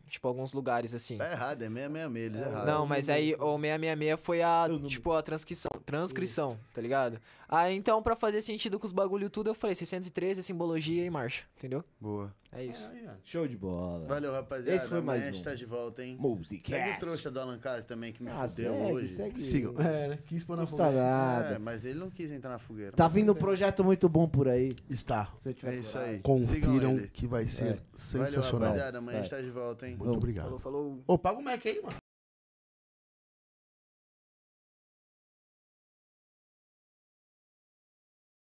[SPEAKER 4] Tipo, alguns lugares assim.
[SPEAKER 5] Tá errado, é 666, eles erraram.
[SPEAKER 4] Não, mas aí o 666 foi a,
[SPEAKER 3] Seu número.
[SPEAKER 4] tipo, a transcrição, transcrição, tá ligado? Aí então, pra fazer sentido com os bagulho tudo, eu falei 613, simbologia e é marcha, entendeu?
[SPEAKER 5] Boa.
[SPEAKER 4] É isso.
[SPEAKER 3] Show de bola.
[SPEAKER 5] Valeu, rapaziada.
[SPEAKER 3] Esse foi mais
[SPEAKER 5] Amanhã a gente
[SPEAKER 3] um.
[SPEAKER 5] tá de volta, hein? Segue o
[SPEAKER 1] Musicast.
[SPEAKER 5] trouxa do Alan Casa também, que me
[SPEAKER 3] Ah,
[SPEAKER 5] fudeu
[SPEAKER 3] segue,
[SPEAKER 5] hoje.
[SPEAKER 3] segue.
[SPEAKER 2] Sigam. É, né? Quis pôr
[SPEAKER 3] Não
[SPEAKER 2] na
[SPEAKER 3] custa
[SPEAKER 2] fogueira.
[SPEAKER 3] nada.
[SPEAKER 5] É, mas ele não quis entrar na fogueira.
[SPEAKER 3] Tá vindo um projeto muito bom por aí.
[SPEAKER 2] Está.
[SPEAKER 3] Se eu tiver
[SPEAKER 5] É isso
[SPEAKER 3] coragem.
[SPEAKER 5] aí. Sigam
[SPEAKER 3] um
[SPEAKER 2] Confiram
[SPEAKER 5] ele. É.
[SPEAKER 2] que vai ser
[SPEAKER 5] Valeu,
[SPEAKER 2] sensacional.
[SPEAKER 3] É.
[SPEAKER 5] rapaziada. Amanhã a gente tá de volta, hein?
[SPEAKER 2] Muito obrigado.
[SPEAKER 4] Falou, falou.
[SPEAKER 2] Ô, paga o Mac aí, mano.